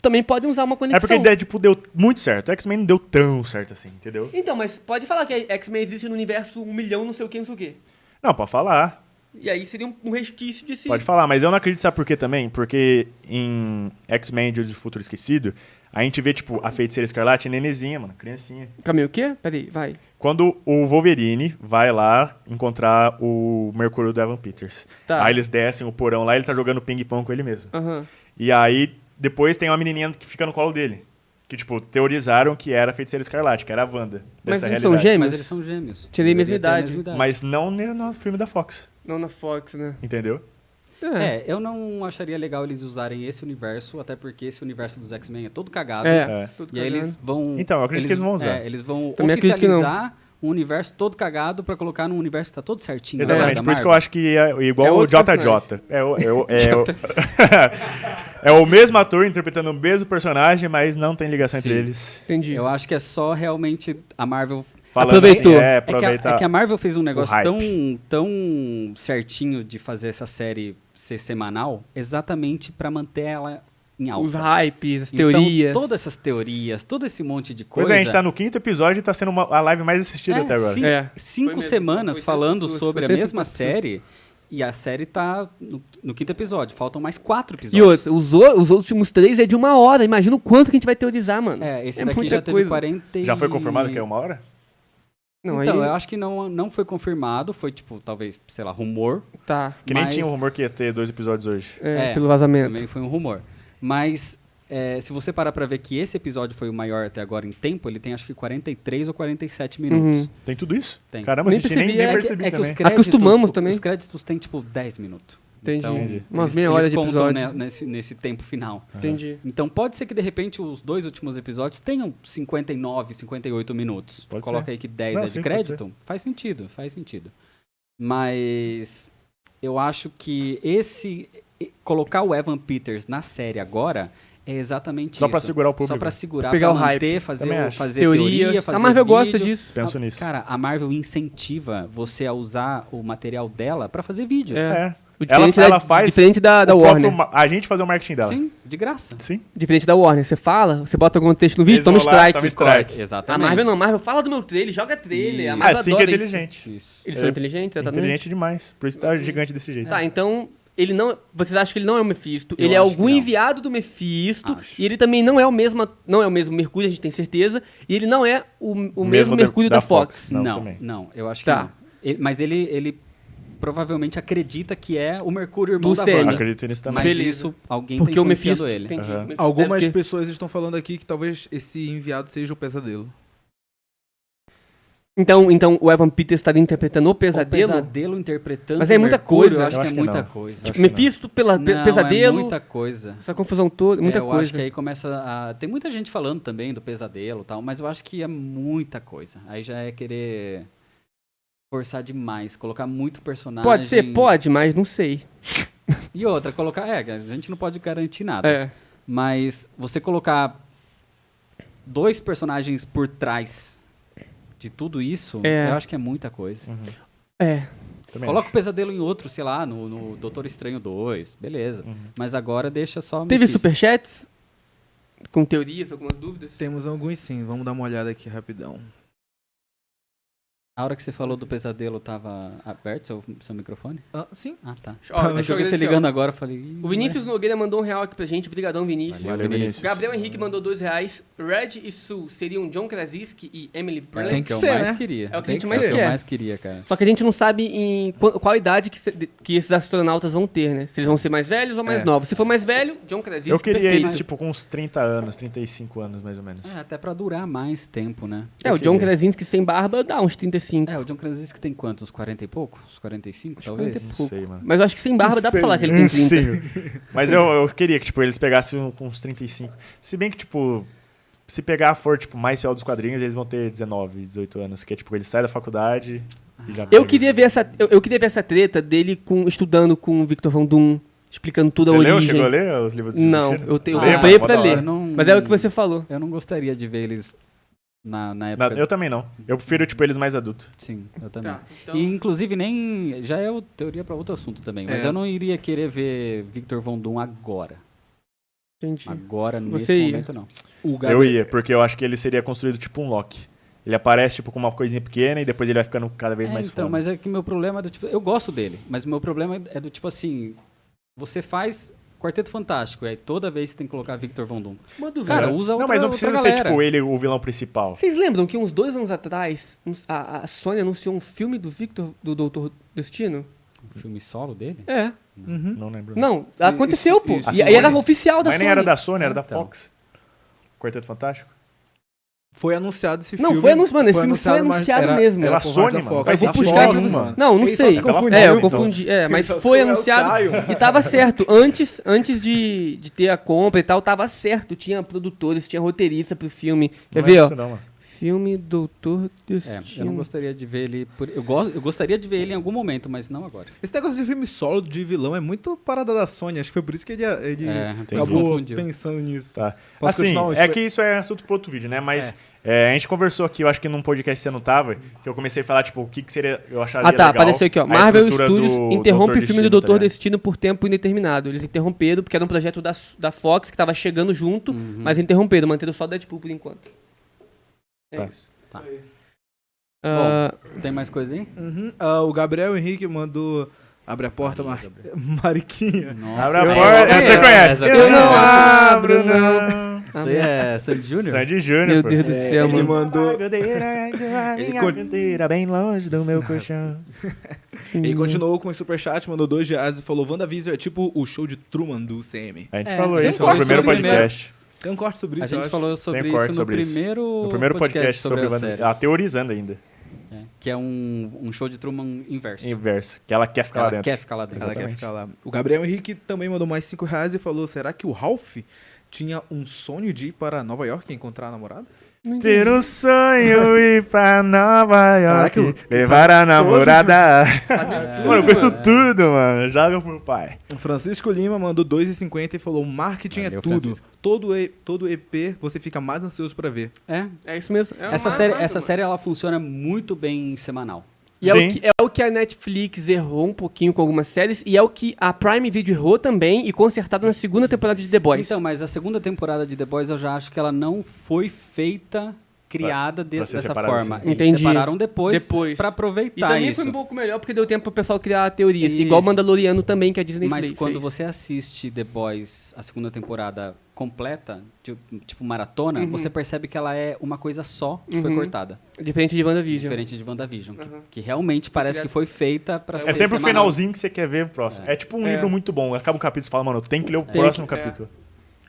Speaker 4: também podem usar uma conexão.
Speaker 1: É porque ideia, tipo, deu muito certo. X-Men não deu tão certo assim, entendeu?
Speaker 4: Então, mas pode falar que X-Men existe no universo um milhão, não sei o que, não sei o que.
Speaker 1: Não, pode falar.
Speaker 4: E aí seria um, um resquício de si.
Speaker 1: Pode falar. Mas eu não acredito, sabe por quê também? Porque em X-Men Dias do Futuro Esquecido, a gente vê, tipo, a Feiticeira Escarlate nenezinha, mano. Criancinha.
Speaker 4: Camilo, o quê? Peraí, vai.
Speaker 1: Quando o Wolverine vai lá encontrar o Mercúrio do Evan Peters.
Speaker 4: Tá.
Speaker 1: Aí eles descem o porão lá, ele tá jogando ping-pong com ele mesmo.
Speaker 4: Aham.
Speaker 1: E aí, depois tem uma menininha que fica no colo dele. Que, tipo, teorizaram que era a feiticeira escarlate, que era a Wanda.
Speaker 4: Mas
Speaker 1: Dessa
Speaker 4: não
Speaker 1: realidade.
Speaker 4: são
Speaker 2: Mas
Speaker 4: gêmeos?
Speaker 2: eles são gêmeos.
Speaker 4: Tirei a mesma
Speaker 2: Deveria ter a
Speaker 4: idade.
Speaker 2: mesma idade.
Speaker 1: Mas não ne- no filme da Fox,
Speaker 4: Não na Fox, né?
Speaker 1: entendeu?
Speaker 4: É.
Speaker 2: É, eu não acharia legal eles usarem esse universo, até porque esse universo dos X-Men é todo cagado.
Speaker 4: É.
Speaker 1: É.
Speaker 4: Tudo
Speaker 2: E aí
Speaker 4: cagando.
Speaker 2: eles vão.
Speaker 1: Então, eu acredito que eles vão usar.
Speaker 2: É, eles vão
Speaker 4: Também acredito que não.
Speaker 2: oficializar um universo todo cagado pra colocar num universo que tá todo certinho.
Speaker 1: Exatamente,
Speaker 2: da
Speaker 1: por isso que
Speaker 2: Marvel.
Speaker 1: eu acho que é igual
Speaker 4: É
Speaker 1: o
Speaker 4: outro
Speaker 1: JJ. É o, é, o, é, o, é o mesmo ator interpretando o mesmo personagem, mas não tem ligação entre
Speaker 2: Sim.
Speaker 1: eles.
Speaker 4: Entendi.
Speaker 2: Eu acho que é só realmente a Marvel.
Speaker 1: Falando
Speaker 4: Aproveitou.
Speaker 1: assim, é,
Speaker 2: É que, a,
Speaker 1: aproveita.
Speaker 2: é que a Marvel fez um negócio
Speaker 1: hype.
Speaker 2: tão, tão certinho de fazer essa série ser semanal, exatamente pra manter ela em alta.
Speaker 4: Os hypes, as
Speaker 2: Então,
Speaker 4: teorias.
Speaker 2: todas essas teorias, todo esse monte de
Speaker 1: Pois
Speaker 2: coisa.
Speaker 1: é, a gente tá no quinto episódio e tá sendo uma- a live mais assistida
Speaker 2: É,
Speaker 1: até agora.
Speaker 2: cin-
Speaker 4: É.
Speaker 2: Cinco
Speaker 4: Foi mesmo,
Speaker 2: semanas
Speaker 4: foi
Speaker 2: falando
Speaker 4: census,
Speaker 2: sobre a
Speaker 4: foi
Speaker 2: mesma
Speaker 4: census.
Speaker 2: série e a série tá no, no quinto episódio. Faltam mais quatro
Speaker 4: E
Speaker 2: episódios.
Speaker 4: outro, os, o- os últimos três é de uma hora. Imagina o quanto que a gente vai teorizar, mano.
Speaker 2: É, esse
Speaker 4: É
Speaker 2: daqui
Speaker 4: muita
Speaker 2: já teve
Speaker 4: coisa.
Speaker 2: 40. e-
Speaker 1: Já foi confirmado que é uma hora?
Speaker 4: Não,
Speaker 2: então,
Speaker 4: aí,
Speaker 2: eu acho que não, não foi confirmado. Foi tipo, talvez, sei lá, rumor.
Speaker 4: Tá.
Speaker 1: Que nem
Speaker 2: Mas-
Speaker 1: tinha o rumor que ia ter dois episódios hoje.
Speaker 4: É,
Speaker 2: É,
Speaker 4: pelo vazamento.
Speaker 2: Também foi um rumor. Mas. é, se você parar pra ver que esse episódio foi o maior até agora em tempo, ele tem acho que 43 ou 47 minutos.
Speaker 4: Uhum.
Speaker 1: Tem tudo isso?
Speaker 2: Tem.
Speaker 1: Caramba,
Speaker 4: Nem
Speaker 1: assisti, nem,
Speaker 4: percebi,
Speaker 1: nem
Speaker 4: é que-
Speaker 1: percebi
Speaker 2: é que os
Speaker 1: também.
Speaker 2: créditos,
Speaker 4: Acostumamos
Speaker 2: o-
Speaker 4: também.
Speaker 2: Os créditos têm tipo 10 minutos. Então,
Speaker 4: Entendi.
Speaker 1: Entendi.
Speaker 4: Umas
Speaker 2: eles-
Speaker 4: meia
Speaker 2: eles
Speaker 4: hora de
Speaker 2: contam,
Speaker 4: episódio.
Speaker 2: né, nesse, nesse tempo final.
Speaker 4: Entendi.
Speaker 2: Então pode ser que de repente os dois últimos episódios tenham 59, 58 minutos.
Speaker 1: Pode
Speaker 2: Coloca
Speaker 1: ser.
Speaker 2: aí que 10
Speaker 1: Não,
Speaker 2: é de
Speaker 1: sim, pode
Speaker 2: crédito. Faz sentido, faz sentido. Mas eu acho que esse e- colocar o Evan Peters na série agora é exatamente
Speaker 1: Só
Speaker 2: isso.
Speaker 1: pra segurar o público.
Speaker 2: Só pra segurar,
Speaker 4: Pra pegar
Speaker 2: pra
Speaker 4: o hype.
Speaker 2: manter, fazer,
Speaker 1: Também
Speaker 2: o-
Speaker 1: acho.
Speaker 2: fazer
Speaker 4: Teorias.
Speaker 2: teoria, fazer
Speaker 4: a Marvel
Speaker 2: vídeo.
Speaker 4: gosta disso.
Speaker 1: Penso
Speaker 2: A-
Speaker 1: nisso.
Speaker 2: Cara, a Marvel incentiva você a usar o material dela pra fazer vídeo.
Speaker 4: É.
Speaker 1: é.
Speaker 4: O diferente
Speaker 1: ela
Speaker 4: da,
Speaker 1: faz
Speaker 4: diferente da, da
Speaker 1: O próprio ma-
Speaker 4: Warner.
Speaker 1: a gente fazer o marketing dela.
Speaker 2: Sim, de graça.
Speaker 1: Sim.
Speaker 4: Diferente da Warner. Você fala, você bota algum texto no vídeo,
Speaker 1: Eles
Speaker 4: toma
Speaker 1: vão lá,
Speaker 4: strike.
Speaker 1: toma
Speaker 4: corta.
Speaker 1: strike.
Speaker 4: A
Speaker 2: Exatamente.
Speaker 4: Marvel não, a Marvel fala do meu trailer, joga trailer. A
Speaker 2: E-
Speaker 1: Ah,
Speaker 4: Marvel
Speaker 1: assim que é
Speaker 4: adora
Speaker 1: inteligente.
Speaker 2: Isso.
Speaker 4: Isso. Eles são
Speaker 1: É,
Speaker 4: inteligentes,
Speaker 2: tá
Speaker 4: exatamente.
Speaker 1: Inteligente demais. Por isso tá gigante desse jeito.
Speaker 2: Ah,
Speaker 4: Tá, então ele não. Vocês acham que ele não é o Mephisto?
Speaker 2: Eu
Speaker 4: ele é
Speaker 2: acho
Speaker 4: algum
Speaker 2: que não.
Speaker 4: enviado do Mephisto
Speaker 2: Acho.
Speaker 4: e ele também não é o mesmo, não é o mesmo Mercúrio, a gente tem certeza. E ele não é o, o mesmo,
Speaker 1: da-
Speaker 4: Mercúrio da,
Speaker 1: da Fox.
Speaker 4: Fox.
Speaker 1: Não,
Speaker 2: Não,
Speaker 1: também.
Speaker 2: não, eu acho que
Speaker 4: Tá.
Speaker 2: não. Ele- mas ele, ele provavelmente acredita que é o Mercúrio irmão
Speaker 4: Do
Speaker 2: da
Speaker 4: CM.
Speaker 2: Wanda.
Speaker 1: Acredito nisso também.
Speaker 2: Mas
Speaker 4: Beleza.
Speaker 2: isso, alguém
Speaker 4: Porque
Speaker 2: tá
Speaker 4: o Mephisto
Speaker 2: influenciando ele.
Speaker 4: tem que-
Speaker 1: Aham.
Speaker 4: Mephisto
Speaker 3: Algumas
Speaker 4: deve ter-
Speaker 3: pessoas estão falando aqui que talvez esse enviado seja o pesadelo.
Speaker 4: Então, então o Evan Peters estaria interpretando o
Speaker 2: O
Speaker 4: pesadelo.
Speaker 2: pesadelo interpretando
Speaker 4: Mas é
Speaker 2: o
Speaker 4: muita
Speaker 2: Mercúrio,
Speaker 4: coisa,
Speaker 2: Eu acho
Speaker 1: eu
Speaker 2: que
Speaker 1: acho
Speaker 2: é
Speaker 1: que
Speaker 2: muita
Speaker 1: não.
Speaker 2: coisa.
Speaker 1: Acho que
Speaker 4: Mephisto pela, pe-
Speaker 2: Não,
Speaker 4: pesadelo.
Speaker 2: É muita coisa.
Speaker 4: Essa confusão toda,
Speaker 2: É,
Speaker 4: muita
Speaker 2: eu
Speaker 4: coisa.
Speaker 2: acho que aí começa a... Tem muita gente falando também do pesadelo e tal, mas eu acho que é muita coisa. Aí já é querer forçar demais, colocar muito personagem.
Speaker 4: Pode ser, pode, mas não sei.
Speaker 2: E outra, colocar... É, a gente não pode garantir nada.
Speaker 4: É.
Speaker 2: Mas você colocar dois personagens por trás de tudo isso,
Speaker 4: É.
Speaker 2: eu acho que é muita coisa.
Speaker 4: É.
Speaker 1: Uhum. Também
Speaker 2: Coloca o pesadelo em outro, sei lá, no, no Doutor Estranho 2, beleza. Mas agora deixa só.
Speaker 4: Uhum. Teve
Speaker 2: Mephisto.
Speaker 4: superchats? Com teorias, algumas dúvidas?
Speaker 3: Temos alguns sim, vamos dar uma olhada aqui rapidão.
Speaker 2: A hora que você falou do pesadelo tava aberto seu, seu microfone?
Speaker 3: Ah, sim.
Speaker 2: Ah, tá.
Speaker 4: Ó,
Speaker 2: Eu
Speaker 4: deixa eu
Speaker 2: joguei você
Speaker 4: agradecer, ó.
Speaker 2: ligando agora, eu falei. "Ih,
Speaker 4: O Vinícius Nogueira mandou um real aqui pra gente. Obrigadão, Vinícius.
Speaker 1: Valeu, Vinícius.
Speaker 4: Gabriel Henrique mandou dois reais. Red e Sue seriam John Krasinski e Emily
Speaker 2: Era
Speaker 4: Blunt.
Speaker 3: Tem
Speaker 2: É o
Speaker 3: que
Speaker 2: que eu
Speaker 3: ser,
Speaker 2: mais
Speaker 3: né?
Speaker 2: queria.
Speaker 4: É o que
Speaker 3: a gente
Speaker 2: Era
Speaker 3: mais
Speaker 2: que eu
Speaker 4: quer.
Speaker 2: mais queria, cara.
Speaker 4: Só que a gente não sabe em qu- qual idade que, se- de- que esses astronautas vão ter, né? Se eles vão ser mais velhos ou mais
Speaker 3: É.
Speaker 4: novos. Se for mais velho, John Krasinski,
Speaker 1: Eu queria
Speaker 4: perfeito. Ah,
Speaker 1: eles, tipo, com uns 30 anos, 35 anos, mais ou menos.
Speaker 2: É, até pra durar mais tempo, né?
Speaker 4: É, o
Speaker 1: eu
Speaker 4: John
Speaker 1: queria.
Speaker 4: Krasinski sem barba dá uns 35.
Speaker 2: É, o John Krasinski tem quantos? Uns 40 e pouco? Uns 45, talvez?
Speaker 4: 40 e
Speaker 1: Não
Speaker 4: pouco.
Speaker 1: sei, mano.
Speaker 4: Mas eu acho que sem barba dá pra falar que ele tem 30.
Speaker 1: Sim. Mas eu, eu queria que, tipo, eles pegassem um- com uns 35. Se bem que, tipo, se pegar for, tipo, mais fiel dos quadrinhos, eles vão ter 19, 18 anos. Que é, tipo, eles saem da faculdade e já
Speaker 4: Ah. Eu
Speaker 1: pega
Speaker 4: queria
Speaker 1: isso.
Speaker 4: ver essa, eu, eu queria ver essa treta dele com, estudando com o Victor Von Doom, explicando tudo
Speaker 1: Você
Speaker 4: a
Speaker 1: leu?
Speaker 4: origem.
Speaker 1: Chegou a ler os livros do
Speaker 4: Não,
Speaker 1: Tiro?
Speaker 4: eu, te, eu
Speaker 1: Lê,
Speaker 2: Ah,
Speaker 4: comprei
Speaker 1: mano, mó
Speaker 4: pra
Speaker 1: da hora.
Speaker 4: ler.
Speaker 2: não-
Speaker 4: Mas é o que você falou.
Speaker 2: Eu não gostaria de ver eles na, na
Speaker 1: Na-
Speaker 2: época.
Speaker 1: eu também não. Eu prefiro, tipo, eles mais adultos.
Speaker 2: Sim, eu também.
Speaker 4: Tá, então-
Speaker 2: E inclusive nem. Já é o- teoria pra outro assunto também, mas
Speaker 3: É.
Speaker 2: eu não iria querer ver Victor Von Doom agora.
Speaker 4: Entendi.
Speaker 2: Agora, nesse
Speaker 4: Você ia.
Speaker 2: momento, não.
Speaker 3: O
Speaker 1: Eu
Speaker 3: Gabriel-
Speaker 1: ia, porque eu acho que ele seria construído tipo um Loki. Ele aparece, tipo, com uma coisinha pequena e depois ele vai ficando cada vez
Speaker 2: É,
Speaker 1: mais
Speaker 2: então,
Speaker 1: foda.
Speaker 2: mas é que meu problema é do tipo. Eu gosto dele, mas meu problema é do tipo assim. Você faz Quarteto Fantástico, e aí toda vez você tem que colocar Victor Von Doom.
Speaker 4: Uma dúvida.
Speaker 2: Cara,
Speaker 1: É.
Speaker 2: usa outra
Speaker 1: Não, mas não precisa
Speaker 2: outra
Speaker 1: ser,
Speaker 2: galera.
Speaker 1: tipo, ele o vilão principal.
Speaker 4: Vocês lembram que uns dois anos atrás uns- a, a Sony anunciou um filme do Victor, do Doutor Destino?
Speaker 2: O Um filme solo dele?
Speaker 4: É.
Speaker 3: Uhum.
Speaker 1: Não lembro.
Speaker 4: Não, aconteceu, pô.
Speaker 3: isso.
Speaker 4: E,
Speaker 1: A
Speaker 4: e era
Speaker 1: Sony?
Speaker 4: oficial da
Speaker 1: Mas
Speaker 4: Sony. Ah,
Speaker 1: nem era da Sony, era da
Speaker 2: Então.
Speaker 1: Fox. Quarteto Fantástico.
Speaker 3: Foi anunciado esse
Speaker 4: Não,
Speaker 3: filme.
Speaker 4: foi anunci- mano, esse filme foi
Speaker 3: mas
Speaker 4: anunciado
Speaker 3: era-
Speaker 4: mesmo.
Speaker 1: Era
Speaker 3: por
Speaker 1: Sony,
Speaker 3: parte da
Speaker 1: mano.
Speaker 3: Fox.
Speaker 1: Mas
Speaker 4: eu
Speaker 3: Da
Speaker 4: vou buscar
Speaker 3: Fox,
Speaker 4: pra
Speaker 1: você.
Speaker 3: mano.
Speaker 4: Não, não
Speaker 3: Ele só
Speaker 4: sei.
Speaker 3: se confundiu,
Speaker 4: é, eu
Speaker 1: então.
Speaker 4: confundi. É, mas
Speaker 3: só
Speaker 4: foi
Speaker 3: foi o
Speaker 4: anunciado
Speaker 3: Caio.
Speaker 4: e tava certo. Antes, antes de, de ter a compra e tal, tava certo. Tinha produtores, tinha roteirista pro filme.
Speaker 1: Não é
Speaker 4: Quer ver, ó?
Speaker 1: isso não, mano.
Speaker 4: filme Doutor
Speaker 2: É,
Speaker 4: Destino.
Speaker 2: eu não gostaria de ver ele. por- eu, gosto, eu gostaria de ver ele em algum momento, mas não agora.
Speaker 3: Esse negócio de filme solo de vilão é muito parada da Sony. Acho que foi por isso que ele, ele
Speaker 2: É,
Speaker 3: acabou
Speaker 2: confundiu.
Speaker 3: pensando nisso.
Speaker 1: Tá.
Speaker 3: Posso
Speaker 1: assim,
Speaker 3: continuar?
Speaker 1: é que isso é assunto para outro vídeo, né? Mas é, a gente conversou aqui, eu acho que num podcast que você não tava, que eu comecei a falar, tipo, o que, que seria, eu acharia
Speaker 4: Ah tá,
Speaker 1: legal,
Speaker 4: apareceu aqui, ó.
Speaker 1: a
Speaker 4: Marvel
Speaker 1: estrutura
Speaker 4: Studios
Speaker 1: do
Speaker 4: interrompe
Speaker 1: Dr.
Speaker 4: o filme
Speaker 1: Destino, tá
Speaker 4: do Doutor
Speaker 1: ligado?
Speaker 4: Destino por tempo indeterminado. Eles interromperam, porque era um projeto da, da Fox que tava chegando junto,
Speaker 1: Uhum.
Speaker 4: mas interromperam, mantendo só Deadpool por enquanto. É
Speaker 1: Tá.
Speaker 4: isso.
Speaker 2: Tá.
Speaker 4: Ah,
Speaker 2: Tem mais coisa aí?
Speaker 3: Uhum. Ah, o Gabriel Henrique mandou. Abre a porta, Mar... Mariquinha.
Speaker 2: Nossa,
Speaker 1: Abra a
Speaker 2: velho.
Speaker 1: porta.
Speaker 3: conheço,
Speaker 1: Você conhece?
Speaker 2: essa eu
Speaker 1: Eu não
Speaker 4: conheço.
Speaker 1: abro, não.
Speaker 4: ah,
Speaker 2: Daí É, Sandy Júnior?
Speaker 1: Sandy Júnior.
Speaker 4: meu
Speaker 1: pô.
Speaker 4: Deus do
Speaker 3: É,
Speaker 4: céu,
Speaker 3: ele
Speaker 4: mano.
Speaker 3: mandou.
Speaker 1: Ele
Speaker 3: con-
Speaker 1: bem longe do meu colchão.
Speaker 4: Hum.
Speaker 3: Ele continuou com o superchat, mandou dois reais e falou: WandaVision é tipo o show de Truman do CM.
Speaker 1: A gente
Speaker 2: É,
Speaker 1: falou
Speaker 2: tem
Speaker 1: isso no
Speaker 2: corte
Speaker 1: primeiro
Speaker 2: sobre
Speaker 1: podcast.
Speaker 3: Tem um corte sobre isso,
Speaker 2: A
Speaker 3: eu
Speaker 2: gente
Speaker 3: acho.
Speaker 2: falou sobre
Speaker 1: Tem um
Speaker 2: isso
Speaker 1: corte
Speaker 2: no
Speaker 1: sobre isso.
Speaker 2: primeiro,
Speaker 1: No primeiro podcast sobre
Speaker 2: a
Speaker 1: Wanda. Ah.
Speaker 2: série.
Speaker 1: Ela teorizando ainda.
Speaker 2: é, que é um, um show de Truman inverso.
Speaker 1: Inverso. Que ela quer ficar lá
Speaker 2: Ela
Speaker 1: dentro.
Speaker 2: quer ficar lá dentro.
Speaker 3: Ela quer
Speaker 1: Exatamente.
Speaker 3: ficar lá. O Gabriel Henrique também mandou mais cinco reais e falou: será que o Ralph tinha um sonho de ir para Nova York e encontrar a namorada?
Speaker 1: Ter o sonho e ir pra Nova York.
Speaker 3: Caraca, eu-
Speaker 1: levar a namorada. Mano, eu conheço
Speaker 4: mano.
Speaker 1: tudo, mano. Joga pro pai.
Speaker 3: O Francisco Lima mandou 2,50 e falou: marketing é
Speaker 2: Valeu,
Speaker 3: tudo.
Speaker 2: Francisco.
Speaker 3: Todo, e- todo EP você fica mais ansioso para ver.
Speaker 2: É.
Speaker 4: É isso mesmo. É
Speaker 2: Essa,
Speaker 4: uma-
Speaker 2: série,
Speaker 4: uma-
Speaker 2: essa série ela funciona muito bem semanal.
Speaker 4: E é o,
Speaker 1: Sim.
Speaker 4: que, é o que a Netflix errou um pouquinho com algumas séries, e é o que a Prime Video errou também e consertado na segunda temporada de The Boys.
Speaker 2: Então, mas a segunda temporada de The Boys eu já acho que ela não foi feita, criada de-
Speaker 1: pra ser
Speaker 2: dessa
Speaker 1: separada, assim.
Speaker 2: forma.
Speaker 1: sim.
Speaker 2: Eles
Speaker 4: Entendi.
Speaker 2: separaram depois,
Speaker 4: Depois.
Speaker 2: pra
Speaker 4: e
Speaker 2: aproveitar
Speaker 4: também
Speaker 2: tá isso.
Speaker 4: foi um pouco melhor porque deu tempo pro pessoal criar teorias,
Speaker 2: Isso.
Speaker 4: igual Mandaloriano também, que a Disney
Speaker 2: Mas
Speaker 4: fez.
Speaker 2: quando você assiste The Boys, a segunda temporada completa, ti- tipo maratona, você percebe que ela é uma coisa só que foi
Speaker 4: Uhum.
Speaker 2: cortada.
Speaker 4: Diferente de WandaVision.
Speaker 2: Diferente de WandaVision, que, que realmente parece que foi feita pra ser
Speaker 1: É sempre o
Speaker 2: semanal.
Speaker 1: finalzinho que você quer ver o próximo. É, tipo um
Speaker 4: É.
Speaker 1: livro muito bom. Acaba o capítulo e fala, mano, tem que ler o próximo
Speaker 4: que- é.
Speaker 1: capítulo.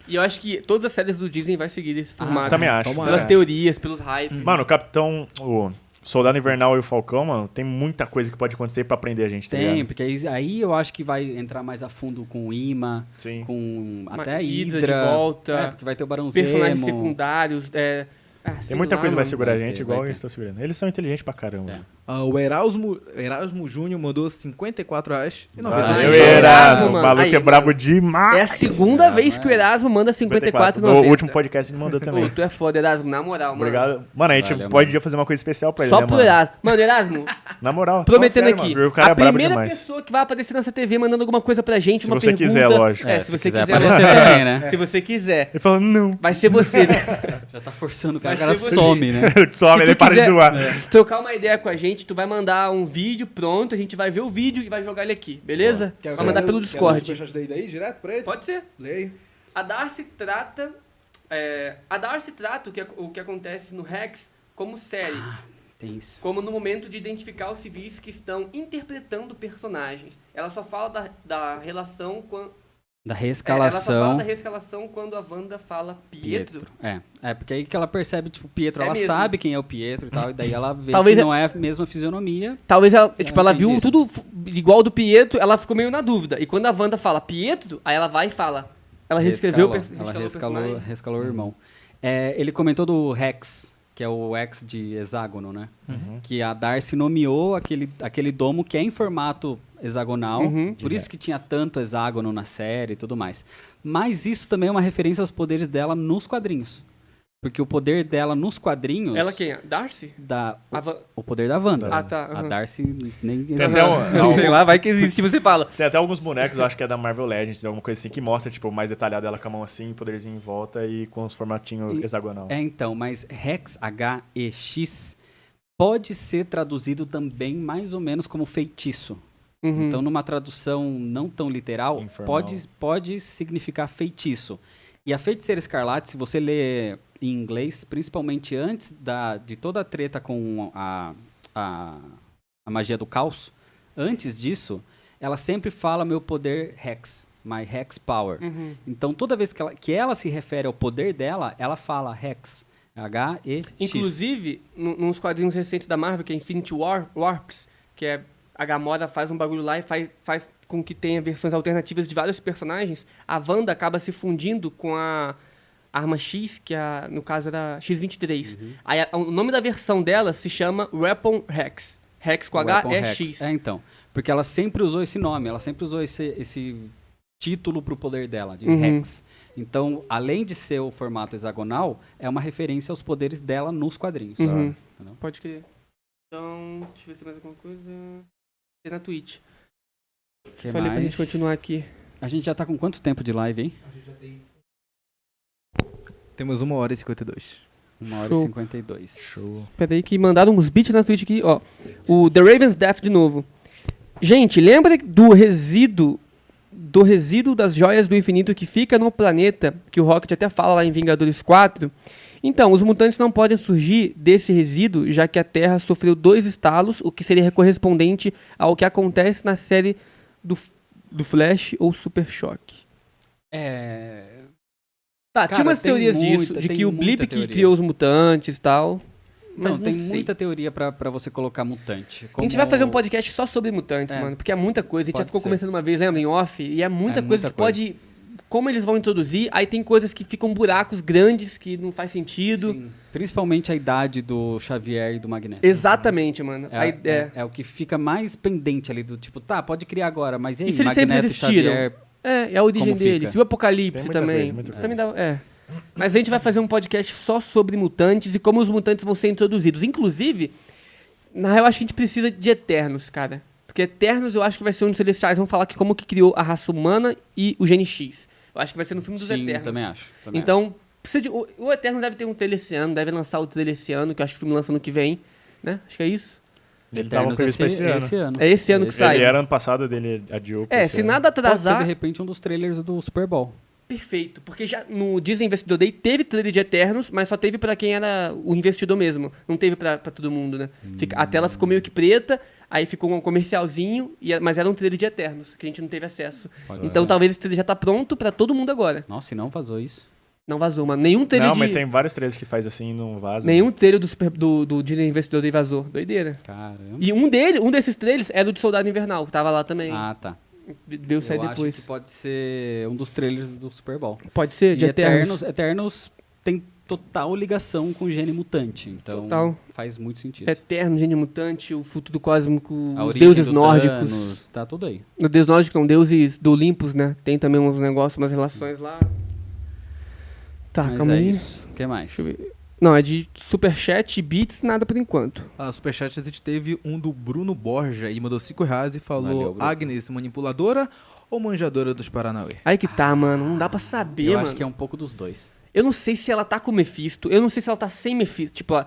Speaker 4: E eu acho que todas as séries do Disney vai seguir esse
Speaker 2: Ah,
Speaker 4: formato.
Speaker 1: Também acho.
Speaker 3: Tomara.
Speaker 1: também
Speaker 4: Pelas
Speaker 2: É.
Speaker 1: acho.
Speaker 4: teorias, pelos hypes.
Speaker 2: Hum.
Speaker 1: Mano, o Capitão, o Soldado Invernal e o Falcão, mano, tem muita coisa que pode acontecer pra prender a gente, tá
Speaker 2: Tem,
Speaker 1: ligado?
Speaker 2: porque aí, aí eu acho que vai entrar mais a fundo com o Ima,
Speaker 1: Sim.
Speaker 2: com
Speaker 4: Uma
Speaker 2: até a
Speaker 4: Hydra
Speaker 2: Hydra.
Speaker 4: de volta,
Speaker 2: É, porque vai ter o Barão
Speaker 4: personagens
Speaker 2: Zemo.
Speaker 4: secundários. É... Ah, sei
Speaker 1: Tem muita
Speaker 4: lá,
Speaker 1: coisa que vai
Speaker 4: mano.
Speaker 1: segurar a
Speaker 2: vai
Speaker 1: gente,
Speaker 2: ter,
Speaker 1: igual
Speaker 2: vai
Speaker 1: eles
Speaker 2: ter.
Speaker 1: estão segurando. Eles são inteligentes pra caramba.
Speaker 2: É.
Speaker 3: Ah, o Erasmo, Erasmo Júnior mandou 54 reais e 95
Speaker 1: Valeu,
Speaker 4: Erasmo,
Speaker 1: Erasmo. O
Speaker 4: mano.
Speaker 1: maluco
Speaker 4: Aí,
Speaker 1: é brabo
Speaker 4: mano.
Speaker 1: demais.
Speaker 4: É a segunda
Speaker 2: Nossa,
Speaker 4: vez que o
Speaker 2: mano.
Speaker 4: Erasmo manda 54
Speaker 1: No último podcast ele mandou também.
Speaker 4: tu é foda, Erasmo, na moral, mano.
Speaker 1: Obrigado. Mano, a gente
Speaker 2: Valeu,
Speaker 1: pode
Speaker 2: mano.
Speaker 1: fazer uma coisa especial pra ele,
Speaker 4: Só
Speaker 1: né,
Speaker 4: pro
Speaker 1: mano?
Speaker 4: Erasmo. Mano, Erasmo,
Speaker 1: Na moral.
Speaker 4: prometendo
Speaker 1: fala sério,
Speaker 4: aqui.
Speaker 1: mano, O cara
Speaker 4: a
Speaker 1: é brabo
Speaker 4: primeira
Speaker 1: demais.
Speaker 4: pessoa que vai aparecer nessa TV mandando alguma coisa pra gente,
Speaker 1: Se
Speaker 4: uma
Speaker 1: você
Speaker 4: pergunta.
Speaker 1: quiser, lógico.
Speaker 4: É,
Speaker 2: É,
Speaker 4: se,
Speaker 2: se
Speaker 4: você
Speaker 2: quiser
Speaker 4: quiser,
Speaker 2: aparecer
Speaker 4: lógico.
Speaker 2: também, né?
Speaker 4: Se você quiser.
Speaker 1: Ele falou, não.
Speaker 4: Vai ser você, né?
Speaker 2: Já tá forçando, o cara, o
Speaker 4: Mas
Speaker 2: cara
Speaker 4: se você-
Speaker 2: some, né?
Speaker 1: Só
Speaker 4: Se
Speaker 1: ele
Speaker 4: tu
Speaker 1: para de
Speaker 4: quiser- é.
Speaker 1: doar.
Speaker 4: trocar uma ideia com a gente, tu vai mandar um vídeo pronto, a gente vai ver o vídeo e vai jogar ele aqui, beleza?
Speaker 3: Quer-
Speaker 4: vai mandar
Speaker 3: quer-
Speaker 4: pelo
Speaker 3: quer ler o
Speaker 4: Discord.
Speaker 3: superchat daí, daí, direto pra ele?
Speaker 4: Pode ser.
Speaker 3: Leia.
Speaker 4: A Darcy trata. é, a Darcy trata o que, o que acontece no Rex como série,
Speaker 2: Tem isso.
Speaker 4: como no momento de identificar os civis que estão interpretando personagens. Ela só fala da, da relação quando.
Speaker 2: Da
Speaker 4: É, Ela tá só fala
Speaker 2: reescalação.
Speaker 4: da reescalação quando a Wanda fala Pietro.
Speaker 2: É. é, porque aí que ela percebe, tipo, Pietro,
Speaker 4: É
Speaker 2: ela
Speaker 4: mesmo.
Speaker 2: sabe quem é o Pietro e tal, e daí ela vê
Speaker 4: Talvez
Speaker 2: que
Speaker 4: é-
Speaker 2: não é a mesma fisionomia.
Speaker 4: Talvez ela, tipo, ela
Speaker 2: É, entendi
Speaker 4: viu
Speaker 2: isso.
Speaker 4: tudo f- igual ao do Pietro, ela ficou meio na dúvida. E quando a Wanda fala Pietro, aí ela vai e fala. Ela reescreveu o
Speaker 2: Reescalou.
Speaker 4: per-
Speaker 2: Ela
Speaker 4: reescalou o
Speaker 2: reescalou,
Speaker 4: personagem. Uhum.
Speaker 2: reescalou o irmão. É, ele comentou do Rex, que é o X de hexágono, né?
Speaker 4: Uhum.
Speaker 2: Que a Darcy nomeou aquele, aquele domo que é em formato hexagonal,
Speaker 4: Uhum.
Speaker 2: por isso que tinha tanto hexágono na série e tudo mais. Mas isso também é uma referência aos poderes dela nos quadrinhos. Porque o poder dela nos quadrinhos.
Speaker 4: Ela quem? é? Darcy?
Speaker 2: Da,
Speaker 4: A Van-
Speaker 2: o poder da Wanda.
Speaker 4: Ah, tá,
Speaker 2: A
Speaker 4: aham.
Speaker 2: Darcy nem
Speaker 1: Tem até um- não,
Speaker 4: Sei lá, vai que existe, você fala.
Speaker 1: Tem até alguns bonecos, eu acho que é da Marvel Legends, alguma coisa assim, que mostra, tipo, mais detalhado ela com a mão assim, poderzinho em volta e com os formatinhos
Speaker 2: E-
Speaker 1: hexagonal.
Speaker 2: É, então, mas Rex, H-E-X, pode ser traduzido também mais ou menos como feitiço.
Speaker 4: Uhum.
Speaker 2: Então, numa tradução não tão literal,
Speaker 1: Informal.
Speaker 2: pode, pode significar feitiço. E a Feiticeira Escarlate, se você ler em inglês, principalmente antes da, de toda a treta com a, a, a magia do caos, antes disso, ela sempre fala meu poder Rex, my Rex power.
Speaker 4: Uhum.
Speaker 2: Então, toda vez que ela, que ela se refere ao poder dela, ela fala Rex. H-E-X.
Speaker 4: Inclusive, nu- nos quadrinhos recentes da Marvel, que é Infinity War, Warps, que é a Gamora faz um bagulho lá e faz, faz com que tenha versões alternativas de vários personagens, a Wanda acaba se fundindo com a arma X, que é a, no caso era X-23.
Speaker 2: Uhum.
Speaker 4: Aí a- o nome da versão dela se chama Weapon Hex. Hex com
Speaker 2: Weapon Hex.
Speaker 4: H-E-X.
Speaker 2: É, então. Porque ela sempre usou esse nome, ela sempre usou esse, esse título pro poder dela, de
Speaker 4: Uhum.
Speaker 2: Hex. Então, além de ser o formato hexagonal, é uma referência aos poderes dela nos quadrinhos.
Speaker 4: Uhum.
Speaker 2: Entendeu?
Speaker 4: Pode crer. Então, deixa eu ver se tem mais alguma coisa. Tem na Twitch.
Speaker 2: Que
Speaker 4: Falei pra
Speaker 2: mais?
Speaker 4: gente continuar aqui.
Speaker 2: A gente já tá com quanto tempo de live, hein?
Speaker 3: Temos uma hora e 52.
Speaker 2: Uma hora
Speaker 4: Show.
Speaker 2: e 52.
Speaker 3: Show.
Speaker 4: Peraí que mandaram uns beats na Twitch aqui, ó. O The Raven's Death de novo. Gente, lembra do resíduo do resíduo das joias do infinito que fica no planeta, que o Rocket até fala lá em Vingadores 4? Então, os mutantes não podem surgir desse resíduo, já que a Terra sofreu dois estalos, o que seria correspondente ao que acontece na série do, do Flash ou Super Choque.
Speaker 2: É.
Speaker 4: Tá,
Speaker 2: Cara,
Speaker 4: tinha umas
Speaker 2: tem
Speaker 4: teorias
Speaker 2: muita-
Speaker 4: disso, de
Speaker 2: tem
Speaker 4: que o
Speaker 2: muita
Speaker 4: Blip que
Speaker 2: teoria.
Speaker 4: criou os mutantes e tal. Mas
Speaker 2: não,
Speaker 4: não
Speaker 2: tem
Speaker 4: sei.
Speaker 2: muita teoria pra, pra você colocar mutante.
Speaker 4: A
Speaker 2: como-
Speaker 4: gente vai fazer um podcast só sobre mutantes,
Speaker 2: É.
Speaker 4: mano, porque é muita coisa. A gente já
Speaker 2: Pode
Speaker 4: ficou
Speaker 2: ser.
Speaker 4: começando uma vez, lembra, em off, e é muita
Speaker 2: É
Speaker 4: coisa
Speaker 2: muita
Speaker 4: que pode. Como eles vão introduzir, aí tem coisas que ficam buracos grandes que não faz sentido.
Speaker 2: Sim. Principalmente a idade do Xavier e do Magneto.
Speaker 4: Exatamente, mano.
Speaker 2: É,
Speaker 4: Aí, é.
Speaker 2: é- é o que fica mais pendente ali do tipo, tá, pode criar agora, mas e aí?
Speaker 4: E se eles sempre
Speaker 2: Magneto,
Speaker 4: existiram?
Speaker 2: Xavier,
Speaker 4: É, é a origem
Speaker 2: Como fica?
Speaker 4: deles. E o Apocalipse
Speaker 1: Tem muita
Speaker 4: também.
Speaker 1: coisa, muita
Speaker 4: também dá- é. Mas a gente vai fazer um podcast só sobre mutantes e como os mutantes vão ser introduzidos. Inclusive, na real, eu acho que a gente precisa de Eternos, cara. Porque Eternos eu acho que vai ser um dos Celestiais. Vão falar que como que criou a raça humana e o Gene X. Eu acho que vai ser no filme Um dos
Speaker 2: Sim,
Speaker 4: Eternos.
Speaker 2: também acho. também
Speaker 4: Então, precisa de, o, o Eterno deve ter um trailer esse ano, deve lançar o trailer esse ano, que eu acho que o filme lança ano que vem. Né? Acho que é isso.
Speaker 2: acho.
Speaker 1: Ele tava
Speaker 2: Eternos
Speaker 1: previsto pra esse
Speaker 2: é
Speaker 1: ano.
Speaker 4: É esse ano que sai.
Speaker 1: Ele era ano passado, dele adiou. pra
Speaker 4: É,
Speaker 1: esse
Speaker 4: se
Speaker 1: ano.
Speaker 4: nada
Speaker 2: Pode ser, de
Speaker 4: atrasar,
Speaker 2: repente, um dos trailers do Super Bowl.
Speaker 4: Perfeito, porque já no Disney Investidor Day teve trailer de Eternos, mas só teve pra quem era o investidor mesmo. Não teve pra pra todo mundo, né? Fica- A tela ficou meio que preta, aí ficou um comercialzinho, e a- mas era um trailer de Eternos, que a gente não teve acesso.
Speaker 2: Pode
Speaker 4: então
Speaker 2: ser.
Speaker 4: talvez esse trailer já tá pronto pra todo mundo agora.
Speaker 2: Nossa, e não vazou isso.
Speaker 4: Não vazou, mano. Nenhum trailer
Speaker 1: Não,
Speaker 4: de...
Speaker 1: mas tem vários trailers que faz assim e não vaza.
Speaker 4: Nenhum trailer do, super, do, do Disney Investidor Day vazou. Doideira.
Speaker 2: Caramba.
Speaker 4: E um dele, um desses trailers era o de Soldado Invernal, que tava lá também.
Speaker 2: Ah, tá.
Speaker 4: Deu
Speaker 2: Eu
Speaker 4: sair depois.
Speaker 2: acho que pode ser um dos trailers do Super Bowl.
Speaker 4: Pode ser, de
Speaker 2: e Eternos,
Speaker 4: Eternos.
Speaker 2: Eternos tem total ligação com o gene mutante, então
Speaker 4: Total.
Speaker 2: faz muito sentido.
Speaker 4: Eterno, Gênio Mutante, o futuro cósmico,
Speaker 2: A
Speaker 4: os
Speaker 2: origem
Speaker 4: deuses
Speaker 2: do
Speaker 4: nórdicos.
Speaker 2: Thanos, tá tudo aí.
Speaker 4: No Deus Nórdico, não, deuses do Olympus, né? Tem também uns negócios, umas relações lá. Tá,
Speaker 2: Mas
Speaker 4: calma
Speaker 2: é
Speaker 4: aí.
Speaker 2: isso. O que mais?
Speaker 4: Deixa eu ver. Não, é de superchat e bits, nada por enquanto.
Speaker 3: A Superchat a gente teve um do Bruno Borja. Ele mandou 5 reais e
Speaker 2: Valeu,
Speaker 3: falou:
Speaker 2: Bruno.
Speaker 3: Agnes, manipuladora ou manjadora dos Paranauê?
Speaker 4: Aí que tá, mano. Não dá pra saber,
Speaker 2: Eu
Speaker 4: mano.
Speaker 2: acho que é um pouco dos dois.
Speaker 4: Eu não sei se ela tá com o Mephisto, eu não sei se ela tá sem Mephisto. Tipo, ó,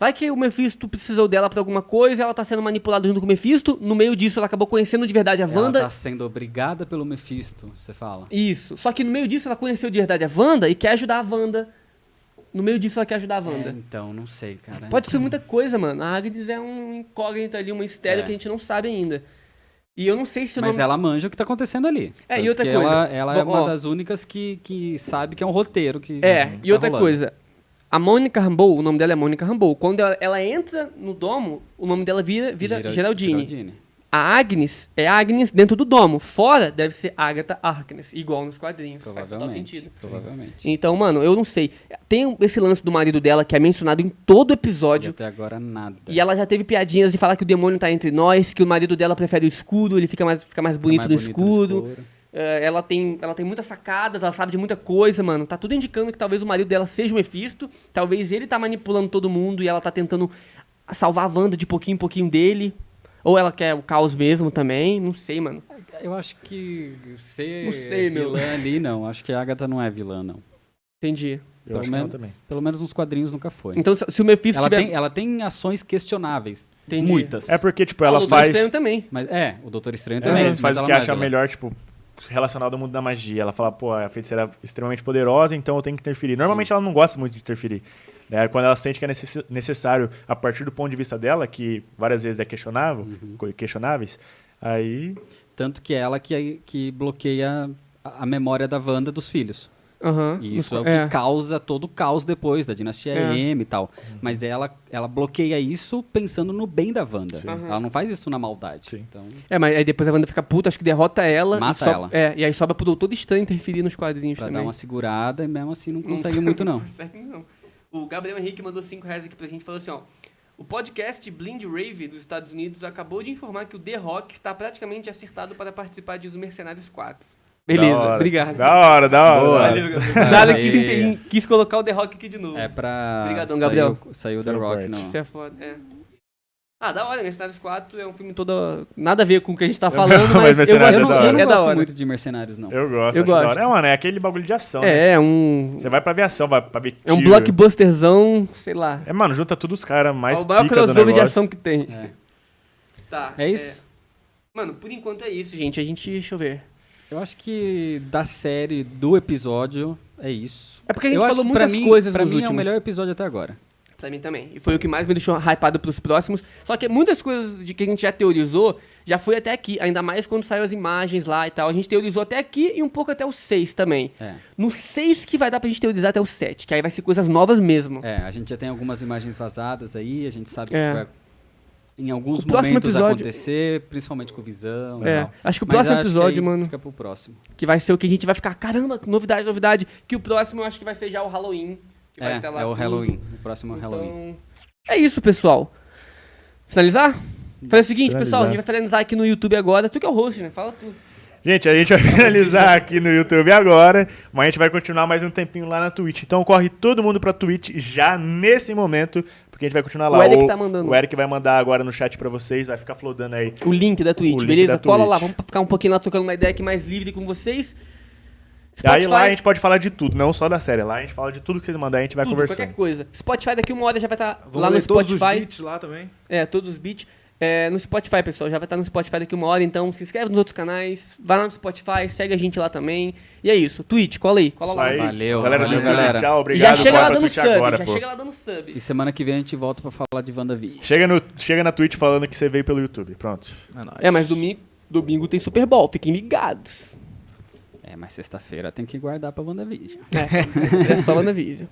Speaker 4: vai que o Mephisto precisou dela pra alguma coisa, ela tá sendo manipulada junto com o Mephisto, no meio disso ela acabou conhecendo de verdade a Wanda.
Speaker 2: Ela tá sendo obrigada pelo Mephisto, você fala.
Speaker 4: Isso. Só que no meio disso ela conheceu de verdade a Wanda e quer ajudar a Wanda. No meio disso ela quer ajudar a Wanda.
Speaker 2: É, então, não sei, cara.
Speaker 4: Pode ser muita coisa, mano. A Agnes é um incógnito ali, um mistério
Speaker 2: É.
Speaker 4: que a gente não sabe ainda. E eu não sei se o
Speaker 2: Mas
Speaker 4: nome...
Speaker 2: ela manja o que tá acontecendo ali.
Speaker 4: É, e
Speaker 2: Tanto
Speaker 4: outra
Speaker 2: que
Speaker 4: coisa.
Speaker 2: Ela, ela é
Speaker 4: Bom,
Speaker 2: uma
Speaker 4: ó.
Speaker 2: das únicas que, que sabe que é um roteiro que.
Speaker 4: É,
Speaker 2: que
Speaker 4: e outra
Speaker 2: rolando.
Speaker 4: coisa. A Mônica Rambeau, o nome dela é Mônica Rambeau. Quando ela, ela entra no domo, o nome dela vira, vira
Speaker 2: Geral-
Speaker 4: Geraldine.
Speaker 2: Geraldine.
Speaker 4: A Agnes é Agnes dentro do domo. Fora deve ser Agatha Harkness, igual nos quadrinhos. Faz total
Speaker 2: Provavelmente.
Speaker 4: sentido.
Speaker 2: Provavelmente.
Speaker 4: Então, mano, eu não sei. Tem um, esse lance do marido dela que é mencionado em todo
Speaker 2: E
Speaker 4: episódio.
Speaker 2: até agora nada.
Speaker 4: E ela já teve piadinhas de falar que o demônio tá entre nós, que o marido dela prefere o escuro, ele fica mais, fica mais bonito
Speaker 2: mais
Speaker 4: no
Speaker 2: bonito é no
Speaker 4: escuro.
Speaker 2: escuro.
Speaker 4: É, ela, tem, ela tem muitas sacadas, ela sabe de muita coisa, mano. Tá tudo indicando que talvez o marido dela seja o Mephisto, talvez ele tá manipulando todo mundo e ela tá tentando salvar a Wanda de pouquinho em pouquinho dele. Ou ela quer o caos mesmo também, não sei, mano.
Speaker 2: Eu acho que ser
Speaker 4: Não sei, meu.
Speaker 2: vilã ali, não. Acho que a Agatha não é vilã, não.
Speaker 4: Entendi.
Speaker 1: Eu acho que não também.
Speaker 2: Pelo menos nos quadrinhos nunca foi.
Speaker 4: Então, se se o Mephisto
Speaker 2: ela,
Speaker 4: tiver...
Speaker 2: tem, ela tem ações questionáveis.
Speaker 4: Entendi.
Speaker 2: Muitas.
Speaker 1: É porque, tipo,
Speaker 4: Ah,
Speaker 1: ela
Speaker 4: o Doutor
Speaker 1: faz.
Speaker 4: Estranho também.
Speaker 2: Mas é, o Doutor Estranho
Speaker 1: É,
Speaker 2: também.
Speaker 1: eles
Speaker 2: mas
Speaker 1: fazem o
Speaker 2: ela
Speaker 1: que
Speaker 2: não é
Speaker 1: acha
Speaker 2: vilã.
Speaker 1: melhor, tipo, relacionado ao mundo da magia. Ela fala, pô, a feiticeira é extremamente poderosa, então eu tenho que interferir. Normalmente ela não gosta muito de interferir. né? Quando ela sente que é necess- necessário, a partir do ponto de vista dela, que várias vezes é questionável, co- questionáveis, aí
Speaker 2: Tanto que é ela que, que bloqueia a, a memória da Wanda dos filhos.
Speaker 4: Aham.
Speaker 1: Hum,
Speaker 2: E isso é o
Speaker 4: Nos-
Speaker 2: que causa todo o caos depois da dinastia
Speaker 4: É.
Speaker 2: M e tal. Mas ela, ela bloqueia isso pensando no bem da Wanda.
Speaker 1: Sim.
Speaker 2: Ela não faz isso na maldade.
Speaker 1: Sim.
Speaker 2: Então,
Speaker 4: É, mas aí depois a Wanda fica puta, acho que derrota ela. e
Speaker 2: Mata
Speaker 4: sobe-
Speaker 2: ela.
Speaker 4: É, e aí sobra pro Doutor Estranho interferir nos quadrinhos
Speaker 2: pra dar
Speaker 4: também.
Speaker 2: uma segurada e mesmo assim não
Speaker 1: Hum.
Speaker 2: consegue muito, não.
Speaker 4: consegue, não. então. O Gabriel Henrique mandou 5 reais aqui pra gente e falou assim, ó. O podcast Blind Rave dos Estados Unidos acabou de informar que o The Rock está praticamente acertado para participar de Os Mercenários 4. Beleza,
Speaker 1: Da hora.
Speaker 4: obrigado.
Speaker 1: Da hora, da hora.
Speaker 2: Boa.
Speaker 1: da hora.
Speaker 4: Valeu, Gabriel. Nada
Speaker 2: Aí.
Speaker 4: quis, inte- quis colocar o The Rock aqui de novo.
Speaker 2: É pra.
Speaker 4: Obrigadão, Gabriel.
Speaker 2: Saiu, saiu The
Speaker 1: Não
Speaker 2: Rock,
Speaker 1: perde.
Speaker 2: não.
Speaker 4: Isso é foda, é. Ah, da hora, Mercenários 4 é um filme todo. Nada a ver com o que a gente tá falando,
Speaker 1: Mas
Speaker 4: mas, eu
Speaker 1: Mercenários é
Speaker 2: Eu
Speaker 4: gosto
Speaker 2: não,
Speaker 1: da
Speaker 2: eu
Speaker 1: hora.
Speaker 2: não
Speaker 4: é da
Speaker 2: gosto
Speaker 4: hora.
Speaker 2: muito de mercenários, não.
Speaker 1: Eu gosto,
Speaker 4: Eu
Speaker 1: acho da
Speaker 4: gosto.
Speaker 1: hora. É, mano, é aquele bagulho de ação, né?
Speaker 4: É, é um.
Speaker 1: Você vai pra ver ação, vai pra ver
Speaker 4: É um
Speaker 1: tiro.
Speaker 4: blockbusterzão, sei lá.
Speaker 1: É, mano, junta todos os caras mais
Speaker 4: É o maior
Speaker 1: pica do
Speaker 4: crossover de
Speaker 1: negócio.
Speaker 4: ação que tem.
Speaker 2: É.
Speaker 4: Tá.
Speaker 2: É isso?
Speaker 4: Mano, por enquanto é isso, gente. A gente. Deixa eu ver.
Speaker 2: Eu acho que da série, do episódio, é isso.
Speaker 4: É porque a gente
Speaker 2: eu acho
Speaker 4: falou
Speaker 2: que pra
Speaker 4: muitas
Speaker 2: mim,
Speaker 4: coisas
Speaker 2: pra
Speaker 4: nos
Speaker 2: mim é o
Speaker 4: últimos.
Speaker 2: melhor episódio até agora.
Speaker 4: Pra mim também. E foi o que mais me deixou hypado pros próximos. Só que muitas coisas de que a gente já teorizou já foi até aqui. Ainda mais quando saiu as imagens lá e tal. A gente teorizou até aqui e um pouco até o 6 também.
Speaker 2: É.
Speaker 4: No 6 que vai dar pra gente teorizar até o 7, que aí vai ser coisas novas mesmo.
Speaker 2: É, a gente já tem algumas imagens vazadas aí, a gente sabe
Speaker 4: É.
Speaker 2: que vai em alguns
Speaker 4: O próximo
Speaker 2: momentos
Speaker 4: episódio-
Speaker 2: acontecer, principalmente com visão e
Speaker 4: É,
Speaker 2: tal.
Speaker 4: acho que o
Speaker 2: Mas
Speaker 4: próximo
Speaker 2: acho que
Speaker 4: episódio,
Speaker 2: aí
Speaker 4: mano.
Speaker 2: Fica pro próximo.
Speaker 4: Que vai ser o que a gente vai ficar, caramba, novidade, novidade. Que o próximo eu acho que vai ser já o Halloween. Que vai
Speaker 2: É,
Speaker 4: ter lá
Speaker 2: é o
Speaker 4: tudo.
Speaker 2: Halloween. O próximo é o Halloween.
Speaker 4: Então, é isso, pessoal. Finalizar? Fazer o seguinte,
Speaker 1: Finalizar.
Speaker 4: pessoal, a gente vai finalizar aqui no YouTube agora. Tu que é o host, né? Fala tu.
Speaker 1: Gente, a gente vai finalizar aqui no YouTube agora, mas a gente vai continuar mais um tempinho lá na Twitch. Então corre todo mundo pra Twitch já nesse momento, porque a gente vai continuar lá.
Speaker 4: O Eric tá mandando.
Speaker 1: O Eric vai mandar agora no chat pra vocês, vai ficar flodando aí.
Speaker 4: O link da Twitch,
Speaker 1: O link
Speaker 4: beleza?
Speaker 1: da
Speaker 4: Cola
Speaker 1: Twitch.
Speaker 4: lá, vamos ficar um pouquinho lá tocando uma ideia aqui mais livre com vocês.
Speaker 1: E Aí lá a
Speaker 4: Spotify,
Speaker 1: gente pode falar de tudo, não só da série. Lá a gente fala de tudo que vocês mandarem, a gente vai
Speaker 4: tudo,
Speaker 1: conversando.
Speaker 4: qualquer coisa. Spotify daqui uma hora já vai estar
Speaker 3: Vamos
Speaker 4: lá no
Speaker 3: ler todos os
Speaker 4: Spotify.
Speaker 3: beats lá também.
Speaker 4: É, todos os beats. É, no Spotify, pessoal, já vai estar no Spotify daqui uma hora, então se inscreve nos outros canais, vai lá no Spotify, segue a gente lá também. E é isso, Twitch, cola aí, cola
Speaker 1: Isso
Speaker 4: lá.
Speaker 1: aí.
Speaker 2: Valeu,
Speaker 1: galera,
Speaker 2: valeu,
Speaker 1: do YouTube,
Speaker 2: galera.
Speaker 1: Tchau,
Speaker 4: E
Speaker 1: obrigado.
Speaker 4: já chega lá
Speaker 1: bora pra
Speaker 4: dando
Speaker 1: Twitch
Speaker 4: sub,
Speaker 1: agora,
Speaker 4: já
Speaker 1: pô.
Speaker 4: chega lá dando sub.
Speaker 2: E semana que vem a gente volta pra falar de WandaVision.
Speaker 1: Chega, no, chega na Twitch falando que você veio pelo YouTube. Pronto.
Speaker 3: É nóis.
Speaker 4: É, mas domingo, domingo tem Super Bowl, fiquem ligados.
Speaker 2: É, mas sexta-feira tem que guardar pra WandaVision.
Speaker 4: É, é só lá na vídeo.